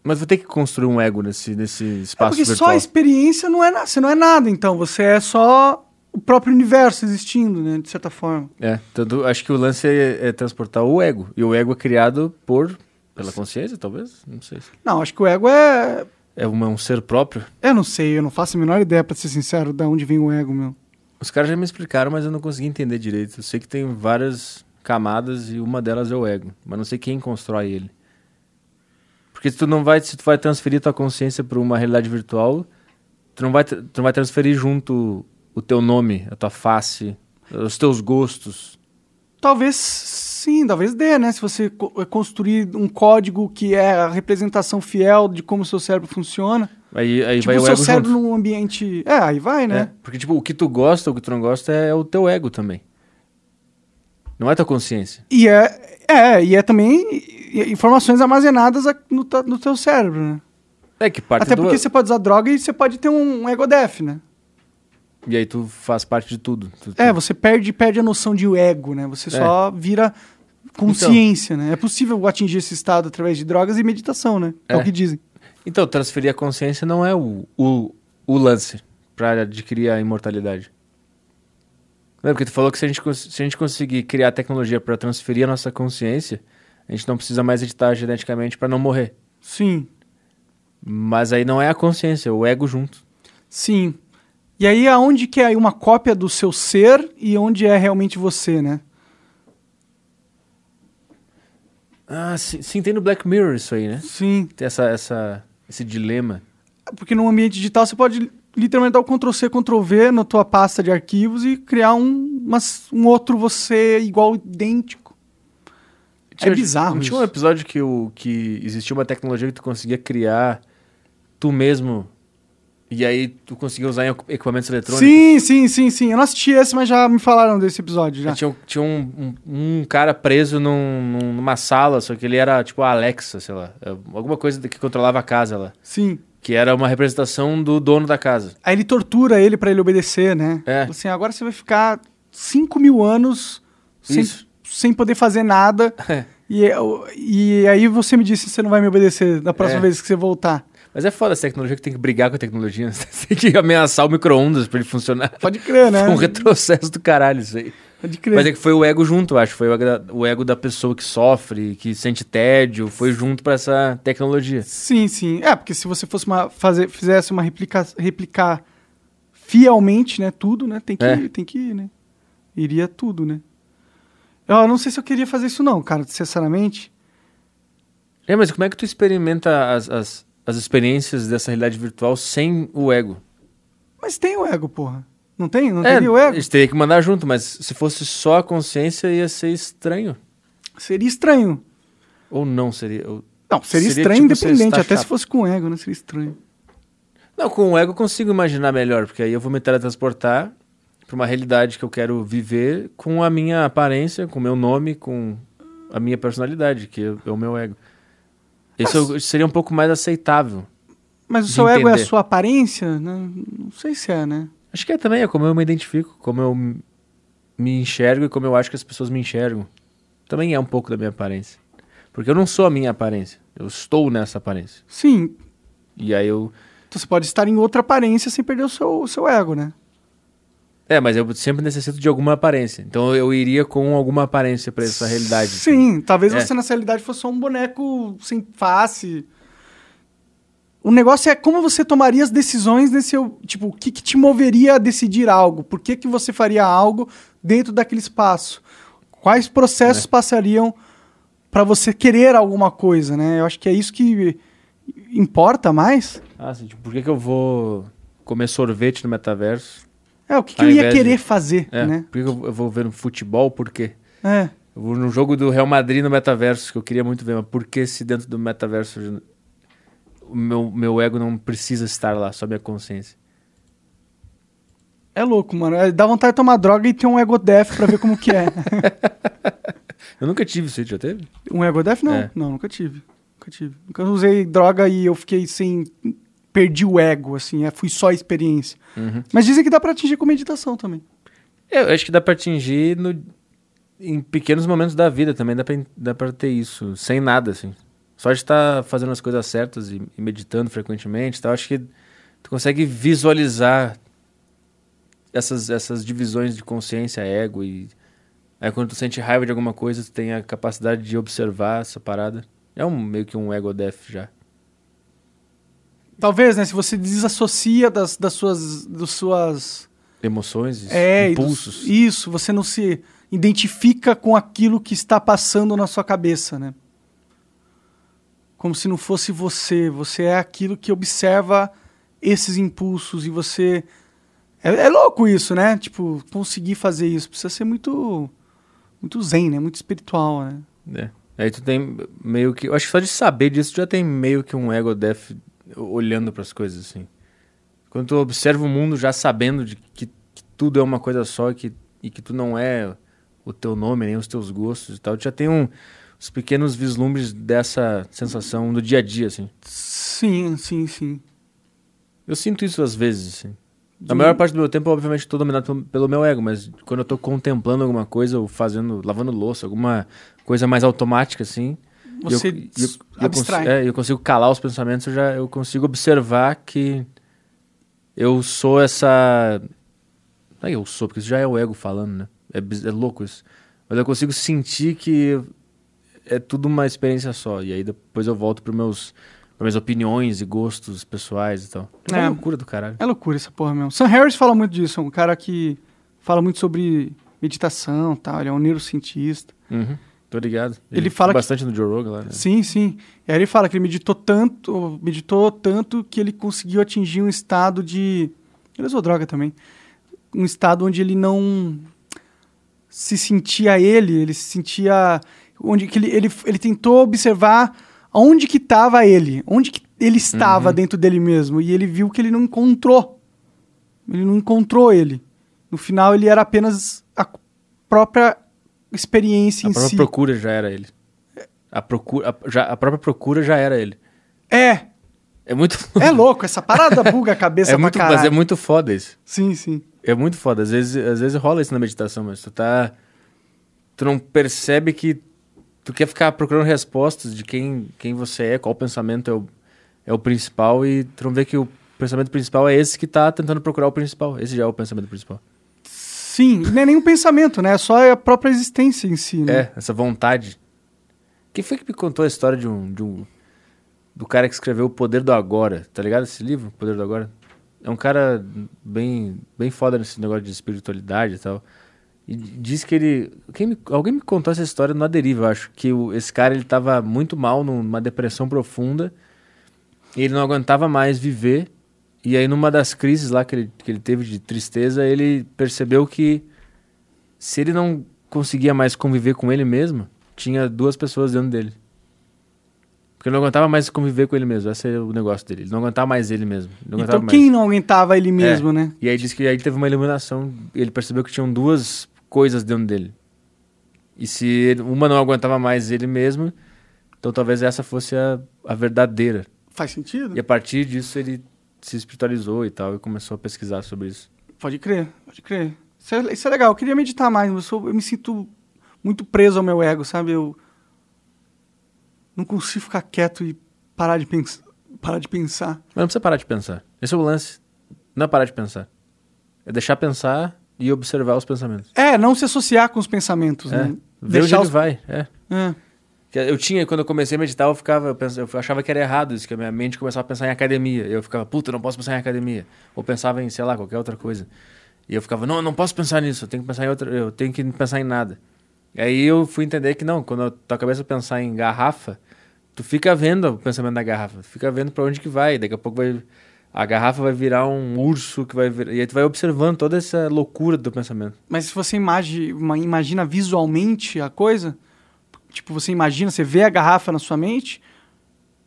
Mas vou ter que construir um ego nesse, nesse
É
espaço
porque só
virtual.
a experiência não é nada, você não é nada, então. Você é só o próprio universo existindo, né? De certa forma.
É, tanto, acho que o lance é, é transportar o ego. E o ego é criado por... Pela consciência, talvez? Não sei.
Não, acho que o ego é.
É uma- um ser próprio.
Eu não sei, eu não faço a menor ideia, pra ser sincero, de onde vem o ego, meu.
Os caras já me explicaram, mas eu não consegui entender direito. Eu sei que tem várias camadas e uma delas é o ego, mas não sei quem constrói ele. Porque se tu não vai, se tu vai transferir tua consciência para uma realidade virtual, tu não vai, tra- tu não vai transferir junto o teu nome, a tua face, os teus gostos.
Talvez sim, talvez dê, né? Se você co- construir um código que é a representação fiel de como o seu cérebro funciona.
Aí, aí
tipo,
vai
o
o
seu
ego
cérebro
junto.
num ambiente. É, aí vai,
É,
né?
porque tipo, o que tu gosta, o que tu não gosta é o teu ego também. Não é tua consciência.
E é. É, e é também i- i- informações armazenadas a- no, ta- no teu cérebro, né?
É que parte
Até
do
porque você pode usar droga e você pode ter um, um ego death, né?
E aí tu faz parte de tudo. Tu- tu-
É, você perde, perde a noção de ego, né? Você
É.
só vira consciência, né? É possível atingir esse estado através de drogas e meditação, né? É, o
É.
que dizem.
Então, transferir a consciência não é o, o, o lance para adquirir a imortalidade. Lembra que tu falou que se a gente, cons- se a gente conseguir criar a tecnologia para transferir a nossa consciência, a gente não precisa mais editar geneticamente para não morrer.
Sim,
Mas aí não é a consciência, é o ego junto.
sim. E aí aonde que é uma cópia do seu ser e onde é realmente você, né?
Ah, sim, sim tem no Black Mirror isso aí, né?
Sim.
Tem essa, essa, esse dilema.
Porque num ambiente digital você pode literalmente dar o Ctrl C, Ctrl V na tua pasta de arquivos e criar um, mas- um outro você igual, idêntico. é bizarro
Não
isso.
tinha um episódio que, o, que existia uma tecnologia que tu conseguia criar tu mesmo E aí tu conseguia usar em equ- equipamentos eletrônicos.
Sim, sim, sim, sim. Eu não assisti esse, mas já me falaram desse episódio já.
Aí Tinha, um- tinha um, um, um cara preso num- num- numa sala, só que ele era tipo a Alexa, sei lá. é, Alguma coisa que controlava a casa lá.
Sim.
Que era uma representação do dono da casa.
Aí ele tortura ele pra ele obedecer, né?
É.
Fala Assim, agora você vai ficar 5 mil anos sem,
Isso.
sem poder fazer nada.
É.
e, eu- e aí você me disse que você não vai me obedecer da próxima
É.
vez que você voltar.
Mas é foda essa tecnologia que tem que brigar com a tecnologia. Você tem que ameaçar o micro-ondas pra ele funcionar.
Pode crer, né?
Foi um retrocesso do caralho isso aí.
Pode crer.
Mas é que foi o ego junto, eu acho. Foi o ego, da, o ego da pessoa que sofre, que sente tédio. Foi junto pra essa tecnologia.
Sim, sim. É, porque se você fosse uma fazer, fizesse uma replica, replicar fielmente, né, tudo, né, tem que,
É.
tem que ir, né? Iria tudo, né? Eu não sei se eu queria fazer isso não, cara, sinceramente.
É, mas como é que tu experimenta as, as, as experiências dessa realidade virtual sem o ego?
Mas tem o ego, porra. Não tem? Não
é,
teria o ego?
a gente teria que mandar junto, mas se fosse só a consciência ia ser estranho.
Seria estranho.
Ou não seria. ou-
Não, seria,
Seria
estranho
tipo você
independente,
estar
até se
chato.
fosse com ego, né? Seria estranho.
Não, com o ego eu consigo imaginar melhor, porque aí eu vou me teletransportar pra uma realidade que eu quero viver com a minha aparência, com o meu nome, com a minha personalidade, que é o meu ego. Isso eu- seria um pouco mais aceitável.
Mas o
De
seu ego é a
entender.
sua aparência? né? Não sei se é, né?
Acho que é também, é como eu me identifico, como eu m- me enxergo e como eu acho que as pessoas me enxergam. Também é um pouco da minha aparência. Porque eu não sou a minha aparência, eu estou nessa aparência.
Sim.
E aí eu
Então você pode estar em outra aparência sem perder o seu, o seu ego, né?
É, mas eu sempre necessito de alguma aparência. Então eu iria com alguma aparência pra essa realidade. assim.
Sim, talvez
É.
você nessa realidade fosse só um boneco sem face. O negócio é como você tomaria as decisões nesse. Tipo, o que, que te moveria a decidir algo? Por que, que você faria algo dentro daquele espaço? Quais
É.
processos passariam para você querer alguma coisa, né? Eu acho que é isso que importa mais.
Ah, assim, tipo, por que, que eu vou comer sorvete no metaverso?
É, o que, que
Ao
eu ia
invés de-
querer fazer,
É,
né?
Por que, que eu eu vou ver no futebol? Por quê?
É.
Eu vou no jogo do Real Madrid no metaverso, que eu queria muito ver, mas por que se dentro do metaverso o meu, meu ego não precisa estar lá, só minha consciência?
É louco, mano. É, Dá vontade de tomar droga e ter um ego death pra ver como que é.
Eu nunca tive isso, aí, já teve?
Um ego death? Não,
É.
não, nunca tive. Nunca tive. Nunca usei droga e eu fiquei sem. Perdi o ego, assim, é, fui só a experiência.
Uhum.
Mas dizem que dá pra atingir com meditação também.
É, Eu acho que dá pra atingir no- em pequenos momentos da vida também, dá pra, dá pra ter isso, sem nada, assim. Só de estar fazendo as coisas certas e, e meditando frequentemente e tal, acho que tu consegue visualizar essas, essas divisões de consciência, ego e... Aí quando tu sente raiva de alguma coisa, tu tem a capacidade de observar essa parada. É um, meio que um ego death já.
Talvez, né? Se você desassocia das, das suas. Dos suas
Emoções,
é, e dos-
impulsos.
isso, você não se identifica com aquilo que está passando na sua cabeça, né? Como se não fosse você. Você é aquilo que observa esses impulsos e você. É, é louco isso, né? Tipo, conseguir fazer isso. Precisa ser muito. Muito zen, né? Muito espiritual, né?
É. Aí tu tem meio que. Eu acho que só de saber disso tu já tem meio que um ego death olhando pras coisas assim. Quando tu observa o mundo já sabendo de que, que tudo é uma coisa só e que, e que tu não é o teu nome, nem os teus gostos e tal, tu já tem um, os pequenos vislumbres dessa sensação do dia a dia, assim.
Sim, sim, sim.
Eu sinto isso às vezes, assim. Na maior parte do meu tempo, obviamente, estou dominado pelo- pelo meu ego, mas quando eu tô contemplando alguma coisa ou fazendo, lavando louça, alguma coisa mais automática, assim,
Você
eu,
s-
eu,
abstrai.
consi- é, eu consigo calar os pensamentos, eu, já, eu consigo observar que eu sou essa. Não é eu sou, porque isso já é o ego falando, né? É, biz- é louco isso. Mas eu consigo sentir que é tudo uma experiência só. E aí depois eu volto para meus para minhas opiniões e gostos pessoais e tal. É
É.
uma loucura do caralho.
É loucura essa porra mesmo. Sam Harris fala muito disso, é um cara que fala muito sobre meditação e tal. Ele é um neurocientista.
Uhum. Tô ligado.
Ele fala que-
bastante no Joe Rogan lá, né?
Sim, sim. E aí ele fala que ele meditou tanto, meditou tanto que ele conseguiu atingir um estado de. Ele usou droga também. Um estado onde ele não se sentia ele, ele se sentia. Onde que ele, ele, ele tentou observar Onde que estava ele? Onde que ele estava
Uhum.
dentro dele mesmo? E ele viu que ele não encontrou. Ele não encontrou ele. No final, ele era apenas a própria experiência
A
em
própria
si.
procura já era ele. A, procura, a, já- a própria procura já era ele.
É,
É muito.
é louco. Essa parada buga a cabeça
é
pra
muito,
caralho.
mas é muito foda isso.
Sim, sim.
É muito foda. Às vezes, às vezes rola isso na meditação, mas tu tá. Tu não percebe que tu quer ficar procurando respostas de quem, quem você é, qual pensamento é o, é o principal, e tu não vê que o pensamento principal é esse que tá tentando procurar o principal. Esse já é o pensamento principal.
Sim, não é nem um pensamento, né? É só a própria existência em si, né?
É, essa vontade. Quem foi que me contou a história de um, de um. do cara que escreveu O Poder do Agora? Tá ligado esse livro, O Poder do Agora? É um cara bem, bem foda nesse negócio de espiritualidade e tal. E d- diz que ele. Quem me- alguém me contou essa história na deriva, eu acho. Que o- esse cara ele tava muito mal, numa depressão profunda. E ele não aguentava mais viver. E aí, numa das crises lá que ele, que ele teve de tristeza, ele percebeu que se ele não conseguia mais conviver com ele mesmo, tinha duas pessoas dentro dele. Porque ele não aguentava mais conviver com ele mesmo. Esse é o negócio dele. Ele não aguentava mais ele mesmo. Ele não aguentava
Então,
mais.
quem não aguentava
É.
ele mesmo, né?
E aí disse que aí teve uma iluminação. Ele percebeu que tinham duas coisas dentro dele. E se ele- uma não aguentava mais ele mesmo, então talvez essa fosse a, a verdadeira.
Faz sentido?
E a partir disso ele se espiritualizou e tal e começou a pesquisar sobre isso.
Pode crer, pode crer. Isso é, isso é legal. Eu queria meditar mais, mas eu, sou- eu me sinto muito preso ao meu ego, sabe? Eu não consigo ficar quieto e parar de, pens parar de pensar.
Mas não precisa parar de pensar. Esse é o lance. Não é parar de pensar. É deixar pensar e observar os pensamentos.
É, não se associar com os pensamentos,
É.
né?
Ver onde ele
os...
vai. É.
É.
Que Eu tinha, quando eu comecei a meditar, eu ficava, eu, pensava, eu achava que era errado isso, que a minha mente começava a pensar em academia. Eu ficava, puta, eu não posso pensar em academia. Ou pensava em, sei lá, qualquer outra coisa. E eu ficava, não, eu não posso pensar nisso, eu tenho que pensar em outra, eu tenho que não pensar em nada. E aí eu fui entender que não, quando a tua cabeça pensar em garrafa, tu fica vendo o pensamento da garrafa, tu fica vendo para onde que vai, daqui a pouco vai a garrafa vai virar um urso que vai vir, e aí tu vai observando toda essa loucura do pensamento.
Mas se você imagi- uma- imagina visualmente a coisa, tipo, você imagina, você vê a garrafa na sua mente,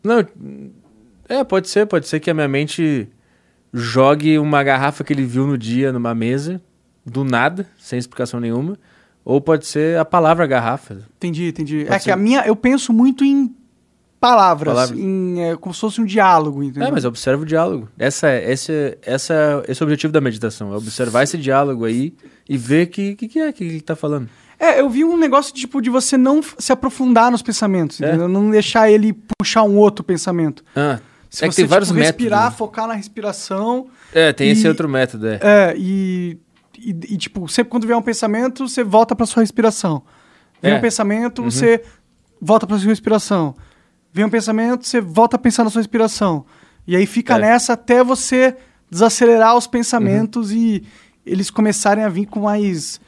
Não, é, pode ser, pode ser que a minha mente jogue uma garrafa que ele viu no dia numa mesa, do nada, sem explicação nenhuma. Ou pode ser a palavra garrafa.
entendi, entendi. é
Pode
que
ser.
a minha, eu penso muito em palavras,
Palavras.
Em, é, como se fosse um diálogo, entendeu?
É, mas observa o diálogo. Essa, é- esse, essa, esse é o objetivo da meditação, é observar esse diálogo aí e ver o que, que, que é que ele tá falando.
É, eu vi um negócio tipo de você não f- se aprofundar nos pensamentos,
É.
entendeu? Não deixar ele puxar um outro pensamento.
Ah,
Se
é que
você
tem vários
tipo, respirar,
métodos. né?
focar na respiração,
É, tem esse
e-
outro método, é.
é, e, e, e, tipo, sempre quando vier um pensamento, você volta pra sua respiração. Vem
É.
um pensamento, você volta pra sua respiração. Vem um pensamento, você volta a pensar na sua respiração. E aí fica
É.
nessa até você desacelerar os pensamentos
Uhum.
e eles começarem a vir com mais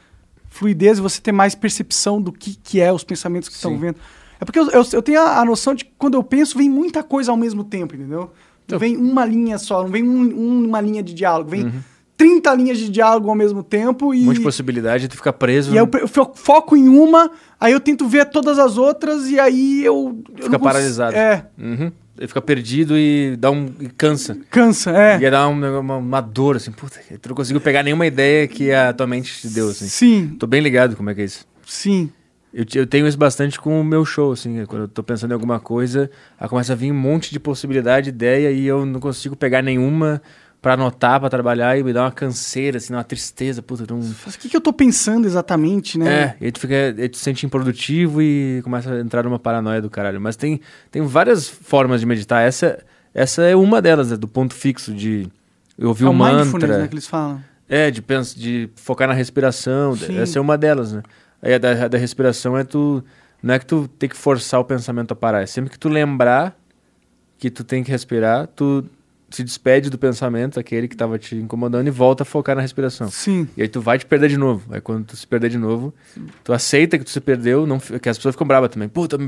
fluidez e você ter mais percepção do que, que é os pensamentos que estão
Sim.
vendo. É porque eu, eu, eu tenho a, a noção de que quando eu penso, vem muita coisa ao mesmo tempo, entendeu? Não
Eu-
vem uma linha só, não vem um- um- uma linha de diálogo, vem 30 linhas de diálogo ao mesmo tempo e.
Uhum. Um monte de possibilidade, tu fica preso.
E aí eu, pre- eu fo- foco em uma, aí eu tento ver todas as outras e aí eu. eu
Fica
não cons-
paralisado.
É,
Uhum. Ele fica perdido e dá um. e cansa.
cansa, é.
Ia dar um nego- uma, uma dor, assim, puta, tu não conseguiu pegar nenhuma ideia que a tua mente te deu, assim.
Sim,
Tô bem ligado como é que é isso.
sim.
Eu, te- eu tenho isso bastante com o meu show, assim, quando eu tô pensando em alguma coisa, aí começa a vir um monte de possibilidade, ideia, e eu não consigo pegar nenhuma pra anotar, pra trabalhar, e me dá uma canseira, assim, dá uma tristeza, puta, eu não...
Mas o que, que eu tô pensando exatamente, né?
É, e aí tu fica, aí tu se sente improdutivo e começa a entrar numa paranoia do caralho. Mas tem, tem várias formas de meditar, essa, essa é uma delas, é do ponto fixo de... Eu ouvi
é
um
o mindfulness,
mantra.
né, que eles falam.
É, de, pens- de focar na respiração.
Sim.
Essa é uma delas, né? Aí a da, a da respiração é tu. Não é que tu tem que forçar o pensamento a parar. É sempre que tu lembrar que tu tem que respirar, tu se despede do pensamento, aquele que tava te incomodando, e volta a focar na respiração.
Sim.
E aí tu vai te perder de novo. Aí quando tu se perder de novo, tu aceita que tu se perdeu, não, fi- que as pessoas ficam bravas também. Puta,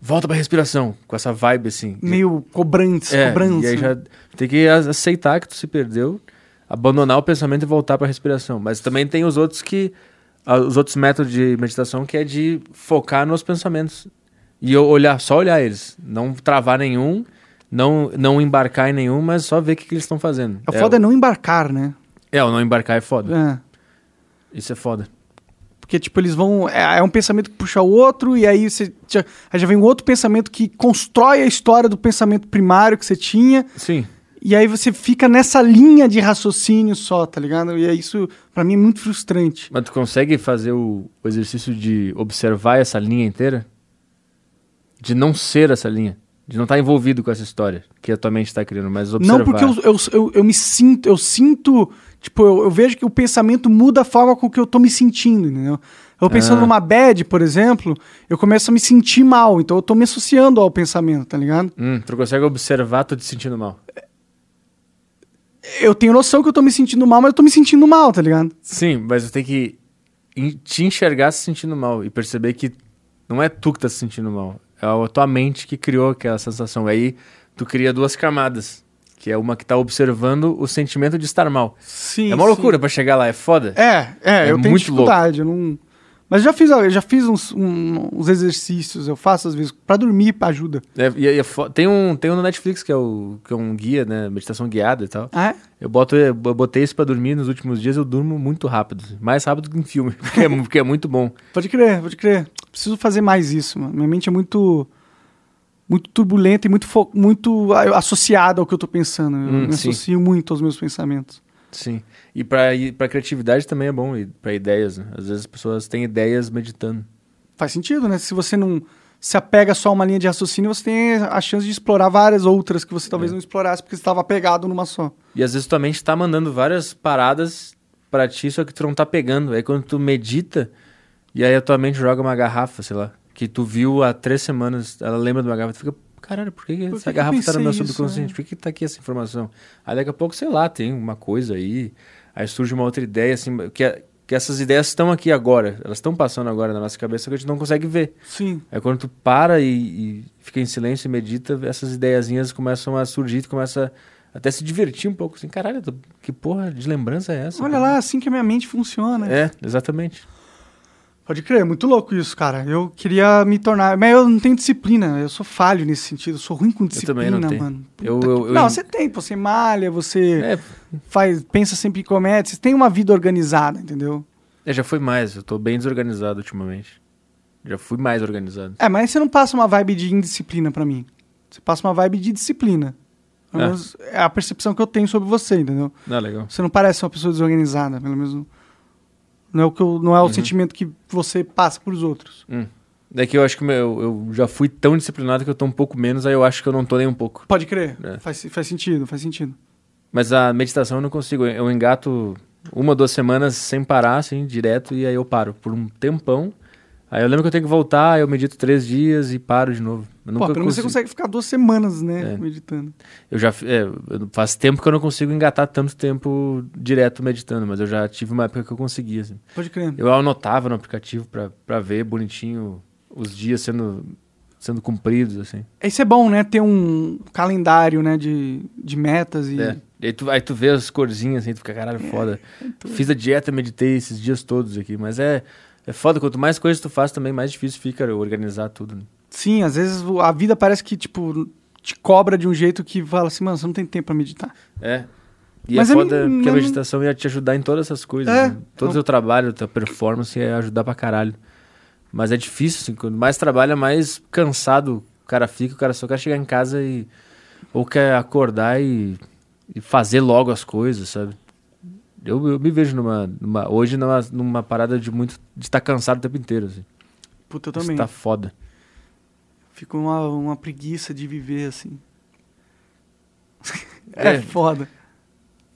volta pra respiração. Com essa vibe assim. de-
Meio cobrantes,
é,
cobrança. né?
E aí já tem que a- aceitar que tu se perdeu, abandonar o pensamento e voltar para a respiração. Mas também tem os outros que a- os outros métodos de meditação que é de focar nos pensamentos. E eu olhar, só olhar eles. Não travar nenhum, não, não embarcar em nenhum, mas só ver o que, que eles estão fazendo.
A foda é
o-
não embarcar, né?
É, o não embarcar é foda.
É.
Isso é foda.
Porque, tipo, eles vão. É, é um pensamento que puxa o outro, e aí você. Já, aí já vem um outro pensamento que constrói a história do pensamento primário que você tinha,
Sim.
e aí você fica nessa linha de raciocínio só, tá ligado? E é isso, pra mim, é muito frustrante.
Mas tu consegue fazer o, o exercício de observar essa linha inteira? De não ser essa linha. De não estar envolvido com essa história que a tua mente está criando, mas observar.
Não, porque eu, eu, eu, eu me sinto. Eu sinto. Tipo, eu, eu vejo que o pensamento muda a forma com que eu tô me sentindo, entendeu? Eu pensando
Ah.
numa bad, por exemplo, eu começo a me sentir mal, então eu tô me associando ao pensamento, tá ligado?
Hum, tu consegue observar tu te sentindo mal.
Eu tenho noção que eu tô me sentindo mal, mas eu tô me sentindo mal, tá ligado?
Sim, mas tu tem que en- te enxergar se sentindo mal e perceber que não é tu que tá se sentindo mal, é a tua mente que criou aquela sensação. E aí tu cria duas camadas, que é uma que tá observando o sentimento de estar mal.
Sim.
é uma
sim.
loucura pra chegar lá, é foda.
É, é,
É
eu tenho
muito
dificuldade. eu não... Mas já fiz, eu já fiz uns, um- uns exercícios, eu faço às vezes pra dormir, pra ajuda.
É, e- e é fo- tem, um, tem um no Netflix que é, o, que é um guia, né? Meditação guiada e tal.
Ah, é?
Eu, boto, eu botei isso pra dormir nos últimos dias, eu durmo muito rápido. assim, Mais rápido que em filme, porque é, mu- porque é muito bom.
Pode crer, pode crer. Preciso fazer mais isso, mano. Minha mente é muito muito turbulenta e muito fo- muito a- associada ao que eu tô pensando. Eu
Hum,
me
sim.
associo muito aos meus pensamentos.
Sim. E pra, e pra criatividade também é bom, e pra ideias, né? Às vezes as pessoas têm ideias meditando.
Faz sentido, né? Se você não se apega só a uma linha de raciocínio, você tem a chance de explorar várias outras que você
É.
talvez não explorasse porque você estava apegado numa só.
E às vezes tua mente tá mandando várias paradas pra ti, só que tu não tá pegando. Aí quando tu medita, e aí a tua mente joga uma garrafa, sei lá, que tu viu há três semanas, ela lembra de uma garrafa, tu fica, caralho, por que, que
que
essa
que eu
garrafa tá no meu
pensei isso, né?"
subconsciente? Por que, que tá aqui essa informação? Aí daqui a pouco, sei lá, tem uma coisa aí, aí surge uma outra ideia, assim, que, é- que essas ideias estão aqui agora, elas estão passando agora na nossa cabeça, só que a gente não consegue ver.
Sim.
Aí É quando tu para e, e fica em silêncio e medita, essas ideiazinhas começam a surgir, tu começa até se divertir um pouco, assim, caralho, tô- que porra de lembrança é essa?
Olha lá, né? assim que a minha mente funciona.
É, exatamente.
Pode crer, é muito louco isso, cara. Eu queria me tornar. Mas eu não tenho disciplina, eu sou falho nesse sentido, eu sou ruim com disciplina,
também não tenho.
mano.
Eu-
Puta
eu-
que-
eu-
Não, você tem, pô, você malha, você
É,
faz, pensa sempre em comédia, você tem uma vida organizada, entendeu?
é, já foi mais, eu tô bem desorganizado ultimamente. Já fui mais organizado.
É, mas você não passa uma vibe de indisciplina pra mim. Você passa uma vibe de disciplina. Pelo
É.
menos é a percepção que eu tenho sobre você, entendeu?
Ah, legal.
Você não parece uma pessoa desorganizada, pelo menos. Não é o, que eu- não é o
Uhum.
sentimento que você passa pros outros.
É que eu acho que meu- eu, já fui tão disciplinado que eu tô um pouco menos, aí eu acho que eu não tô nem um pouco.
Pode crer.
É.
Faz, faz sentido, faz sentido.
Mas a meditação eu não consigo. Eu eu engato uma, duas semanas sem parar, assim, direto, e aí eu paro por um tempão. Aí eu lembro que eu tenho que voltar, aí eu medito três dias e paro de novo.
Pô,
Eu nunca
pelo menos você
consigo-
consegue ficar duas semanas, né?
É.
Meditando.
Eu já fi- é, eu- faz tempo que eu não consigo engatar tanto tempo direto meditando, mas eu já tive uma época que eu conseguia. Assim.
Pode crer.
Eu anotava no aplicativo pra pra ver bonitinho os dias sendo sendo cumpridos assim.
Isso é bom, né? Ter um calendário, né? De, de metas e.
É. E aí, tu, aí tu vê as corzinhas assim, tu fica, caralho, foda. Fiz a dieta, meditei esses dias todos aqui, mas é, é foda. Quanto mais coisas tu faz também, mais difícil fica organizar tudo. né?
Sim, às vezes o- a vida parece que, tipo, te cobra de um jeito que fala assim, mano, você não tem tempo pra meditar.
É. E
Mas
é
eu
foda
não-
porque a
eu não-
meditação ia te ajudar em todas essas coisas.
É,
né? Todo o
eu-
teu trabalho, tua performance ia ajudar pra caralho. Mas é difícil, assim, quando mais trabalha, mais cansado o cara fica, o cara só quer chegar em casa e. Ou quer acordar e, e fazer logo as coisas, sabe? Eu, eu me vejo numa, numa- hoje numa, numa parada de muito. de estar cansado o tempo inteiro. Assim.
Puta, eu
Isso
também.
tá foda.
Fico uma, uma preguiça de viver, assim.
É.
É, foda.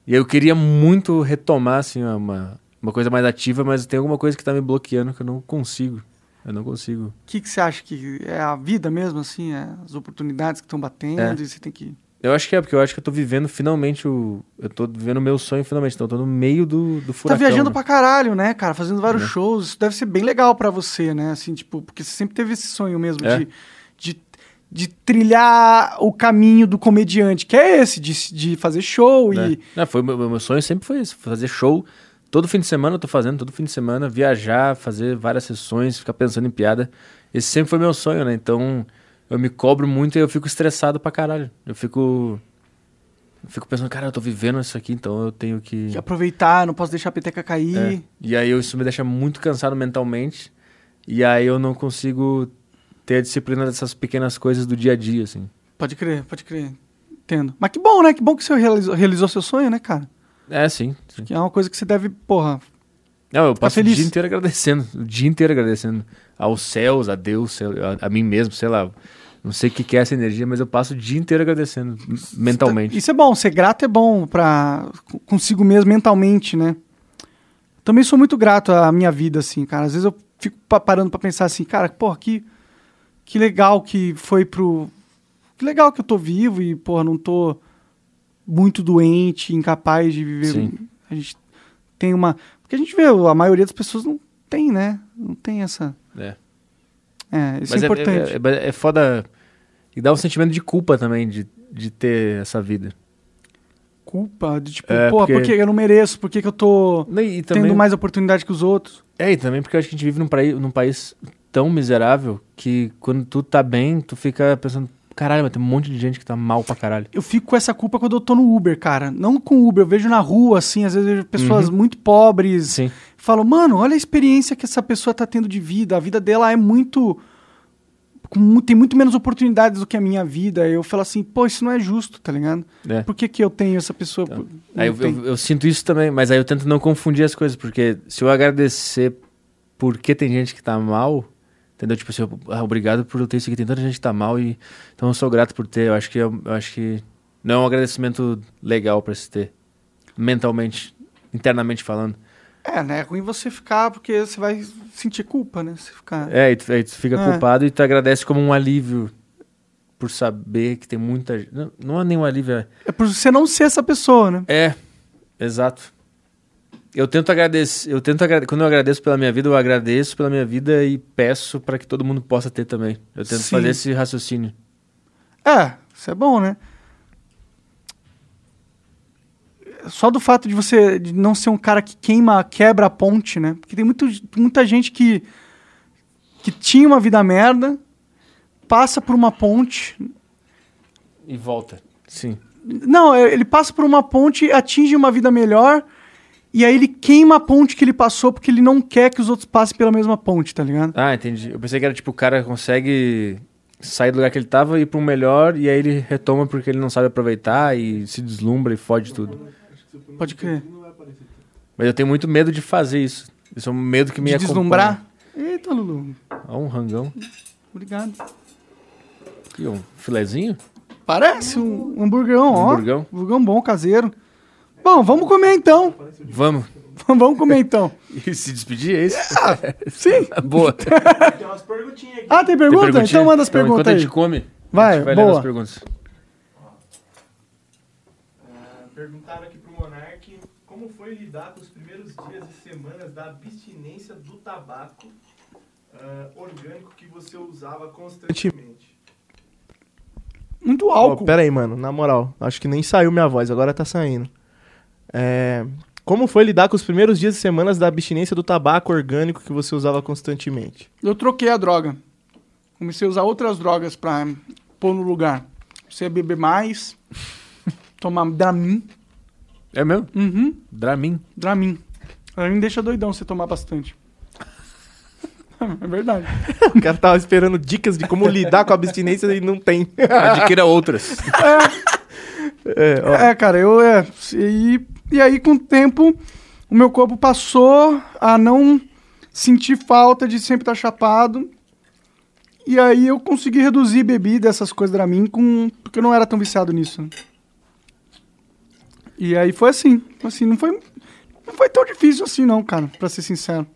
E eu queria muito retomar, assim, uma, uma coisa mais ativa, mas tem alguma coisa que tá me bloqueando que eu não consigo. Eu não consigo.
O que, que você acha que é a vida mesmo, assim? É as oportunidades que estão batendo
É.
e você tem que.
Eu acho que é, porque eu acho que eu tô vivendo finalmente o. Eu tô vivendo o meu sonho finalmente. Então eu tô no meio do, do furacão.
tá viajando
né?
pra caralho, né, cara? Fazendo vários
Né?
shows. Isso deve ser bem legal pra você, né? Assim, tipo, porque você sempre teve esse sonho mesmo
É.
de, de, de trilhar o caminho do comediante, que é esse, de, de fazer show
né?
e.
Não, foi, o meu, meu sonho sempre foi esse: fazer show Todo fim de semana eu tô fazendo, todo fim de semana, viajar, fazer várias sessões, ficar pensando em piada. Esse sempre foi meu sonho, né? Então eu me cobro muito e eu fico estressado pra caralho. Eu fico. Eu fico pensando, cara, eu tô vivendo isso aqui, então eu tenho que.
Que aproveitar, não posso deixar a peteca cair.
É. E aí eu- isso me deixa muito cansado mentalmente. E aí eu não consigo ter a disciplina dessas pequenas coisas do dia a dia, assim.
Pode crer, pode crer. Entendo. Mas que bom, né? Que bom que você realizou, realizou seu sonho, né, cara?
É, sim. sim.
Que é uma coisa que você deve, porra.
Não, eu passo o
feliz.
dia inteiro agradecendo. O dia inteiro agradecendo aos céus, a Deus, sei lá, a, a mim mesmo, sei lá. Não sei o que que é essa energia, mas eu passo o dia inteiro agradecendo m- mentalmente.
Isso é bom, ser grato é bom pra consigo mesmo mentalmente, né? Também sou muito grato à minha vida, assim, cara. Às vezes eu fico pa- parando pra pensar assim, cara, porra, que, que legal que foi pro. Que legal que eu tô vivo e, porra, não tô muito doente, incapaz de viver.
Sim.
A gente tem uma. Porque a gente vê, a maioria das pessoas não tem, né? Não tem essa.
É.
É, isso
mas
é importante.
É, é- é foda. E dá um sentimento de culpa também de, de ter essa vida.
Culpa de tipo,
É,
pô,
porque-
por que eu não mereço? Por que, que eu tô
E, e também,
tendo mais oportunidade que os outros?
É, e também porque eu acho que a gente vive num, praí- num país tão miserável que quando tu tá bem, tu fica pensando, caralho, mas tem um monte de gente que tá mal pra caralho.
Eu fico com essa culpa quando eu tô no Uber, cara. Não com Uber, eu vejo na rua, assim, às vezes eu vejo pessoas muito pobres.
Uhum. Sim.
Falo, mano, olha a experiência que essa pessoa tá tendo de vida. A vida dela é muito. com mu- Tem muito menos oportunidades do que a minha vida. Eu falo assim, pô, isso não é justo, tá ligado?
É. Então,
Por que, que eu tenho essa pessoa? Por-
Aí eu,
não tem.
eu- eu sinto isso também, mas aí eu tento não confundir as coisas, porque se eu agradecer porque tem gente que tá mal, entendeu? Tipo assim, eu- ah, obrigado por eu ter isso aqui, tem tanta gente que tá mal e então eu sou grato por ter. Eu acho que eu, eu acho que não é um agradecimento legal pra se ter mentalmente, internamente falando.
É, né? É ruim você ficar, porque você vai sentir culpa, né? Você ficar.
É, e tu, aí tu fica
É.
culpado e tu agradece como um alívio por saber que tem muita gente. Não, não é nenhum alívio, é.
É por você não ser essa pessoa, né?
É, exato. Eu tento agradecer, eu tento agrade- quando eu agradeço pela minha vida, eu agradeço pela minha vida e peço pra que todo mundo possa ter também. Eu tento
Sim.
fazer esse raciocínio.
É, isso é bom, né? Só do fato de você de não ser um cara que queima, quebra a ponte, né? Porque tem muito, muita gente que, que tinha uma vida merda, passa por uma ponte.
E volta. Sim.
Não, é, ele passa por uma ponte, atinge uma vida melhor, e aí ele queima a ponte que ele passou porque ele não quer que os outros passem pela mesma ponte, tá ligado?
Ah, entendi. Eu pensei que era tipo o cara consegue sair do lugar que ele tava e ir para um melhor e aí ele retoma porque ele não sabe aproveitar e se deslumbra e fode tudo.
Pode crer.
Mas eu tenho muito medo de fazer isso. Isso é um medo que me
De
acompanha.
deslumbrar. Eita, Lulu.
Ó, um rangão.
Obrigado.
Aqui, ó, um filezinho.
Parece um hamburgão,
Um
ó.
hamburgão.
Hamburgão bom, caseiro. Bom, vamos comer então.
Vamos.
vamos comer então.
E se despedir, é isso?
Ah, Sim.
Boa.
Tem umas perguntinhas aqui.
Ah, tem pergunta?
Tem perguntinha?
então manda as perguntas
enquanto a
aí.
gente come, a
Vai,
gente vai
boa.
lendo as perguntas.
Ah, perguntaram aqui pro Monark como foi lidar com os primeiros dias e semanas da abstinência do tabaco ah, orgânico que você usava constantemente.
Muito
Ó,
álcool.
pera aí, mano. Na moral, acho que nem saiu minha voz, agora tá saindo. É, Como foi lidar com os primeiros dias e semanas da abstinência do tabaco orgânico que você usava constantemente?
Eu troquei a droga. Comecei a usar outras drogas pra pôr no lugar. Comecei a beber mais, tomar Dramin.
É mesmo?
Uhum,
Dramin.
Dramin. Dramin deixa doidão você tomar bastante. É verdade.
O cara tava esperando dicas de como lidar com a abstinência e não tem.
Adquira outras.
É, ó.
É, cara, eu é. E, e aí, com o tempo, o meu corpo passou a não sentir falta de sempre estar chapado. E aí eu consegui reduzir bebida, essas coisas pra mim, com... porque eu não era tão viciado nisso. né? E aí foi assim. assim não, foi, não foi tão difícil assim, não, cara, pra ser sincero.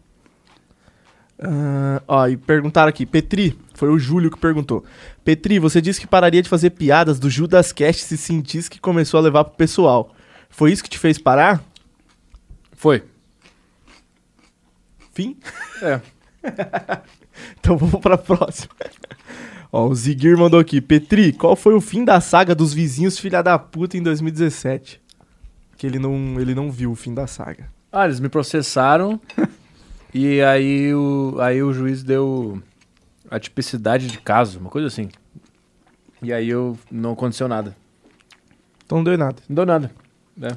Ah, ó, e perguntaram aqui, Petri, foi o Júlio que perguntou. Petri, você disse que pararia de fazer piadas do Judas Cast se sentisse que começou a levar pro pessoal. Foi isso que te fez parar?
Foi.
Fim?
É.
então vamos pra próxima. Ó, o Ziguir mandou aqui, Petri, qual foi o fim da saga dos vizinhos filha da puta em 2017? Que ele não, ele não viu o fim da saga.
Ah, eles me processaram e aí o, aí o juiz deu a tipicidade de caso, uma coisa assim. E aí eu não aconteceu nada.
Então não deu em nada.
Não deu nada. né?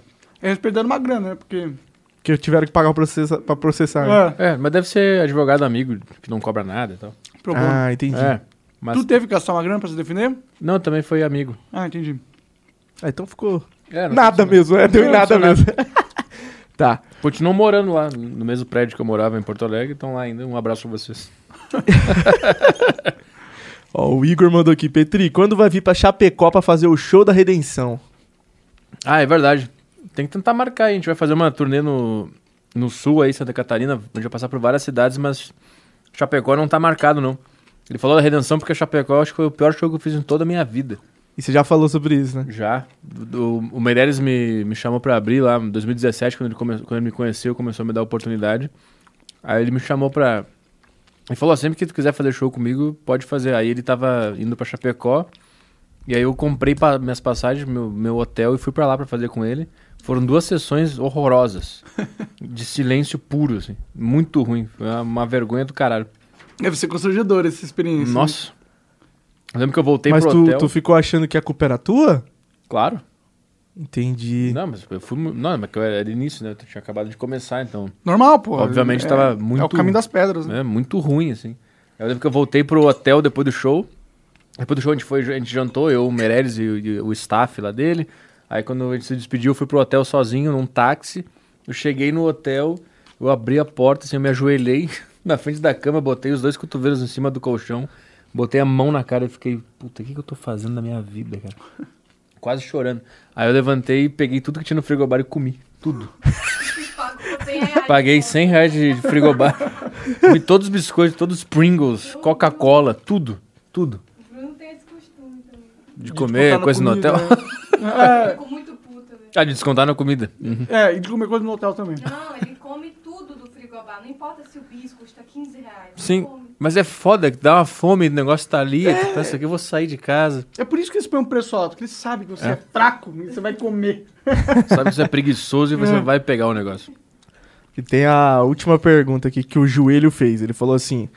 É, Eles perderam uma grana, né? Porque.
Porque tiveram que pagar o processa, pra processar. né?
É,
É, mas deve ser advogado amigo que não cobra nada e tal.
problema.
Ah, entendi.
É, mas
Tu teve que gastar uma grana pra se defender?
não, também foi amigo.
Ah, entendi.
Ah, então ficou
É, não
nada
aconteceu
mesmo, é, deu em
Não
nada mesmo.
aconteceu
tá.
Continuam morando lá, no mesmo prédio que eu morava em Porto Alegre, estão lá ainda. Um abraço pra vocês.
Ó, o Igor mandou aqui, Petri, quando vai vir pra Chapecó pra fazer o show da redenção?
Ah, é verdade. Tem que tentar marcar aí. A gente vai fazer uma turnê no, no sul aí, Santa Catarina. A gente vai passar por várias cidades, mas Chapecó não tá marcado, não. Ele falou da redenção porque Chapecó acho que foi o pior show que eu fiz em toda a minha vida.
E você já falou sobre isso, né?
Já. Do- do- o Meirelles me, me chamou pra abrir lá em 2017, quando ele, come, quando ele me conheceu, começou a me dar oportunidade. Aí ele me chamou pra. Ele falou: "Ó, sempre que tu quiser fazer show comigo, pode fazer. Aí ele tava indo pra Chapecó. E aí eu comprei pa- minhas passagens, meu, meu hotel, e fui pra lá pra fazer com ele. Foram duas sessões horrorosas. de silêncio puro, assim. Muito ruim. Foi uma, uma vergonha do caralho.
Deve ser constrangedor essa experiência. né?
Nossa. Eu lembro que eu voltei
Mas
pro
tu,
hotel.
tu ficou achando que a culpa era tua?
Claro.
Entendi.
Não, mas eu fui. mu- Não, mas que eu era era início, né? Eu tinha acabado de começar, então.
Normal, pô.
Obviamente
é,
tava
É
muito-
o caminho das pedras, né?
É muito ruim, assim. Eu lembro que eu voltei pro hotel depois do show. Depois do show a gente foi, a gente jantou, eu, o Meirelles e o, e o staff lá dele. Aí quando a gente se despediu, eu fui pro hotel sozinho, num táxi. Eu cheguei no hotel, eu abri a porta, assim, eu me ajoelhei na frente da cama, botei os dois cotovelos em cima do colchão, botei a mão na cara e fiquei, puta, o que, que eu tô fazendo na minha vida, cara? Quase chorando. Aí eu levantei e peguei tudo que tinha no frigobar e comi. Tudo.
Pagou 100 reais.
Paguei 100 reais de de frigobar. Comi todos os biscoitos, todos os Pringles, Coca-Cola, tudo. Tudo.
O Bruno tem esse costume também.
De
botar
comer
na
coisa
comida,
no hotel.
né?
Ficou muito puto, velho.
Ah, de descontar na comida. Uhum.
É, é, e de comer coisa no hotel também.
Não, ele come tudo do frigobar. Não importa se o bis custa 15 reais. ele
Sim.
come.
Mas é foda que dá uma fome, o negócio tá ali. tu Pensa que eu vou sair de casa.
É por isso que eles põem um preço alto, porque eles sabem que você é, fraco e você vai comer.
Sabe que você é preguiçoso e você vai pegar o negócio.
E tem a última pergunta aqui que o Joelho fez. Ele falou assim: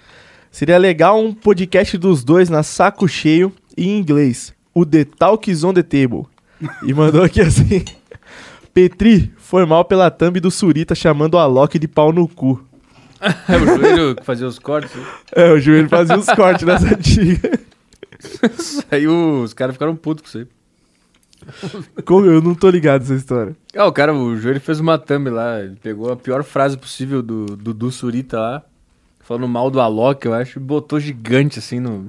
seria legal um podcast dos dois na saco cheio e em inglês. O The Talk is on the Table. E mandou aqui assim: Petri, foi mal pela thumb do Surita chamando a Loki de pau no cu.
É o joelho que fazia os cortes.
É, o Joelho fazia os cortes nessa dica.
Aí os caras ficaram putos com isso aí.
Como eu não tô ligado nessa história.
Ah, o cara, o joelho fez uma thumb lá. Ele pegou a pior frase possível do do Dudu Surita lá, falando mal do Alok, eu acho, e botou gigante assim no.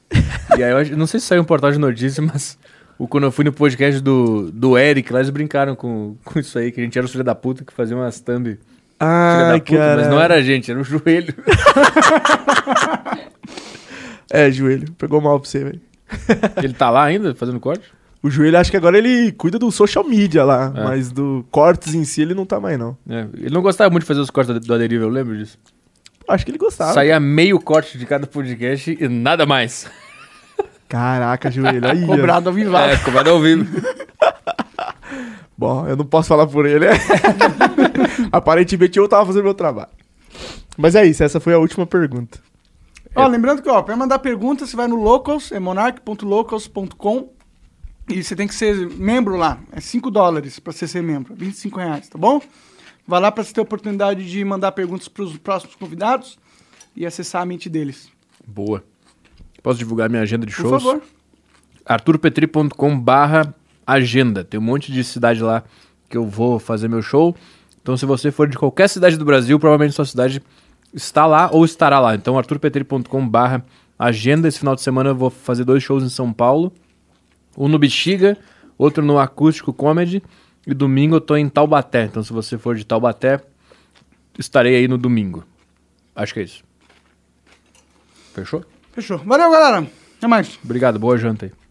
e aí eu acho, não sei se saiu um portal de notícias, mas o, quando eu fui no podcast do, do Eric, lá eles brincaram com, com isso aí, que a gente era os filha da puta que fazia umas thumb. Filha
Ah,
da puta,
cara.
mas não era a gente, era o joelho.
É, Joelho, pegou mal pra você, velho.
Ele tá lá ainda, fazendo corte?
O Joelho, acho que agora ele cuida do social media lá,
É.
mas do cortes em si ele não tá mais, não.
É, ele não gostava muito de fazer os cortes do, do Aderiva, eu lembro disso.
Acho que ele gostava.
Saía meio corte de cada podcast e nada mais.
Caraca, joelho. Aí, ó.
Cobrado ao vivo.
É, como era ao vivo.
Bom, eu não posso falar por ele. né? Aparentemente eu tava fazendo meu trabalho. Mas é isso, essa foi a última pergunta.
Ó, lembrando que, ó, pra mandar pergunta, você vai no locals, é monarch.locals.com e você tem que ser membro lá. É 5 dólares pra você ser membro, 25 reais, tá bom? Vai lá pra você ter a oportunidade de mandar perguntas pros próximos convidados e acessar a mente deles.
Boa. Posso divulgar minha agenda de
Por
shows?
favor.
arturpetri.com barra agenda. Tem um monte de cidade lá que eu vou fazer meu show. Então, se você for de qualquer cidade do Brasil, provavelmente sua cidade está lá ou estará lá. Então, arturpetri.com barra agenda. Esse final de semana eu vou fazer dois shows em São Paulo. Um no Bexiga, outro no Acústico Comedy. E domingo eu tô em Taubaté. Então, se você for de Taubaté, estarei aí no domingo. Acho que é isso. Fechou?
Fechou. Valeu, galera. Até mais.
Obrigado, boa janta aí.